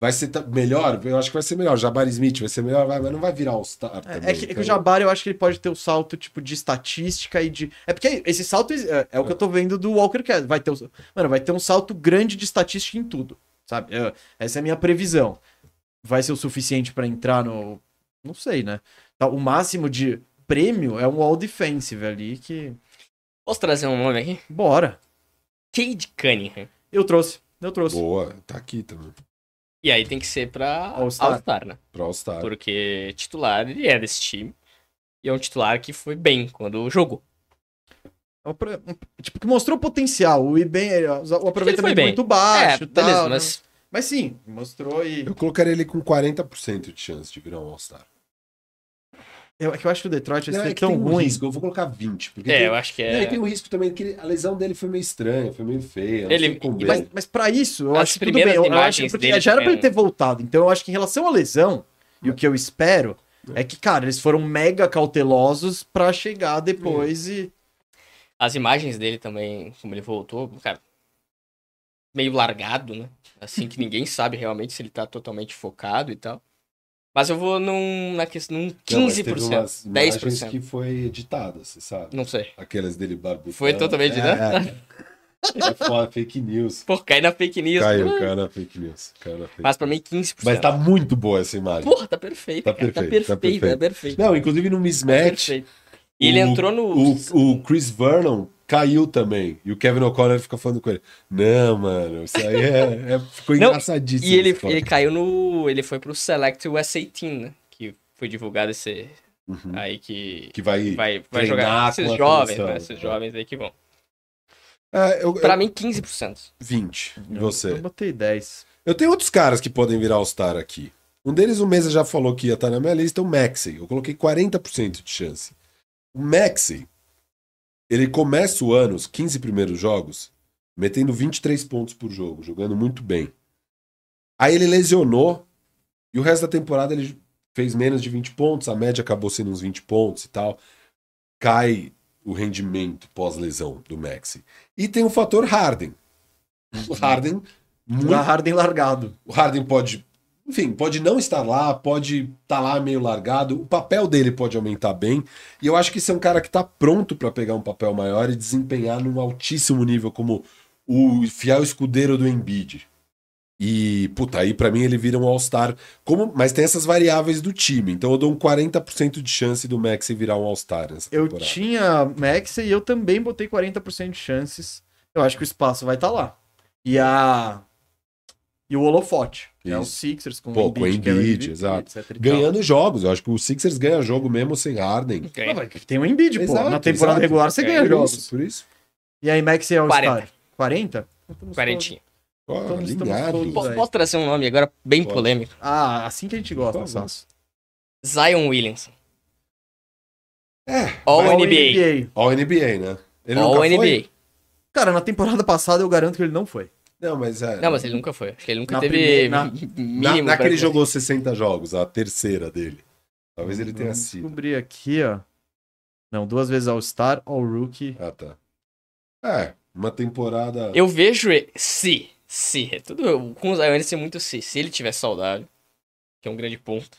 [SPEAKER 3] Vai ser ta- melhor? Eu acho que vai ser melhor. Jabari Smith vai ser melhor, vai, mas não vai virar All-Star
[SPEAKER 1] É,
[SPEAKER 3] também,
[SPEAKER 1] é que, é que
[SPEAKER 3] então-
[SPEAKER 1] o Jabari eu acho que ele pode ter o salto, tipo, de estatística e de. É porque esse salto é, é o que eu tô vendo do Walker que vai ter o- Mano, vai ter um salto grande de estatística em tudo. Sabe? Eu- essa é a minha previsão. Vai ser o suficiente pra entrar no. Não sei, né? Tá, O máximo de prêmio é um all defensive ali que.
[SPEAKER 2] Posso trazer um nome aqui?
[SPEAKER 1] Bora.
[SPEAKER 2] Cade Cunningham.
[SPEAKER 1] Eu trouxe. Eu trouxe.
[SPEAKER 3] Boa, tá aqui também.
[SPEAKER 2] E aí tem que ser pra
[SPEAKER 1] All-Star.
[SPEAKER 2] All-Star, né?
[SPEAKER 3] Pro All-Star.
[SPEAKER 2] Porque titular ele é desse time. E é um titular que foi bem quando jogou.
[SPEAKER 1] É um pro- um- Tipo, que mostrou potencial. O Iben, o aproveitamento
[SPEAKER 2] bem.
[SPEAKER 1] muito
[SPEAKER 3] Ah,
[SPEAKER 1] baixo.
[SPEAKER 2] é,
[SPEAKER 1] e tal,
[SPEAKER 2] beleza,
[SPEAKER 1] né?
[SPEAKER 2] mas
[SPEAKER 1] mas sim, mostrou e.
[SPEAKER 3] Eu colocaria ele com 40% de chance de virar um All-Star.
[SPEAKER 1] Eu, é que eu acho que o Detroit vai
[SPEAKER 3] Não,
[SPEAKER 1] ser
[SPEAKER 3] é que
[SPEAKER 1] tão
[SPEAKER 3] tem um
[SPEAKER 1] ruim.
[SPEAKER 3] risco, eu vou colocar 20. Porque
[SPEAKER 2] é,
[SPEAKER 3] tem-
[SPEAKER 2] eu acho que
[SPEAKER 3] Não, e
[SPEAKER 2] é.
[SPEAKER 3] tem o risco também, que ele- a lesão dele foi meio estranha, foi meio feia. não
[SPEAKER 2] Ele-
[SPEAKER 3] sei como
[SPEAKER 2] e-
[SPEAKER 3] é.
[SPEAKER 1] Mas, mas para isso, eu
[SPEAKER 2] As
[SPEAKER 1] acho que tudo bem.
[SPEAKER 2] primeiras
[SPEAKER 1] Eu, eu acho
[SPEAKER 2] imagens
[SPEAKER 1] que porque
[SPEAKER 2] dele
[SPEAKER 1] já era pra
[SPEAKER 2] também- né?
[SPEAKER 1] ele ter voltado. Então eu acho que em relação à lesão, e o que eu espero, é que, cara, eles foram mega cautelosos pra chegar
[SPEAKER 3] Hum.
[SPEAKER 1] depois e.
[SPEAKER 2] As imagens dele também, como ele voltou, cara. Meio largado, né? Assim que ninguém sabe realmente se ele tá totalmente focado e tal. Mas eu vou num, na questão, num
[SPEAKER 3] Não, mas teve
[SPEAKER 2] 15%,
[SPEAKER 3] umas imagens
[SPEAKER 2] 10%.
[SPEAKER 3] que foi editada, você sabe?
[SPEAKER 2] Não sei.
[SPEAKER 3] Aquelas dele barbudo.
[SPEAKER 2] Foi totalmente,
[SPEAKER 3] é,
[SPEAKER 2] né?
[SPEAKER 3] É, é foda, fake news.
[SPEAKER 2] Pô, cai na fake news.
[SPEAKER 3] Caiu, caiu na fake news. Caiu na fake
[SPEAKER 2] Mas pra mim, 15%.
[SPEAKER 3] Mas tá muito boa essa imagem.
[SPEAKER 2] Porra, tá perfeito.
[SPEAKER 3] Tá
[SPEAKER 2] cara, Tá
[SPEAKER 3] perfeito,
[SPEAKER 2] perfeito,
[SPEAKER 3] tá
[SPEAKER 2] tá perfeito. Tá perfeito.
[SPEAKER 3] Não, inclusive no mismatch,
[SPEAKER 2] E ele
[SPEAKER 3] o-
[SPEAKER 2] entrou no.
[SPEAKER 3] o, o Chris Vernon caiu também. E o Kevin O'Connor fica falando com ele. Não, mano, isso aí é, é- ficou
[SPEAKER 2] Não,
[SPEAKER 3] engraçadíssimo.
[SPEAKER 2] E ele,
[SPEAKER 3] essa foto."
[SPEAKER 2] ele caiu no. Ele foi pro Select US 18, né? Que foi divulgado esse.
[SPEAKER 3] Uhum.
[SPEAKER 2] Aí que.
[SPEAKER 3] Que vai.
[SPEAKER 2] Vai, vai
[SPEAKER 3] treinar
[SPEAKER 2] jogar
[SPEAKER 3] com
[SPEAKER 2] esses
[SPEAKER 3] a
[SPEAKER 2] jovens,
[SPEAKER 3] seleção,
[SPEAKER 2] né? Esses
[SPEAKER 3] é.
[SPEAKER 2] jovens aí que vão.
[SPEAKER 3] É, eu,
[SPEAKER 2] Pra
[SPEAKER 3] eu-
[SPEAKER 2] mim, 15%.
[SPEAKER 3] 20. E
[SPEAKER 1] Eu
[SPEAKER 3] você?
[SPEAKER 1] botei 10.
[SPEAKER 3] Eu tenho outros caras que podem virar All-Star aqui. Um deles, o Mesa já falou que ia estar na minha lista, o Maxey. Eu coloquei 40% de chance. O Maxey, ele começa o ano, os 15 primeiros jogos, metendo 23 pontos por jogo, jogando muito bem. Aí ele lesionou, e o resto da temporada ele fez menos de 20 pontos, a média acabou sendo uns 20 pontos e tal. Cai o rendimento pós-lesão do Maxey. E tem o fator Harden. O Harden, muito
[SPEAKER 1] Na Harden largado.
[SPEAKER 3] o Harden pode, enfim, pode não estar lá, pode estar lá meio largado, o papel dele pode aumentar bem, e eu acho que esse é um cara que está pronto para pegar um papel maior e desempenhar num altíssimo nível como o fiel escudeiro do Embiid. E, puta, aí pra mim ele vira um All-Star, como, mas tem essas variáveis do time, então eu dou um 40% de chance do Maxi virar um All-Star nessa
[SPEAKER 1] Eu
[SPEAKER 3] temporada.
[SPEAKER 1] tinha Max e eu também botei 40% de chances. Eu acho que o espaço vai estar lá. E a. E o holofote. É o
[SPEAKER 3] Isso.
[SPEAKER 1] Sixers com
[SPEAKER 3] Pô, com o
[SPEAKER 1] que é
[SPEAKER 3] Embiid,
[SPEAKER 1] MVP,
[SPEAKER 3] exato.
[SPEAKER 1] etc e tal.
[SPEAKER 3] Ganhando jogos, eu acho que o Sixers ganha jogo mesmo sem Harden.
[SPEAKER 1] Não, mas Tem o Embiid, pô.
[SPEAKER 3] Exato,
[SPEAKER 1] Tipo, Na temporada
[SPEAKER 3] exato.
[SPEAKER 1] regular você
[SPEAKER 2] Ganha
[SPEAKER 1] ganha
[SPEAKER 3] Por
[SPEAKER 1] jogos.
[SPEAKER 3] isso, por isso.
[SPEAKER 1] E aí, Max é o
[SPEAKER 2] 40.
[SPEAKER 1] Star? 40?
[SPEAKER 2] Quarentinha.
[SPEAKER 3] Ó,
[SPEAKER 1] Estamos- estamos
[SPEAKER 3] alinhados.
[SPEAKER 1] todos-
[SPEAKER 2] Po-
[SPEAKER 1] aí.
[SPEAKER 2] Posso trazer um nome agora bem
[SPEAKER 3] Pode.
[SPEAKER 2] polêmico?
[SPEAKER 1] Ah, assim que a gente gosta,
[SPEAKER 3] Por favor.
[SPEAKER 1] Sasso.
[SPEAKER 2] Zion Williamson.
[SPEAKER 3] É,
[SPEAKER 2] All
[SPEAKER 1] All
[SPEAKER 2] NBA.
[SPEAKER 3] All NBA, né? Ele
[SPEAKER 2] All
[SPEAKER 3] nunca
[SPEAKER 2] NBA.
[SPEAKER 3] foi?
[SPEAKER 1] Cara, na temporada passada eu garanto que ele não foi.
[SPEAKER 3] Não, mas é.
[SPEAKER 2] Não, mas ele nunca foi. Acho que ele nunca
[SPEAKER 1] Na
[SPEAKER 2] teve.
[SPEAKER 1] primeira- na-
[SPEAKER 2] mínimo
[SPEAKER 3] Na, naquele
[SPEAKER 2] pra-
[SPEAKER 3] jogou 60 jogos, a terceira dele. Talvez ele tenha
[SPEAKER 1] Vamos
[SPEAKER 3] sido.
[SPEAKER 1] Descobri aqui, ó. Não, duas vezes All-Star, All-Rookie.
[SPEAKER 3] Ah, tá. É, uma temporada.
[SPEAKER 2] Eu vejo ele. Se. Se. É tudo. Com o Zion ele ser muito se. Se ele tiver saudável, que é um grande ponto.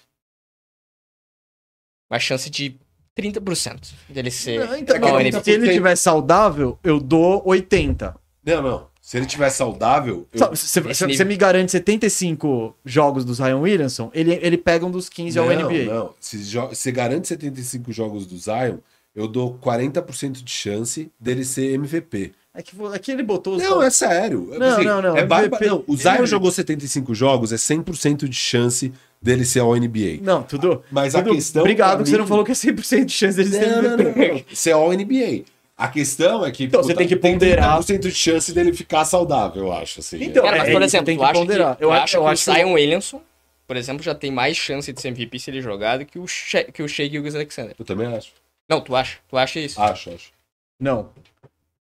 [SPEAKER 2] Uma chance de 30% dele ser.
[SPEAKER 1] Não, então,
[SPEAKER 3] É que
[SPEAKER 2] All
[SPEAKER 1] se
[SPEAKER 3] ele
[SPEAKER 2] NBA.
[SPEAKER 3] tá-
[SPEAKER 1] ele tiver saudável, eu dou 80.
[SPEAKER 3] Não, não. Se ele tiver saudável, eu...
[SPEAKER 2] Esse
[SPEAKER 1] Você
[SPEAKER 2] nível.
[SPEAKER 1] me garante 75 jogos do Zion Williamson, ele, ele pega um dos 15 ao
[SPEAKER 3] não,
[SPEAKER 1] NBA.
[SPEAKER 3] não. Se, jo... se garante 75 jogos do Zion, eu dou 40% de chance dele ser MVP.
[SPEAKER 1] É, que, vo- é que ele botou os.
[SPEAKER 3] Não, é sério.
[SPEAKER 1] Não, não, não.
[SPEAKER 3] É
[SPEAKER 1] MVP.
[SPEAKER 3] barba... não. O Zion
[SPEAKER 1] Ele-
[SPEAKER 3] jogou 75 jogos, é 100% de chance dele ser ao NBA.
[SPEAKER 1] Não, tudo.
[SPEAKER 3] assim. Mas a
[SPEAKER 1] tudo
[SPEAKER 3] questão,
[SPEAKER 1] Obrigado
[SPEAKER 3] pra
[SPEAKER 1] que você não
[SPEAKER 3] mim-
[SPEAKER 1] falou que é 100% de chance dele ser
[SPEAKER 3] Não,
[SPEAKER 1] MVP.
[SPEAKER 3] não, não, não. Isso é all NBA. A questão é que
[SPEAKER 1] Então, você tem que ponderar.
[SPEAKER 3] 30% de chance dele ficar saudável, eu acho. Assim,
[SPEAKER 1] Então,
[SPEAKER 2] Cara, mas
[SPEAKER 1] É,
[SPEAKER 2] por
[SPEAKER 1] isso
[SPEAKER 2] exemplo,
[SPEAKER 1] tem
[SPEAKER 2] eu
[SPEAKER 1] que
[SPEAKER 2] acho que,
[SPEAKER 1] ponderar.
[SPEAKER 2] eu
[SPEAKER 1] Eu
[SPEAKER 2] acho
[SPEAKER 1] acho- eu
[SPEAKER 2] que
[SPEAKER 1] acho
[SPEAKER 2] o
[SPEAKER 1] que-
[SPEAKER 2] Zion Williamson, por exemplo, já tem mais chance de ser MVP se ele jogado que o, She que o Shea Gilgeous Alexander.
[SPEAKER 3] eu também acho.
[SPEAKER 2] Não, tu acha? Tu acha
[SPEAKER 1] Ah,
[SPEAKER 2] isso?
[SPEAKER 3] Acho, acho.
[SPEAKER 1] Não.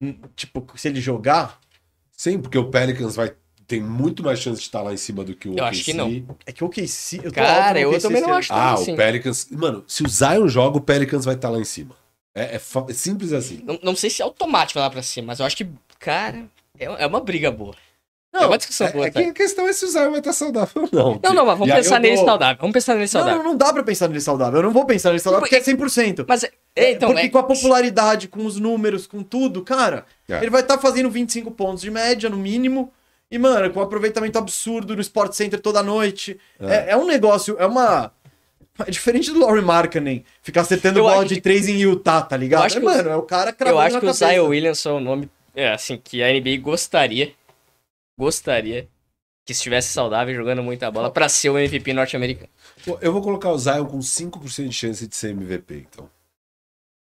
[SPEAKER 1] Hum, Tipo, se ele jogar,
[SPEAKER 3] Sim, porque o Pelicans vai tem muito mais chance de estar lá em cima do que o
[SPEAKER 2] Eu acho que não.
[SPEAKER 1] é que o OKC... Eu tô
[SPEAKER 2] Cara,
[SPEAKER 1] alto no
[SPEAKER 2] eu
[SPEAKER 1] OKC
[SPEAKER 2] também
[SPEAKER 1] esse
[SPEAKER 2] não
[SPEAKER 1] ano.
[SPEAKER 2] acho.
[SPEAKER 3] Ah,
[SPEAKER 2] Tá assim.
[SPEAKER 3] o Pelicans. Mano, se o Zion joga, o Pelicans vai estar lá em cima. É, é fa- é simples assim.
[SPEAKER 2] Não, não sei se é automático lá pra cima, mas eu acho que, cara, é, é uma briga boa. Não, é uma discussão
[SPEAKER 3] É,
[SPEAKER 2] boa,
[SPEAKER 3] é
[SPEAKER 2] tá?
[SPEAKER 3] que a questão é se usar uma tá saudável ou não.
[SPEAKER 2] Não, não, mas vamos
[SPEAKER 3] E aí
[SPEAKER 2] pensar
[SPEAKER 3] eu
[SPEAKER 2] nele
[SPEAKER 3] tô-
[SPEAKER 2] saudável. Vamos pensar nele
[SPEAKER 1] Não,
[SPEAKER 2] saudável.
[SPEAKER 1] não, não dá pra pensar nele saudável. Eu não vou pensar nele saudável porque é 100%.
[SPEAKER 2] Mas, é- é, então,
[SPEAKER 1] porque
[SPEAKER 2] é,
[SPEAKER 1] com a popularidade, com os números, com tudo, cara,
[SPEAKER 3] É.
[SPEAKER 1] ele vai estar fazendo 25 pontos de média, no mínimo. E, mano, com um aproveitamento absurdo no Sport Center toda noite. É, é um negócio, é uma. É diferente do Laurie Markkanen ficar acertando
[SPEAKER 2] Eu
[SPEAKER 1] bola
[SPEAKER 2] acho
[SPEAKER 1] de
[SPEAKER 2] que-
[SPEAKER 1] 3 em Utah, tá ligado?
[SPEAKER 2] Eu acho
[SPEAKER 1] É,
[SPEAKER 2] que os-
[SPEAKER 1] mano, é o cara cravando
[SPEAKER 2] eu acho
[SPEAKER 1] na
[SPEAKER 2] que o
[SPEAKER 1] cabeça.
[SPEAKER 2] Zion Williamson é o nome, é, assim, que a NBA gostaria, gostaria que estivesse saudável jogando muita bola pra ser o MVP norte-americano.
[SPEAKER 3] Pô, Eu vou colocar o Zion com 5% de chance de ser MVP, então.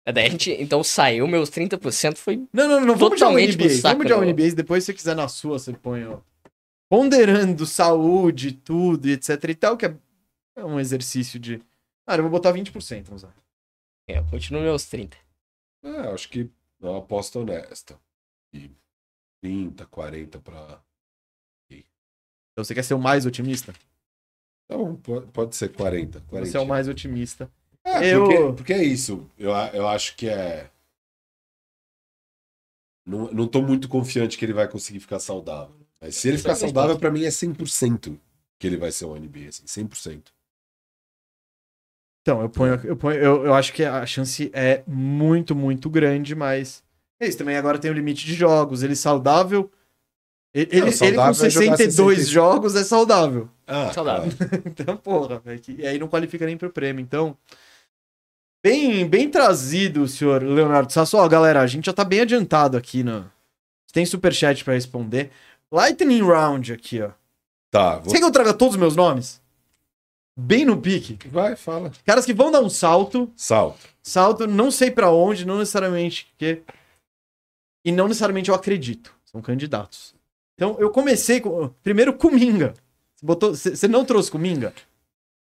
[SPEAKER 2] É, Daí a gente, então saiu, meus 30% foi...
[SPEAKER 1] Não, não, não, vamos de
[SPEAKER 2] Totalmente pro
[SPEAKER 1] NBA.
[SPEAKER 2] saco,
[SPEAKER 1] vamos de
[SPEAKER 2] né,
[SPEAKER 1] NBA, se depois se você quiser na sua, você põe, ó. Ponderando saúde, tudo, e etc e tal, que é é um exercício de. Cara, eu vou botar 20%, vamos lá.
[SPEAKER 2] É, eu continuo meus 30.
[SPEAKER 3] É, eu acho que é uma aposta honesta. E 30, 40 pra.
[SPEAKER 1] Então você quer ser o mais otimista?
[SPEAKER 3] Então, po- pode ser 40. 40.
[SPEAKER 1] Você é o mais otimista.
[SPEAKER 3] É,
[SPEAKER 1] Eu-
[SPEAKER 3] porque, porque é isso. Eu, a- eu acho que é. Não, não tô muito confiante que ele vai conseguir ficar saudável. Mas se ele ficar
[SPEAKER 2] Também
[SPEAKER 3] saudável, pra mim é 100% que ele vai ser um NBA, assim, 100%.
[SPEAKER 1] Então, eu ponho. Eu, ponho eu, eu acho que a chance é muito, muito grande, mas. É isso, também agora tem o limite de jogos. Ele é saudável. Ele, ele- ele com
[SPEAKER 3] saudável é jogar
[SPEAKER 1] 62
[SPEAKER 3] 60.
[SPEAKER 1] jogos é saudável.
[SPEAKER 3] Ah,
[SPEAKER 2] Saudável.
[SPEAKER 3] claro.
[SPEAKER 1] Então, porra, velho, que- e aí não qualifica nem pro prêmio. Então, bem, bem trazido, senhor Leonardo Sassuolo. Galera, a gente já tá bem adiantado aqui, né? Tem superchat pra responder. Lightning Round aqui, ó.
[SPEAKER 3] Tá, vou...
[SPEAKER 1] Você quer que eu traga todos os meus nomes? Bem no pique.
[SPEAKER 3] vai, fala.
[SPEAKER 1] Caras que vão dar um salto,
[SPEAKER 3] Salto.
[SPEAKER 1] salto, não sei pra onde, não necessariamente que. E não necessariamente eu acredito. São candidatos. Então eu comecei com. Primeiro, Cominga. Você botou- Você você não trouxe Cominga?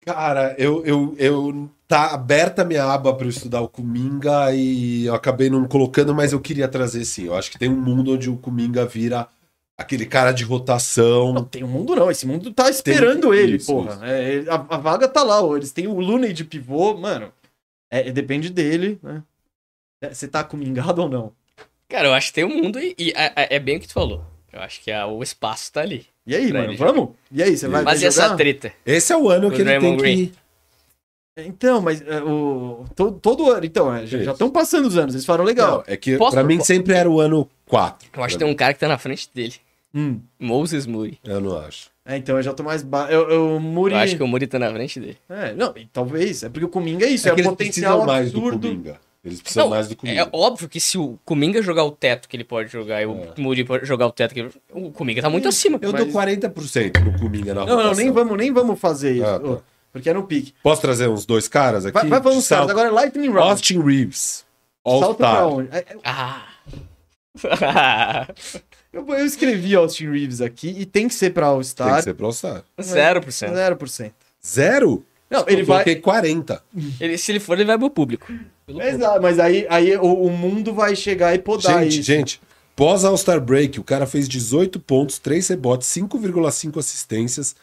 [SPEAKER 3] Cara, eu, eu, eu tá aberta a minha aba pra eu estudar o Kuminga e eu acabei não colocando, mas eu queria trazer sim. Eu acho que tem um mundo onde o Kuminga vira aquele cara de rotação.
[SPEAKER 1] Não, tem um mundo não. Esse mundo tá esperando ele,
[SPEAKER 3] isso,
[SPEAKER 1] porra.
[SPEAKER 3] isso.
[SPEAKER 1] É, ele- a, a vaga tá lá, ó. Eles têm o Looney de pivô, mano. É, é, depende dele, né? É, Você tá comingado ou não?
[SPEAKER 2] Cara, eu acho que tem um mundo e, e a- a- é bem o que tu falou. Eu acho que a- o espaço tá ali.
[SPEAKER 1] E aí,
[SPEAKER 2] Pra
[SPEAKER 1] mano,
[SPEAKER 2] ele
[SPEAKER 1] vamos? E aí, você vai vai
[SPEAKER 2] Mas e essa
[SPEAKER 1] jogar?
[SPEAKER 2] treta?
[SPEAKER 3] Esse é o ano
[SPEAKER 2] O
[SPEAKER 3] que ele tem
[SPEAKER 2] Draymond
[SPEAKER 3] que.
[SPEAKER 1] Então, mas é, o, to- todo, ano, então, é, já
[SPEAKER 3] Isso.
[SPEAKER 1] estão passando os anos, eles falaram legal.
[SPEAKER 3] Não, é que
[SPEAKER 2] Posso-
[SPEAKER 3] pra mim
[SPEAKER 2] po-
[SPEAKER 3] sempre era o ano 4.
[SPEAKER 2] Eu acho que tem um cara que tá na frente dele.
[SPEAKER 1] Hum.
[SPEAKER 2] Moses Muri.
[SPEAKER 3] Eu não acho.
[SPEAKER 1] É, então eu já tô mais. Ba... Eu, eu Muri.
[SPEAKER 2] Eu acho que o Muri tá na frente dele.
[SPEAKER 1] É, não, e talvez. É porque o Cominga é isso,
[SPEAKER 3] É
[SPEAKER 1] é,
[SPEAKER 3] que
[SPEAKER 1] um
[SPEAKER 3] eles
[SPEAKER 1] potencial
[SPEAKER 3] precisam mais do
[SPEAKER 1] absurdo.
[SPEAKER 3] Kuminga. Eles precisam
[SPEAKER 2] Não,
[SPEAKER 3] mais do Kuminga.
[SPEAKER 2] É óbvio que se o Kuminga jogar o teto que ele pode jogar e o
[SPEAKER 3] É.
[SPEAKER 2] Muri pode jogar o teto que ele... O Kuminga tá muito acima.
[SPEAKER 3] Eu
[SPEAKER 1] mas-
[SPEAKER 3] dou 40% no Kuminga na
[SPEAKER 1] Não,
[SPEAKER 3] rotação.
[SPEAKER 1] não, nem vamos, nem vamos fazer isso.
[SPEAKER 3] Ah, tá.
[SPEAKER 1] ô, Porque é no pique.
[SPEAKER 3] Posso trazer uns dois caras aqui?
[SPEAKER 1] Vai, vai vamos,
[SPEAKER 3] De
[SPEAKER 1] caras.
[SPEAKER 3] salto.
[SPEAKER 1] Agora é Lightning Round.
[SPEAKER 3] Austin Reeves.
[SPEAKER 1] Salta pra
[SPEAKER 3] All-Star.
[SPEAKER 1] onde? É, é,
[SPEAKER 2] Ah!
[SPEAKER 1] Eu, eu escrevi Austin Reeves aqui e tem que ser pra
[SPEAKER 3] Tem que
[SPEAKER 1] All-Star.
[SPEAKER 3] ser é. pro All-Star.
[SPEAKER 2] Zero por cento.
[SPEAKER 1] 0%.
[SPEAKER 3] Zero?
[SPEAKER 1] Não, ele
[SPEAKER 3] eu
[SPEAKER 1] vai.
[SPEAKER 3] coloquei 40.
[SPEAKER 2] Ele, se ele for, ele vai pro público. Pelo público.
[SPEAKER 1] Exato, mas aí, aí o, o mundo vai chegar e podar
[SPEAKER 3] gente,
[SPEAKER 1] isso.
[SPEAKER 3] gente, pós All-Star Break, o cara fez 18 pontos, 3 rebotes, 5,5 assistências.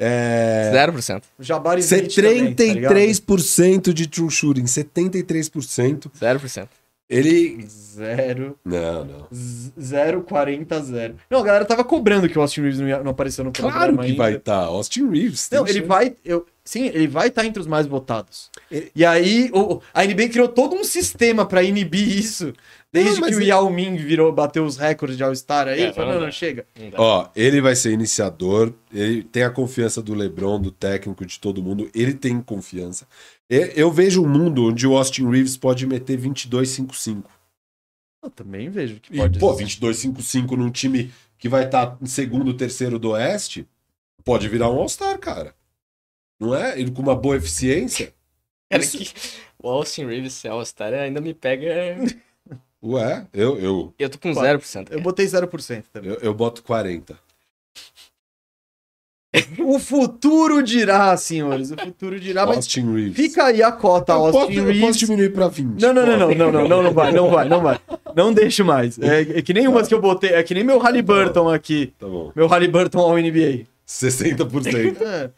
[SPEAKER 3] É...
[SPEAKER 2] Zero por cento.
[SPEAKER 1] Jabari Smith também, tá ligado?
[SPEAKER 3] 73% de true shooting, 73%.
[SPEAKER 2] Zero por cento.
[SPEAKER 3] Ele.
[SPEAKER 1] Zero,
[SPEAKER 3] Não, não.
[SPEAKER 1] z- zero, quarenta, zero. Não, a galera tava cobrando que o Austin Reeves não, ia- não apareceu no programa
[SPEAKER 3] Claro que
[SPEAKER 1] ainda.
[SPEAKER 3] vai estar. Austin Reeves. tem
[SPEAKER 1] né? Não, ele
[SPEAKER 3] chance.
[SPEAKER 1] vai. Eu, sim, ele vai estar entre os mais votados.
[SPEAKER 3] Ele-
[SPEAKER 1] E aí, o, a NBA criou todo um sistema pra inibir isso. Desde
[SPEAKER 3] Não, mas
[SPEAKER 1] que o
[SPEAKER 3] ele-
[SPEAKER 1] Yao Ming virou, bateu os recordes de All-Star aí.
[SPEAKER 2] É,
[SPEAKER 1] ele falou,
[SPEAKER 2] não
[SPEAKER 1] não,
[SPEAKER 2] dá.
[SPEAKER 1] não, chega.
[SPEAKER 3] Ó, ele vai ser iniciador. Ele tem a confiança do LeBron, do técnico, de todo mundo. Ele tem confiança. E- Eu vejo um mundo onde o Austin Reeves pode meter 22,55.
[SPEAKER 1] Eu também vejo que
[SPEAKER 3] E,
[SPEAKER 1] pode
[SPEAKER 3] pô,
[SPEAKER 1] ser.
[SPEAKER 3] 22,55 num time que vai estar em segundo, terceiro do Oeste, pode virar um All-Star, cara. Não é? Ele com uma boa eficiência.
[SPEAKER 2] Cara, que... O Austin Reeves ser All-Star ainda me pega...
[SPEAKER 3] Ué, eu, eu,
[SPEAKER 2] Eu tô com
[SPEAKER 1] Pô,
[SPEAKER 2] zero por cento.
[SPEAKER 1] Eu botei 0% também.
[SPEAKER 3] Eu, eu boto 40.
[SPEAKER 1] O futuro dirá, senhores. O futuro dirá, Tá, mas
[SPEAKER 3] Austin Reeves.
[SPEAKER 1] fica aí a cota,
[SPEAKER 3] eu,
[SPEAKER 1] Austin
[SPEAKER 3] posso, eu
[SPEAKER 1] Reeves.
[SPEAKER 3] posso diminuir pra 20.
[SPEAKER 1] Não, não, não, não,
[SPEAKER 3] Pode.
[SPEAKER 1] não, não, não, não vai, não vai, não vai. Não deixo mais. É, é que nem umas que eu botei, é que nem meu Halliburton aqui.
[SPEAKER 3] Tá bom.
[SPEAKER 1] Meu Halliburton ao NBA.
[SPEAKER 3] 60%.
[SPEAKER 1] É,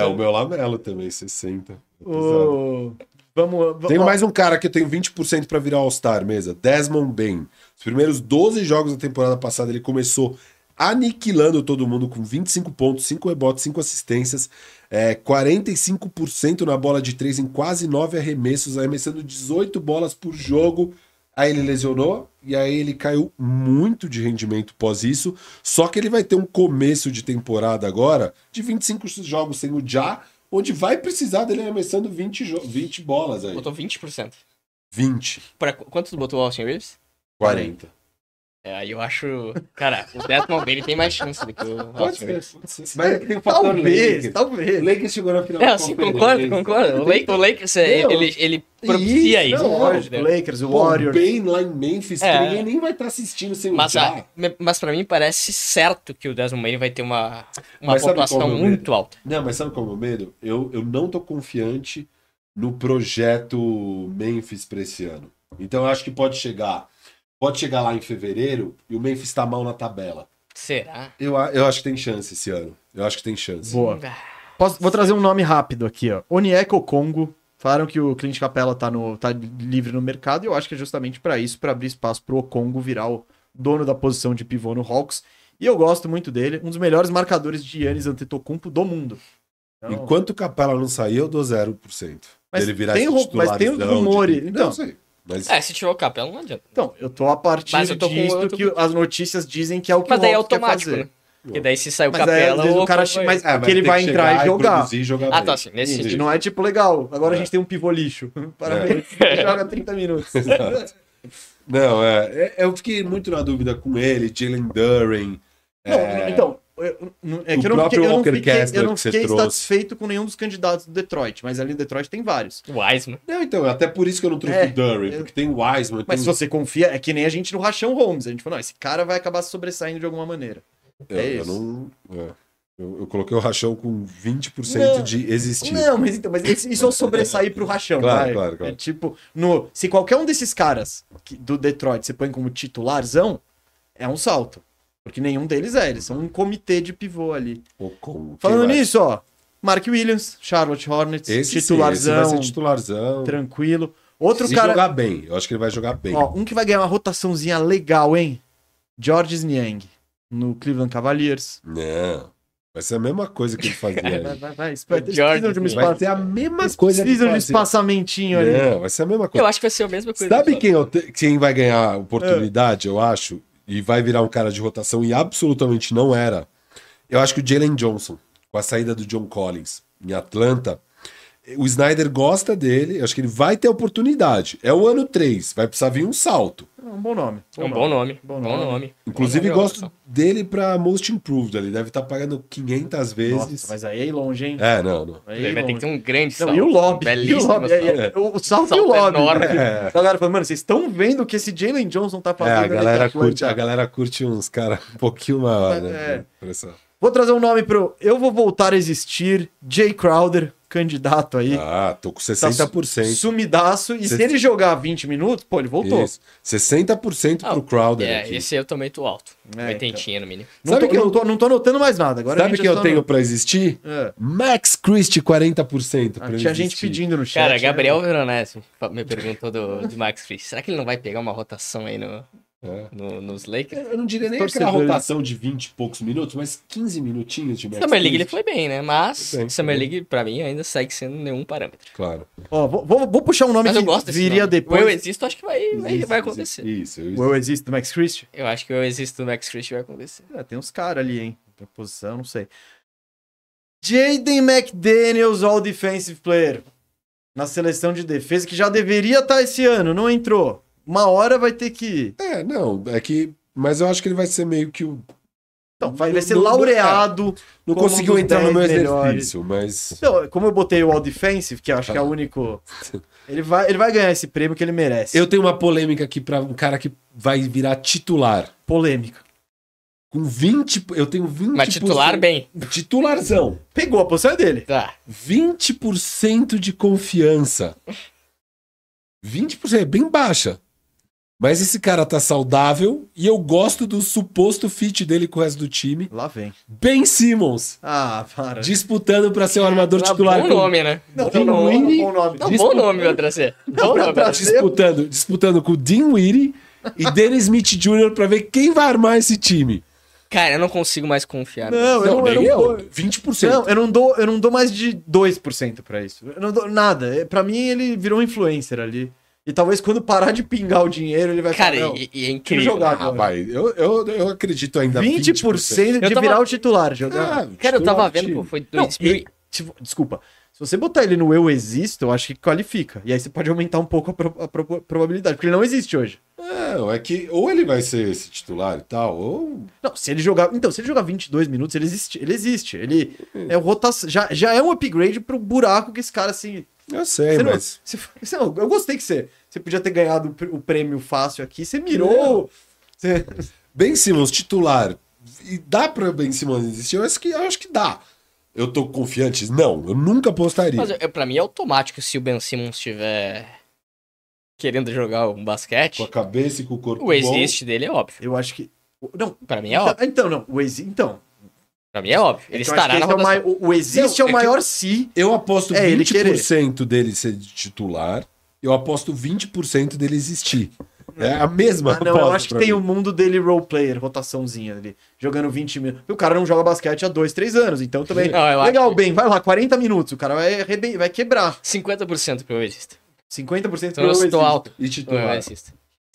[SPEAKER 3] É, o meu Lamelo também, 60. Exato.
[SPEAKER 1] o... Vamos.
[SPEAKER 3] Tem
[SPEAKER 1] ó,
[SPEAKER 3] mais um cara que eu tenho 20% pra virar All-Star mesa. Desmond Bain. Os primeiros 12 jogos da temporada passada ele começou aniquilando todo mundo com 25 pontos, 5 rebotes, 5 assistências, é, 45% na bola de 3 em quase 9 arremessos, arremessando 18 bolas por jogo. Aí ele lesionou e aí ele caiu muito de rendimento pós isso. Só que ele vai ter um começo de temporada agora de 25 jogos sem o Já, onde vai precisar dele arremessando 20, jo- 20 bolas aí.
[SPEAKER 2] Botou 20%.
[SPEAKER 3] 20,
[SPEAKER 2] Pra, qu- quantos botou o Austin Reeves?
[SPEAKER 3] 40.
[SPEAKER 2] É, aí eu acho. Cara, o Desmond Bain tem mais chance do que o
[SPEAKER 3] Pode
[SPEAKER 2] Austin
[SPEAKER 3] ser,
[SPEAKER 2] Reeves.
[SPEAKER 3] pode ser. Mas é que tem um fator
[SPEAKER 1] Talvez,
[SPEAKER 3] Lakers. O
[SPEAKER 1] talvez.
[SPEAKER 3] Lakers chegou na final.
[SPEAKER 2] É,
[SPEAKER 3] da
[SPEAKER 2] assim, concordo,
[SPEAKER 3] Conferência.
[SPEAKER 2] concordo. O Lake- o Lakers, é,
[SPEAKER 3] Não.
[SPEAKER 2] ele, ele propicia
[SPEAKER 3] Isso,
[SPEAKER 2] isso.
[SPEAKER 3] não,
[SPEAKER 2] né?
[SPEAKER 1] O Lakers, o
[SPEAKER 3] Pô,
[SPEAKER 1] Warriors.
[SPEAKER 3] bem lá em Memphis,
[SPEAKER 2] É.
[SPEAKER 3] que ninguém nem vai estar assistindo sem
[SPEAKER 2] Mas,
[SPEAKER 3] o Ja.
[SPEAKER 2] ah, me- mas pra mim parece certo que o Desmond Bain vai ter uma, uma
[SPEAKER 3] Mas sabe qual
[SPEAKER 2] pontuação
[SPEAKER 3] é o meu medo?
[SPEAKER 2] muito alta.
[SPEAKER 3] Não, mas sabe qual é o meu medo? Eu, eu não tô confiante no projeto Memphis para esse ano. Então eu acho que pode chegar. Pode chegar lá em fevereiro e o Memphis tá mal na tabela.
[SPEAKER 2] Será?
[SPEAKER 3] Eu, a- eu acho que tem chance esse ano. Eu acho que tem chance.
[SPEAKER 1] Boa. Posso- vou trazer um nome rápido aqui, ó. Onieko Congo. Falaram que o Clint Capella tá, no, tá livre no mercado e eu acho que é justamente pra isso, pra abrir espaço pro Congo virar o dono da posição de pivô no Hawks. E eu gosto muito dele, um dos melhores marcadores de Yannis Antetokounmpo do mundo. Então,
[SPEAKER 3] Enquanto o Capela não sair, eu dou 0%.
[SPEAKER 1] Mas
[SPEAKER 3] Ele virar
[SPEAKER 1] tem
[SPEAKER 3] esse
[SPEAKER 1] ru- mas
[SPEAKER 3] titularizão
[SPEAKER 1] tem
[SPEAKER 3] de-
[SPEAKER 1] rumores, então.
[SPEAKER 3] Não sei. Mas
[SPEAKER 2] É, se tirou o capela, não adianta.
[SPEAKER 1] então, eu tô a partir
[SPEAKER 2] Mas eu tô com-
[SPEAKER 1] disso
[SPEAKER 2] eu tô
[SPEAKER 1] que as notícias dizem que é o que
[SPEAKER 2] Mas
[SPEAKER 1] o
[SPEAKER 2] daí é
[SPEAKER 1] Hawks quer
[SPEAKER 2] automático,
[SPEAKER 1] fazer.
[SPEAKER 2] né? Porque daí se sair o
[SPEAKER 1] Mas aí, às
[SPEAKER 2] capela,
[SPEAKER 1] vezes, o cara
[SPEAKER 2] Oklahoma-
[SPEAKER 1] chi- mas-
[SPEAKER 3] É,
[SPEAKER 1] porque ele
[SPEAKER 3] tem
[SPEAKER 1] vai
[SPEAKER 3] que
[SPEAKER 1] entrar e
[SPEAKER 3] chegar
[SPEAKER 1] jogar.
[SPEAKER 3] produzir e jogar
[SPEAKER 2] Ah,
[SPEAKER 3] bem.
[SPEAKER 2] tá, sim, nesse
[SPEAKER 3] Sim.
[SPEAKER 1] Que
[SPEAKER 2] sentido.
[SPEAKER 1] não é tipo legal. Agora a
[SPEAKER 3] É.
[SPEAKER 1] gente tem um pivô lixo. Parabéns. Joga 30 minutos.
[SPEAKER 3] Exato. Não, é, é- Eu fiquei muito na dúvida com ele, Jalen Duren.
[SPEAKER 1] Não,
[SPEAKER 3] é,
[SPEAKER 1] então, eu- eu- é
[SPEAKER 3] O
[SPEAKER 1] que eu não
[SPEAKER 3] próprio
[SPEAKER 1] fiquei, eu não
[SPEAKER 3] Walker
[SPEAKER 1] fiquei-
[SPEAKER 3] Kessler
[SPEAKER 1] eu não
[SPEAKER 3] que você
[SPEAKER 1] fiquei
[SPEAKER 3] trouxe.
[SPEAKER 1] satisfeito com nenhum dos candidatos do Detroit, mas ali no Detroit tem vários.
[SPEAKER 2] Wiseman.
[SPEAKER 3] Não, então, é até por isso que eu não trouxe
[SPEAKER 1] É,
[SPEAKER 3] o Duren,
[SPEAKER 1] eu-
[SPEAKER 3] porque tem o Wiseman.
[SPEAKER 1] Mas se
[SPEAKER 3] tem... um-
[SPEAKER 1] você confia, é que nem a gente no Rachão Holmes. A gente falou, não, esse cara vai acabar se sobressaindo de alguma maneira.
[SPEAKER 3] eu,
[SPEAKER 1] é
[SPEAKER 3] eu
[SPEAKER 1] isso.
[SPEAKER 3] não. é. Eu, eu coloquei o rachão com 20%
[SPEAKER 1] Não.
[SPEAKER 3] de existir.
[SPEAKER 1] Não, mas então, mas esse- isso é o sobressair pro Rachão,
[SPEAKER 3] Claro,
[SPEAKER 1] vai.
[SPEAKER 3] claro, claro.
[SPEAKER 1] É tipo, no, se qualquer um desses caras que- do Detroit você põe como titularzão, é um salto. Porque nenhum deles é, eles são um comitê de pivô ali.
[SPEAKER 3] Ou com- quem
[SPEAKER 1] Falando
[SPEAKER 3] vai-
[SPEAKER 1] nisso, ó, Mark Williams, Charlotte Hornets,
[SPEAKER 3] esse Sim,
[SPEAKER 1] titularzão,
[SPEAKER 3] esse vai ser titularzão.
[SPEAKER 1] tranquilo. Outro
[SPEAKER 3] Se
[SPEAKER 1] cara,
[SPEAKER 3] jogar bem, eu acho que ele vai jogar bem.
[SPEAKER 1] ó, um que vai ganhar uma rotaçãozinha legal, hein? George Niang, no Cleveland Cavaliers.
[SPEAKER 3] Não. Vai ser a mesma coisa que ele fazia.
[SPEAKER 1] Vai,
[SPEAKER 3] aí.
[SPEAKER 1] vai, vai. Espera, eles
[SPEAKER 2] George
[SPEAKER 1] precisam de um
[SPEAKER 2] Niang.
[SPEAKER 1] espaço.
[SPEAKER 3] vai ser a mesma
[SPEAKER 1] Eles
[SPEAKER 3] coisa
[SPEAKER 1] precisam de um
[SPEAKER 3] ele fazia.
[SPEAKER 1] espaçamentinho ali.
[SPEAKER 3] Não, vai ser a mesma coisa.
[SPEAKER 2] Eu acho que vai ser a mesma coisa.
[SPEAKER 3] Sabe quem, eu te- quem vai ganhar
[SPEAKER 1] É.
[SPEAKER 3] oportunidade, eu acho, e vai virar um cara de rotação e absolutamente não era? Eu acho que o Jalen Johnson, com a saída do John Collins em Atlanta, o Snyder gosta dele, eu acho que ele vai ter oportunidade. É o ano 3, vai precisar vir um salto.
[SPEAKER 1] É um bom nome.
[SPEAKER 2] É um bom nome.
[SPEAKER 1] Bom
[SPEAKER 2] Bom
[SPEAKER 1] nome.
[SPEAKER 2] nome.
[SPEAKER 3] Inclusive,
[SPEAKER 2] Bom nome,
[SPEAKER 3] gosto dele pra Most Improved, ele deve estar pagando 500 vezes.
[SPEAKER 1] Nossa, mas aí é longe, hein?
[SPEAKER 3] É, não, não.
[SPEAKER 1] Aí é
[SPEAKER 2] Ele vai ter que
[SPEAKER 1] longe.
[SPEAKER 2] ter um grande
[SPEAKER 1] Não,
[SPEAKER 2] salto.
[SPEAKER 1] e o lobby. E o
[SPEAKER 2] Belíssimo
[SPEAKER 1] lobby.
[SPEAKER 2] salto.
[SPEAKER 1] é, é, o salto, e o
[SPEAKER 2] Salto
[SPEAKER 1] lobby.
[SPEAKER 2] enorme.
[SPEAKER 1] É. Então, a galera falou, mano, vocês estão vendo o que esse Jalen Johnson tá
[SPEAKER 3] É,
[SPEAKER 1] fazendo?
[SPEAKER 3] a
[SPEAKER 1] ali
[SPEAKER 3] galera,
[SPEAKER 1] na Atlanta?
[SPEAKER 3] curte, a galera curte uns caras um pouquinho maior,
[SPEAKER 1] É.
[SPEAKER 3] né? Impressão.
[SPEAKER 1] Vou trazer um nome pro Eu Vou Voltar a Existir, Jay Crowder, candidato aí.
[SPEAKER 3] Ah, tô com
[SPEAKER 1] Tá
[SPEAKER 3] 60%.
[SPEAKER 1] Sumidaço. E se ele jogar 20 minutos, pô, ele voltou.
[SPEAKER 3] Isso. 60%
[SPEAKER 2] Ah,
[SPEAKER 3] pro Crowder
[SPEAKER 2] É,
[SPEAKER 3] aqui.
[SPEAKER 2] esse eu também tô alto.
[SPEAKER 1] É,
[SPEAKER 2] Oitentinha no mínimo.
[SPEAKER 1] Não,
[SPEAKER 3] Sabe
[SPEAKER 1] tô,
[SPEAKER 3] que eu-
[SPEAKER 1] não, tô, não tô notando mais nada. Agora a
[SPEAKER 3] Sabe
[SPEAKER 1] gente
[SPEAKER 3] quem eu
[SPEAKER 1] tá
[SPEAKER 3] tenho
[SPEAKER 1] no-
[SPEAKER 3] pra existir?
[SPEAKER 1] É.
[SPEAKER 3] Max Christie, 40% pra
[SPEAKER 1] Ah,
[SPEAKER 3] eu
[SPEAKER 1] Tinha
[SPEAKER 3] existir.
[SPEAKER 1] gente pedindo no chat.
[SPEAKER 2] Cara,
[SPEAKER 1] né?
[SPEAKER 2] Gabriel Veronese me perguntou do, do Max Free. Será que ele não vai pegar uma rotação aí no,
[SPEAKER 3] É.
[SPEAKER 2] no- nos Lakers?
[SPEAKER 3] Eu não diria nem
[SPEAKER 1] Torcedores.
[SPEAKER 3] aquela rotação de 20 e poucos minutos, mas 15 minutinhos
[SPEAKER 1] É,
[SPEAKER 3] de Max
[SPEAKER 2] Summer League ele
[SPEAKER 3] Christie.
[SPEAKER 2] foi bem, né? Mas
[SPEAKER 3] Foi bem,
[SPEAKER 2] Summer
[SPEAKER 3] foi
[SPEAKER 2] League pra mim ainda segue sendo nenhum parâmetro.
[SPEAKER 3] Claro.
[SPEAKER 1] Ó, vou, vou- vou puxar um nome
[SPEAKER 2] Mas
[SPEAKER 1] que
[SPEAKER 2] eu gosto desse
[SPEAKER 1] viria
[SPEAKER 2] nome.
[SPEAKER 1] depois.
[SPEAKER 2] O Eu Existo acho que vai, vai-
[SPEAKER 3] Existe,
[SPEAKER 2] vai acontecer.
[SPEAKER 3] Isso, eu
[SPEAKER 1] O Eu Existo do Max Christie?
[SPEAKER 2] Eu acho que o Eu Existo do Max Christie vai acontecer.
[SPEAKER 1] É, tem uns caras ali, hein? Outra posição, não sei. Jaden McDaniels, All Defensive Player. Na seleção de defesa, que já deveria estar esse ano, não entrou. Uma hora vai ter que ir.
[SPEAKER 3] É, não, é que... Mas eu acho que ele vai ser meio que o...
[SPEAKER 1] Então, vai, vai ser
[SPEAKER 3] Não- não-
[SPEAKER 1] laureado.
[SPEAKER 3] Não
[SPEAKER 1] Como um
[SPEAKER 3] conseguiu
[SPEAKER 1] dos
[SPEAKER 3] entrar no meu
[SPEAKER 1] 10 melhores.
[SPEAKER 3] exercício, mas...
[SPEAKER 1] Então, como eu botei o All Defensive, que eu acho que é o único. Ele vai, ele vai ganhar esse prêmio que ele merece.
[SPEAKER 3] Eu tenho uma polêmica aqui pra um cara que vai virar titular.
[SPEAKER 1] Polêmica.
[SPEAKER 3] Com 20... Eu tenho 20...
[SPEAKER 2] Mas
[SPEAKER 1] tipo,
[SPEAKER 2] titular bem.
[SPEAKER 3] Titularzão.
[SPEAKER 1] Pegou a posição é dele.
[SPEAKER 2] Tá.
[SPEAKER 3] 20% de confiança. 20% é bem baixa. Mas esse cara tá saudável e eu gosto do suposto fit dele com o resto do time.
[SPEAKER 1] Lá vem.
[SPEAKER 3] Ben Simmons
[SPEAKER 1] Ah, para.
[SPEAKER 3] disputando pra ser o armador
[SPEAKER 2] Tá
[SPEAKER 3] titular.
[SPEAKER 2] bom
[SPEAKER 3] com-
[SPEAKER 2] nome, né?
[SPEAKER 1] Não, não,
[SPEAKER 3] Bom
[SPEAKER 1] não,
[SPEAKER 3] nome.
[SPEAKER 1] bom nome.
[SPEAKER 2] Tá bom
[SPEAKER 3] Disputa-
[SPEAKER 2] nome, meu trazer. Bom
[SPEAKER 1] pra
[SPEAKER 2] nome.
[SPEAKER 1] trás.
[SPEAKER 3] Disputando, disputando com o Dean Weedy e Dennis Smith Jr. pra ver quem vai armar esse time.
[SPEAKER 2] Cara, eu não consigo mais confiar.
[SPEAKER 1] Não, eu
[SPEAKER 3] Não,
[SPEAKER 1] não, eu
[SPEAKER 3] nem
[SPEAKER 2] um
[SPEAKER 1] não,
[SPEAKER 3] eu.
[SPEAKER 1] dou-
[SPEAKER 3] 20%.
[SPEAKER 1] não, eu não dou, eu não dou mais de 2% pra isso. Eu não dou nada. É, Pra mim, ele virou um influencer ali. E talvez quando parar de pingar o dinheiro, ele vai
[SPEAKER 2] Cara,
[SPEAKER 1] falar, não,
[SPEAKER 2] e, e é
[SPEAKER 1] deixa eu
[SPEAKER 2] incrível.
[SPEAKER 1] jogar
[SPEAKER 3] Ah,
[SPEAKER 1] agora.
[SPEAKER 3] vai. Eu, eu, eu acredito ainda.
[SPEAKER 1] 20%, de
[SPEAKER 2] Eu tava-
[SPEAKER 1] virar o titular, jogar.
[SPEAKER 3] Ah,
[SPEAKER 2] Cara, eu tava
[SPEAKER 3] titular do
[SPEAKER 2] vendo,
[SPEAKER 3] time.
[SPEAKER 2] pô, foi
[SPEAKER 1] Não,
[SPEAKER 2] 2000
[SPEAKER 1] e- tipo, desculpa. Se você botar ele no eu existo, eu acho que qualifica. E aí você pode aumentar um pouco a, pro- a pro- probabilidade, porque ele não existe hoje.
[SPEAKER 3] Não, é que ou ele vai ser esse titular e tal, ou.
[SPEAKER 1] Não, se ele jogar. Então, se ele jogar 22 minutos, ele existe. Ele existe. Ele é rotação. Já, já é um upgrade pro buraco que esse cara assim.
[SPEAKER 3] Eu sei,
[SPEAKER 1] Você não-
[SPEAKER 3] É, mas.
[SPEAKER 1] você- você não- eu gostei que você. Você podia ter ganhado o pr- o prêmio fácil aqui. Você mirou. Você-
[SPEAKER 3] Ben Simmons, titular. E dá pra Ben Simmons existir? Eu acho que, eu acho que dá. Eu tô confiante? Não, eu nunca apostaria.
[SPEAKER 2] Mas é, pra mim é automático se o Ben Simmons estiver querendo jogar um basquete.
[SPEAKER 3] Com a cabeça e com o corpo.
[SPEAKER 2] O existe dele é óbvio.
[SPEAKER 1] Eu acho que. Não,
[SPEAKER 2] Pra mim é óbvio.
[SPEAKER 1] então, não. O exi, então.
[SPEAKER 2] Pra mim é óbvio. Ele
[SPEAKER 1] Então, acho que
[SPEAKER 2] estará na
[SPEAKER 1] esse é o,
[SPEAKER 2] rotação.
[SPEAKER 1] mai- o, o existe
[SPEAKER 3] Não,
[SPEAKER 1] é
[SPEAKER 3] é
[SPEAKER 1] o
[SPEAKER 3] que-
[SPEAKER 1] maior si.
[SPEAKER 3] Bom. Eu aposto
[SPEAKER 1] É, ele
[SPEAKER 3] 20% dele ser titular. Eu aposto 20% dele existir. É a mesma
[SPEAKER 1] Ah, não, eu
[SPEAKER 3] aposta
[SPEAKER 1] acho que
[SPEAKER 3] pra
[SPEAKER 1] tem
[SPEAKER 3] mim.
[SPEAKER 1] o mundo dele roleplayer, rotaçãozinha ali, jogando 20 minutos. E o cara não joga basquete há 2, 3 anos, então também.
[SPEAKER 2] Não, eu acho
[SPEAKER 1] legal,
[SPEAKER 2] que-
[SPEAKER 1] bem, vai lá, 40 minutos, o cara vai, arreben- vai quebrar.
[SPEAKER 2] 50% pro existe.
[SPEAKER 1] 50%
[SPEAKER 2] Então eu
[SPEAKER 1] pro
[SPEAKER 2] estou
[SPEAKER 1] Exílio.
[SPEAKER 2] alto.
[SPEAKER 3] E
[SPEAKER 2] pro
[SPEAKER 3] titular.
[SPEAKER 2] existe.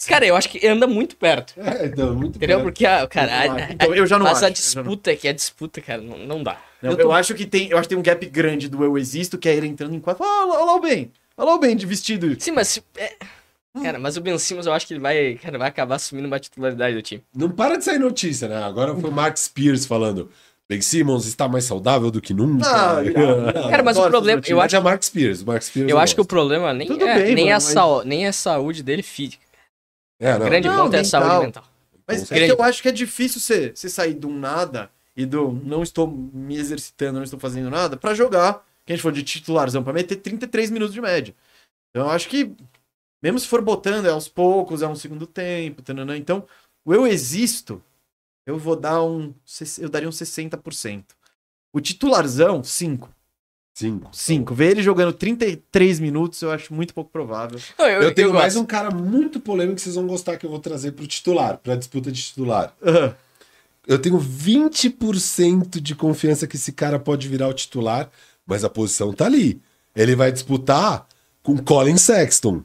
[SPEAKER 2] Cara, eu acho que anda muito perto.
[SPEAKER 3] É, então, muito
[SPEAKER 2] Entendeu?
[SPEAKER 3] bem.
[SPEAKER 2] Porque, a, cara, a-
[SPEAKER 1] Ah, então eu já não
[SPEAKER 2] mas
[SPEAKER 1] acho, eu já
[SPEAKER 2] a
[SPEAKER 1] não-
[SPEAKER 2] disputa que é disputa, cara, não, não dá.
[SPEAKER 1] Não, eu, acho que tem, eu acho que tem um gap grande do eu existo, que é ele entrando em quatro. Ah, olha lá o bem. Olha lá o bem de vestido.
[SPEAKER 2] Sim, mas. se- é-
[SPEAKER 1] Hum.
[SPEAKER 2] Cara, mas o Ben Simmons eu acho que ele vai, cara, vai acabar assumindo uma titularidade do time.
[SPEAKER 3] Não para de sair notícia, né? Agora foi o Max Pierce falando. Ben Simmons está mais saudável do que nunca.
[SPEAKER 1] Ah,
[SPEAKER 2] Cara, mas
[SPEAKER 1] adoro
[SPEAKER 2] o
[SPEAKER 1] essas
[SPEAKER 2] problema-
[SPEAKER 1] notícias.
[SPEAKER 2] eu acho-
[SPEAKER 3] é Mark Spears. Mark Spears é
[SPEAKER 2] Eu acho que o
[SPEAKER 3] gosto.
[SPEAKER 2] problema nem,
[SPEAKER 1] Tudo
[SPEAKER 2] é,
[SPEAKER 1] bem,
[SPEAKER 2] nem,
[SPEAKER 1] mano,
[SPEAKER 2] a
[SPEAKER 1] mas-
[SPEAKER 2] sau- nem é a saúde dele física.
[SPEAKER 3] É,
[SPEAKER 2] O grande
[SPEAKER 1] Não,
[SPEAKER 2] ponto é a
[SPEAKER 1] mental.
[SPEAKER 2] saúde mental.
[SPEAKER 1] Mas é
[SPEAKER 2] Grande.
[SPEAKER 1] que eu acho que é difícil você, você sair do nada e do não estou me exercitando, não estou fazendo nada, pra jogar, que a gente for de titularzão, pra meter 33 minutos de média. Então eu acho que, mesmo se for botando, é aos poucos, é um segundo tempo, tananã. então o eu existo, eu vou dar um, eu daria um 60%. O titularzão, 5.
[SPEAKER 3] Cinco.
[SPEAKER 1] 5. Ver ele jogando 33 minutos, eu acho muito pouco provável.
[SPEAKER 2] Não,
[SPEAKER 3] Eu, tenho
[SPEAKER 2] gosto.
[SPEAKER 3] mais um cara muito polêmico que vocês vão gostar que eu vou trazer pro titular, pra disputa de titular. Eu tenho 20% de confiança que esse cara pode virar o titular, mas a posição tá ali. Ele vai disputar com Colin Sexton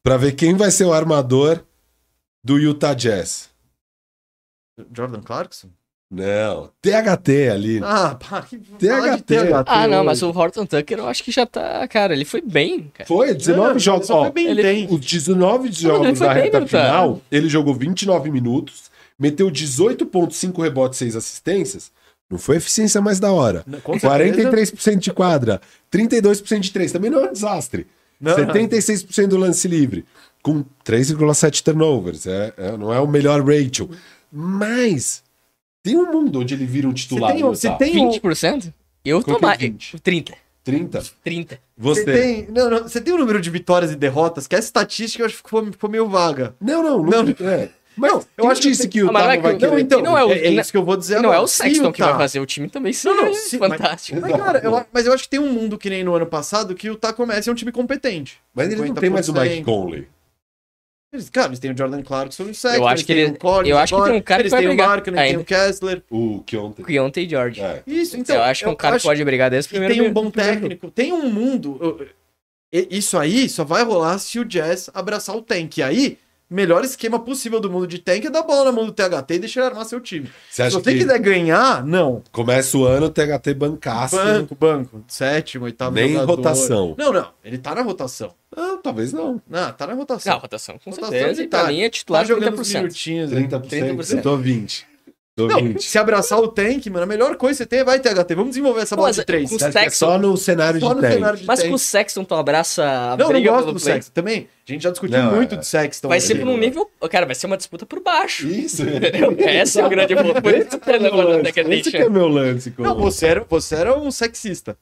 [SPEAKER 3] pra ver quem vai ser o armador do Utah Jazz.
[SPEAKER 1] Jordan Clarkson?
[SPEAKER 3] Não, THT ali.
[SPEAKER 1] Ah, pá, que
[SPEAKER 3] THT.
[SPEAKER 2] Ah, não, mas
[SPEAKER 1] hoje.
[SPEAKER 2] o Horton Tucker eu acho que já tá. Cara, ele foi bem, cara.
[SPEAKER 3] Foi, 19
[SPEAKER 1] Não, É,
[SPEAKER 3] jogos.
[SPEAKER 1] só
[SPEAKER 3] Ó,
[SPEAKER 1] foi bem
[SPEAKER 2] ele-
[SPEAKER 1] bem.
[SPEAKER 3] Os 19
[SPEAKER 2] Não, ele
[SPEAKER 3] jogos
[SPEAKER 2] foi
[SPEAKER 3] da
[SPEAKER 2] bem,
[SPEAKER 3] reta
[SPEAKER 2] Bertão.
[SPEAKER 3] final, ele jogou 29 minutos, meteu 18,5 rebotes, 6 assistências. Não foi a eficiência mais da hora.
[SPEAKER 1] Não, com certeza.
[SPEAKER 3] 43% de quadra, 32% de 3. Também não é um desastre.
[SPEAKER 1] Não.
[SPEAKER 3] 76% do lance livre, com 3,7 turnovers. É, é- não é o melhor ratio. Mas tem um mundo onde ele vira um titular.
[SPEAKER 1] tem
[SPEAKER 3] no
[SPEAKER 1] um- você
[SPEAKER 3] Utah.
[SPEAKER 1] tem- um-
[SPEAKER 2] 20%? Eu tô
[SPEAKER 3] Coloquei
[SPEAKER 2] mais.
[SPEAKER 3] 20.
[SPEAKER 2] 30.
[SPEAKER 3] 30?
[SPEAKER 2] 30.
[SPEAKER 1] Você
[SPEAKER 3] Você.
[SPEAKER 1] tem, não, não, você tem o número de vitórias e derrotas, que essa estatística eu acho que ficou, ficou meio vaga.
[SPEAKER 3] Não, não. não, é. Mas eu
[SPEAKER 1] eu
[SPEAKER 3] acho
[SPEAKER 1] acho que
[SPEAKER 3] disse que, o
[SPEAKER 2] Ah, mas
[SPEAKER 3] Utah
[SPEAKER 2] vai
[SPEAKER 3] não vai
[SPEAKER 2] que-
[SPEAKER 3] querer.
[SPEAKER 1] Não, então,
[SPEAKER 2] E não é o-
[SPEAKER 1] é, é isso que eu vou dizer
[SPEAKER 2] E não
[SPEAKER 1] agora.
[SPEAKER 2] é o
[SPEAKER 1] Se
[SPEAKER 2] Sexton que vai
[SPEAKER 1] Utah-
[SPEAKER 2] fazer, o time também
[SPEAKER 1] Não, não,
[SPEAKER 2] seria
[SPEAKER 1] se-
[SPEAKER 2] fantástico.
[SPEAKER 1] Mas, cara, eu- mas eu acho que tem um mundo que nem no ano passado que o Utah começa é um time competente.
[SPEAKER 3] Mas ele não tem mais o Mike
[SPEAKER 1] 50%.
[SPEAKER 3] Conley.
[SPEAKER 1] Eles, cara, eles têm o Jordan Clarkson e o Sexton,
[SPEAKER 2] Eu acho
[SPEAKER 1] eles
[SPEAKER 2] que
[SPEAKER 1] têm
[SPEAKER 2] ele-
[SPEAKER 1] o Collins
[SPEAKER 2] eu acho que tem um cara que
[SPEAKER 1] eles
[SPEAKER 2] vai
[SPEAKER 1] têm o
[SPEAKER 2] brigar
[SPEAKER 1] Markkinen, tem
[SPEAKER 2] ainda.
[SPEAKER 1] o Kessler.
[SPEAKER 3] O que ontem.
[SPEAKER 2] Que ontem George.
[SPEAKER 3] É.
[SPEAKER 1] Isso, então.
[SPEAKER 2] eu acho que um cara
[SPEAKER 1] acho
[SPEAKER 2] pode brigar desse
[SPEAKER 1] que
[SPEAKER 2] primeiro.
[SPEAKER 1] tem um bom
[SPEAKER 2] primeiro jogo.
[SPEAKER 1] técnico, tem um mundo. eu- e- Isso aí só vai rolar se o Jazz abraçar o tank. E aí, melhor esquema possível do mundo de tank é dar bola na mão do THT e deixar ele armar seu time.
[SPEAKER 3] Você acha
[SPEAKER 1] se você
[SPEAKER 3] que
[SPEAKER 1] quiser ganhar, não.
[SPEAKER 3] começa o ano o THT bancaço? né?
[SPEAKER 1] Banco, banco. Sétimo, oitavo
[SPEAKER 3] Assim, Nem
[SPEAKER 1] jogador.
[SPEAKER 3] rotação.
[SPEAKER 1] Não, não. Ele tá na rotação.
[SPEAKER 3] Ah, talvez não.
[SPEAKER 1] Não, tá na rotação.
[SPEAKER 2] Não, rotação, com
[SPEAKER 1] Rotação
[SPEAKER 2] certeza.
[SPEAKER 1] de
[SPEAKER 2] E pra
[SPEAKER 1] Itália.
[SPEAKER 2] mim é titular
[SPEAKER 1] tá jogando uns
[SPEAKER 2] 30%.
[SPEAKER 1] minutinhos. né?
[SPEAKER 3] 30%.
[SPEAKER 2] 30%.
[SPEAKER 3] Eu tô 20. Tô
[SPEAKER 1] Não,
[SPEAKER 3] 20.
[SPEAKER 1] se abraçar o tank, mano, a melhor coisa que você tem é vai, THT, vamos desenvolver essa bola
[SPEAKER 2] Mas
[SPEAKER 1] de três.
[SPEAKER 2] com
[SPEAKER 3] Você acha que é
[SPEAKER 2] Sexton-
[SPEAKER 3] só no cenário
[SPEAKER 1] Só
[SPEAKER 3] de
[SPEAKER 1] no
[SPEAKER 3] tank.
[SPEAKER 1] cenário de
[SPEAKER 2] Mas
[SPEAKER 1] tank.
[SPEAKER 2] com o Sexton tu abraça a
[SPEAKER 1] Não, não
[SPEAKER 2] briga
[SPEAKER 1] gosto
[SPEAKER 2] pelo
[SPEAKER 1] do
[SPEAKER 2] play.
[SPEAKER 1] sexo também. A gente já discutiu
[SPEAKER 3] Não,
[SPEAKER 1] muito
[SPEAKER 3] é.
[SPEAKER 1] de sexo. então, né?
[SPEAKER 2] Vai ser por um
[SPEAKER 3] Sim.
[SPEAKER 2] nível. Cara, vai ser uma disputa por baixo.
[SPEAKER 3] Isso.
[SPEAKER 2] Entendeu? Essa é o grande ponto. Por isso que
[SPEAKER 3] Esse
[SPEAKER 2] eu
[SPEAKER 3] é
[SPEAKER 2] não
[SPEAKER 3] o
[SPEAKER 2] vou
[SPEAKER 3] lance.
[SPEAKER 2] dar que
[SPEAKER 3] Esse que é
[SPEAKER 2] deixa.
[SPEAKER 3] meu lance.
[SPEAKER 1] Não,
[SPEAKER 3] Colo.
[SPEAKER 1] você era, você era um sexista.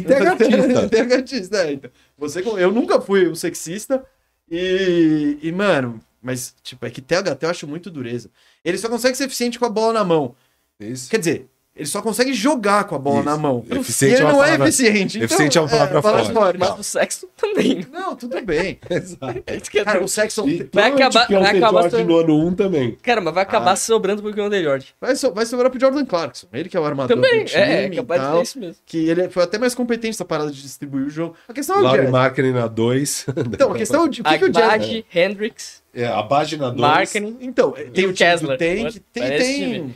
[SPEAKER 3] THT.
[SPEAKER 1] Pegatista, é, então. Você, eu nunca fui um sexista. E, e, mano, mas, tipo, é que THT eu acho muito dureza. Ele só consegue ser eficiente com a bola na mão.
[SPEAKER 3] Isso.
[SPEAKER 1] Quer dizer, Ele só consegue jogar com a bola
[SPEAKER 3] Isso.
[SPEAKER 1] na mão.
[SPEAKER 3] Eu-
[SPEAKER 1] E
[SPEAKER 3] Eficiente
[SPEAKER 1] ele
[SPEAKER 3] é uma
[SPEAKER 1] não é
[SPEAKER 3] palavra-
[SPEAKER 1] eficiente. então,
[SPEAKER 3] eficiente é uma palavra forte.
[SPEAKER 2] Mas o sexo também.
[SPEAKER 1] Não, tudo bem.
[SPEAKER 3] Exato.
[SPEAKER 2] É isso que é
[SPEAKER 1] Cara,
[SPEAKER 2] doido.
[SPEAKER 1] o sexo
[SPEAKER 3] E
[SPEAKER 2] Vai
[SPEAKER 3] provavelmente
[SPEAKER 2] acabar-
[SPEAKER 3] que é o
[SPEAKER 2] vai acabar
[SPEAKER 3] Jorge
[SPEAKER 2] sendo-
[SPEAKER 3] no ano 1 também.
[SPEAKER 2] Cara, mas vai
[SPEAKER 1] Ah.
[SPEAKER 2] acabar sobrando pro Keon Jorge.
[SPEAKER 1] vai, so- vai sobrar pro Jordan Clarkson. Ele que é o armador
[SPEAKER 2] Também,
[SPEAKER 1] do time
[SPEAKER 2] é, é
[SPEAKER 1] e
[SPEAKER 2] capaz de
[SPEAKER 1] tal,
[SPEAKER 2] ser isso mesmo.
[SPEAKER 1] Que ele é, foi até mais competente nessa parada de distribuir o jogo. A questão é o
[SPEAKER 3] Laurie
[SPEAKER 1] Jazz.
[SPEAKER 3] Markkinen na 2.
[SPEAKER 1] Então, a questão é o de- o que, que o Jazz...
[SPEAKER 2] Agbad, Hendricks,
[SPEAKER 3] É, a página 2.
[SPEAKER 2] Marketing.
[SPEAKER 1] Então, é, tem
[SPEAKER 2] o
[SPEAKER 1] o time
[SPEAKER 2] Kessler.
[SPEAKER 1] do Tank,
[SPEAKER 2] Parece
[SPEAKER 1] tem... tem...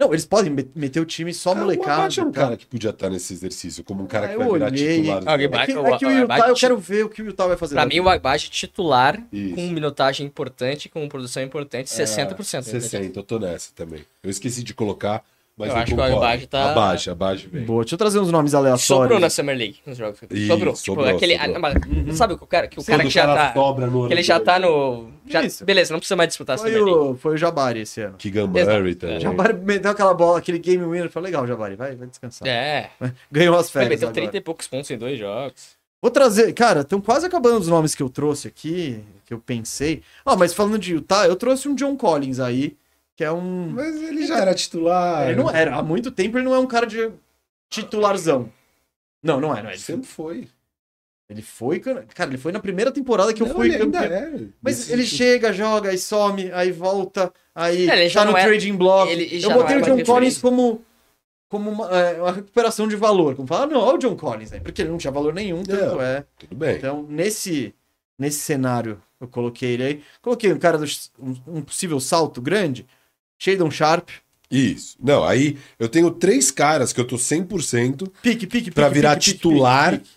[SPEAKER 1] Não, eles podem met- meter É, o time só
[SPEAKER 3] O
[SPEAKER 1] molecada.
[SPEAKER 3] Abate era um
[SPEAKER 1] tal.
[SPEAKER 3] cara que podia estar nesse exercício, como um cara que
[SPEAKER 1] Ah,
[SPEAKER 3] vai
[SPEAKER 1] eu
[SPEAKER 3] virar
[SPEAKER 1] olhei.
[SPEAKER 3] titular.
[SPEAKER 2] Ah, o Abate-
[SPEAKER 1] É que,
[SPEAKER 2] o-
[SPEAKER 1] é que o
[SPEAKER 2] o
[SPEAKER 1] Utah,
[SPEAKER 2] Abate-
[SPEAKER 1] eu quero ver o que o Utah vai fazer.
[SPEAKER 2] pra
[SPEAKER 1] da
[SPEAKER 2] mim o Agbad titular,
[SPEAKER 3] Isso.
[SPEAKER 2] com minutagem importante, com produção importante,
[SPEAKER 1] É,
[SPEAKER 2] 60%.
[SPEAKER 3] 60, eu tô nessa também. Eu esqueci de colocar, mas
[SPEAKER 2] né? Eu
[SPEAKER 3] eu,
[SPEAKER 2] acho que o
[SPEAKER 3] concordo.
[SPEAKER 2] Abate tá-
[SPEAKER 3] Abate, Abate vem.
[SPEAKER 1] Boa, deixa eu trazer uns nomes aleatórios.
[SPEAKER 2] Sobrou na Summer League nos jogos.
[SPEAKER 3] Ih,
[SPEAKER 2] sobrou.
[SPEAKER 3] sobrou,
[SPEAKER 2] Tipo, aquele.
[SPEAKER 3] sobrou.
[SPEAKER 2] ah, mas
[SPEAKER 1] Uhum.
[SPEAKER 2] Sabe o cara que o cara
[SPEAKER 3] Quando
[SPEAKER 2] que já tá.
[SPEAKER 3] sobra no
[SPEAKER 2] Que ele
[SPEAKER 3] ano
[SPEAKER 2] já
[SPEAKER 3] dois.
[SPEAKER 2] tá no. já-
[SPEAKER 1] Isso.
[SPEAKER 2] beleza, não precisa mais disputar a
[SPEAKER 1] Foi
[SPEAKER 2] Summer League.
[SPEAKER 1] o, foi o Jabari esse ano.
[SPEAKER 3] Keegan
[SPEAKER 2] Exato. tá-
[SPEAKER 3] Murray também.
[SPEAKER 1] Jabari meteu aquela bola, aquele game winner. Falei, legal, Jabari, vai, vai descansar.
[SPEAKER 2] É.
[SPEAKER 1] Ganhou as
[SPEAKER 2] Ele
[SPEAKER 1] férias.
[SPEAKER 2] meteu
[SPEAKER 1] agora.
[SPEAKER 2] 30 e poucos pontos em dois jogos.
[SPEAKER 1] Vou trazer, cara, estão quase acabando os nomes que eu trouxe aqui, que eu pensei. Ó, mas falando de Utah, eu trouxe um John Collins aí, que é um.
[SPEAKER 3] Mas ele já era titular.
[SPEAKER 1] Ele não era, há muito tempo ele não é um cara de titularzão. Não, não é, não é. Ele-
[SPEAKER 3] Sempre foi.
[SPEAKER 1] Ele foi, cara, cara, ele foi na primeira temporada que eu
[SPEAKER 3] Não,
[SPEAKER 1] fui
[SPEAKER 3] ele ainda
[SPEAKER 1] campeão.
[SPEAKER 3] é.
[SPEAKER 1] Mas
[SPEAKER 3] Nesse
[SPEAKER 1] ele
[SPEAKER 3] sentido.
[SPEAKER 1] chega, joga, aí some, aí volta, aí
[SPEAKER 2] Ele já
[SPEAKER 1] tá no
[SPEAKER 2] não é-
[SPEAKER 1] trading block.
[SPEAKER 2] ele já
[SPEAKER 1] Eu
[SPEAKER 2] não
[SPEAKER 1] botei
[SPEAKER 2] é
[SPEAKER 1] o
[SPEAKER 2] mais
[SPEAKER 1] John
[SPEAKER 2] referência.
[SPEAKER 1] Collins como, como uma, é, uma recuperação de valor. Como falar, "Ah, não, olha o John Collins, né? Porque ele não tinha valor nenhum, tanto é.
[SPEAKER 3] Tudo bem.
[SPEAKER 1] Então, nesse, nesse cenário, eu coloquei ele aí. Coloquei um cara do, um, um possível salto grande, Shadon Sharp,
[SPEAKER 3] Isso. Não, aí eu tenho três caras que eu tô 100%
[SPEAKER 1] pique, pique, pique.
[SPEAKER 3] pra
[SPEAKER 1] pique,
[SPEAKER 3] virar
[SPEAKER 1] pique, pique,
[SPEAKER 3] titular
[SPEAKER 1] pique,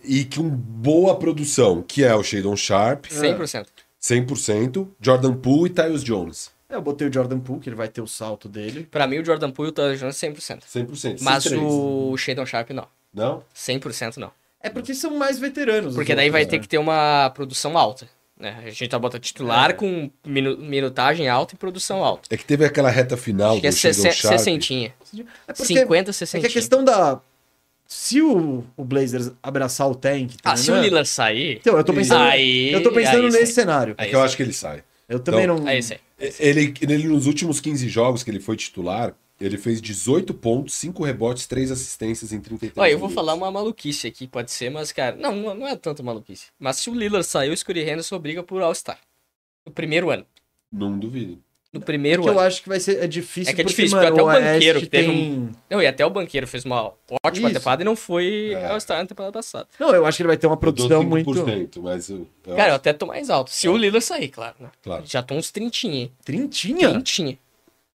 [SPEAKER 1] pique.
[SPEAKER 3] e com boa produção, que é o Shadon Sharp,
[SPEAKER 2] 100%.
[SPEAKER 3] 100%, Jordan Poole e Tyus Jones.
[SPEAKER 1] Eu botei o Jordan Poole, que ele vai ter o salto dele.
[SPEAKER 2] Pra mim, o Jordan Poole e o Tyler Jones, 100%.
[SPEAKER 3] 100%.
[SPEAKER 2] Mas
[SPEAKER 3] esses três.
[SPEAKER 2] o Shadon Sharp, não.
[SPEAKER 3] Não?
[SPEAKER 2] 100% não.
[SPEAKER 1] É porque são mais veteranos. os
[SPEAKER 2] Porque daí vai
[SPEAKER 1] outros,
[SPEAKER 2] ter
[SPEAKER 1] né?
[SPEAKER 2] que ter uma produção alta. Né? A gente tá botando titular
[SPEAKER 1] É.
[SPEAKER 2] com minu- minutagem alta e produção alta.
[SPEAKER 3] É que teve aquela reta final
[SPEAKER 2] Acho que é
[SPEAKER 3] do Shadon
[SPEAKER 2] 60,
[SPEAKER 3] Sharp.
[SPEAKER 2] 60.
[SPEAKER 1] É porque
[SPEAKER 2] 50,
[SPEAKER 1] é que a
[SPEAKER 2] 60.
[SPEAKER 1] questão da... Se o, o Blazers abraçar o tank...
[SPEAKER 2] Ah, se o
[SPEAKER 1] tananã-
[SPEAKER 2] Lillard sair.
[SPEAKER 1] Então, eu tô pensando,
[SPEAKER 2] Aí-
[SPEAKER 1] eu tô pensando
[SPEAKER 2] aí
[SPEAKER 1] nesse
[SPEAKER 2] sim.
[SPEAKER 1] cenário.
[SPEAKER 3] É
[SPEAKER 2] Aí
[SPEAKER 3] que eu
[SPEAKER 2] sim.
[SPEAKER 3] acho que ele sai.
[SPEAKER 1] Eu também não...
[SPEAKER 2] É isso aí.
[SPEAKER 3] Ele, ele, nos últimos 15 jogos que ele foi titular, ele fez 18 pontos, 5 rebotes, 3 assistências em 33
[SPEAKER 2] Olha, eu vou
[SPEAKER 3] minutos.
[SPEAKER 2] falar uma maluquice aqui, pode ser, mas, cara, não, não não é tanto maluquice. Mas se o Lillard saiu, o Scottie Henderson briga por All-Star. No primeiro ano.
[SPEAKER 3] Não duvido.
[SPEAKER 2] No primeiro
[SPEAKER 1] É que eu
[SPEAKER 2] ano.
[SPEAKER 1] acho que vai ser é difícil.
[SPEAKER 2] É que é difícil, porque até o banqueiro
[SPEAKER 1] Oeste
[SPEAKER 2] que teve um
[SPEAKER 1] tem...
[SPEAKER 2] Não, e até o banqueiro fez uma ótima
[SPEAKER 1] Isso.
[SPEAKER 2] temporada e não foi
[SPEAKER 3] É.
[SPEAKER 2] All-Star na temporada passada.
[SPEAKER 1] Não, eu acho que ele vai ter uma produção muito...
[SPEAKER 3] 5%, Mas eu, eu
[SPEAKER 2] Cara, eu
[SPEAKER 3] acho-
[SPEAKER 2] até tô mais alto. Se o Lillard sair, claro. né?
[SPEAKER 3] Claro.
[SPEAKER 2] Já tô uns trintinha.
[SPEAKER 1] Trintinha?
[SPEAKER 2] Trintinha.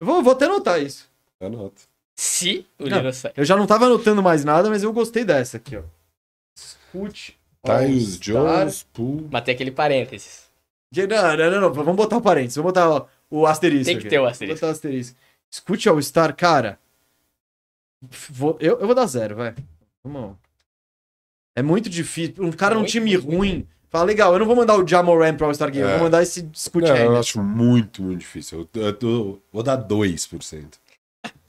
[SPEAKER 1] Eu Vou, vou até anotar isso.
[SPEAKER 3] anoto.
[SPEAKER 2] Se o
[SPEAKER 1] Não.
[SPEAKER 2] Lillard sair.
[SPEAKER 1] Eu já não tava anotando mais nada, mas eu gostei dessa aqui, ó. Escute.
[SPEAKER 3] Tyus
[SPEAKER 1] All-Star.
[SPEAKER 3] Tá Jones, Poole.
[SPEAKER 2] Mas tem aquele parênteses.
[SPEAKER 1] Que- Não, não, não, não. Vamos botar o parênteses. Vamos botar ó, o asterisco.
[SPEAKER 2] Tem que
[SPEAKER 1] aqui.
[SPEAKER 2] ter o
[SPEAKER 1] Vamos
[SPEAKER 2] asterisco.
[SPEAKER 1] botar o asterisco. Escute All Star, cara. Vou- eu, eu vou dar zero, vai. Vamos. É muito difícil. Um cara num
[SPEAKER 2] Muito,
[SPEAKER 1] time
[SPEAKER 2] muito, muito
[SPEAKER 1] ruim. Fala, legal, eu não vou mandar o Jamoran pro All-Star Game, eu
[SPEAKER 3] É.
[SPEAKER 1] vou mandar esse Scoot
[SPEAKER 3] Não, eu
[SPEAKER 1] Henderson.
[SPEAKER 3] acho muito, muito difícil. Eu, eu tô- vou dar 2%.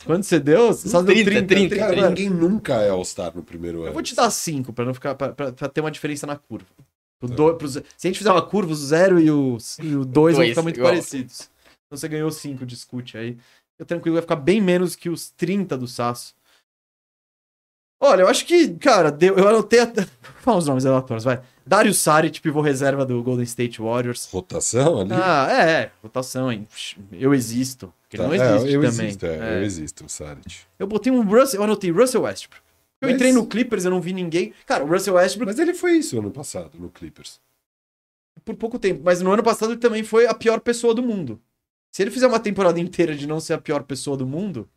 [SPEAKER 1] Quando você deu, você só deu
[SPEAKER 2] 30,
[SPEAKER 1] 30,
[SPEAKER 2] 30,
[SPEAKER 1] 30,
[SPEAKER 3] Cara,
[SPEAKER 1] mano.
[SPEAKER 3] ninguém nunca é All-Star no primeiro ano.
[SPEAKER 1] Eu vou te dar 5 pra não ficar pra, pra- pra ter uma diferença na curva.
[SPEAKER 3] Tá.
[SPEAKER 1] O do- pro ze- se a gente fizer uma curva, o 0 e o 2 vão
[SPEAKER 2] Dois,
[SPEAKER 1] ficar muito
[SPEAKER 2] igual.
[SPEAKER 1] parecidos. Então você ganhou 5, discute aí. Eu tranquilo, vai ficar bem menos que os 30 do Saço. Olha, eu acho que, cara, deu, eu anotei até. Vou falar os nomes relatórios, vai. Dario Saric, pivô reserva do Golden State Warriors.
[SPEAKER 3] Rotação
[SPEAKER 2] Uhum.
[SPEAKER 3] ali?
[SPEAKER 1] Ah, é, é, rotação, hein? Eu existo. Porque ele não
[SPEAKER 3] Tá, é,
[SPEAKER 1] existe
[SPEAKER 3] eu
[SPEAKER 1] também.
[SPEAKER 3] Existo, é,
[SPEAKER 1] É.
[SPEAKER 3] Eu existo, Saric.
[SPEAKER 1] Eu botei um Russell, eu anotei Russell Westbrook. Eu
[SPEAKER 3] Mas-
[SPEAKER 1] entrei no Clippers, eu não vi ninguém. Cara, o Russell Westbrook
[SPEAKER 3] Mas ele foi isso ano passado, no Clippers.
[SPEAKER 1] por pouco tempo, mas no ano passado ele também foi a pior pessoa do mundo. Se ele fizer uma temporada inteira de não ser a pior pessoa do mundo,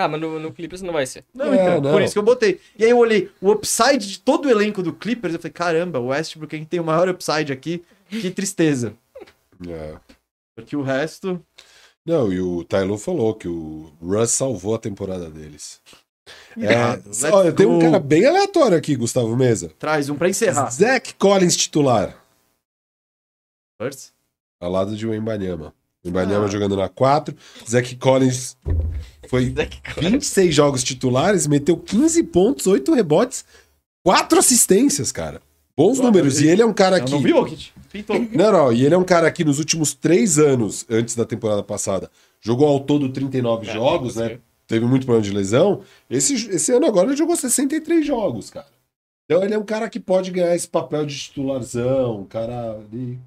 [SPEAKER 2] Ah, mas no, no Clippers não vai ser.
[SPEAKER 1] não,
[SPEAKER 3] É,
[SPEAKER 1] então,
[SPEAKER 3] não.
[SPEAKER 1] por isso que eu botei. E aí eu olhei o upside de todo o elenco do Clippers, eu falei, caramba, o Westbrook é quem tem o maior upside aqui, que tristeza.
[SPEAKER 3] É.
[SPEAKER 1] Porque o resto,
[SPEAKER 3] Não, e o Tylon falou que o Russ salvou a temporada deles.
[SPEAKER 1] Irado,
[SPEAKER 3] É,
[SPEAKER 1] let's
[SPEAKER 3] olha, tem um
[SPEAKER 1] go.
[SPEAKER 3] cara bem aleatório aqui, Gustavo Mesa.
[SPEAKER 1] traz um pra encerrar.
[SPEAKER 3] Zach Collins titular,
[SPEAKER 1] Spurs?
[SPEAKER 3] ao lado de Wembanyama. Wembanyama
[SPEAKER 1] Ah.
[SPEAKER 3] jogando na 4. Zach Collins foi 26 jogos titulares, meteu 15 pontos, 8 rebotes, 4 assistências, cara. Bons
[SPEAKER 1] Uau,
[SPEAKER 3] números.
[SPEAKER 1] eu-
[SPEAKER 3] E ele é um cara
[SPEAKER 1] Eu
[SPEAKER 3] que.
[SPEAKER 1] não vi o Kit. Pintou.
[SPEAKER 3] Não, não, e ele é um cara que nos últimos três anos, antes da temporada passada, jogou ao todo 39
[SPEAKER 2] É,
[SPEAKER 3] jogos,
[SPEAKER 2] você
[SPEAKER 1] tá
[SPEAKER 3] né?
[SPEAKER 2] viu.
[SPEAKER 3] teve muito problema de lesão. Esse, esse ano agora ele jogou 63 jogos, cara. Então ele é um cara que pode ganhar esse papel de titularzão, um cara ali.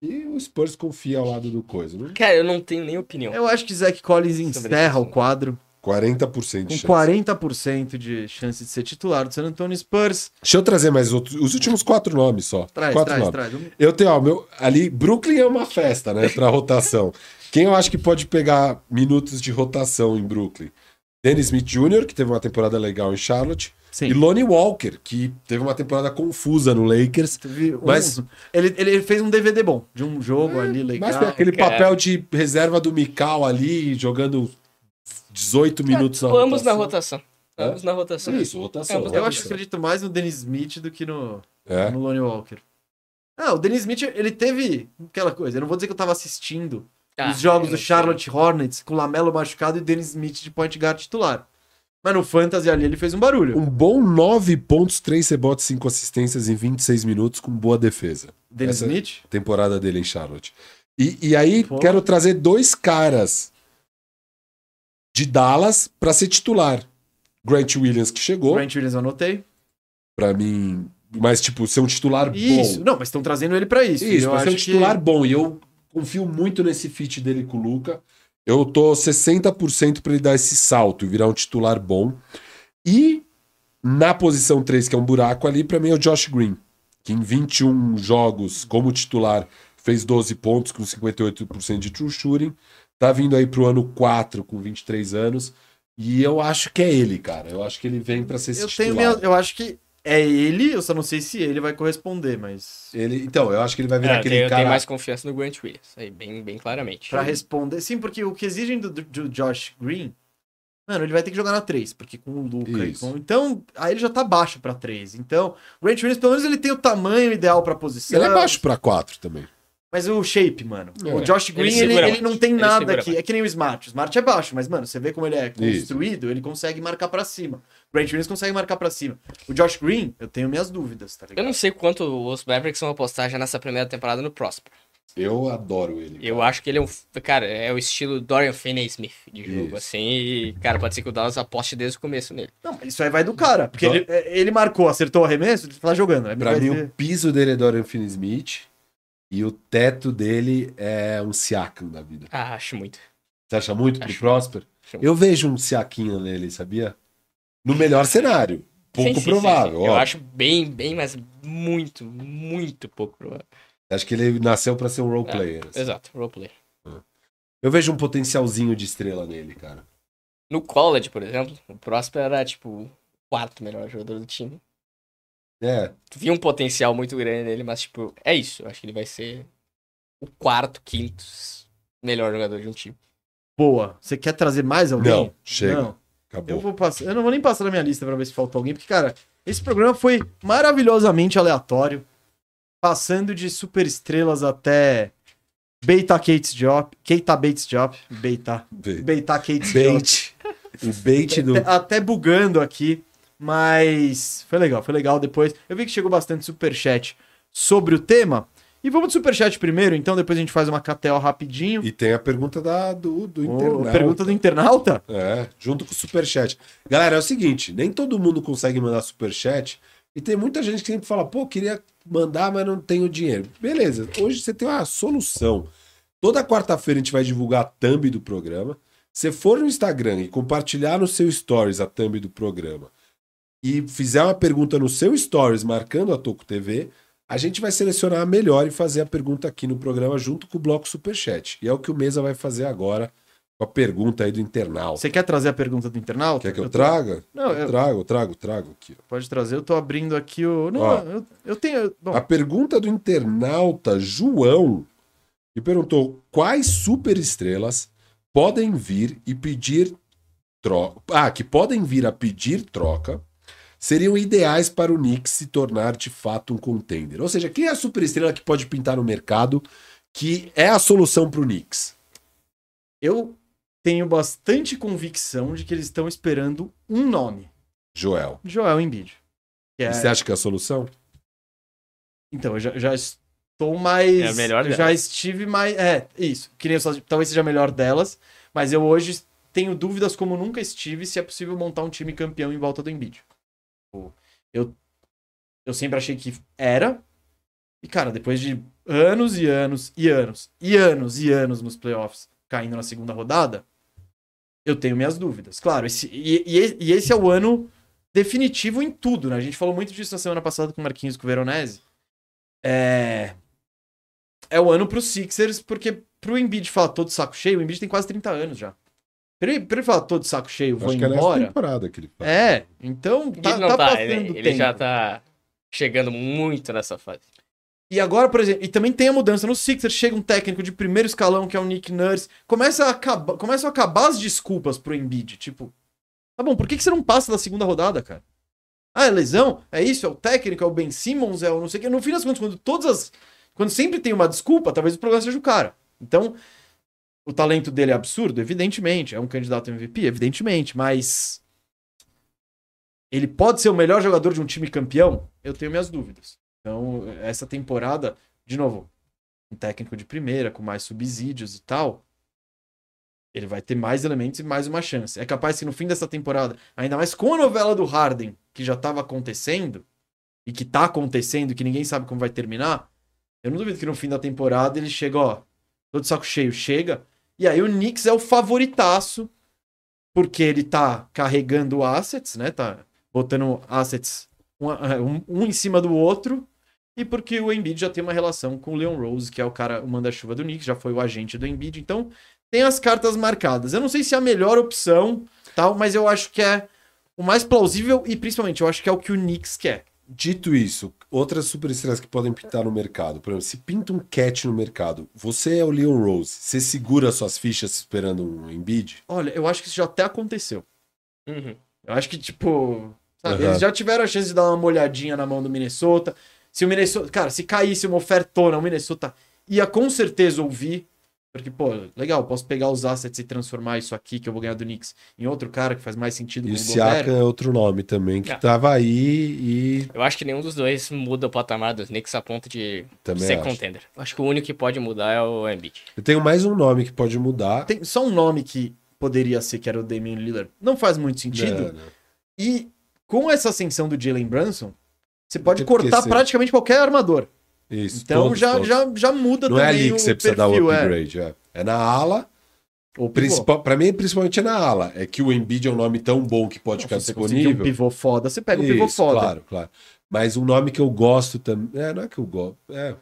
[SPEAKER 3] E o Spurs confia ao lado do coisa, né?
[SPEAKER 2] Cara, eu não tenho nem opinião.
[SPEAKER 1] Eu acho que Zach Collins encerra o quadro
[SPEAKER 3] 40%
[SPEAKER 1] com
[SPEAKER 3] de chance.
[SPEAKER 1] 40% de chance de ser titular do San Antonio Spurs.
[SPEAKER 3] Deixa eu trazer mais outros. Os últimos quatro nomes só.
[SPEAKER 1] Traz,
[SPEAKER 3] quatro
[SPEAKER 1] traz,
[SPEAKER 3] nomes.
[SPEAKER 1] traz. Um-
[SPEAKER 3] Eu tenho, ó, meu, ali, Brooklyn é uma festa, né, pra rotação. Quem eu acho que pode pegar minutos de rotação em Brooklyn? Dennis Smith Jr., que teve uma temporada legal em Charlotte,
[SPEAKER 1] Sim.
[SPEAKER 3] e Lonnie Walker, que teve uma temporada confusa no Lakers,
[SPEAKER 1] Teve um-
[SPEAKER 3] Mas-
[SPEAKER 1] ele, ele fez um DVD bom de um jogo ali legal.
[SPEAKER 3] mas tem aquele
[SPEAKER 2] cara.
[SPEAKER 3] papel de reserva do Mikal ali, jogando 18 minutos na
[SPEAKER 2] Ambos na
[SPEAKER 3] rotação.
[SPEAKER 2] rotação.
[SPEAKER 3] É?
[SPEAKER 2] Ambos na rotação.
[SPEAKER 3] Isso, rotação.
[SPEAKER 2] Ambos na
[SPEAKER 1] Eu acho que
[SPEAKER 2] rotação.
[SPEAKER 1] acredito mais no Dennis Smith do que no,
[SPEAKER 3] É.
[SPEAKER 1] no Lonnie Walker. Ah, o Dennis Smith, ele teve aquela coisa. Eu não vou dizer que eu tava assistindo
[SPEAKER 2] Ah,
[SPEAKER 1] os jogos
[SPEAKER 2] eu
[SPEAKER 3] é,
[SPEAKER 1] do
[SPEAKER 2] não sei.
[SPEAKER 1] Charlotte Hornets com o Lamelo machucado e Dennis Smith de point guard titular. Mas no Fantasy ali ele fez um barulho.
[SPEAKER 3] Um bom 9 pontos, 3 rebotes, 5 assistências em 26 minutos com boa defesa.
[SPEAKER 1] Dennis
[SPEAKER 3] essa-
[SPEAKER 1] Smith?
[SPEAKER 3] temporada dele em Charlotte. E, e aí,
[SPEAKER 1] Pô.
[SPEAKER 3] quero trazer dois caras de Dallas pra ser titular. Grant Williams, que chegou,
[SPEAKER 1] Grant Williams eu anotei.
[SPEAKER 3] pra mim, mas, tipo, ser um titular
[SPEAKER 1] Isso.
[SPEAKER 3] bom.
[SPEAKER 1] Não, mas estão trazendo ele pra isso.
[SPEAKER 3] Isso,
[SPEAKER 1] E eu
[SPEAKER 3] pra ser um
[SPEAKER 1] acho
[SPEAKER 3] titular bom. E eu confio muito nesse fit dele com o Luca. Eu tô 60% pra ele dar esse salto e virar um titular bom. E na posição 3, que é um buraco ali, pra mim é o Josh Green, que em 21 jogos como titular fez 12 pontos com 58% de true shooting. Tá vindo aí pro ano 4 com 23 anos. E eu acho que é ele, cara. Eu acho que ele vem pra ser
[SPEAKER 1] que...
[SPEAKER 3] esse
[SPEAKER 1] Eu, tenho
[SPEAKER 3] titular.
[SPEAKER 1] minha... eu acho que é ele, eu só não sei se ele vai corresponder, mas...
[SPEAKER 3] Ele... Então, eu acho que ele vai
[SPEAKER 2] É,
[SPEAKER 3] virar
[SPEAKER 2] eu
[SPEAKER 3] aquele
[SPEAKER 2] tenho, eu
[SPEAKER 3] cara...
[SPEAKER 2] tenho mais confiança no Grant Williams. Aí, bem, bem claramente.
[SPEAKER 1] Pra responder. Sim, porque o que exigem do, do Josh Green, mano, ele vai ter que jogar na 3, porque com o Luca e
[SPEAKER 3] Isso.
[SPEAKER 1] com. Então, aí ele já tá baixo pra 3. Então, o Grant Williams, pelo menos, ele tem o tamanho ideal pra posição.
[SPEAKER 3] Ele é baixo pra 4 também.
[SPEAKER 1] Mas o shape, mano.
[SPEAKER 3] É.
[SPEAKER 1] O Josh Green, ele,
[SPEAKER 2] segura
[SPEAKER 1] ele
[SPEAKER 2] mais.
[SPEAKER 1] não tem
[SPEAKER 2] Ele
[SPEAKER 1] nada
[SPEAKER 2] segura
[SPEAKER 1] aqui.
[SPEAKER 2] mais.
[SPEAKER 1] É que nem o Smart. O Smart é baixo, mas, mano, você vê como ele é construído, ele consegue marcar pra cima. O Grant Williams consegue marcar pra cima. O Josh Green, eu tenho minhas dúvidas, tá
[SPEAKER 2] Eu
[SPEAKER 1] ligado?
[SPEAKER 2] não sei quanto os Mavericks vão apostar já nessa primeira temporada no Prosper.
[SPEAKER 3] Eu adoro ele.
[SPEAKER 2] Eu acho que ele é um. Cara, é o estilo Dorian Finney Smith de jogo,
[SPEAKER 3] Isso.
[SPEAKER 2] assim. E, cara, pode ser que o Dallas aposte desde o começo nele.
[SPEAKER 1] Não, isso aí é vai do cara. Porque
[SPEAKER 3] Não.
[SPEAKER 1] ele, é, ele marcou, acertou o arremesso, ele tá jogando. Aí
[SPEAKER 3] Pra
[SPEAKER 1] vai
[SPEAKER 3] mim,
[SPEAKER 1] ser-
[SPEAKER 3] o piso dele é Dorian Finney-Smith e o teto dele é um Siakam da vida.
[SPEAKER 2] Ah, acho muito.
[SPEAKER 3] Você acha muito do
[SPEAKER 2] Acho.
[SPEAKER 3] Prosper?
[SPEAKER 2] Acho muito.
[SPEAKER 3] Eu vejo um Siaquinho nele, sabia? No melhor cenário. Pouco
[SPEAKER 2] Sim, sim,
[SPEAKER 3] provável.
[SPEAKER 2] sim, sim. Eu
[SPEAKER 3] ó.
[SPEAKER 2] acho bem, bem, mas muito, muito pouco provável.
[SPEAKER 3] Acho que ele nasceu pra ser um role player. assim.
[SPEAKER 2] Exato, roleplay.
[SPEAKER 3] Eu vejo um potencialzinho de estrela nele, cara.
[SPEAKER 2] No college, por exemplo, o Prosper era, tipo, o quarto melhor jogador do time.
[SPEAKER 3] É,
[SPEAKER 2] Tu via um potencial muito grande nele, mas, tipo, é isso. Eu acho que ele vai ser o quarto, quinto melhor jogador de um time.
[SPEAKER 1] Boa. Você quer trazer mais alguém?
[SPEAKER 3] Não, chega.
[SPEAKER 1] Não. Eu
[SPEAKER 3] acabou.
[SPEAKER 1] vou passar. Eu não vou nem passar na minha lista pra ver se faltou alguém, porque, cara, esse programa foi maravilhosamente aleatório. Passando de superestrelas até Beita Kates Job. Keita Bates Job. Beita.
[SPEAKER 3] Bait.
[SPEAKER 1] Beita Kates Job.
[SPEAKER 3] Bait. O bait do.
[SPEAKER 1] Até, até bugando aqui. Mas foi legal, foi legal depois. Eu vi que chegou bastante superchat sobre o tema. E vamos de superchat primeiro, então depois a gente faz uma KTO rapidinho.
[SPEAKER 3] E tem a pergunta da, do, do
[SPEAKER 1] Ô,
[SPEAKER 3] internauta.
[SPEAKER 1] pergunta do internauta?
[SPEAKER 3] É, junto com o superchat. Galera, é o seguinte, nem todo mundo consegue mandar superchat e tem muita gente que sempre fala, pô, queria mandar, mas não tenho dinheiro. Beleza, hoje você tem uma solução. Toda quarta-feira a gente vai divulgar a thumb do programa. Se for no Instagram e compartilhar no seu stories a thumb do programa e fizer uma pergunta no seu stories marcando a Toco TV, a gente vai selecionar a melhor e fazer a pergunta aqui no programa junto com o bloco superchat. E é o que o Mesa vai fazer agora com a pergunta aí do internauta.
[SPEAKER 1] Você quer trazer a pergunta do internauta?
[SPEAKER 3] Quer que eu
[SPEAKER 1] tô-
[SPEAKER 3] traga?
[SPEAKER 1] Não,
[SPEAKER 3] eu
[SPEAKER 1] eu-
[SPEAKER 3] trago, trago, trago aqui. ó.
[SPEAKER 1] Pode trazer, eu tô abrindo aqui o. Não,
[SPEAKER 3] Ó.
[SPEAKER 1] eu, eu tenho. Bom,
[SPEAKER 3] A pergunta do internauta João, que perguntou quais superestrelas podem vir e pedir troca. Ah, que podem vir a pedir troca seriam ideais para o Knicks se tornar de fato um contender. Ou seja, quem é a superestrela que pode pintar no mercado que é a solução para o Knicks?
[SPEAKER 1] eu tenho bastante convicção de que eles estão esperando um nome:
[SPEAKER 3] Joel.
[SPEAKER 1] Joel Embiid. Que é-
[SPEAKER 3] E Você acha que é a solução?
[SPEAKER 1] Então, eu já, já estou mais.
[SPEAKER 2] É a melhor
[SPEAKER 1] eu
[SPEAKER 2] delas.
[SPEAKER 1] já estive mais. É, isso. Que nem eu só- talvez seja a melhor delas, mas eu hoje Tenho dúvidas como nunca estive se é possível montar um time campeão em volta do Embiid. Tipo, Eu, eu sempre achei que era. E, cara, depois de anos e anos e anos e anos e anos nos playoffs caindo na segunda rodada, eu tenho minhas dúvidas. Claro, esse, e, e- e esse é o ano definitivo em tudo, né? A gente falou muito disso na semana passada com o Marquinhos e com o Veronese. É. É o ano pro Sixers, porque pro Embiid falar todo saco cheio, o Embiid tem quase 30 anos já. Pra ele, pra ele falar todo saco cheio, vou
[SPEAKER 3] Acho que é nessa
[SPEAKER 1] embora.
[SPEAKER 3] temporada que ele faz.
[SPEAKER 1] É, então tá,
[SPEAKER 2] ele não
[SPEAKER 1] tá
[SPEAKER 2] tá,
[SPEAKER 1] passando
[SPEAKER 2] ele, ele
[SPEAKER 1] tempo.
[SPEAKER 2] já tá chegando muito nessa fase.
[SPEAKER 1] E agora, por exemplo, e também tem a mudança no Sixers, chega um técnico de primeiro escalão, que é o Nick Nurse, começa a acabar, começam a acabar as desculpas pro Embiid, tipo, tá bom, por que, que você não passa da segunda rodada, cara? Ah, é lesão? É isso? É o técnico? É o Ben Simmons? É o não sei o que? No fim das contas, quando todas as... Quando sempre tem uma desculpa, talvez o problema seja o cara. Então, o talento dele é absurdo? Evidentemente. É um candidato a MVP? Evidentemente. Mas... Ele pode ser o melhor jogador de um time campeão? Eu tenho minhas dúvidas. Então, essa temporada, de novo, um técnico de primeira, com mais subsídios e tal, ele vai ter mais elementos e mais uma chance. É capaz que no fim dessa temporada, ainda mais com a novela do Harden, que já estava acontecendo, e que tá acontecendo, e que ninguém sabe como vai terminar, eu não duvido que no fim da temporada ele chega, ó, todo saco cheio, chega. E aí o Knicks é o favoritaço, porque ele tá carregando assets, né? Tá botando assets um, um- um em cima do outro. E porque o Embiid já tem uma relação com o Leon Rose, que é o cara, o manda-chuva do Knicks, já foi o agente do Embiid. Então, tem as cartas marcadas. Eu não sei se é a melhor opção, tal, mas eu acho que é o mais plausível e, principalmente, eu acho que é o que o Knicks quer.
[SPEAKER 3] Dito isso, outras superestrelas que podem pintar no mercado. Por exemplo, se pinta um cat no mercado, você é o Leon Rose, você segura suas fichas esperando um Embiid?
[SPEAKER 1] Olha, eu acho que isso já até aconteceu.
[SPEAKER 2] Uhum.
[SPEAKER 1] Eu acho que, tipo, sabe,
[SPEAKER 3] Aham.
[SPEAKER 1] eles já tiveram a chance de dar uma molhadinha na mão do Minnesota. Se o Minnesota, cara, se caísse uma ofertona, o Minnesota ia com certeza ouvir. Porque, pô, legal, posso pegar os assets e transformar isso aqui que eu vou ganhar do Knicks em outro cara que faz mais sentido
[SPEAKER 3] E o
[SPEAKER 1] com o Um Gobert.
[SPEAKER 3] Siaka é outro nome também, que
[SPEAKER 2] Ah.
[SPEAKER 3] tava aí e
[SPEAKER 2] Eu acho que nenhum dos dois muda o patamar dos Knicks a ponto de
[SPEAKER 3] também
[SPEAKER 2] ser
[SPEAKER 3] acho.
[SPEAKER 2] contender. Eu acho que o único que pode mudar é o Embiid.
[SPEAKER 3] Eu tenho mais um nome que pode mudar.
[SPEAKER 1] Tem só um nome que poderia ser que era o Damian Lillard. Não faz muito sentido.
[SPEAKER 3] Não, não.
[SPEAKER 1] E com essa ascensão do Jalen Brunson, você pode
[SPEAKER 3] tem porque
[SPEAKER 1] cortar
[SPEAKER 3] ser.
[SPEAKER 1] praticamente qualquer armador.
[SPEAKER 3] Isso,
[SPEAKER 1] então
[SPEAKER 3] todos,
[SPEAKER 1] já,
[SPEAKER 3] todos.
[SPEAKER 1] Já, já muda
[SPEAKER 3] Não é
[SPEAKER 1] também
[SPEAKER 3] ali
[SPEAKER 1] o
[SPEAKER 3] que você precisa
[SPEAKER 1] perfil,
[SPEAKER 3] dar o
[SPEAKER 1] é.
[SPEAKER 3] upgrade. É, é na ala.
[SPEAKER 1] Ou pivô.
[SPEAKER 3] Principal, pra mim, principalmente é na ala. É que o Embiid é um nome tão bom que pode ficar
[SPEAKER 1] Se você conseguir um
[SPEAKER 3] disponível.
[SPEAKER 1] pivô foda, você pega um pivô
[SPEAKER 3] Isso,
[SPEAKER 1] foda.
[SPEAKER 3] Claro, claro. Mas um nome que eu gosto também. É, não é que eu gosto. É,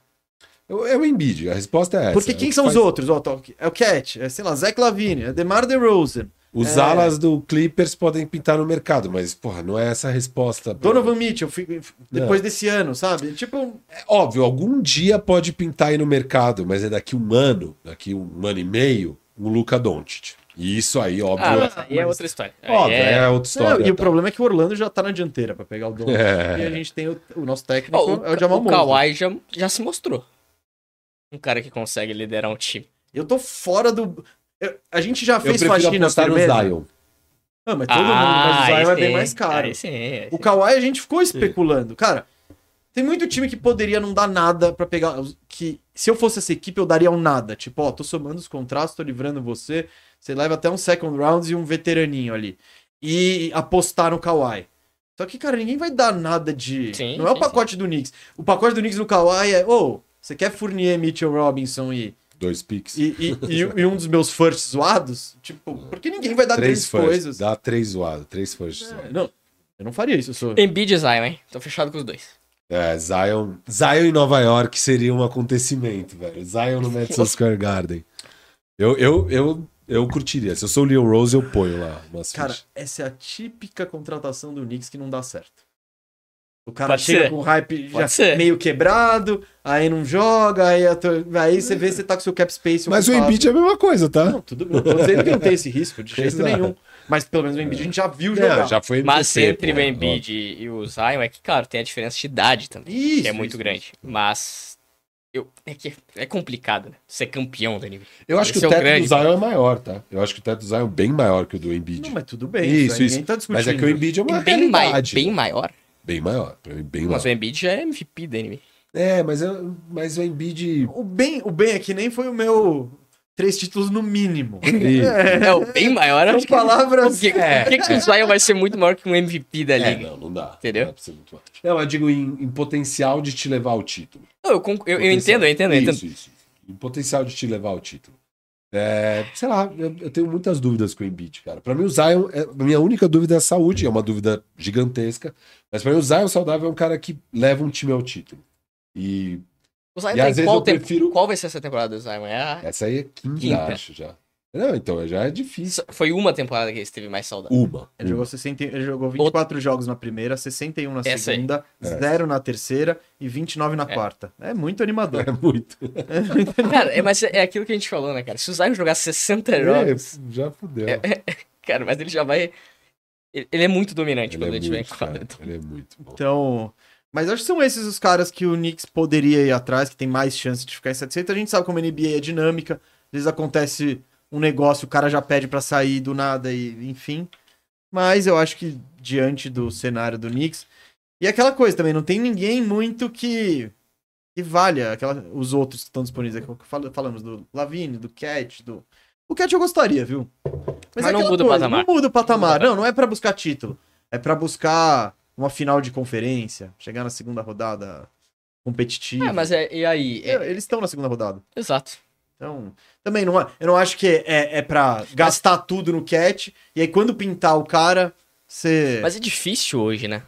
[SPEAKER 3] Eu- é o Embiid. A resposta é essa.
[SPEAKER 1] Porque
[SPEAKER 3] É o
[SPEAKER 1] quem
[SPEAKER 3] que
[SPEAKER 1] são
[SPEAKER 3] faz-
[SPEAKER 1] os outros? Ó, tá, é o Cat, é, sei lá, Zach Lavine, é DeMar DeRozan,
[SPEAKER 3] Os
[SPEAKER 1] É.
[SPEAKER 3] alas do Clippers podem pintar no mercado, mas, porra, não é essa a resposta. pra-
[SPEAKER 1] Donovan Mitchell, fi- fi- depois desse ano, sabe? Tipo,
[SPEAKER 3] É óbvio, algum dia pode pintar aí no mercado, mas é daqui um ano, daqui um ano e meio, um Luca Doncic. E isso aí, óbvio.
[SPEAKER 2] Ah,
[SPEAKER 3] é-
[SPEAKER 2] mas aí é outra história. Aí
[SPEAKER 3] Óbvio, é,
[SPEAKER 2] é-
[SPEAKER 3] outra história.
[SPEAKER 1] não, e o
[SPEAKER 3] tá?
[SPEAKER 1] problema é que o Orlando já tá na dianteira pra pegar o Donovan.
[SPEAKER 3] É.
[SPEAKER 1] E a gente tem o, o nosso técnico,
[SPEAKER 2] Ó,
[SPEAKER 1] é o Jamal
[SPEAKER 2] o
[SPEAKER 1] Mosley.
[SPEAKER 2] Kawhi já, já se mostrou. Um cara que consegue liderar um time.
[SPEAKER 1] Eu tô fora do... eu- a gente já
[SPEAKER 3] Eu
[SPEAKER 1] fez
[SPEAKER 3] prefiro
[SPEAKER 1] faxina assim
[SPEAKER 3] apostar no
[SPEAKER 1] firmeza.
[SPEAKER 3] Zion.
[SPEAKER 1] Ah, mas todo mundo, mas o
[SPEAKER 2] aí
[SPEAKER 1] Zion é bem
[SPEAKER 2] sim,
[SPEAKER 1] mais caro.
[SPEAKER 2] aí sim, aí
[SPEAKER 1] O
[SPEAKER 2] sim.
[SPEAKER 1] Kawhi a gente ficou especulando. Cara, tem muito time que poderia não dar nada pra pegar. Que se eu fosse essa equipe, eu daria um nada. Tipo, ó, tô somando os contratos, tô livrando você. Você leva até um second round e um veteraninho ali. E apostar no Kawhi. Só que, cara, ninguém vai dar nada de.
[SPEAKER 2] Sim,
[SPEAKER 1] não é o
[SPEAKER 2] sim,
[SPEAKER 1] pacote do Knicks. O pacote do Knicks no Kawhi é, ô, você quer Fournier, Mitchell Robinson e,
[SPEAKER 3] Dois picks.
[SPEAKER 1] e, e, e- e um dos meus firsts zoados? Tipo, porque ninguém vai dar
[SPEAKER 3] três
[SPEAKER 1] três,
[SPEAKER 3] firsts.
[SPEAKER 1] coisas.
[SPEAKER 3] Dá três zoados, três firsts.
[SPEAKER 1] É, não, eu não faria isso, eu sou.
[SPEAKER 2] Embiid e Zion, hein? Tô fechado com os dois.
[SPEAKER 3] É, Zion, Zion em Nova York seria um acontecimento, velho. Zion no Madison Square Garden. Eu, eu, eu, eu curtiria. Se eu sou o Leon Rose, eu ponho lá umas
[SPEAKER 1] Cara,
[SPEAKER 3] fichas.
[SPEAKER 1] essa é a típica contratação do Knicks que não dá certo. O cara
[SPEAKER 2] Pode
[SPEAKER 1] chega
[SPEAKER 2] ser.
[SPEAKER 1] com o hype já
[SPEAKER 2] Pode ser.
[SPEAKER 1] meio quebrado, aí não joga, aí, a tua- aí você vê se você tá com seu cap space.
[SPEAKER 3] Mas o
[SPEAKER 1] ocupado.
[SPEAKER 3] Embiid é a mesma coisa, tá?
[SPEAKER 1] Não, tudo bem. Eu tô dizendo que não tem esse risco, de jeito
[SPEAKER 3] Exato.
[SPEAKER 1] nenhum. Mas pelo menos o Embiid a gente já viu
[SPEAKER 3] Não,
[SPEAKER 1] jogar.
[SPEAKER 3] É, já foi né?
[SPEAKER 2] Mas
[SPEAKER 3] MVP,
[SPEAKER 2] sempre
[SPEAKER 3] pô.
[SPEAKER 2] o
[SPEAKER 1] né?
[SPEAKER 2] Embiid e o Zion é que, claro, tem a diferença de idade também.
[SPEAKER 1] Isso,
[SPEAKER 2] que é muito
[SPEAKER 1] isso.
[SPEAKER 2] grande. Mas. Eu, é que é complicado, né? Ser campeão da NBA.
[SPEAKER 3] Eu acho que
[SPEAKER 2] Esse é
[SPEAKER 3] o
[SPEAKER 2] o
[SPEAKER 3] teto do
[SPEAKER 2] grande,
[SPEAKER 3] Zion é maior, tá? Eu acho que o teto do Zion é bem maior que o do Embiid.
[SPEAKER 1] Não, mas tudo bem.
[SPEAKER 3] Isso,
[SPEAKER 1] aí
[SPEAKER 3] isso.
[SPEAKER 1] Ninguém tá discutindo.
[SPEAKER 3] mas é que o Embiid é uma
[SPEAKER 2] Bem, mai-
[SPEAKER 3] realidade.
[SPEAKER 2] bem maior.
[SPEAKER 3] Bem maior, pra mim, bem
[SPEAKER 2] Mas
[SPEAKER 3] maior.
[SPEAKER 2] o Embiid já é MVP da NBA.
[SPEAKER 3] É, mas, eu, mas o Embiid...
[SPEAKER 1] O bem, o bem aqui nem foi o meu Três títulos no mínimo.
[SPEAKER 3] Isso.
[SPEAKER 2] É, o bem maior.
[SPEAKER 1] São
[SPEAKER 2] acho que-
[SPEAKER 1] palavras.
[SPEAKER 2] O que, o que que o Zion vai ser muito maior que um MVP da
[SPEAKER 3] É,
[SPEAKER 2] liga?
[SPEAKER 3] não, não dá.
[SPEAKER 2] Entendeu?
[SPEAKER 3] Não, dá pra ser muito mais. Não, eu digo em, em potencial de te levar ao título.
[SPEAKER 2] Não, eu, conc- eu- eu
[SPEAKER 3] Potencial.
[SPEAKER 2] entendo, eu entendo, eu entendo.
[SPEAKER 3] Isso, isso. Em potencial de te levar ao título. É, sei lá, eu, eu tenho muitas dúvidas com o Embiid, cara. Pra mim, o Zion, é- a minha única dúvida é a saúde, é uma dúvida gigantesca. Mas pra mim, o Zion saudável é um cara que leva um time ao título. E
[SPEAKER 2] O Zion
[SPEAKER 3] E
[SPEAKER 2] tá
[SPEAKER 3] às
[SPEAKER 2] em
[SPEAKER 3] vezes
[SPEAKER 2] qual,
[SPEAKER 3] eu
[SPEAKER 2] tempo-
[SPEAKER 3] prefiro-
[SPEAKER 2] qual vai ser essa temporada do Zion? É a-
[SPEAKER 3] essa aí é quinta,
[SPEAKER 2] Quinta.
[SPEAKER 3] acho já. Não, então já é difícil.
[SPEAKER 2] Foi uma temporada que ele esteve mais saudável.
[SPEAKER 3] Uma.
[SPEAKER 1] Ele
[SPEAKER 2] Hum.
[SPEAKER 1] jogou, 60, ele jogou 24 jogos na primeira, 61 na
[SPEAKER 2] Essa aí.
[SPEAKER 1] segunda,
[SPEAKER 3] É.
[SPEAKER 1] zero na terceira e 29 na quarta. É muito animador.
[SPEAKER 3] É muito.
[SPEAKER 2] Cara, é, mas é aquilo que a gente falou, né, cara? Se o Zion jogar 60
[SPEAKER 3] É,
[SPEAKER 2] jogos,
[SPEAKER 3] já fudeu.
[SPEAKER 2] É, cara, mas ele já vai. Ele ele é muito dominante
[SPEAKER 3] ele,
[SPEAKER 2] quando
[SPEAKER 3] é
[SPEAKER 2] ele estiver em
[SPEAKER 3] muito cara,
[SPEAKER 2] quadra.
[SPEAKER 3] ele é muito bom.
[SPEAKER 1] Então. Mas acho que são esses os caras que o Knicks poderia ir atrás, que tem mais chance de ficar insatisfeito. A gente sabe como a NBA é dinâmica. Às vezes acontece um negócio, o cara já pede pra sair do nada e enfim. Mas eu acho que diante do cenário do Knicks. E aquela coisa também, não tem ninguém muito que que valha aquela, os outros que estão disponíveis aqui. Fal- Falamos do Lavine, do Cat, do. O Cat eu gostaria, viu? é
[SPEAKER 2] Mas não
[SPEAKER 1] aquela
[SPEAKER 2] muda o patamar.
[SPEAKER 1] Não muda o patamar.
[SPEAKER 2] patamar.
[SPEAKER 1] Não, não é pra buscar título. É pra buscar uma final de conferência, chegar na segunda rodada competitiva.
[SPEAKER 2] Ah, mas é, e aí? É,
[SPEAKER 1] É, Eles estão na segunda rodada.
[SPEAKER 2] Exato.
[SPEAKER 1] Então, também não, eu não acho que é, é pra gastar tudo no Cat. E aí, quando pintar o cara, você.
[SPEAKER 2] Mas é difícil hoje, né?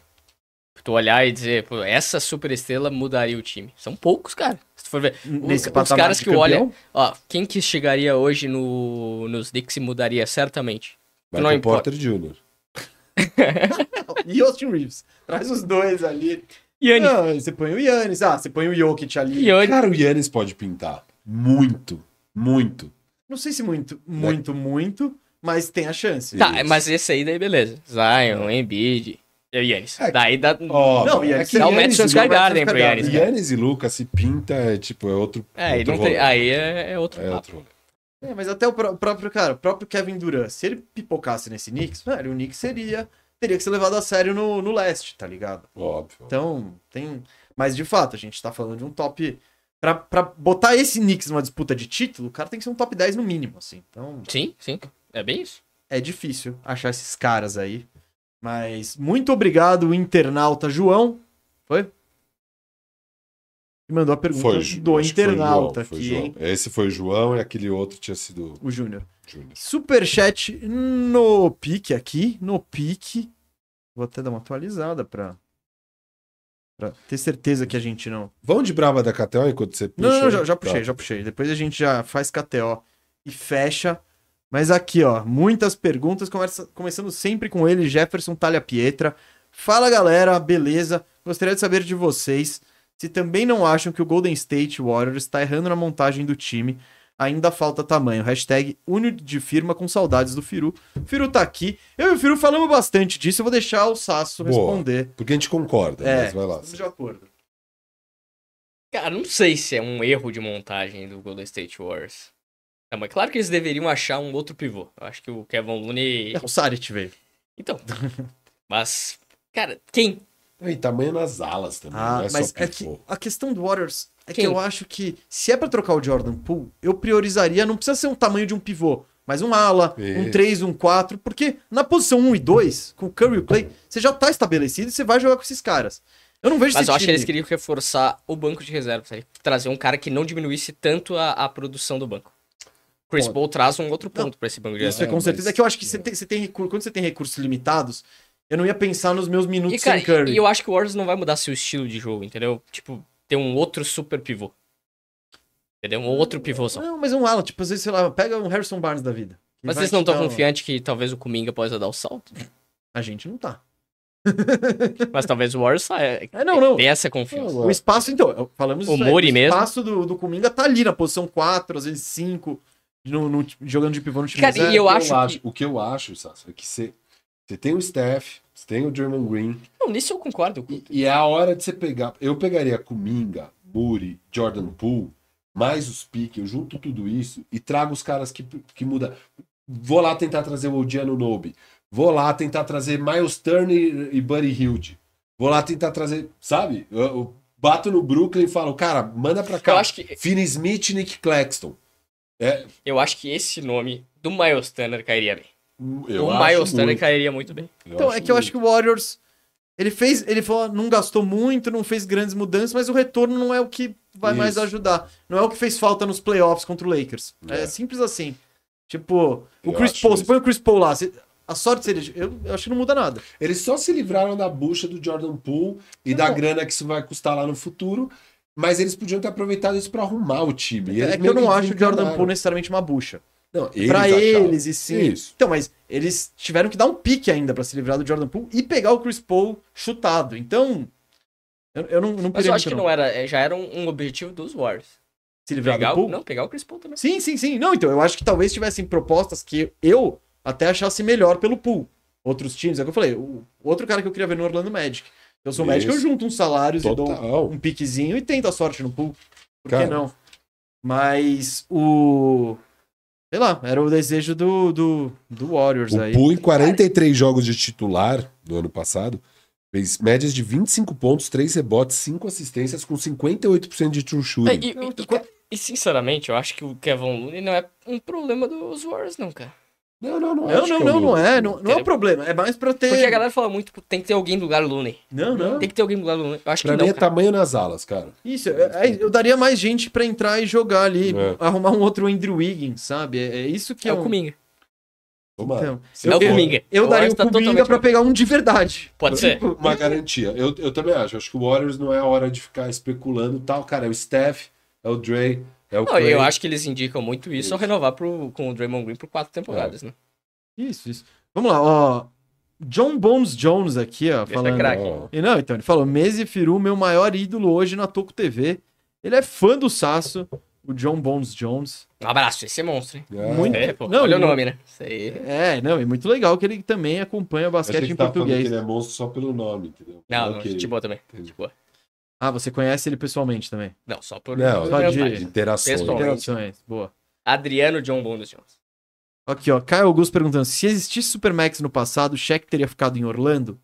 [SPEAKER 2] Tu olhar e dizer, pô, essa superestrela mudaria o time. São poucos, cara. Se tu for ver.
[SPEAKER 1] Nesse
[SPEAKER 2] os
[SPEAKER 1] patamar
[SPEAKER 2] caras
[SPEAKER 1] de
[SPEAKER 2] que olham-
[SPEAKER 1] campeão?
[SPEAKER 2] Ó, quem que chegaria hoje no, nos Knicks e mudaria certamente? não
[SPEAKER 3] Michael
[SPEAKER 2] importa.
[SPEAKER 3] Porter Jr.
[SPEAKER 1] E Austin Reeves. Traz os dois ali.
[SPEAKER 2] Yannis.
[SPEAKER 1] Não, você põe o Yannis. Ah, você põe o Jokic ali.
[SPEAKER 2] Yannis.
[SPEAKER 3] Cara, o Yannis pode pintar. Muito. Muito.
[SPEAKER 1] Não sei se muito, muito, muito, mas tem a chance.
[SPEAKER 2] Tá,
[SPEAKER 3] Isso.
[SPEAKER 2] mas esse aí daí, beleza. Zion, Embiid e o Yannis.
[SPEAKER 3] É.
[SPEAKER 2] Daí dá...
[SPEAKER 3] Ó,
[SPEAKER 1] Não,
[SPEAKER 3] é
[SPEAKER 1] Yannis-
[SPEAKER 3] que
[SPEAKER 2] dá um o
[SPEAKER 1] Yannis
[SPEAKER 2] Madison
[SPEAKER 1] e
[SPEAKER 2] Sky
[SPEAKER 1] o Madison
[SPEAKER 2] Garden pro
[SPEAKER 1] Sky
[SPEAKER 2] Yannis, né?
[SPEAKER 1] Garden.
[SPEAKER 2] cara.
[SPEAKER 3] Yannis e Lucas se pinta, é tipo, é outro.
[SPEAKER 2] É, aí,
[SPEAKER 3] outro
[SPEAKER 2] não tem,
[SPEAKER 3] rolê.
[SPEAKER 2] aí é, é outro
[SPEAKER 3] É
[SPEAKER 2] papo.
[SPEAKER 3] outro rolê.
[SPEAKER 1] É, mas até o pró- próprio cara, o próprio Kevin Durant, se ele pipocasse nesse Knicks, velho, o Knicks seria. Teria que ser levado a sério no, no leste, tá ligado?
[SPEAKER 3] Óbvio.
[SPEAKER 1] Então, tem. Mas de fato, a gente tá falando de um top. Pra, pra botar esse Knicks numa disputa de título, o cara tem que ser um top 10 no mínimo, assim. Então,
[SPEAKER 2] Sim, sim. É bem isso.
[SPEAKER 1] é difícil achar esses caras aí. Mas muito obrigado, internauta João. Foi? Que mandou a pergunta
[SPEAKER 3] Ju-
[SPEAKER 1] do
[SPEAKER 3] acho que foi
[SPEAKER 1] internauta
[SPEAKER 3] João, foi
[SPEAKER 1] aqui,
[SPEAKER 3] João.
[SPEAKER 1] hein?
[SPEAKER 3] Esse foi o João e aquele outro tinha sido o
[SPEAKER 1] O Júnior.
[SPEAKER 3] Júnior.
[SPEAKER 1] Superchat no pique aqui, no pique. Vou até dar uma atualizada pra, pra ter certeza que a gente não.
[SPEAKER 3] Vamos de brava da Catel enquanto você puxa?
[SPEAKER 1] Não, não, não, já, já
[SPEAKER 3] Tá.
[SPEAKER 1] puxei, já puxei. Depois a gente já faz KTO e fecha. Mas aqui, ó, muitas perguntas, conversa- começando sempre com ele, Jefferson Talha Pietra. Fala galera, beleza? Gostaria de saber de vocês se também não acham que o Golden State Warriors está errando na montagem do time. Ainda falta tamanho. Hashtag Unio de firma com saudades do Firu. O Firu tá aqui. Eu e o Firu falamos bastante disso. Eu vou deixar o Sasso
[SPEAKER 3] Boa.
[SPEAKER 1] responder.
[SPEAKER 3] Porque a gente concorda,
[SPEAKER 1] É,
[SPEAKER 3] mas vai lá.
[SPEAKER 1] estamos de acordo.
[SPEAKER 2] Cara, não sei se é um erro de montagem do Golden State Warriors. É, mas claro que eles deveriam achar um outro pivô. Eu acho que o Kevin Looney.
[SPEAKER 1] É, o Sarit veio.
[SPEAKER 2] Então. Mas, cara, quem?
[SPEAKER 3] E tamanho nas alas também,
[SPEAKER 1] Ah,
[SPEAKER 3] não é
[SPEAKER 1] mas
[SPEAKER 3] só
[SPEAKER 1] é que
[SPEAKER 3] pivô.
[SPEAKER 1] a questão do Warriors é
[SPEAKER 2] Quem?
[SPEAKER 1] que eu acho que se é pra trocar o Jordan Poole, eu priorizaria, não precisa ser um tamanho de um pivô, mas um ala, um
[SPEAKER 3] Isso.
[SPEAKER 1] 3, um 4, porque na posição 1 e 2, com o Curry e o Clay, você já tá estabelecido e você vai jogar com esses caras. Eu não vejo
[SPEAKER 2] Mas
[SPEAKER 1] esse
[SPEAKER 2] eu acho que
[SPEAKER 1] time-
[SPEAKER 2] eles queriam reforçar o banco de reservas. aí, Trazer um cara que não diminuísse tanto a, a produção do banco. Chris
[SPEAKER 1] Ponto.
[SPEAKER 2] Paul traz um outro ponto pra esse banco
[SPEAKER 1] Isso
[SPEAKER 2] de
[SPEAKER 1] é
[SPEAKER 2] reservas.
[SPEAKER 1] com
[SPEAKER 3] mas-
[SPEAKER 1] certeza. É que eu acho que você tem, você tem recurso, quando você tem recursos limitados, eu não ia pensar nos meus minutos
[SPEAKER 2] E, cara,
[SPEAKER 1] sem Curry.
[SPEAKER 2] e, e eu acho que o Warriors não vai mudar seu estilo de jogo, entendeu? Tipo, ter um outro super pivô. Entendeu? Um outro pivô só.
[SPEAKER 1] Não, mas um ala, tipo, às vezes, sei lá, pega um Harrison Barnes da vida. que
[SPEAKER 2] Mas
[SPEAKER 1] vai
[SPEAKER 2] vocês
[SPEAKER 1] te
[SPEAKER 2] não estão
[SPEAKER 1] dar um-
[SPEAKER 2] confiantes que talvez o Kuminga possa dar o salto?
[SPEAKER 1] A gente não tá.
[SPEAKER 2] Mas talvez o Warriors saia.
[SPEAKER 1] É, não, não.
[SPEAKER 2] Tem essa confiança.
[SPEAKER 3] Não,
[SPEAKER 1] O espaço, então, eu- falamos
[SPEAKER 2] O
[SPEAKER 1] isso aí,
[SPEAKER 2] Mori mesmo.
[SPEAKER 1] O espaço do, do Kuminga tá ali na posição 4, às vezes 5, no, no- jogando de pivô no time
[SPEAKER 2] Cara,
[SPEAKER 1] reserva.
[SPEAKER 2] e eu
[SPEAKER 3] o que
[SPEAKER 2] acho que-
[SPEAKER 3] O que eu acho, Sasso, é que você, você tem o Steph, você tem o Draymond Green,
[SPEAKER 2] Não, nisso eu concordo. com-
[SPEAKER 3] e, e é a hora de você pegar... Eu pegaria Kuminga, Muri, Jordan Poole, mais os piques, eu junto tudo isso e trago os caras que, que mudam. Vou lá tentar trazer o Odiano Nobe. Vou lá tentar trazer Miles Turner e Buddy Hilde. Vou lá tentar trazer, sabe? Eu, eu bato no Brooklyn e falo, cara, manda pra cá.
[SPEAKER 2] Eu acho que.
[SPEAKER 3] Finney Smith e Nick Claxton. É.
[SPEAKER 2] Eu acho que esse nome do Miles Turner cairia bem.
[SPEAKER 3] Eu
[SPEAKER 2] o
[SPEAKER 3] acho
[SPEAKER 2] Miles Turner é
[SPEAKER 3] muito.
[SPEAKER 2] cairia muito bem.
[SPEAKER 1] Então, é que eu acho
[SPEAKER 3] muito.
[SPEAKER 1] que o Warriors. Ele fez. Ele falou, não gastou muito, não fez grandes mudanças, mas o retorno não é o que vai
[SPEAKER 3] Isso.
[SPEAKER 1] mais ajudar. Não é o que fez falta nos playoffs contra o Lakers. É,
[SPEAKER 3] É.
[SPEAKER 1] simples assim. Tipo, o
[SPEAKER 3] Eu
[SPEAKER 1] Chris
[SPEAKER 3] acho
[SPEAKER 1] Paul, você
[SPEAKER 3] isso.
[SPEAKER 1] põe o Chris Paul lá. você- a sorte seria. Eu, eu acho que não muda nada.
[SPEAKER 3] Eles só se livraram da bucha do Jordan Poole e
[SPEAKER 1] Não.
[SPEAKER 3] da grana que isso vai custar lá no futuro, mas eles podiam ter aproveitado isso pra arrumar o time. E eles
[SPEAKER 1] é que eu
[SPEAKER 3] meio
[SPEAKER 1] não acho o Jordan
[SPEAKER 3] desencanaram.
[SPEAKER 1] Poole necessariamente uma bucha.
[SPEAKER 3] Não, eles
[SPEAKER 1] Pra
[SPEAKER 3] acharam.
[SPEAKER 1] eles, e sim.
[SPEAKER 3] Isso.
[SPEAKER 1] Então, mas eles tiveram que dar um pique ainda pra se livrar do Jordan Poole e pegar o Chris Paul chutado. Então, eu, eu não, não
[SPEAKER 2] Mas
[SPEAKER 1] pirei
[SPEAKER 2] eu acho
[SPEAKER 1] muito,
[SPEAKER 2] que não era, é, já era um, um objetivo dos Warriors.
[SPEAKER 1] Se livrar
[SPEAKER 2] Pegar
[SPEAKER 1] do
[SPEAKER 2] o,
[SPEAKER 1] Poole?
[SPEAKER 2] não, pegar o Chris Paul também.
[SPEAKER 1] Sim, sim, sim. Não, então, eu acho que talvez tivessem propostas que eu até achasse melhor pelo Pool. Outros times, é o que eu falei, o outro cara que eu queria ver no Orlando Magic. Eu sou
[SPEAKER 3] Isso.
[SPEAKER 1] médico, eu junto uns salários e dou
[SPEAKER 3] Total.
[SPEAKER 1] um piquezinho e tento a sorte no Pool. Por
[SPEAKER 3] Cara.
[SPEAKER 1] que não? Mas o. Sei lá, era o desejo do, do, do Warriors
[SPEAKER 3] O
[SPEAKER 1] aí.
[SPEAKER 3] Poole, em 43 jogos de titular do ano passado, fez médias de 25 pontos, 3 rebotes, 5 assistências, com 58% de true
[SPEAKER 2] É,
[SPEAKER 3] shooting.
[SPEAKER 2] e, e- e, ca- e, sinceramente, eu acho que o Kevin Looney não é um problema dos Warriors, não, cara.
[SPEAKER 3] Não, não, não.
[SPEAKER 1] Não,
[SPEAKER 3] acho
[SPEAKER 1] não,
[SPEAKER 3] que
[SPEAKER 1] não,
[SPEAKER 3] meu.
[SPEAKER 1] não é. Não, não é
[SPEAKER 2] Entendeu?
[SPEAKER 1] problema. É mais pra ter.
[SPEAKER 2] um Porque a galera fala muito, pô, tem que ter alguém do lugar do Looney.
[SPEAKER 1] Não, não.
[SPEAKER 2] Tem que ter alguém do lugar do Looney. Eu acho
[SPEAKER 3] Pra
[SPEAKER 2] que não,
[SPEAKER 3] mim é
[SPEAKER 2] cara.
[SPEAKER 3] tamanho nas alas, cara.
[SPEAKER 1] Isso, é-
[SPEAKER 2] né?
[SPEAKER 1] é- eu daria mais gente pra entrar e jogar ali.
[SPEAKER 3] É.
[SPEAKER 1] Arrumar um outro Andrew Wiggins, sabe? É, é isso que
[SPEAKER 2] É
[SPEAKER 1] é
[SPEAKER 2] o
[SPEAKER 1] um-
[SPEAKER 2] Cominga.
[SPEAKER 3] Tomara.
[SPEAKER 1] Então,
[SPEAKER 3] Se
[SPEAKER 2] É o
[SPEAKER 3] for
[SPEAKER 2] Cominga.
[SPEAKER 1] Eu daria
[SPEAKER 2] Warriors
[SPEAKER 1] o
[SPEAKER 2] tá
[SPEAKER 1] Kuminga
[SPEAKER 2] totalmente-
[SPEAKER 1] pra pegar um de verdade.
[SPEAKER 2] Pode ser.
[SPEAKER 1] Tipo,
[SPEAKER 3] Uma garantia. Eu, eu também acho. Acho que o Warriors não é a hora de ficar especulando e tal. Cara, é o Steph, é o Dre, é o
[SPEAKER 2] Não,
[SPEAKER 3] Clay.
[SPEAKER 2] eu acho que eles indicam muito isso ao renovar pro, com o Draymond Green por quatro temporadas,
[SPEAKER 1] É.
[SPEAKER 2] né?
[SPEAKER 1] Isso, isso. Vamos lá, ó. John Bones Jones aqui, ó,
[SPEAKER 2] Esse é
[SPEAKER 1] falando.
[SPEAKER 2] craque.
[SPEAKER 3] Ó,
[SPEAKER 1] E não, então, ele falou: Mese Firu, meu maior ídolo hoje na Toco TV. Ele é fã do Sasso, o John Bones Jones.
[SPEAKER 2] Um abraço, esse é monstro, hein?
[SPEAKER 3] é.
[SPEAKER 1] Muito-
[SPEAKER 2] É, pô.
[SPEAKER 1] Não,
[SPEAKER 2] olha o
[SPEAKER 1] não-
[SPEAKER 2] nome, né? Isso aí.
[SPEAKER 1] É, não, é muito legal que ele também acompanha
[SPEAKER 3] Achei
[SPEAKER 1] basquete
[SPEAKER 3] que
[SPEAKER 1] em
[SPEAKER 3] tava falando
[SPEAKER 1] português.
[SPEAKER 3] que ele é monstro só pelo nome, entendeu?
[SPEAKER 2] Não, não,
[SPEAKER 3] Ok.
[SPEAKER 2] gente boa também.
[SPEAKER 3] Entendi.
[SPEAKER 2] Gente boa.
[SPEAKER 1] Ah, você conhece ele pessoalmente também.
[SPEAKER 2] Não, só por.
[SPEAKER 3] Não,
[SPEAKER 1] Só
[SPEAKER 2] pela
[SPEAKER 1] de-
[SPEAKER 2] página.
[SPEAKER 3] Interações.
[SPEAKER 2] Pessoal.
[SPEAKER 1] Interações, boa.
[SPEAKER 2] Adriano John assim, Bondos Jones.
[SPEAKER 1] Aqui, ó. Caio Augusto perguntando: se existisse Supermax no passado, o Shaq teria ficado em Orlando?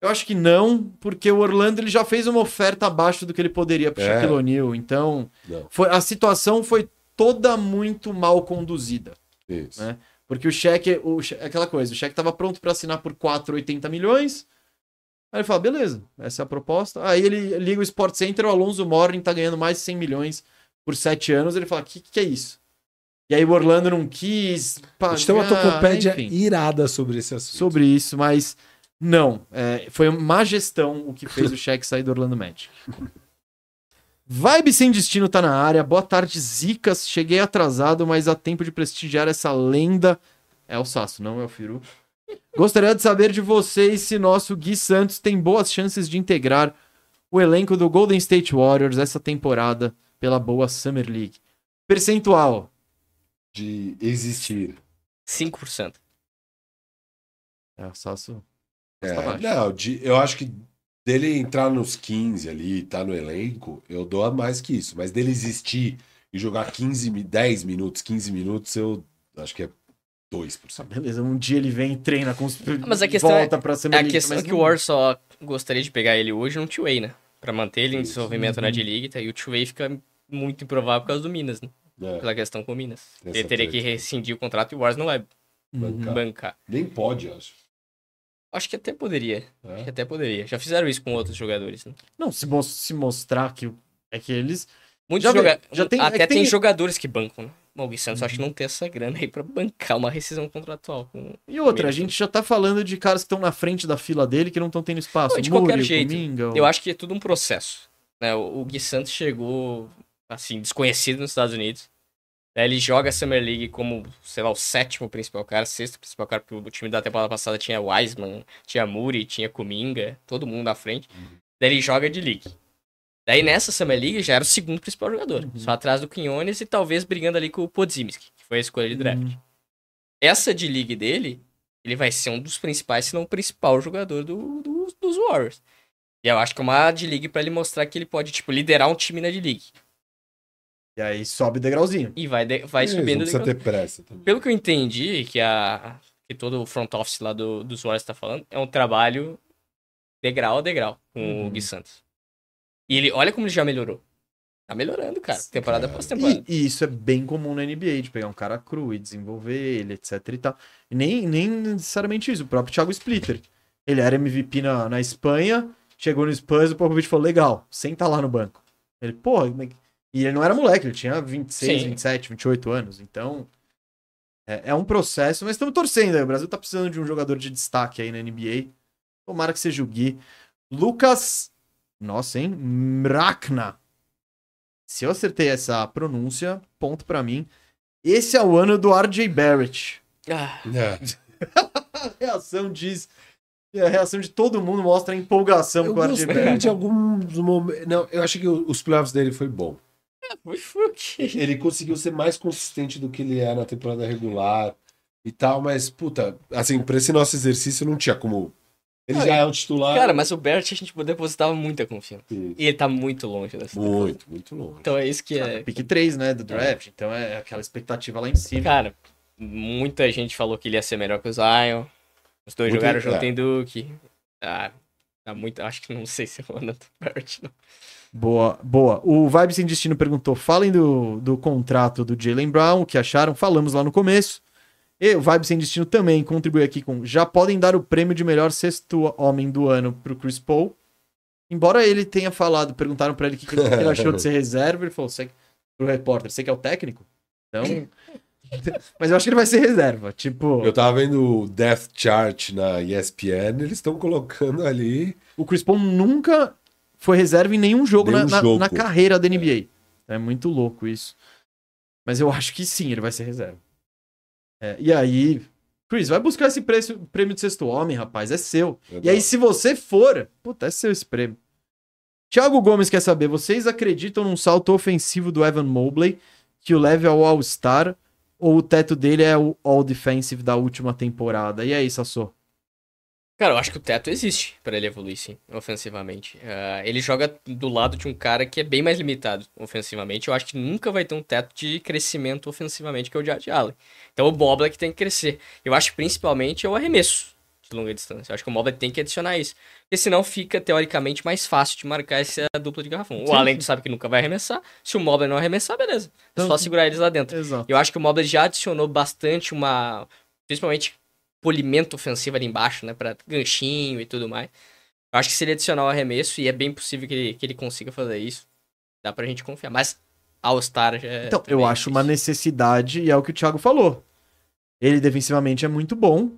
[SPEAKER 1] Eu acho que não, porque o Orlando ele já fez uma oferta abaixo do que ele poderia pro
[SPEAKER 3] É.
[SPEAKER 1] Shaquille O'Neal. Então,
[SPEAKER 3] Não,
[SPEAKER 1] foi, a situação foi toda muito mal conduzida.
[SPEAKER 3] isso.
[SPEAKER 1] Né? Porque o Shaq, o Shaq- é aquela coisa, o Shaq tava pronto pra assinar por 4,80 milhões. Aí ele fala: beleza, essa é a proposta. Aí ele liga o Sport Center, o Alonso Morin tá ganhando mais de 100 milhões por 7 anos. Ele fala: que, que é isso? E aí o Orlando não quis.
[SPEAKER 3] A gente tem uma
[SPEAKER 1] pagar,
[SPEAKER 3] tocopédia
[SPEAKER 1] enfim,
[SPEAKER 3] irada sobre esse assunto.
[SPEAKER 1] sobre isso, mas não. é, foi má gestão o que fez o Shaq sair do Orlando Magic. Vibe Sem Destino tá na área. Boa tarde, Zicas. Cheguei atrasado, mas há tempo de prestigiar essa lenda. É o Sasso, não é o Firu. Gostaria de saber de vocês se nosso Gui Santos tem boas chances de integrar o elenco do Golden State Warriors essa temporada pela boa Summer League. Percentual.
[SPEAKER 3] De existir.
[SPEAKER 2] 5%.
[SPEAKER 1] É, o Sasso.
[SPEAKER 3] É,
[SPEAKER 1] Tá baixo.
[SPEAKER 3] não, de- eu acho que dele entrar nos 15 ali, tá no elenco, eu dou a mais que isso. Mas dele existir e jogar 15, mi- 10 minutos, 15 minutos, eu acho que é 2%.
[SPEAKER 1] Beleza, um dia ele vem e treina com os.
[SPEAKER 2] Ah, mas a questão
[SPEAKER 1] volta pra Summer
[SPEAKER 2] É a
[SPEAKER 1] League,
[SPEAKER 2] questão
[SPEAKER 1] mas
[SPEAKER 2] é que
[SPEAKER 1] não-
[SPEAKER 2] o Warriors só gostaria de pegar ele hoje no two-way, né? Pra manter ele em
[SPEAKER 3] Isso.
[SPEAKER 2] desenvolvimento na D-League, tá? E o two-way fica muito improvável por causa do Minas, né?
[SPEAKER 3] né?
[SPEAKER 2] Pela questão com o Minas.
[SPEAKER 3] Tem
[SPEAKER 2] ele
[SPEAKER 3] essa
[SPEAKER 2] teria
[SPEAKER 3] treta.
[SPEAKER 2] que rescindir o contrato e o Warriors não vai
[SPEAKER 1] Tá. Uhum.
[SPEAKER 3] Bancar.
[SPEAKER 2] bancar.
[SPEAKER 3] Nem pode, acho.
[SPEAKER 2] Acho que até poderia. Acho que
[SPEAKER 3] né?
[SPEAKER 2] até poderia. Já fizeram isso com outros jogadores, né?
[SPEAKER 1] Não, se, mos- se mostrar que o- é que eles.
[SPEAKER 2] Muitos
[SPEAKER 1] Já vi-
[SPEAKER 2] joga-
[SPEAKER 1] já tem- é
[SPEAKER 2] Até
[SPEAKER 1] que
[SPEAKER 2] tem...
[SPEAKER 1] tem- Uhum.
[SPEAKER 2] jogadores que bancam, né? Mas O Gui Santos acho que não tem essa grana aí pra bancar uma rescisão contratual. Com...
[SPEAKER 1] E outra, a
[SPEAKER 2] Middleton.
[SPEAKER 1] gente já tá falando de caras que estão na frente da fila dele que não estão tendo espaço.
[SPEAKER 2] Não, de qualquer
[SPEAKER 1] Murray,
[SPEAKER 2] jeito.
[SPEAKER 1] Kuminga, o-
[SPEAKER 2] Eu acho que é tudo um processo. né? O, o Gui Santos chegou, assim, desconhecido nos Estados Unidos. Né? Ele joga a Summer League como, sei lá, o sétimo principal cara, sexto principal cara, porque o time da temporada passada tinha Wiseman, tinha Muri, tinha Kuminga, todo mundo na frente. Daí ele joga de league. Daí nessa Summer League já era o segundo principal jogador, só atrás do Quinones e talvez brigando ali com o Podzimski, que foi a escolha de draft.
[SPEAKER 1] Hum.
[SPEAKER 2] Essa de league dele, ele vai ser um dos principais, se não o principal jogador do, do- dos Warriors. E eu acho que é uma D-League pra ele mostrar que ele pode, tipo, liderar um time na D-League.
[SPEAKER 1] E aí sobe o degrauzinho.
[SPEAKER 2] E vai, de- vai
[SPEAKER 3] Eles
[SPEAKER 2] subindo.
[SPEAKER 3] É, Não
[SPEAKER 2] de-
[SPEAKER 3] precisa ter pressa também.
[SPEAKER 2] Pelo que eu entendi, que a que todo o front office lá do, dos Warriors tá falando, é um trabalho degrau a degrau com
[SPEAKER 1] Uhum.
[SPEAKER 2] o Gui Santos. E ele, olha como ele já melhorou. Tá melhorando, cara. Temporada após temporada.
[SPEAKER 1] E, e isso é bem comum na NBA, de pegar um cara cru e desenvolver ele, etc e tal. E nem, nem necessariamente isso, o próprio Thiago Splitter. Ele era MVP na, na Espanha, chegou no Spurs, o Popovich falou, legal, senta lá no banco. Ele, porra, como é que-" e ele não era moleque, ele tinha 26,
[SPEAKER 2] Sim.
[SPEAKER 1] 27, 28 anos, então... É, é um processo, mas estamos torcendo, aí. o Brasil tá precisando de um jogador de destaque aí na NBA. Tomara que seja o Gui. Lucas... Nossa, hein? Mrakna. Se eu acertei essa pronúncia, ponto pra mim. Esse é o ano do RJ Barrett.
[SPEAKER 2] Ah,
[SPEAKER 3] É.
[SPEAKER 1] A reação diz. A reação de todo mundo mostra a empolgação
[SPEAKER 3] Eu
[SPEAKER 1] com o RJ
[SPEAKER 3] gostei
[SPEAKER 1] Barrett.
[SPEAKER 3] de alguns momentos. Não, eu acho que o- os playoffs dele foi bom.
[SPEAKER 2] foi, foi o quê?
[SPEAKER 3] Ele conseguiu ser mais consistente do que ele é na temporada regular e tal, mas, puta, assim, pra esse nosso exercício não tinha como. Ele
[SPEAKER 2] Ah,
[SPEAKER 3] já é um titular.
[SPEAKER 2] Cara, mas o Bert a gente depositava muita confiança.
[SPEAKER 3] e-
[SPEAKER 2] E ele tá muito longe dessa.
[SPEAKER 3] Muito, muito longe.
[SPEAKER 2] Então é isso que é.
[SPEAKER 1] Pick 3, né? Do draft. Então é aquela expectativa lá em cima.
[SPEAKER 2] Cara, muita gente falou que ele ia ser melhor que o Zion. Os dois
[SPEAKER 3] Muito-
[SPEAKER 2] jogaram junto
[SPEAKER 3] é.
[SPEAKER 2] em Duke. Ah, tá muito. Acho que não sei se é o ano do Bert, não.
[SPEAKER 1] Boa, boa. O Vibe Sem Destino perguntou: falem do, do contrato do Jalen Brown, o que acharam? Falamos lá no começo. E o Vibe Sem Destino também contribui aqui com. Já podem dar o prêmio de melhor sexto homem do ano pro Chris Paul. Embora ele tenha falado, perguntaram pra ele o que, que ele achou de ser reserva, ele falou: você, pro repórter, você que é o técnico? Então. Mas eu acho que ele vai ser reserva. Tipo,
[SPEAKER 3] Então, Eu tava vendo o Death Chart na ESPN, eles estão colocando ali.
[SPEAKER 1] o Chris Paul nunca foi reserva em nenhum jogo,
[SPEAKER 3] Nenhum
[SPEAKER 1] na, na-
[SPEAKER 3] jogo.
[SPEAKER 1] na carreira da NBA. É. muito louco isso. Mas eu acho que sim, ele vai ser reserva. É, e aí, Chris, vai buscar esse preço- prêmio de sexto homem, rapaz, é seu. E aí, se você for, puta, é seu esse prêmio. Thiago Gomes quer saber, vocês acreditam num salto ofensivo do Evan Mobley que o leve ao All-Star ou o teto dele é o All-Defensive da última temporada? E aí, Sassô?
[SPEAKER 2] Cara, eu acho que o teto existe pra ele evoluir, sim, ofensivamente. Ah, ele joga do lado de um cara que é bem mais limitado ofensivamente. Eu acho que nunca vai ter um teto de crescimento ofensivamente, que é o Jad Allen. Então o Mobley é que tem que crescer. Eu acho que principalmente é o arremesso de longa distância. Eu acho que o Mobley tem que adicionar isso. Porque senão fica, teoricamente, mais fácil de marcar essa dupla de garrafão.
[SPEAKER 1] Sim.
[SPEAKER 2] O Allen tu sabe que nunca vai arremessar. Se o Mobley não arremessar, beleza. É
[SPEAKER 1] Então-
[SPEAKER 2] só segurar eles lá dentro.
[SPEAKER 1] Exato.
[SPEAKER 2] Eu acho que o Mobley já adicionou bastante uma. Principalmente polimento ofensivo ali embaixo, né? Pra ganchinho e tudo mais. Eu acho que se ele adicionar o arremesso, e é bem possível que ele, que ele consiga fazer isso, dá pra gente confiar. Mas All-Star já é.
[SPEAKER 1] Então, eu
[SPEAKER 2] também
[SPEAKER 1] acho uma
[SPEAKER 2] difícil.
[SPEAKER 1] necessidade, e é o que o Thiago falou. Ele defensivamente é muito bom.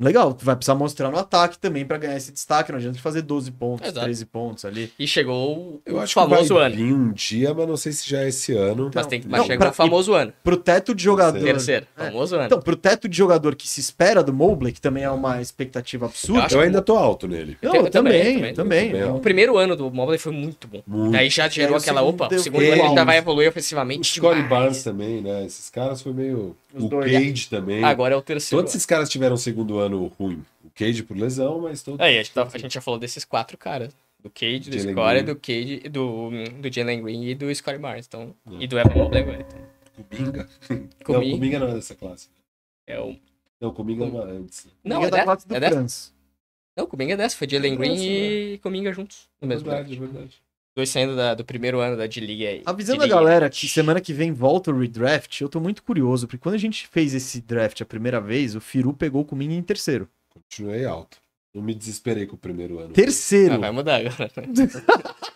[SPEAKER 1] Legal, vai precisar mostrar no ataque também pra ganhar esse destaque. Não adianta fazer 12 pontos,
[SPEAKER 2] Exato.
[SPEAKER 1] 13 pontos ali.
[SPEAKER 2] E chegou o
[SPEAKER 3] Eu acho
[SPEAKER 2] famoso
[SPEAKER 3] que vai
[SPEAKER 2] ano.
[SPEAKER 3] vir um dia, mas não sei se já é esse ano.
[SPEAKER 2] Mas, tem, que- mas
[SPEAKER 1] Não,
[SPEAKER 2] chegou
[SPEAKER 1] pra-
[SPEAKER 2] o famoso ano.
[SPEAKER 1] Pro teto de jogador.
[SPEAKER 2] Terceiro.
[SPEAKER 1] É.
[SPEAKER 2] Famoso ano.
[SPEAKER 1] Então, pro teto de jogador que se espera do Mobley, que também é uma expectativa
[SPEAKER 2] Eu
[SPEAKER 1] absurda.
[SPEAKER 2] acho
[SPEAKER 3] Eu
[SPEAKER 2] que-
[SPEAKER 3] ainda tô alto nele.
[SPEAKER 1] Não,
[SPEAKER 2] Eu
[SPEAKER 1] eu
[SPEAKER 2] também,
[SPEAKER 1] também,
[SPEAKER 2] também.
[SPEAKER 1] eu também.
[SPEAKER 3] Eu também,
[SPEAKER 2] o primeiro ano do Mobley foi muito bom.
[SPEAKER 3] Muito.
[SPEAKER 2] Daí já gerou
[SPEAKER 1] o
[SPEAKER 2] aquela.
[SPEAKER 1] segundo
[SPEAKER 2] Opa, o
[SPEAKER 1] deu-
[SPEAKER 2] segundo ano ele
[SPEAKER 1] Uau.
[SPEAKER 2] já vai evoluir
[SPEAKER 3] O
[SPEAKER 2] ofensivamente.
[SPEAKER 3] Scottie
[SPEAKER 2] demais.
[SPEAKER 3] Barnes também, né? Esses caras foi meio.
[SPEAKER 1] Os
[SPEAKER 3] o
[SPEAKER 1] dois.
[SPEAKER 3] Cage também.
[SPEAKER 2] Agora é o terceiro.
[SPEAKER 3] Todos esses caras tiveram um segundo ano ruim. O Cage por lesão, mas todo.
[SPEAKER 2] Aí, a gente, tá- a gente já falou desses quatro caras. Do Cade, do
[SPEAKER 3] Jalen
[SPEAKER 2] Score,
[SPEAKER 3] Green.
[SPEAKER 2] do Cade, do, do Jalen Green e do Scottie Barnes. Então,
[SPEAKER 3] Hum.
[SPEAKER 2] e do Evan Mobley agora. Então,
[SPEAKER 3] Cominga. Não,
[SPEAKER 2] Comi-
[SPEAKER 3] Cominga não é dessa classe.
[SPEAKER 2] é o...
[SPEAKER 3] Não, Cominga é uma antes.
[SPEAKER 2] Não,
[SPEAKER 1] Liga
[SPEAKER 2] é
[SPEAKER 1] da
[SPEAKER 2] dessa-
[SPEAKER 1] classe do
[SPEAKER 2] é dessa.
[SPEAKER 1] Franz.
[SPEAKER 2] Não, Cominga é dessa. Foi Jalen
[SPEAKER 3] É
[SPEAKER 2] Green
[SPEAKER 3] dessa,
[SPEAKER 2] e Cominga juntos. No mesmo ano.
[SPEAKER 3] verdade, verdade.
[SPEAKER 2] Dois saindo da- do primeiro ano da D-League aí.
[SPEAKER 1] Avisando a
[SPEAKER 2] D-League.
[SPEAKER 1] galera que é semana que vem volta o redraft, eu tô muito curioso, porque quando a gente fez esse draft a primeira vez, o Firu pegou comigo em terceiro.
[SPEAKER 3] Continuei alto. Não me desesperei com o primeiro ano.
[SPEAKER 1] Terceiro!
[SPEAKER 2] Ah, vai mudar agora.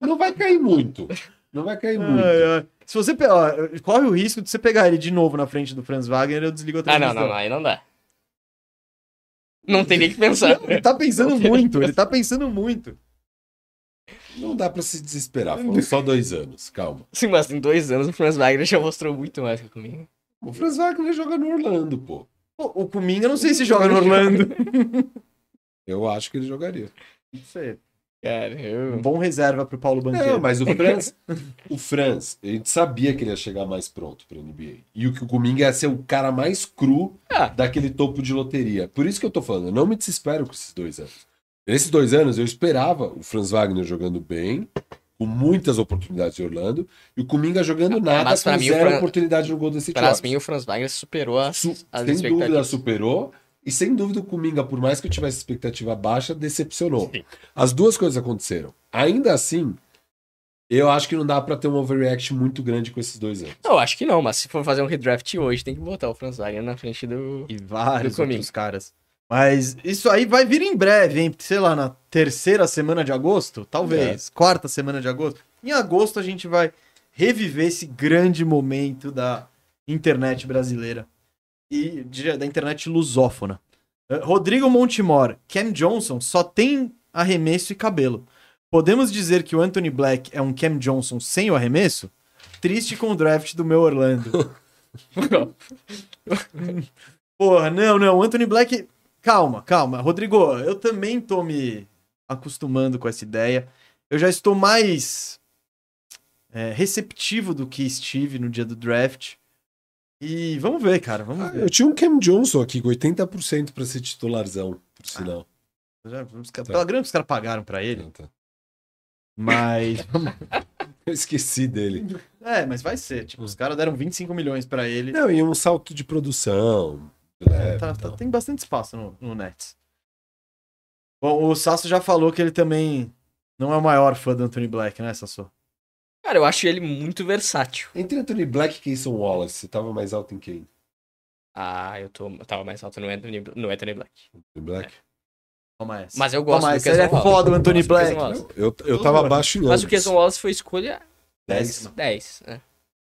[SPEAKER 3] Não vai cair muito. Não vai cair muito.
[SPEAKER 1] Ai, ai. Se você pe- ó, corre o risco de você pegar ele de novo na frente do Franz Wagner, eu desligo então. a
[SPEAKER 2] Ah,
[SPEAKER 1] transmissão.
[SPEAKER 2] não, não, não. Aí não dá. Não tem nem o que pensar.
[SPEAKER 1] Ele tá pensando muito, ele tá pensando muito.
[SPEAKER 3] Não dá pra se desesperar. Foram só dois anos. Calma.
[SPEAKER 2] Sim, mas em dois anos o Franz Wagner já mostrou muito mais que o Cominga.
[SPEAKER 3] O Franz Wagner joga no Orlando, pô.
[SPEAKER 1] O, o Kuminga, eu não sei se joga no Orlando.
[SPEAKER 3] Eu acho que ele jogaria.
[SPEAKER 1] Não sei.
[SPEAKER 2] Cara, eu...
[SPEAKER 1] Um bom reserva pro Paulo
[SPEAKER 3] Não,
[SPEAKER 1] Banqueiro.
[SPEAKER 3] É, mas o Franz, o Franz, a gente sabia que ele ia chegar mais pronto pra NBA. E o que o Cominga ia ser o cara mais cru
[SPEAKER 2] Ah.
[SPEAKER 3] daquele topo de loteria. Por isso que eu tô falando, eu não me desespero com esses dois anos. Nesses dois anos eu esperava o Franz Wagner jogando bem, com muitas oportunidades em Orlando, e o Cominga jogando nada,
[SPEAKER 2] Ah, mas pra
[SPEAKER 3] com
[SPEAKER 2] mim o
[SPEAKER 3] zero
[SPEAKER 2] Fran-
[SPEAKER 3] oportunidade no Golden State
[SPEAKER 2] Pra
[SPEAKER 3] Warriors.
[SPEAKER 2] mim, o Franz Wagner superou as,
[SPEAKER 3] Su-
[SPEAKER 2] as
[SPEAKER 3] sem dúvida
[SPEAKER 2] expectativas.
[SPEAKER 3] superou. E sem dúvida o Kuminga, por mais que eu tivesse expectativa baixa, decepcionou.
[SPEAKER 2] Sim.
[SPEAKER 3] As duas coisas aconteceram. Ainda assim, Eu acho que não dá pra ter um overreact muito grande com esses dois anos.
[SPEAKER 2] Não, acho que não, mas se for fazer um redraft hoje, tem que botar o Franz Wagner na frente do.
[SPEAKER 1] E vários
[SPEAKER 2] Do Comic.
[SPEAKER 1] outros caras. Mas isso aí vai vir em breve, hein? Sei lá, na terceira semana de agosto? Talvez. Quarta semana de agosto. Em agosto a gente vai reviver esse grande momento da internet brasileira. E diria, da internet lusófona. Eh, Rodrigo Montemor, Cam Johnson só tem arremesso e cabelo. Podemos dizer que o Anthony Black é um Cam Johnson sem o arremesso? Triste com o draft do meu Orlando. Porra, não, não. Anthony Black. Calma, calma. Rodrigo, eu também tô me acostumando com essa ideia. Eu já estou mais é, receptivo do que estive no dia do draft. E vamos ver, cara. Vamos
[SPEAKER 3] Ah,
[SPEAKER 1] ver.
[SPEAKER 3] eu tinha um Cam Johnson aqui com 80% pra ser titularzão, por sinal.
[SPEAKER 1] Já- os caras-
[SPEAKER 3] Tá.
[SPEAKER 1] Pela grana que os caras pagaram pra ele.
[SPEAKER 3] Então,
[SPEAKER 1] Mas.
[SPEAKER 3] Eu esqueci dele.
[SPEAKER 1] é, mas vai ser. Tipo, os caras deram 25 milhões pra ele.
[SPEAKER 3] Não, e um salto de produção.
[SPEAKER 1] É,
[SPEAKER 3] leve,
[SPEAKER 1] tá- tá-
[SPEAKER 3] então.
[SPEAKER 1] tem bastante espaço no, no Nets. Bom, o Sasso já falou que ele também não é o maior fã do Anthony Black, né, Sasso?
[SPEAKER 2] Cara, eu acho ele muito versátil.
[SPEAKER 3] Entre Anthony Black e Keyson Wallace, você tava mais alto em quem?
[SPEAKER 2] Ah, eu, tô, eu tava mais alto no Anthony, no Anthony Black.
[SPEAKER 3] Anthony Black?
[SPEAKER 1] Toma essa.
[SPEAKER 2] Mas eu gosto
[SPEAKER 1] Toma
[SPEAKER 2] do
[SPEAKER 1] essa,
[SPEAKER 2] Keyson
[SPEAKER 1] ele é
[SPEAKER 2] Wallace.
[SPEAKER 1] foda o
[SPEAKER 2] Eu
[SPEAKER 1] Anthony
[SPEAKER 2] gosto do Keyson
[SPEAKER 1] Black.
[SPEAKER 2] Wallace.
[SPEAKER 3] Eu, eu tava
[SPEAKER 1] Tudo,
[SPEAKER 3] abaixo em
[SPEAKER 2] Mas
[SPEAKER 3] ambos.
[SPEAKER 2] o Keyson Wallace foi escolha
[SPEAKER 3] Dez.
[SPEAKER 2] 10. né?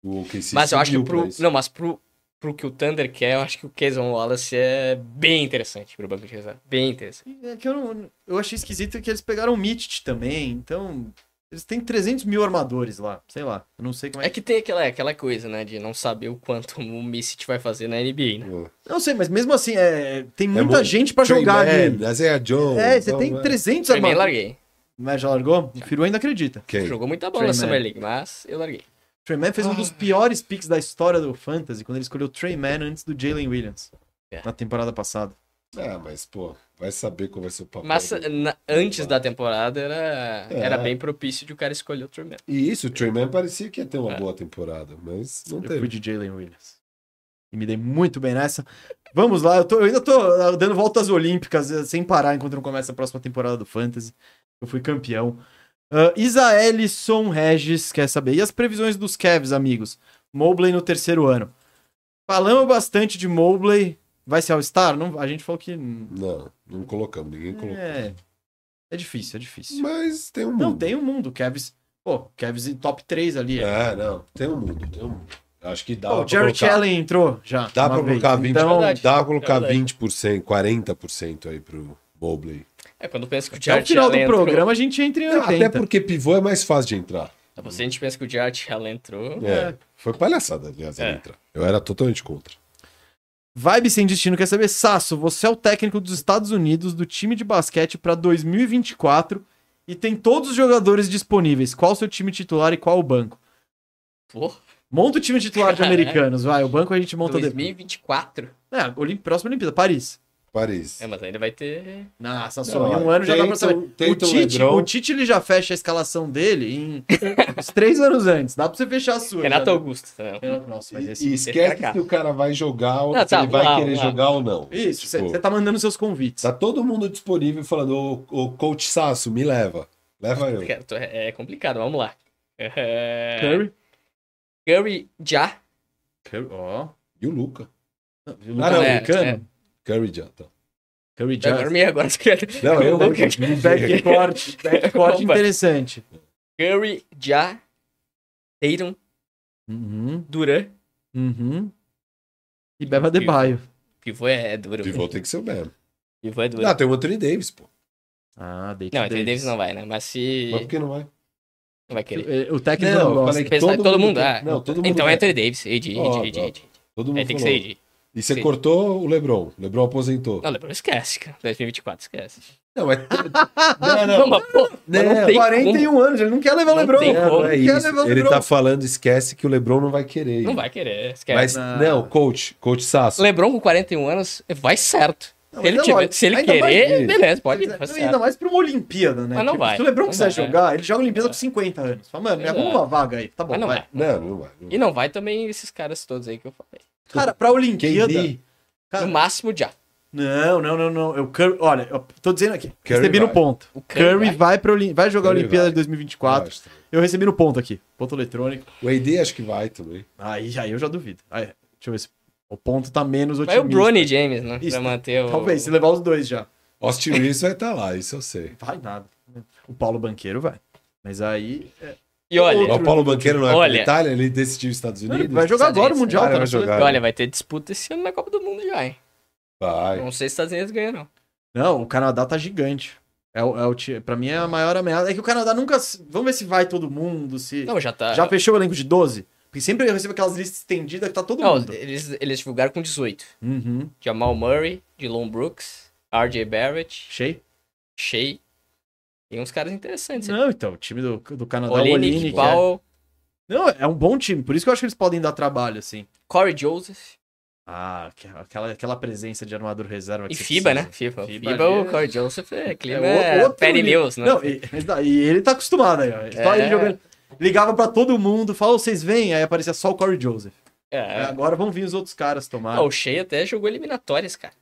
[SPEAKER 3] O OKC
[SPEAKER 2] Mas eu acho que
[SPEAKER 3] subiu
[SPEAKER 2] pro.
[SPEAKER 3] pra isso.
[SPEAKER 2] Não, mas pro, pro que o Thunder quer, eu acho que o Keyson Wallace é bem interessante pro banco de reserva. Bem interessante.
[SPEAKER 1] É que eu, não- eu achei esquisito que eles pegaram o Mitch também, então. Eles têm 300 mil armadores lá, sei lá. Eu não sei como é
[SPEAKER 2] É que tem aquela, aquela coisa, né? De não saber o quanto o Missit vai fazer na NBA, né?
[SPEAKER 3] É.
[SPEAKER 1] Não sei, mas mesmo assim, é, tem muita
[SPEAKER 3] muito-
[SPEAKER 1] gente pra
[SPEAKER 3] Trey
[SPEAKER 1] jogar ali.
[SPEAKER 3] Mann, Isaiah Jones.
[SPEAKER 1] É, você
[SPEAKER 3] então,
[SPEAKER 1] tem 300
[SPEAKER 2] Eu nem
[SPEAKER 1] armadores.
[SPEAKER 2] larguei.
[SPEAKER 1] Mas já largou? O Firu ainda acredita.
[SPEAKER 3] Quem?
[SPEAKER 2] Jogou muita bola na
[SPEAKER 1] Trey
[SPEAKER 2] Summer
[SPEAKER 1] Mann.
[SPEAKER 2] League, mas eu larguei.
[SPEAKER 1] Trey Man fez um
[SPEAKER 2] Ah.
[SPEAKER 1] dos piores picks da história do Fantasy quando ele escolheu o Trey Man antes do Jalen Williams.
[SPEAKER 2] É.
[SPEAKER 1] Na temporada passada.
[SPEAKER 3] Ah, mas, pô, vai saber qual vai ser o papel.
[SPEAKER 2] Mas é,
[SPEAKER 3] dele.
[SPEAKER 2] na- antes da temporada era,
[SPEAKER 3] É.
[SPEAKER 2] era bem propício de o cara escolher o Tremendo.
[SPEAKER 3] E isso, o Trey Mann parecia que ia ter uma
[SPEAKER 2] É.
[SPEAKER 3] boa temporada, mas não
[SPEAKER 1] Eu fui
[SPEAKER 3] teve.
[SPEAKER 1] de Jalen Williams. E me dei muito bem nessa. Vamos lá, eu, tô- eu ainda tô ah, dando voltas olímpicas eh, sem parar enquanto não começa a próxima temporada do Fantasy. Eu fui campeão. Ah, Isaelison Regis quer saber. E as previsões dos Cavs, amigos? Mobley no terceiro ano. Falamos bastante de Mobley. Vai ser All-Star? Não, a gente falou que. hum,
[SPEAKER 3] Não, não colocamos, ninguém colocou.
[SPEAKER 1] É, é difícil, é difícil.
[SPEAKER 3] Mas tem um mundo.
[SPEAKER 1] Não, tem um mundo. Cavs. Pô, Cavs em top 3 ali.
[SPEAKER 3] É, não, tem um mundo, tem um mundo. Acho que dá
[SPEAKER 1] Pô,
[SPEAKER 3] pra
[SPEAKER 1] o Jerry
[SPEAKER 3] colocar.
[SPEAKER 1] Allen entrou já.
[SPEAKER 3] Dá
[SPEAKER 1] uma
[SPEAKER 3] pra
[SPEAKER 1] vez.
[SPEAKER 3] colocar 20%,
[SPEAKER 1] Então,
[SPEAKER 2] Verdade.
[SPEAKER 3] dá pra colocar
[SPEAKER 2] É verdade.
[SPEAKER 3] 20%, 40% aí pro Mobley.
[SPEAKER 2] É quando pensa que o
[SPEAKER 1] Até o
[SPEAKER 2] Jarrett
[SPEAKER 1] final do
[SPEAKER 2] Allen entrou-
[SPEAKER 1] programa a gente entra em 80.
[SPEAKER 3] Até porque pivô é mais fácil de entrar.
[SPEAKER 2] Você Então, a gente pensa que o Jarrett Allen entrou.
[SPEAKER 3] É. Foi palhaçada, aliás, ele
[SPEAKER 2] É.
[SPEAKER 3] entrar. Eu era totalmente contra.
[SPEAKER 1] Vibe Sem Destino quer saber, Sasso, você é o técnico dos Estados Unidos do time de basquete para 2024 e tem todos os jogadores disponíveis. Qual o seu time titular e qual o banco?
[SPEAKER 2] Pô,
[SPEAKER 1] Monta o time titular de
[SPEAKER 2] Caralho.
[SPEAKER 1] americanos, vai. O banco a gente monta depois.
[SPEAKER 2] 2024.
[SPEAKER 1] É, Olim... próxima Olimpíada, Paris.
[SPEAKER 3] Paris.
[SPEAKER 2] É, mas ainda vai ter.
[SPEAKER 1] Ah, Sasso,
[SPEAKER 3] Não,
[SPEAKER 1] em um ano já dá pra
[SPEAKER 3] tentam-
[SPEAKER 1] saber. O
[SPEAKER 3] tentam
[SPEAKER 1] Tite,
[SPEAKER 3] um Lebron.
[SPEAKER 1] o Tite ele já fecha a escalação dele em uns três anos antes. Dá pra você fechar a sua.
[SPEAKER 2] Renato
[SPEAKER 1] já, né?
[SPEAKER 2] Augusto, né?
[SPEAKER 1] Renato- Nossa, mas esse...
[SPEAKER 3] E
[SPEAKER 2] Esse cara
[SPEAKER 3] esquece se o cara vai jogar, ou
[SPEAKER 2] Não,
[SPEAKER 3] se
[SPEAKER 2] tá,
[SPEAKER 3] ele vai
[SPEAKER 2] lá,
[SPEAKER 3] querer
[SPEAKER 2] lá.
[SPEAKER 3] jogar ou não.
[SPEAKER 1] Isso, você
[SPEAKER 3] Tipo,
[SPEAKER 1] você tá mandando seus convites.
[SPEAKER 3] Tá todo mundo disponível falando, ô, ô, coach Sasso, me leva. Leva eu.
[SPEAKER 2] Cara, tô- É complicado, vamos lá. É,
[SPEAKER 1] Curry.
[SPEAKER 2] Curry já.
[SPEAKER 1] Curry, ó.
[SPEAKER 3] E o Luca.
[SPEAKER 1] Ah, não,
[SPEAKER 2] É,
[SPEAKER 1] americano.
[SPEAKER 2] é.
[SPEAKER 3] Curry já, tá.
[SPEAKER 1] Curry
[SPEAKER 2] Eu
[SPEAKER 1] Johnson.
[SPEAKER 2] dormi agora.
[SPEAKER 3] Não, eu
[SPEAKER 2] Luca.
[SPEAKER 1] Backcourt, backcourt
[SPEAKER 2] Opa.
[SPEAKER 1] interessante.
[SPEAKER 2] Curry já. Tatum,
[SPEAKER 1] Uhum,
[SPEAKER 2] Duran.
[SPEAKER 1] uhum. E Beba de Baio.
[SPEAKER 2] Pivô é, é duro.
[SPEAKER 3] Pivô tem que ser o mesmo.
[SPEAKER 2] Pivô é duro.
[SPEAKER 3] Ah, tem o Anthony Davis, pô.
[SPEAKER 1] Ah, Dayton
[SPEAKER 2] Não, Anthony Davis não vai, né? Mas se.
[SPEAKER 3] Mas por que não vai?
[SPEAKER 2] Não vai querer.
[SPEAKER 1] Eh, O técnico não,
[SPEAKER 3] eu
[SPEAKER 1] gosta.
[SPEAKER 3] falei que
[SPEAKER 2] Pensar em todo mundo,
[SPEAKER 3] tem-
[SPEAKER 2] ah,
[SPEAKER 3] Não, todo mundo.
[SPEAKER 2] Então é
[SPEAKER 3] tem.
[SPEAKER 2] Anthony Davis, AD,
[SPEAKER 3] Ó,
[SPEAKER 2] AD,
[SPEAKER 3] ó.
[SPEAKER 2] AD, AD.
[SPEAKER 3] Todo mundo
[SPEAKER 2] Aí É, tem que
[SPEAKER 3] falou.
[SPEAKER 2] ser AD.
[SPEAKER 3] E você
[SPEAKER 2] Sim.
[SPEAKER 3] cortou o Lebron. O Lebron aposentou.
[SPEAKER 2] Não, Lebron esquece, cara. 2024 esquece.
[SPEAKER 3] Não, é. não,
[SPEAKER 2] Não, mas pô, mas não,
[SPEAKER 3] Não,
[SPEAKER 2] tem
[SPEAKER 1] 41 anos, ele não quer levar o
[SPEAKER 2] Não
[SPEAKER 1] Lebron.
[SPEAKER 2] tem
[SPEAKER 1] Não,
[SPEAKER 2] como.
[SPEAKER 1] não
[SPEAKER 3] é
[SPEAKER 1] quer
[SPEAKER 3] isso.
[SPEAKER 1] levar o
[SPEAKER 3] Ele
[SPEAKER 1] Lebron.
[SPEAKER 3] tá falando, esquece que o Lebron não vai querer. ir.
[SPEAKER 2] Não vai querer, esquece.
[SPEAKER 3] Mas,
[SPEAKER 1] Ah.
[SPEAKER 3] não, coach, coach Sasso.
[SPEAKER 2] Lebron com 41 anos vai certo.
[SPEAKER 1] Não,
[SPEAKER 2] se ele,
[SPEAKER 1] mas é
[SPEAKER 2] tiver-
[SPEAKER 1] lógico.
[SPEAKER 2] se ele
[SPEAKER 1] Ainda vai
[SPEAKER 2] querer,
[SPEAKER 3] vir.
[SPEAKER 2] beleza, pode ir.
[SPEAKER 1] Não,
[SPEAKER 2] vai
[SPEAKER 1] e
[SPEAKER 2] Tá certo.
[SPEAKER 1] ainda mais pra uma Olimpíada, né?
[SPEAKER 2] Mas não vai.
[SPEAKER 1] Se o Lebron
[SPEAKER 2] Não
[SPEAKER 1] quiser
[SPEAKER 2] vai.
[SPEAKER 1] jogar, ele joga a Olimpíada com 50 anos. Fala, mano, me
[SPEAKER 2] Exato.
[SPEAKER 1] arruma uma vaga aí. Tá bom,
[SPEAKER 2] é. Mas não
[SPEAKER 1] vai.
[SPEAKER 2] vai.
[SPEAKER 3] Não, não vai. Não
[SPEAKER 2] E não vai também esses caras todos aí que eu falei.
[SPEAKER 1] Cara, pra Olimpíada...
[SPEAKER 3] KD.
[SPEAKER 1] Cara.
[SPEAKER 2] No máximo já.
[SPEAKER 1] Não, não, não, não. Eu, Curry- olha, eu tô dizendo aqui.
[SPEAKER 3] Curry
[SPEAKER 1] recebi no
[SPEAKER 3] vai.
[SPEAKER 1] ponto.
[SPEAKER 2] O Curry
[SPEAKER 1] Curry vai, pra Olim- vai jogar a
[SPEAKER 3] Curry
[SPEAKER 1] Olimpíada
[SPEAKER 3] vai.
[SPEAKER 1] de 2024.
[SPEAKER 3] vai.
[SPEAKER 1] Eu, Eu recebi no ponto aqui. Ponto eletrônico.
[SPEAKER 3] O AD acho que vai também.
[SPEAKER 1] Aí, aí eu já duvido. Aí, deixa eu ver se. O ponto tá menos
[SPEAKER 2] Vai
[SPEAKER 1] otimista.
[SPEAKER 2] o Brony James, né?
[SPEAKER 1] Isso.
[SPEAKER 2] Pra manter o.
[SPEAKER 1] Talvez, se levar os dois já. É.
[SPEAKER 3] Austin Reeves vai estar lá, isso eu sei.
[SPEAKER 1] Vai nada. O Paulo Banqueiro vai. Mas aí. é,
[SPEAKER 2] E olha,
[SPEAKER 3] Mas o Paulo Banqueiro não é
[SPEAKER 2] Olha.
[SPEAKER 3] pra Itália, ele decidiu os Estados
[SPEAKER 1] Ele
[SPEAKER 3] Unidos.
[SPEAKER 1] vai jogar agora o Mundial,
[SPEAKER 3] Cara,
[SPEAKER 1] tá?
[SPEAKER 3] vai jogar.
[SPEAKER 2] e olha, vai ter disputa esse ano na Copa do Mundo já, hein?
[SPEAKER 3] Vai.
[SPEAKER 2] Não sei se os Estados Unidos ganham, não.
[SPEAKER 1] Não, o Canadá tá gigante. É, o- é o, ti- pra mim é a maior ameaça. É que o Canadá nunca. se- Vamos ver se vai todo mundo, se.
[SPEAKER 2] Não, já tá.
[SPEAKER 1] Já fechou o elenco de 12? Porque sempre eu recebo aquelas listas estendidas que tá todo
[SPEAKER 2] Não, é.
[SPEAKER 1] mundo.
[SPEAKER 2] eles, eles divulgaram com 18.
[SPEAKER 1] Uhum.
[SPEAKER 2] Jamal Murray, Dylan Brooks, RJ Barrett,
[SPEAKER 1] Cheio?
[SPEAKER 2] Shea. Tem uns caras interessantes.
[SPEAKER 1] Não, então, o time do, do Canadá, o
[SPEAKER 2] Olenek,
[SPEAKER 1] Olinick, é.
[SPEAKER 2] Paul,
[SPEAKER 1] Não, é um bom time. Por isso que eu acho que eles podem dar trabalho, assim.
[SPEAKER 2] Corey Joseph.
[SPEAKER 1] Ah, que- aquela, aquela presença de armador reserva que
[SPEAKER 2] E
[SPEAKER 1] você
[SPEAKER 2] FIBA,
[SPEAKER 1] precisa.
[SPEAKER 2] né? FIBA.
[SPEAKER 1] FIBA
[SPEAKER 2] FIBA,
[SPEAKER 1] ali é-
[SPEAKER 2] o Corey Joseph é clima
[SPEAKER 1] É, o-
[SPEAKER 2] é
[SPEAKER 1] outro
[SPEAKER 2] Perry
[SPEAKER 1] nível.
[SPEAKER 2] Mills, né?
[SPEAKER 1] Não, e, e ele tá acostumado aí, ó. Ele tá aí
[SPEAKER 2] É.
[SPEAKER 1] jogando. Ligava pra todo mundo, falou, vocês vêm? Aí aparecia só o Corey Joseph.
[SPEAKER 2] É.
[SPEAKER 1] Agora vão vir os outros caras tomar.
[SPEAKER 2] Ah, o Shea até jogou eliminatórias, cara.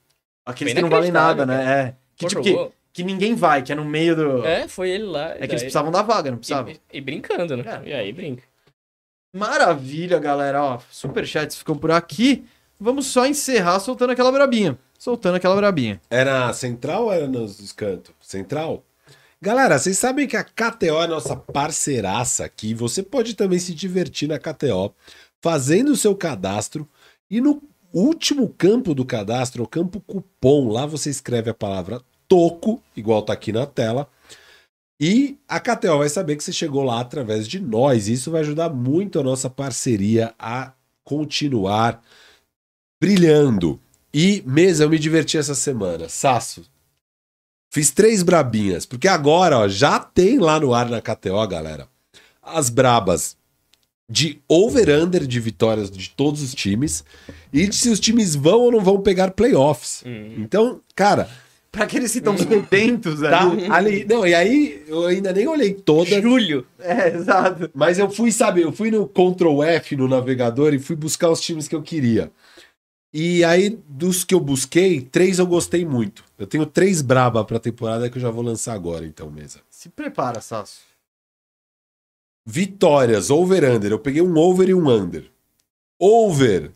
[SPEAKER 1] Aqueles
[SPEAKER 2] bem
[SPEAKER 1] que não valem nada,
[SPEAKER 2] inacreditável,
[SPEAKER 1] né? É. Que,
[SPEAKER 2] Pô,
[SPEAKER 1] tipo, que,
[SPEAKER 2] jogou.
[SPEAKER 1] que ninguém vai, que é no meio do. É,
[SPEAKER 2] É, foi ele lá.
[SPEAKER 1] que eles precisavam da vaga, não precisavam.
[SPEAKER 2] E, e brincando, né?
[SPEAKER 1] É.
[SPEAKER 2] E aí brinca.
[SPEAKER 1] Maravilha, galera. Ó, superchats ficam por aqui. Vamos só encerrar soltando aquela brabinha. Soltando aquela brabinha.
[SPEAKER 3] Era central ou era nos dos cantos? Central? Galera, vocês sabem que a KTO é nossa parceiraça aqui. Você pode também se divertir na KTO, fazendo o seu cadastro e no último campo do cadastro, é o campo cupom, lá você escreve a palavra toco, igual tá aqui na tela. E a KTO vai saber que você chegou lá através de nós. Isso vai ajudar muito a nossa parceria a continuar brilhando. E, mesa, eu me diverti essa semana. Sasso. Fiz três brabinhas, porque agora, ó, já tem lá no ar na KTO, galera, as brabas de over-under de vitórias de todos os times e de se os times vão ou não vão pegar playoffs.
[SPEAKER 1] Hum.
[SPEAKER 3] Então, cara,
[SPEAKER 1] Pra aqueles que estão sedentos
[SPEAKER 3] tá
[SPEAKER 1] ali.
[SPEAKER 3] ali. Não, e aí eu ainda nem olhei
[SPEAKER 2] Hum.
[SPEAKER 3] todas.
[SPEAKER 2] Julho.
[SPEAKER 1] É, exato.
[SPEAKER 3] Mas eu fui, sabe, eu fui no Ctrl F no navegador e fui buscar os times que eu queria. E aí, dos que eu busquei, três eu gostei muito. Eu tenho três braba pra temporada que eu já vou lançar agora, então, mesa.
[SPEAKER 1] Se prepara, Sasso.
[SPEAKER 3] Vitórias, over-under. Eu peguei um over e um under. Over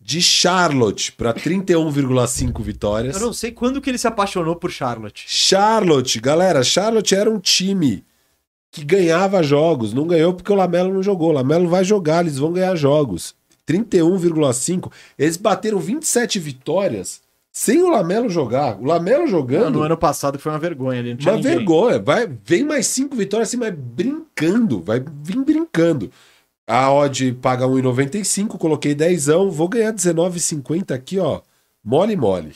[SPEAKER 3] de Charlotte pra 31,5 vitórias.
[SPEAKER 1] Eu não sei quando que ele se apaixonou por Charlotte.
[SPEAKER 3] Charlotte, galera, Charlotte era um time que ganhava jogos, não ganhou porque o Lamelo não jogou. O Lamelo vai jogar, eles vão ganhar jogos. 31,5. Eles bateram 27 vitórias sem o Lamelo jogar. O Lamelo
[SPEAKER 1] Não,
[SPEAKER 3] jogando,
[SPEAKER 1] no ano passado que foi uma vergonha ali. Não tinha
[SPEAKER 3] uma
[SPEAKER 1] ninguém.
[SPEAKER 3] vergonha. Vai, vem mais 5 vitórias assim, mas brincando, vai vir brincando. A odd paga 1,95, coloquei 10, vou ganhar 19,50 aqui, ó. Mole, mole.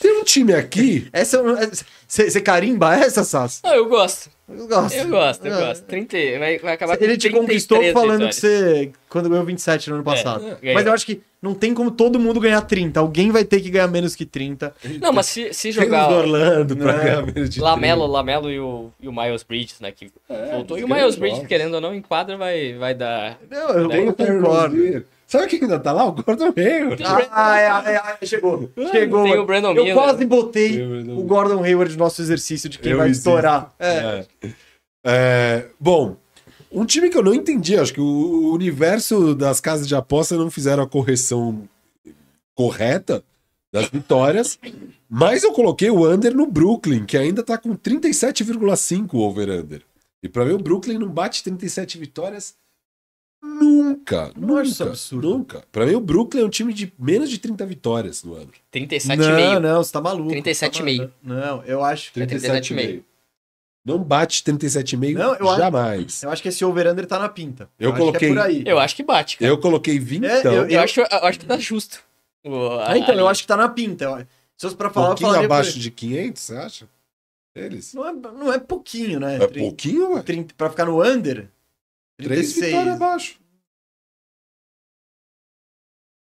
[SPEAKER 3] Tem um time aqui
[SPEAKER 1] Essa é eu não- essa- Você você carimba essa, Sasso?
[SPEAKER 2] Ah, eu gosto.
[SPEAKER 1] Eu gosto.
[SPEAKER 2] Eu gosto, eu
[SPEAKER 1] Ah,
[SPEAKER 2] gosto. 30, vai, vai acabar
[SPEAKER 1] Ele te
[SPEAKER 2] 33
[SPEAKER 1] conquistou falando
[SPEAKER 2] vitórias.
[SPEAKER 1] que você. Quando ganhou 27 no ano passado.
[SPEAKER 2] É, ganhou.
[SPEAKER 1] Mas eu acho que não tem como todo mundo ganhar 30. Alguém vai ter que ganhar menos que 30.
[SPEAKER 2] Não, mas se, se
[SPEAKER 3] Tem
[SPEAKER 2] jogar
[SPEAKER 3] os do
[SPEAKER 2] o
[SPEAKER 3] Orlando pra
[SPEAKER 1] Né?
[SPEAKER 3] ganhar menos de
[SPEAKER 2] Lamelo, Lamelo e o, e o Miles Bridges, né? Que
[SPEAKER 1] É,
[SPEAKER 2] voltou. E o Miles
[SPEAKER 3] eles ganham
[SPEAKER 2] Bridges,
[SPEAKER 3] jogos.
[SPEAKER 2] querendo ou não, em quadra vai, vai dar.
[SPEAKER 1] Não, eu,
[SPEAKER 2] Daí
[SPEAKER 1] eu
[SPEAKER 3] trinta.
[SPEAKER 1] concordo.
[SPEAKER 3] Sabe quem ainda tá lá? O Gordon Hayward.
[SPEAKER 1] Ah, é, é, é, chegou. Chegou.
[SPEAKER 2] Tem o Brandon
[SPEAKER 1] eu
[SPEAKER 2] Miller.
[SPEAKER 1] quase botei
[SPEAKER 3] Eu, Brandon
[SPEAKER 1] o Gordon Hayward no nosso exercício de quem
[SPEAKER 3] Eu
[SPEAKER 1] vai
[SPEAKER 3] existo.
[SPEAKER 1] estourar. É.
[SPEAKER 3] É. É, bom, um time que eu não entendi, acho que o universo das casas de aposta não fizeram a correção correta das vitórias, mas eu coloquei o under no Brooklyn, que ainda tá com 37,5 o over-under. E pra mim o Brooklyn não bate 37 vitórias nunca,
[SPEAKER 1] Não acho isso
[SPEAKER 3] nunca,
[SPEAKER 1] absurdo.
[SPEAKER 3] nunca. Pra mim o Brooklyn é um time de menos de 30 vitórias no ano.
[SPEAKER 2] 37,5.
[SPEAKER 1] Não, não, você tá maluco.
[SPEAKER 2] 37,5.
[SPEAKER 1] Tá maluco. Não, eu acho que.
[SPEAKER 3] 37,5. Não bate 37,5
[SPEAKER 1] Não, eu acho-
[SPEAKER 3] jamais.
[SPEAKER 1] Eu acho que esse over-under tá na pinta.
[SPEAKER 3] Eu
[SPEAKER 1] acho que
[SPEAKER 3] coloquei-
[SPEAKER 1] É por aí.
[SPEAKER 2] Eu acho que bate, cara.
[SPEAKER 3] Eu coloquei então, 20.
[SPEAKER 1] É, eu-
[SPEAKER 2] Eu, acho, eu acho que tá justo. O- a-
[SPEAKER 1] Ah, então, eu
[SPEAKER 2] a-
[SPEAKER 1] acho que tá na pinta. Eu- Se fosse pra
[SPEAKER 3] um
[SPEAKER 1] falar, eu
[SPEAKER 3] pouquinho
[SPEAKER 1] falaria. por-
[SPEAKER 3] abaixo de 500, você acha? Eles?
[SPEAKER 1] Não, é, não é pouquinho, né?
[SPEAKER 3] É,
[SPEAKER 1] Trin-
[SPEAKER 3] pouquinho, ué.
[SPEAKER 1] trin- Pra ficar no under.
[SPEAKER 3] 3
[SPEAKER 1] 36.
[SPEAKER 3] vitórias abaixo.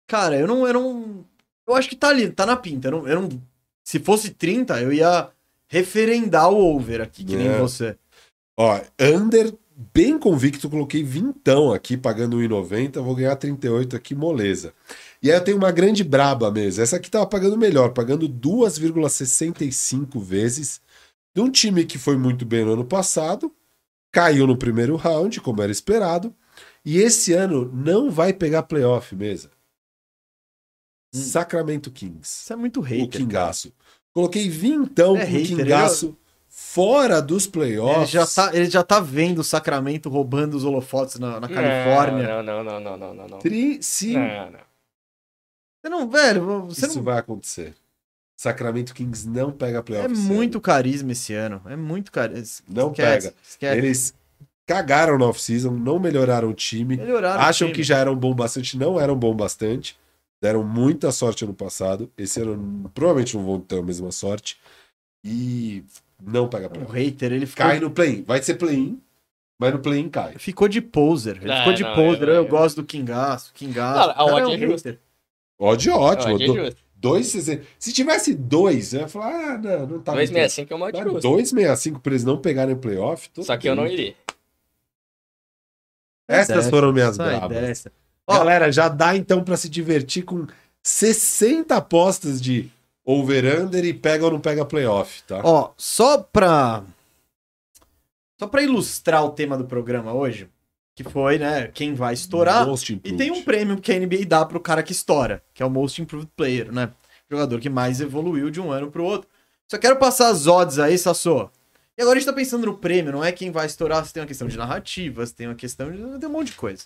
[SPEAKER 1] Cara, eu não, eu não. Eu acho que tá ali, tá na pinta. Eu não, eu não- se fosse 30, eu ia referendar o over aqui, que nem
[SPEAKER 3] É.
[SPEAKER 1] você.
[SPEAKER 3] Ó, under bem convicto, coloquei vintão aqui, pagando 1,90, vou ganhar 38 aqui, moleza. E aí eu tenho uma grande braba mesmo. Essa aqui tava pagando melhor, pagando 2,65 vezes de um time que foi muito bem no ano passado. caiu no primeiro round, como era esperado, e esse ano não vai pegar playoff mesa. Sacramento Kings.
[SPEAKER 1] Isso Hum. é muito
[SPEAKER 3] O
[SPEAKER 1] hater.
[SPEAKER 3] Kingaço. Coloquei vintão
[SPEAKER 1] É
[SPEAKER 3] pro
[SPEAKER 1] hater,
[SPEAKER 3] Kingaço fora dos playoffs.
[SPEAKER 1] Ele já, tá, ele já tá vendo o Sacramento roubando os holofotes na,
[SPEAKER 2] É.
[SPEAKER 1] na Califórnia. Tá
[SPEAKER 2] Não, não, não, não, não, não, não.
[SPEAKER 3] Tri- se
[SPEAKER 2] Não, não.
[SPEAKER 1] Você não, velho, você
[SPEAKER 3] É, isso
[SPEAKER 1] não.
[SPEAKER 3] vai acontecer. Sacramento Kings não pega playoff.
[SPEAKER 1] É
[SPEAKER 3] esse
[SPEAKER 1] muito carisma esse ano. É muito carisma.
[SPEAKER 3] Não
[SPEAKER 1] esquece,
[SPEAKER 3] pega. ano.
[SPEAKER 1] Esquece.
[SPEAKER 3] Eles cagaram na off-season, não melhoraram o time.
[SPEAKER 1] Melhoraram.
[SPEAKER 3] acham que já eram bom bastante, não eram bom bastante. Deram muita sorte ano passado. Esse ano provavelmente não vão ter a mesma sorte. E não pega
[SPEAKER 1] O
[SPEAKER 3] playoff.
[SPEAKER 1] Um hater, ele ficou,
[SPEAKER 3] Cai no play-in. Vai ser play-in, mas no play-in cai.
[SPEAKER 1] ficou de poser. Ele
[SPEAKER 2] Não,
[SPEAKER 1] ficou de
[SPEAKER 2] não,
[SPEAKER 1] poser.
[SPEAKER 2] eu-
[SPEAKER 1] Eu,
[SPEAKER 2] eu-
[SPEAKER 1] gosto do Kingaço. Kingaço.
[SPEAKER 2] Não, a
[SPEAKER 1] O cara um
[SPEAKER 2] ordem é justa.
[SPEAKER 1] hater.
[SPEAKER 3] Ódio é ótimo.
[SPEAKER 2] Não, é
[SPEAKER 3] do-
[SPEAKER 2] justo.
[SPEAKER 3] dois, sessenta- se tivesse dois, eu ia falar, ah, não, não tá
[SPEAKER 2] Dois
[SPEAKER 3] muito-
[SPEAKER 2] meses, assim que é uma
[SPEAKER 3] Mas
[SPEAKER 2] justa.
[SPEAKER 3] 2,65 pra eles não pegarem playoff. tudo
[SPEAKER 2] Só que eu
[SPEAKER 3] bem.
[SPEAKER 2] não iria.
[SPEAKER 1] é
[SPEAKER 3] Essas foram minhas
[SPEAKER 1] Sai
[SPEAKER 3] bravas.
[SPEAKER 1] dessa. Ó.
[SPEAKER 3] Galera, já dá então pra se divertir com 60 apostas de over-under e pega ou não pega playoff, tá?
[SPEAKER 1] Ó, só pra. Só pra ilustrar o tema do programa hoje, que foi, né? Quem vai estourar.
[SPEAKER 3] Most
[SPEAKER 1] E
[SPEAKER 3] improved.
[SPEAKER 1] tem um prêmio que a NBA dá pro cara que estoura, que é o Most Improved Player, né? Jogador que mais evoluiu de um ano pro outro. Só quero passar as odds aí, Sassô. E agora a gente tá pensando no prêmio, não é quem vai estourar, se tem uma questão de narrativas, tem uma questão de. tem um monte de coisa.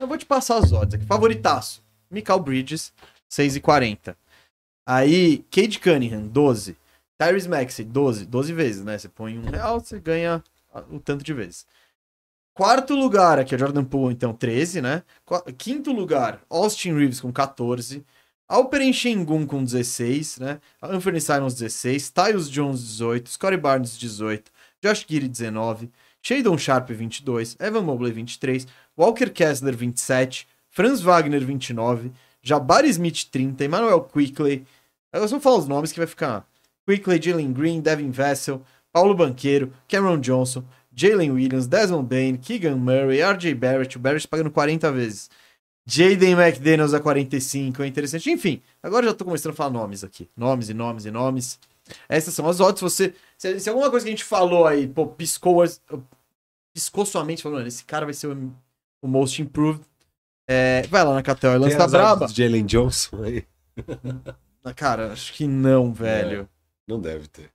[SPEAKER 1] Eu vou te passar as odds aqui. Favoritaço: Michael Bridges, 6,40. Aí, Cade Cunningham, 12. Tyrese Maxey, 12. 12 vezes, né? Você põe um real, você ganha a- o tanto de vezes. Quarto lugar, aqui é o Jordan Poole, então, 13, né? Qua- Quinto lugar, Austin Reeves com 14. Alperen Şengün com 16, né? Anthony Simons 16, Tyus Jones 18, Scottie Barnes 18, Josh Giri 19, Shadon Sharp 22, Evan Mobley 23, Walker Kessler 27, Franz Wagner 29, Jabari Smith 30, Emmanuel Quickley. Eu só falo os nomes que vai ficar. Quickley, Jalen Green, Devin Vessel, Paulo Banqueiro, Cameron Johnson, Jalen Williams, Desmond Bain, Keegan Murray, RJ Barrett, o Barrett tá pagando 40 vezes. Jaden McDaniels a 45, é interessante. Enfim, agora já tô começando a falar nomes aqui. Nomes e nomes e nomes. Essas são as odds. Você, se, se alguma coisa que a gente falou aí, pô, piscou, as- piscou sua mente, falou, mano, esse cara vai ser o, o most improved. É, vai lá na Catel e
[SPEAKER 3] Tem
[SPEAKER 1] lança
[SPEAKER 3] as odds
[SPEAKER 1] braba.
[SPEAKER 3] de Jalen Johnson aí.
[SPEAKER 1] Ah, Cara, acho que não, velho.
[SPEAKER 3] Não deve ter.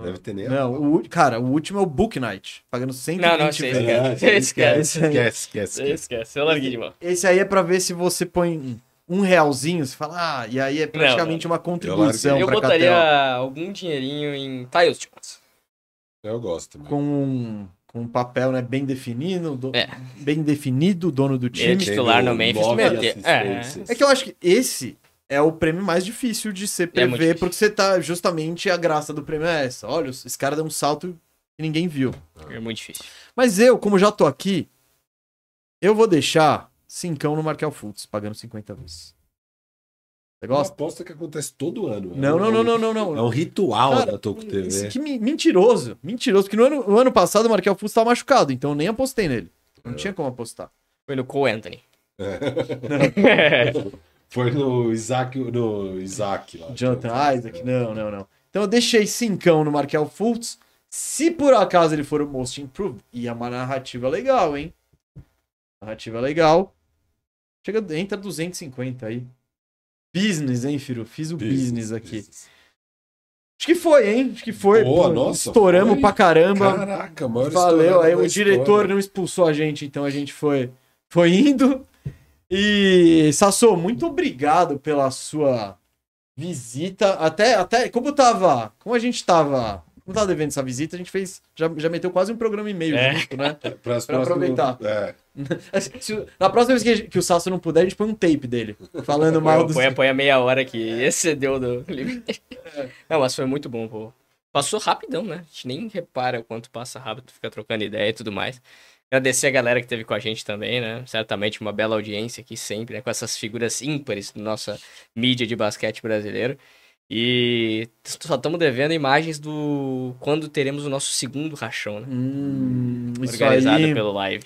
[SPEAKER 3] Deve ter nem a-
[SPEAKER 1] Não, o ú- cara, o último é o Book Knight, pagando 120
[SPEAKER 2] Não, não,
[SPEAKER 1] vezes.
[SPEAKER 2] sei,
[SPEAKER 3] É,
[SPEAKER 2] esquece. Esquece,
[SPEAKER 3] Esquece, esquece, esquece.
[SPEAKER 2] esquece. esquece. Eu larguei de mão.
[SPEAKER 1] Esse aí é pra ver se você põe um- um realzinho, você fala, ah, e aí é praticamente uma contribuição
[SPEAKER 3] Não,
[SPEAKER 2] eu
[SPEAKER 1] Então, pra
[SPEAKER 2] botaria
[SPEAKER 1] KTO.
[SPEAKER 2] algum dinheirinho em Tyus Jones.
[SPEAKER 3] Eu gosto. mano.
[SPEAKER 1] Com um, com um papel né, bem definido, do-
[SPEAKER 2] É.
[SPEAKER 1] bem definido, dono do
[SPEAKER 2] Ele é
[SPEAKER 1] time.
[SPEAKER 2] titular no
[SPEAKER 3] Tendo
[SPEAKER 2] Memphis,
[SPEAKER 3] nove
[SPEAKER 2] meu Deus. É.
[SPEAKER 3] assistências.
[SPEAKER 1] É que eu acho que esse é o prêmio mais difícil de se
[SPEAKER 2] É muito
[SPEAKER 1] prever,
[SPEAKER 2] difícil.
[SPEAKER 1] porque você tá, justamente, a graça do prêmio é essa. Olha, esse cara deu um salto que ninguém viu.
[SPEAKER 2] É muito difícil.
[SPEAKER 1] Mas eu, como já tô aqui, eu vou deixar cincão no Markel Fultz, pagando 50 vezes. Você
[SPEAKER 3] Uma
[SPEAKER 1] gosta?
[SPEAKER 3] aposta que acontece todo ano.
[SPEAKER 1] Não, não, não, não, não,
[SPEAKER 3] É
[SPEAKER 1] não.
[SPEAKER 3] um ritual
[SPEAKER 1] Cara,
[SPEAKER 3] da Toco
[SPEAKER 1] Isso
[SPEAKER 3] TV.
[SPEAKER 1] aqui é mentiroso, mentiroso, porque no ano, no ano passado o Markel Fultz tava machucado, então eu nem apostei nele.
[SPEAKER 3] É.
[SPEAKER 1] Não tinha como apostar.
[SPEAKER 2] Foi no Cole Anthony.
[SPEAKER 3] Foi no Isaac, no Isaac lá.
[SPEAKER 1] Jonathan Isaac, não, não, não. Então eu deixei cincão no Markel Fultz. Se por acaso ele for o Most Improved, e é uma narrativa legal, hein? Narrativa legal. Chega, entra 250 aí. Business, hein, Firo? Fiz o business aqui. Acho que foi, hein? Acho que foi.
[SPEAKER 3] Boa, nossa,
[SPEAKER 1] Estouramos
[SPEAKER 3] foi.
[SPEAKER 1] pra caramba.
[SPEAKER 3] Caraca, maior
[SPEAKER 1] Então, Valeu.
[SPEAKER 3] estourada
[SPEAKER 1] Aí o
[SPEAKER 3] da história.
[SPEAKER 1] diretor não expulsou a gente, então a gente foi, foi indo. E, Sassô, muito obrigado pela sua visita. Até, até como tava. Como a gente tava. Como tava devendo essa visita, a gente fez. Já, já meteu quase um programa e meio
[SPEAKER 2] É.
[SPEAKER 1] junto, né?
[SPEAKER 3] É, pras
[SPEAKER 1] Pra
[SPEAKER 3] próximas-
[SPEAKER 1] aproveitar.
[SPEAKER 3] É,
[SPEAKER 1] Se- Na próxima vez que, a gente- que o Sasso não puder, a gente põe um tape dele. Falando mal dos. É.
[SPEAKER 2] Põe, põe a meia hora que excedeu do limite. Não, mas foi muito bom, pô. Passou rapidão, né? A gente nem repara o quanto passa rápido, fica trocando ideia e tudo mais. Agradecer a galera que teve com a gente também, né? Certamente uma bela audiência aqui sempre, né? Com essas figuras ímpares da nossa mídia de basquete brasileiro. E só estamos devendo imagens do quando teremos o nosso segundo rachão, né?
[SPEAKER 1] Hum, isso
[SPEAKER 2] Organizado
[SPEAKER 1] aí.
[SPEAKER 2] pelo live.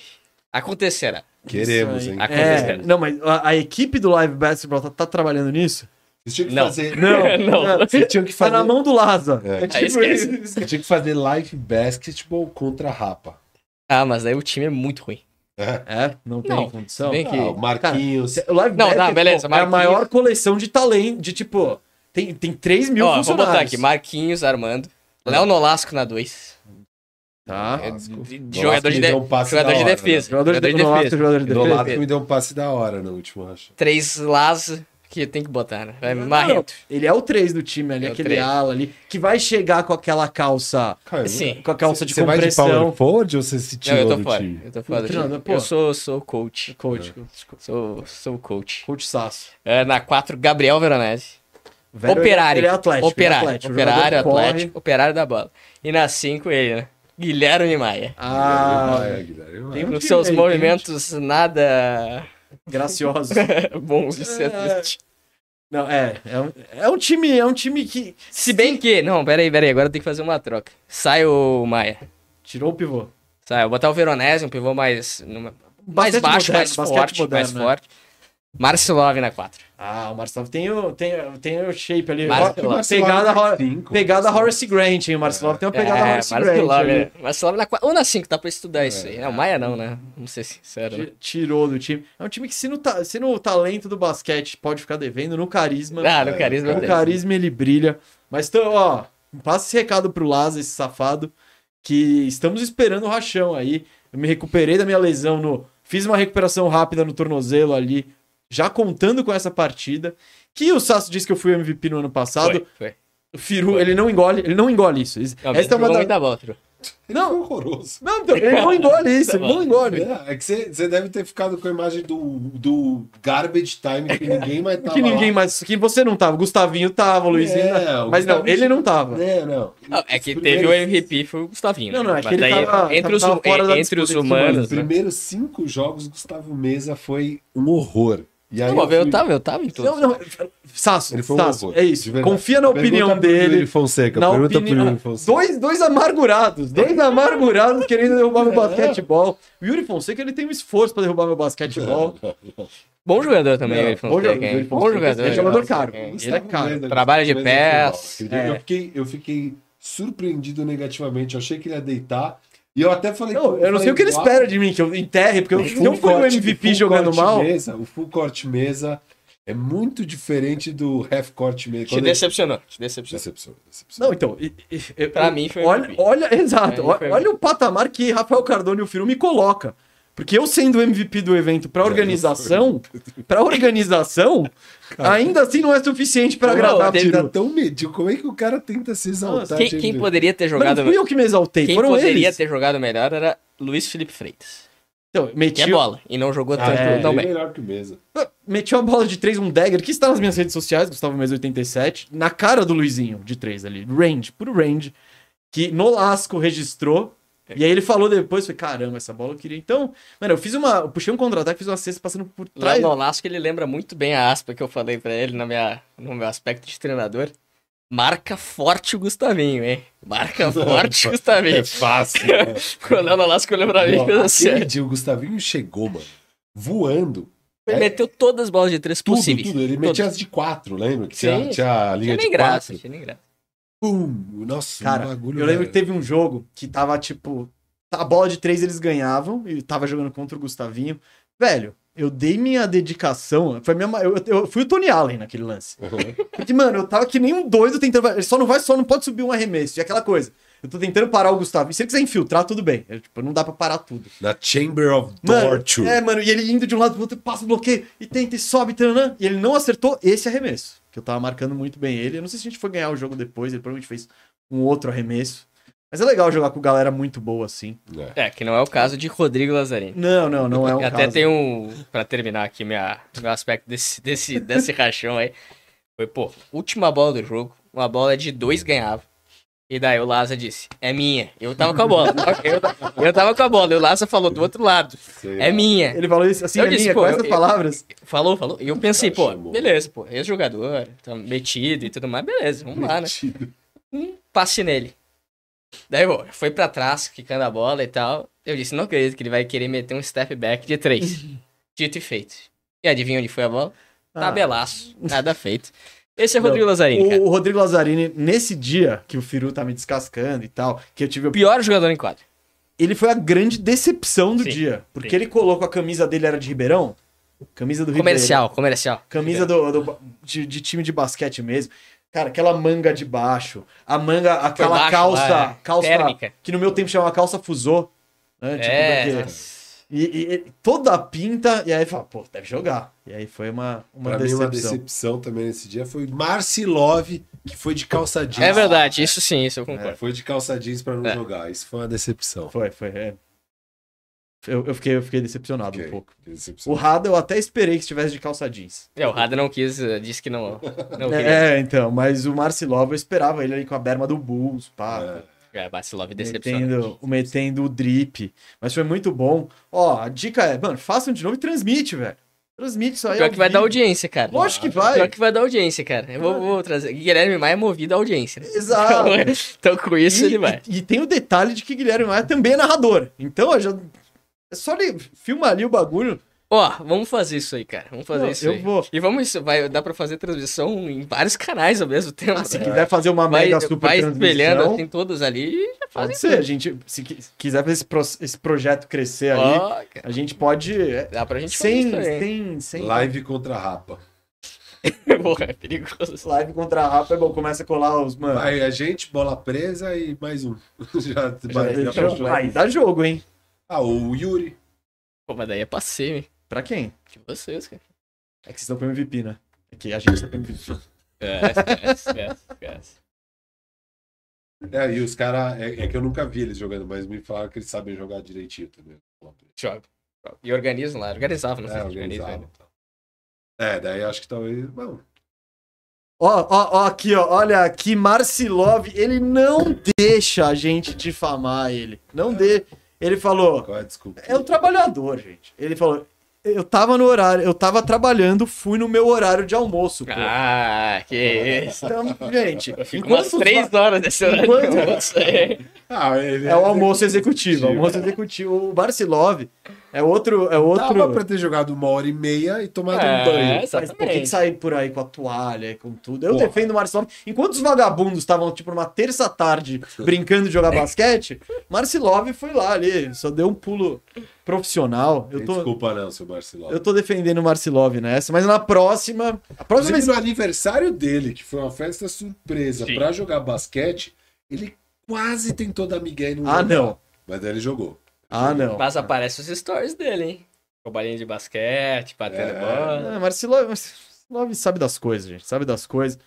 [SPEAKER 2] Acontecerá.
[SPEAKER 3] queremos,
[SPEAKER 1] Isso aí.
[SPEAKER 3] hein?
[SPEAKER 1] É,
[SPEAKER 2] Acontecendo.
[SPEAKER 1] não, mas a, a equipe do Live Basketball tá, tá trabalhando nisso?
[SPEAKER 3] Vocês tinham que
[SPEAKER 2] Não.
[SPEAKER 3] fazer.
[SPEAKER 1] Não,
[SPEAKER 2] Não.
[SPEAKER 1] não.
[SPEAKER 3] Vocês tinham que
[SPEAKER 1] Tá
[SPEAKER 3] fazer.
[SPEAKER 1] na mão do tipo Laza.
[SPEAKER 3] É.
[SPEAKER 2] Aí esquece.
[SPEAKER 3] Vocês tinham que fazer live basketball contra rapa.
[SPEAKER 2] Ah, mas daí o time é muito ruim.
[SPEAKER 1] É, não tem
[SPEAKER 2] Não,
[SPEAKER 1] condição.
[SPEAKER 2] bem que-
[SPEAKER 3] Ah, o Marquinhos.
[SPEAKER 1] O Live
[SPEAKER 2] Não,
[SPEAKER 1] Back,
[SPEAKER 2] tá,
[SPEAKER 1] pô, é
[SPEAKER 2] beleza,
[SPEAKER 1] a
[SPEAKER 2] Marquinhos.
[SPEAKER 1] maior coleção de talento, de tipo, tem, tem 3 mil
[SPEAKER 2] Ó, vou
[SPEAKER 1] funcionários.
[SPEAKER 2] botar aqui, Marquinhos, Armando, Léo Nolasco na 2.
[SPEAKER 1] Tá.
[SPEAKER 3] Nolasco.
[SPEAKER 2] é de- de
[SPEAKER 3] Nolasco
[SPEAKER 2] jogador de
[SPEAKER 3] me
[SPEAKER 2] de-
[SPEAKER 3] deu um passe
[SPEAKER 2] jogador
[SPEAKER 3] da
[SPEAKER 2] de
[SPEAKER 3] hora,
[SPEAKER 2] defesa.
[SPEAKER 1] Jogador de, defesa. Jogador de
[SPEAKER 3] velho. O
[SPEAKER 1] defesa.
[SPEAKER 3] Nolasco me deu um passe da hora no último, eu acho.
[SPEAKER 2] Três Lazo, que tem que botar, né? Vai,
[SPEAKER 1] Não,
[SPEAKER 2] Marreto.
[SPEAKER 1] Ele é o 3 do time ali,
[SPEAKER 2] É o
[SPEAKER 1] aquele
[SPEAKER 2] três.
[SPEAKER 1] ala ali, que vai chegar com aquela calça,
[SPEAKER 3] Cara,
[SPEAKER 2] Sim.
[SPEAKER 1] com a calça de
[SPEAKER 3] você vai de power
[SPEAKER 1] compressão.
[SPEAKER 3] forward ou você se
[SPEAKER 2] Não,
[SPEAKER 3] tirou
[SPEAKER 2] eu tô
[SPEAKER 3] do
[SPEAKER 2] fora.
[SPEAKER 3] time?
[SPEAKER 2] Eu tô fora. do
[SPEAKER 1] Não,
[SPEAKER 2] time.
[SPEAKER 1] pô.
[SPEAKER 2] Eu sou, sou coach.
[SPEAKER 1] Coach,
[SPEAKER 2] Sou, sou coach.
[SPEAKER 1] coach Sasso.
[SPEAKER 2] É, na 4, Gabriel Veronese.
[SPEAKER 1] Velho,
[SPEAKER 2] operário.
[SPEAKER 1] Ele é atlético. ele é
[SPEAKER 2] Operário.
[SPEAKER 1] atlético,
[SPEAKER 2] operário,
[SPEAKER 1] jogador que corre.
[SPEAKER 2] atlético. Operário da bola. E na 5, ele, né? Guilherme Maia.
[SPEAKER 1] Ah,
[SPEAKER 3] Guilherme Maia, Guilherme Maia.
[SPEAKER 1] tem um
[SPEAKER 2] Com
[SPEAKER 1] time
[SPEAKER 2] seus
[SPEAKER 1] aí,
[SPEAKER 2] movimentos nada
[SPEAKER 1] é. graciosos.
[SPEAKER 2] bons de ser
[SPEAKER 1] É.
[SPEAKER 2] assistir.
[SPEAKER 1] Não, é, é um, é um time, é um time que
[SPEAKER 2] Se bem que. Não, peraí, peraí. Agora eu tenho que fazer uma troca. Sai o Maia.
[SPEAKER 1] tirou o pivô.
[SPEAKER 2] Sai, eu vou botar o Veronese, um pivô mais. numa- mais
[SPEAKER 1] Basquete
[SPEAKER 2] baixo,
[SPEAKER 1] moderno,
[SPEAKER 2] mais
[SPEAKER 1] basquete
[SPEAKER 2] forte.
[SPEAKER 1] moderno,
[SPEAKER 2] mais
[SPEAKER 1] né?
[SPEAKER 2] forte. Marcelov na 4.
[SPEAKER 1] Ah, o Marcelo tem o, tem, tem o shape ali.
[SPEAKER 2] Marcelo.
[SPEAKER 1] Ó, pegada Hor-
[SPEAKER 3] Cinco.
[SPEAKER 1] pegada Horace Grant, hein? O Marcelo tem uma pegada
[SPEAKER 2] é,
[SPEAKER 1] Horace Grant.
[SPEAKER 2] Marcelov,
[SPEAKER 1] ali.
[SPEAKER 2] né? Marcelov na 4. Ou na 5, dá pra
[SPEAKER 1] É.
[SPEAKER 2] estudar isso aí. Não, Maia não, né? Vamos ser sinceros. né?
[SPEAKER 1] Ti- Tirou do time. É um time que, se no, ta- se no talento do basquete pode ficar devendo, no carisma.
[SPEAKER 2] Ah, no carisma
[SPEAKER 1] no
[SPEAKER 2] dele.
[SPEAKER 1] carisma ele brilha. Mas, então, ó, passa esse recado pro Laza, esse safado, que estamos esperando o rachão aí. Eu me recuperei da minha lesão no. Fiz uma recuperação rápida no tornozelo ali, já contando com essa partida. Que o Sasso disse que eu fui MVP no ano passado.
[SPEAKER 2] Foi, foi.
[SPEAKER 1] O Firu, ele não engole, ele não engole isso. Isso-
[SPEAKER 2] Não,
[SPEAKER 1] Essa é uma da-
[SPEAKER 2] muita bola, Tru.
[SPEAKER 1] Não,
[SPEAKER 3] horroroso.
[SPEAKER 1] não, então, ele não engole isso, ele não engole.
[SPEAKER 3] É que você você deve ter ficado com a imagem do, do garbage time que ninguém mais tava
[SPEAKER 1] É, Que ninguém
[SPEAKER 3] lá.
[SPEAKER 1] mais. Que você não tava. Gustavinho tava, Luizinho.
[SPEAKER 3] É,
[SPEAKER 1] não-
[SPEAKER 3] o
[SPEAKER 1] mas não,
[SPEAKER 3] Gustavinho-
[SPEAKER 1] ele não tava.
[SPEAKER 3] É, não.
[SPEAKER 2] Não, é que
[SPEAKER 3] Os
[SPEAKER 2] teve o
[SPEAKER 3] primeiros-
[SPEAKER 2] MVP, foi o Gustavinho.
[SPEAKER 1] Não,
[SPEAKER 2] né?
[SPEAKER 1] não, é que
[SPEAKER 2] Mas
[SPEAKER 1] ele
[SPEAKER 2] daí,
[SPEAKER 1] tava-
[SPEAKER 2] entre os, um-
[SPEAKER 1] tava fora da
[SPEAKER 2] entre os
[SPEAKER 1] disputa entre
[SPEAKER 2] humanos. né?
[SPEAKER 3] Os primeiros cinco jogos, Gustavo Mesa foi um horror. E aí
[SPEAKER 2] Não, mas eu
[SPEAKER 3] fui-
[SPEAKER 2] tava, eu tava em tudo.
[SPEAKER 1] Não, não. Sasso,
[SPEAKER 3] Ele foi um
[SPEAKER 1] Sasso,
[SPEAKER 3] horror,
[SPEAKER 1] é
[SPEAKER 3] de
[SPEAKER 1] isso.
[SPEAKER 3] verdade.
[SPEAKER 1] Confia na opinião
[SPEAKER 3] Pergunta pro Yuri
[SPEAKER 1] dele.
[SPEAKER 3] Fonseca,
[SPEAKER 1] Na
[SPEAKER 3] pergunta pro
[SPEAKER 1] opinião.
[SPEAKER 3] Yuri Fonseca.
[SPEAKER 1] Dois, dois amargurados, dois amargurados querendo derrubar
[SPEAKER 3] É.
[SPEAKER 1] meu basquetebol. O Yuri Fonseca ele tem um esforço pra derrubar meu basquetebol.
[SPEAKER 2] Bom jogador também,
[SPEAKER 3] Não,
[SPEAKER 2] ele
[SPEAKER 1] bom
[SPEAKER 2] falou.
[SPEAKER 1] jogador,
[SPEAKER 2] hein?
[SPEAKER 1] ele
[SPEAKER 2] Bom
[SPEAKER 1] falou.
[SPEAKER 2] jogador.
[SPEAKER 1] Ele é jogador caro.
[SPEAKER 2] É.
[SPEAKER 1] Ele é caro.
[SPEAKER 2] Trabalho de pés.
[SPEAKER 3] pés. é
[SPEAKER 1] É.
[SPEAKER 3] Eu, fiquei, eu fiquei surpreendido negativamente. Eu achei que ele ia deitar. E eu até falei.
[SPEAKER 1] Não, eu não sei o que ele espera de mim, que eu enterre, porque eu, um se
[SPEAKER 3] um
[SPEAKER 1] eu for o MVP jogando mal.
[SPEAKER 3] Mesa, o full court mesa é muito diferente do half court mesa.
[SPEAKER 2] Te
[SPEAKER 3] Quando ele-
[SPEAKER 2] decepcionou, te decepcionou.
[SPEAKER 3] Decepção, decepção.
[SPEAKER 1] Não, então. e- e- eu-
[SPEAKER 2] Pra
[SPEAKER 1] eu-
[SPEAKER 2] mim foi um
[SPEAKER 1] Olha,
[SPEAKER 2] MVP.
[SPEAKER 1] olha exato.
[SPEAKER 2] Pra mim foi um
[SPEAKER 1] olha o patamar que Rafael Cardone e o Firu me coloca. Porque eu sendo o MVP do evento
[SPEAKER 3] É,
[SPEAKER 1] pra organização, pra organização, ainda assim não é suficiente pra
[SPEAKER 2] Não,
[SPEAKER 1] agradar o
[SPEAKER 2] teve-
[SPEAKER 3] Tira
[SPEAKER 1] Firu.
[SPEAKER 3] tão medíocre. Como é que o cara tenta se exaltar?
[SPEAKER 2] Quem,
[SPEAKER 3] de
[SPEAKER 2] quem
[SPEAKER 3] MVP?
[SPEAKER 2] poderia ter
[SPEAKER 1] Mas
[SPEAKER 2] jogado
[SPEAKER 1] não fui eu que me exaltei,
[SPEAKER 2] Quem
[SPEAKER 1] foram
[SPEAKER 2] poderia
[SPEAKER 1] eles.
[SPEAKER 2] ter jogado melhor era Luiz Felipe Freitas.
[SPEAKER 1] Então, meti,
[SPEAKER 2] Que é bola. E não jogou
[SPEAKER 3] Ah,
[SPEAKER 2] tanto
[SPEAKER 3] é,
[SPEAKER 2] tão
[SPEAKER 3] bem
[SPEAKER 2] bem.
[SPEAKER 3] melhor que o mesa.
[SPEAKER 1] Ah, meti uma bola de três, um dagger, que está nas minhas redes sociais, Gustavo Mês 87, na cara do Luizinho de três ali. Range, puro range. Que Nolasco registrou.
[SPEAKER 2] É.
[SPEAKER 1] E aí ele falou depois, foi caramba, essa bola eu queria. Então, mano, eu fiz uma. Eu puxei um contra-ataque, fiz uma cesta passando por
[SPEAKER 2] Lá
[SPEAKER 1] trás.
[SPEAKER 2] no Olasco ele lembra muito bem a aspa que eu falei pra ele na minha, no meu aspecto de treinador. Marca forte o Gustavinho, hein? Marca forte o Gustavinho.
[SPEAKER 3] É fácil. né?
[SPEAKER 2] O Léo Nolasco olhou pra mim e fez
[SPEAKER 3] Ó,
[SPEAKER 2] assim.
[SPEAKER 3] aquele dia o Gustavinho chegou, mano, voando.
[SPEAKER 2] Ele
[SPEAKER 3] É.
[SPEAKER 2] meteu todas as bolas de três
[SPEAKER 3] Tudo,
[SPEAKER 2] possíveis.
[SPEAKER 3] tudo. Ele
[SPEAKER 2] Todas.
[SPEAKER 3] metia as de quatro, lembra? Que
[SPEAKER 2] Sim.
[SPEAKER 3] tinha, tinha a
[SPEAKER 2] Tinha
[SPEAKER 3] linha de
[SPEAKER 2] nem graça,
[SPEAKER 3] quatro.
[SPEAKER 2] tinha nem graça.
[SPEAKER 3] Pum! Nossa,
[SPEAKER 1] Cara,
[SPEAKER 3] um bagulho.
[SPEAKER 1] Eu lembro
[SPEAKER 3] velho.
[SPEAKER 1] que teve um jogo que tava tipo. A bola de três eles ganhavam e tava jogando contra o Gustavinho. Velho, eu dei minha dedicação. Foi a minha, ma- eu, eu fui o Tony Allen naquele lance. Porque, mano, eu tava que nem um doido tentando. Ele só não vai, só não pode subir um arremesso. E aquela coisa. Eu tô tentando parar o Gustavinho. Se ele quiser infiltrar, tudo bem. Eu, tipo, não dá pra parar tudo.
[SPEAKER 3] Na Chamber of
[SPEAKER 1] Mano,
[SPEAKER 3] Torture.
[SPEAKER 1] é, mano, e ele indo de um lado pro outro, passa o bloqueio e tenta e sobe, tananã, e ele não acertou esse arremesso. Que eu tava marcando muito bem ele. Eu não sei se a gente foi ganhar o jogo depois, ele provavelmente fez um outro arremesso. Mas é legal jogar com galera muito boa assim.
[SPEAKER 3] É.
[SPEAKER 2] É, que não é o caso de Rodrigo Lazzarini.
[SPEAKER 1] Não, não, não é um
[SPEAKER 2] Até
[SPEAKER 1] caso.
[SPEAKER 2] tem um. Pra terminar aqui minha, meu aspecto desse, desse, desse rachão aí. Foi, pô, última bola do jogo. Uma bola de dois ganhava. E daí o Laza disse: É minha. Eu tava com a bola. Eu, ta- eu tava com a bola. E o Laza falou do outro lado:
[SPEAKER 3] Sei lá.
[SPEAKER 2] É minha.
[SPEAKER 1] Ele falou isso assim,
[SPEAKER 2] Eu
[SPEAKER 1] é
[SPEAKER 2] disse,
[SPEAKER 1] minha,
[SPEAKER 2] pô,
[SPEAKER 1] com
[SPEAKER 2] eu-
[SPEAKER 1] essas
[SPEAKER 2] eu-
[SPEAKER 1] palavras.
[SPEAKER 2] Falou, falou. E eu pensei, pô,
[SPEAKER 3] chamou.
[SPEAKER 2] beleza, pô. Esse jogador tá metido e tudo mais, beleza, vamos lá, né?
[SPEAKER 3] Metido.
[SPEAKER 2] um passe nele. Daí, pô, foi pra trás, quicando a bola e tal. Eu disse, não acredito que ele vai querer meter um step back de três. Dito e feito. E adivinha onde foi a bola?
[SPEAKER 1] Ah.
[SPEAKER 2] Tabelaço. Nada feito. Esse é
[SPEAKER 1] Não,
[SPEAKER 2] Rodrigo Lazzarini, cara.
[SPEAKER 1] Ah. O, o Rodrigo Lazzarini, nesse dia que o Firu tá me descascando e tal, que eu tive
[SPEAKER 2] O pior jogador em quadra.
[SPEAKER 1] ele foi a grande decepção do
[SPEAKER 2] Sim,
[SPEAKER 1] dia. Porque
[SPEAKER 2] sim.
[SPEAKER 1] ele colocou a camisa dele, era de Ribeirão. Camisa do
[SPEAKER 2] Comercial, comercial.
[SPEAKER 1] Ribeirão. Camisa do, do- de, de time de basquete mesmo. Cara, aquela manga de baixo. A manga, aquela
[SPEAKER 2] baixo
[SPEAKER 1] calça.
[SPEAKER 2] lá, é.
[SPEAKER 1] calça
[SPEAKER 2] Térmica.
[SPEAKER 1] Que no meu tempo chamava calça fusô. Né? Tipo
[SPEAKER 2] É,
[SPEAKER 1] daquele-
[SPEAKER 2] nossa.
[SPEAKER 1] e, e- e toda a pinta. E aí fala, pô, deve jogar. E aí foi uma, uma
[SPEAKER 3] Pra mim,
[SPEAKER 1] decepção.
[SPEAKER 3] uma decepção também nesse dia foi Marcilov, que foi de calça jeans.
[SPEAKER 2] é verdade, isso sim, isso eu concordo.
[SPEAKER 3] É, foi de calça jeans pra não
[SPEAKER 2] É.
[SPEAKER 3] jogar. Isso foi uma decepção.
[SPEAKER 1] Foi, foi. é. Eu, eu fiquei, eu fiquei decepcionado
[SPEAKER 3] Ok,
[SPEAKER 1] um pouco.
[SPEAKER 3] decepção.
[SPEAKER 1] O Rada eu até esperei que estivesse de calça jeans.
[SPEAKER 2] É, o Rada não quis, eh, disse que não. Não queria.
[SPEAKER 1] É, então, mas o Marcilova eu esperava ele ali com a berma do Bulls, pá.
[SPEAKER 3] É.
[SPEAKER 2] É, Basilov decepcionante.
[SPEAKER 1] Metendo, metendo o drip. Mas foi muito bom. Ó, a dica é, mano, façam de novo e transmite, velho. Transmite isso aí.
[SPEAKER 2] Pior
[SPEAKER 1] ao
[SPEAKER 2] que vai dar
[SPEAKER 1] vivo.
[SPEAKER 2] audiência, cara.
[SPEAKER 1] Lógico que
[SPEAKER 2] Pior
[SPEAKER 1] vai.
[SPEAKER 2] que vai dar audiência, cara. Eu vou, vou trazer. Guilherme Maia é movido a audiência. né?
[SPEAKER 1] Exato.
[SPEAKER 2] Então, então com isso
[SPEAKER 1] e,
[SPEAKER 2] ele vai.
[SPEAKER 1] E, e tem o detalhe de que Guilherme Maia também é narrador. Então, ó, já... é só ele filma ali o bagulho.
[SPEAKER 2] Ó, vamos fazer isso aí, cara. Vamos fazer
[SPEAKER 1] Não,
[SPEAKER 2] isso
[SPEAKER 1] eu
[SPEAKER 2] aí.
[SPEAKER 1] vou.
[SPEAKER 2] E vamos isso, vai, dá pra fazer transmissão em vários canais ao mesmo tempo.
[SPEAKER 1] Se
[SPEAKER 2] né?
[SPEAKER 1] quiser fazer Ah, uma
[SPEAKER 2] vai,
[SPEAKER 1] mega super
[SPEAKER 2] vai espelhando
[SPEAKER 1] transmissão,
[SPEAKER 2] assim todos ali e já faz
[SPEAKER 1] pode
[SPEAKER 2] isso.
[SPEAKER 1] ser. A gente, se qui- quiser fazer esse, pro- esse projeto crescer aí,
[SPEAKER 2] Ó, cara,
[SPEAKER 1] a gente pode... é,
[SPEAKER 2] dá pra gente
[SPEAKER 1] Sem,
[SPEAKER 2] fazer isso aí.
[SPEAKER 1] sem, sem.
[SPEAKER 3] Live contra a Rapa.
[SPEAKER 2] hein? Porra, é perigoso.
[SPEAKER 1] Live contra a Rapa é bom, começa a colar os, mano.
[SPEAKER 3] Aí a gente, bola presa e mais um. já
[SPEAKER 1] Já-
[SPEAKER 3] já-
[SPEAKER 1] já-
[SPEAKER 3] já-
[SPEAKER 1] já- Aí dá jogo, hein?
[SPEAKER 3] Ah, o Yuri.
[SPEAKER 2] Pô, mas daí é passeio, hein?
[SPEAKER 1] Pra quem?
[SPEAKER 2] De vocês, cara.
[SPEAKER 1] É que vocês estão pro MVP, né? É que a gente tá pro MVP.
[SPEAKER 2] É, esquece, esquece, esquece.
[SPEAKER 3] É, e os caras. É, é que eu nunca vi eles jogando, mas me falaram que eles sabem jogar direitinho também. bola presa.
[SPEAKER 2] Joga. joga. E organizam lá. Organizavam, não sei
[SPEAKER 3] É,
[SPEAKER 2] se então. organizam.
[SPEAKER 3] organizavam.
[SPEAKER 2] ainda.
[SPEAKER 3] É, daí acho que talvez. Bom,
[SPEAKER 1] Ó, ó, ó, aqui, ó. Olha aqui, Marcilov, ele não deixa a gente difamar ele. Não dê. Ele falou,
[SPEAKER 3] qual é a desculpa?
[SPEAKER 1] é o trabalhador, gente. Ele falou, eu tava no horário, eu tava trabalhando, fui no meu horário de almoço, pô.
[SPEAKER 2] Ah, que isso.
[SPEAKER 1] Então, gente,
[SPEAKER 2] Fico
[SPEAKER 1] enquanto
[SPEAKER 2] umas
[SPEAKER 1] os
[SPEAKER 2] três horas desse horário
[SPEAKER 1] Enquanto-
[SPEAKER 2] de almoço aí.
[SPEAKER 3] Ah, ele-
[SPEAKER 1] É o almoço executivo, almoço executivo. O Barcilov é outro, é outro.
[SPEAKER 3] Dava pra ter jogado uma hora e meia e tomado um
[SPEAKER 2] É,
[SPEAKER 3] banho.
[SPEAKER 1] Mas por que que
[SPEAKER 2] exatamente.
[SPEAKER 1] sair por aí com a toalha e com tudo? Eu
[SPEAKER 3] Porra.
[SPEAKER 1] defendo o Marcilov. Enquanto os vagabundos estavam, tipo, numa terça tarde brincando de jogar
[SPEAKER 3] É.
[SPEAKER 1] basquete, Marcilov foi lá ali, só deu um pulo profissional. Eu
[SPEAKER 3] Tem
[SPEAKER 1] tô,
[SPEAKER 3] Desculpa não, seu Marcelo.
[SPEAKER 1] eu tô defendendo o Marcilov nessa, mas na próxima. A próxima vez.
[SPEAKER 3] Inclusive, no aniversário dele, que foi uma festa surpresa
[SPEAKER 2] Sim.
[SPEAKER 3] pra jogar basquete, ele quase tentou dar migué e não
[SPEAKER 1] Ah,
[SPEAKER 3] jogou.
[SPEAKER 1] não.
[SPEAKER 3] Mas daí ele jogou.
[SPEAKER 1] Ah, não.
[SPEAKER 2] Mas aparece os stories dele, hein? Com balinha de basquete, batendo
[SPEAKER 3] É.
[SPEAKER 2] bola.
[SPEAKER 1] Ah, Marcilov, Marcilov sabe das coisas, gente. Sabe das coisas.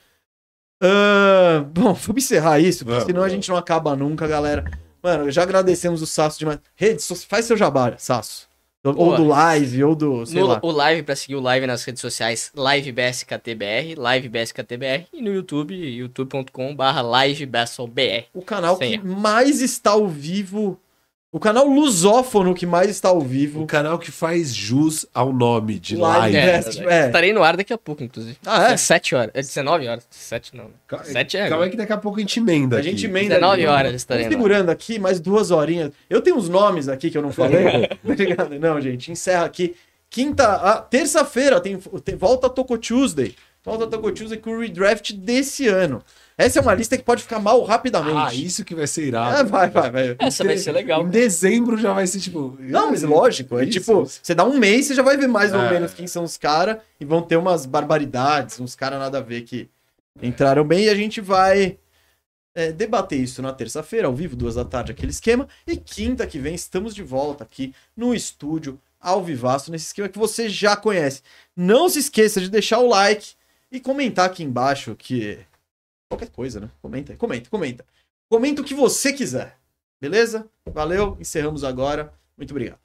[SPEAKER 1] Ah, bom, vamos encerrar isso, porque
[SPEAKER 3] Vamos,
[SPEAKER 1] senão
[SPEAKER 3] vamos.
[SPEAKER 1] a gente não acaba nunca, galera. Mano, já agradecemos o Sasso demais. Rede, so- faz seu jabá, Sasso. Ou, ou
[SPEAKER 2] Boa.
[SPEAKER 1] do live, ou do. Sei
[SPEAKER 2] No-
[SPEAKER 1] lá.
[SPEAKER 2] o live, pra seguir o live nas redes sociais, livebsktbr, livebsktbr, e no YouTube, youtube.com.br, livebassolbr.
[SPEAKER 1] O canal
[SPEAKER 2] Sim,
[SPEAKER 1] que
[SPEAKER 2] é.
[SPEAKER 1] mais está ao vivo. O canal lusófono que mais está ao
[SPEAKER 3] O
[SPEAKER 1] vivo.
[SPEAKER 3] canal que faz jus ao nome de
[SPEAKER 1] Live,
[SPEAKER 3] live.
[SPEAKER 1] é. é.
[SPEAKER 2] Estarei no ar daqui a pouco, inclusive.
[SPEAKER 1] Ah, é?
[SPEAKER 2] 17 horas. É 19 horas. 7 não. né?
[SPEAKER 3] Ca-
[SPEAKER 2] Sete é,
[SPEAKER 3] Calma
[SPEAKER 2] né?
[SPEAKER 3] aí que daqui a pouco a gente emenda
[SPEAKER 1] A gente
[SPEAKER 3] aqui.
[SPEAKER 1] emenda. né?
[SPEAKER 2] 19 horas
[SPEAKER 1] Tô
[SPEAKER 2] estarei no ar.
[SPEAKER 1] segurando aqui mais duas horinhas. Eu tenho uns nomes aqui que eu não falei. Obrigado. não, gente, encerra aqui. Quinta, ah, terça-feira tem, tem- volta a Toco Tuesday. Volta a Toco Tuesday com o redraft desse ano. Essa é uma lista que pode ficar mal
[SPEAKER 3] Ah,
[SPEAKER 1] rapidamente.
[SPEAKER 3] isso que É, vai ser
[SPEAKER 1] Ah,
[SPEAKER 3] irado.
[SPEAKER 1] vai, vai, vai.
[SPEAKER 2] Essa vai ser legal.
[SPEAKER 3] Em dezembro já vai ser tipo.
[SPEAKER 1] Não, mas lógico, é
[SPEAKER 3] Isso.
[SPEAKER 1] tipo, você dá um mês, você já vai ver mais ou
[SPEAKER 3] É.
[SPEAKER 1] menos quem são os caras e vão ter umas barbaridades, uns caras nada a ver que entraram bem e a gente vai é, debater isso na terça-feira, ao vivo, duas da tarde, aquele esquema. E quinta que vem estamos de volta aqui no estúdio, ao vivaço, nesse esquema que você já conhece. Não se esqueça de deixar o like e comentar aqui embaixo que... Qualquer coisa, né? Comenta, aí, comenta, comenta. Comenta o que você quiser. Beleza? Valeu, encerramos agora. Muito obrigado.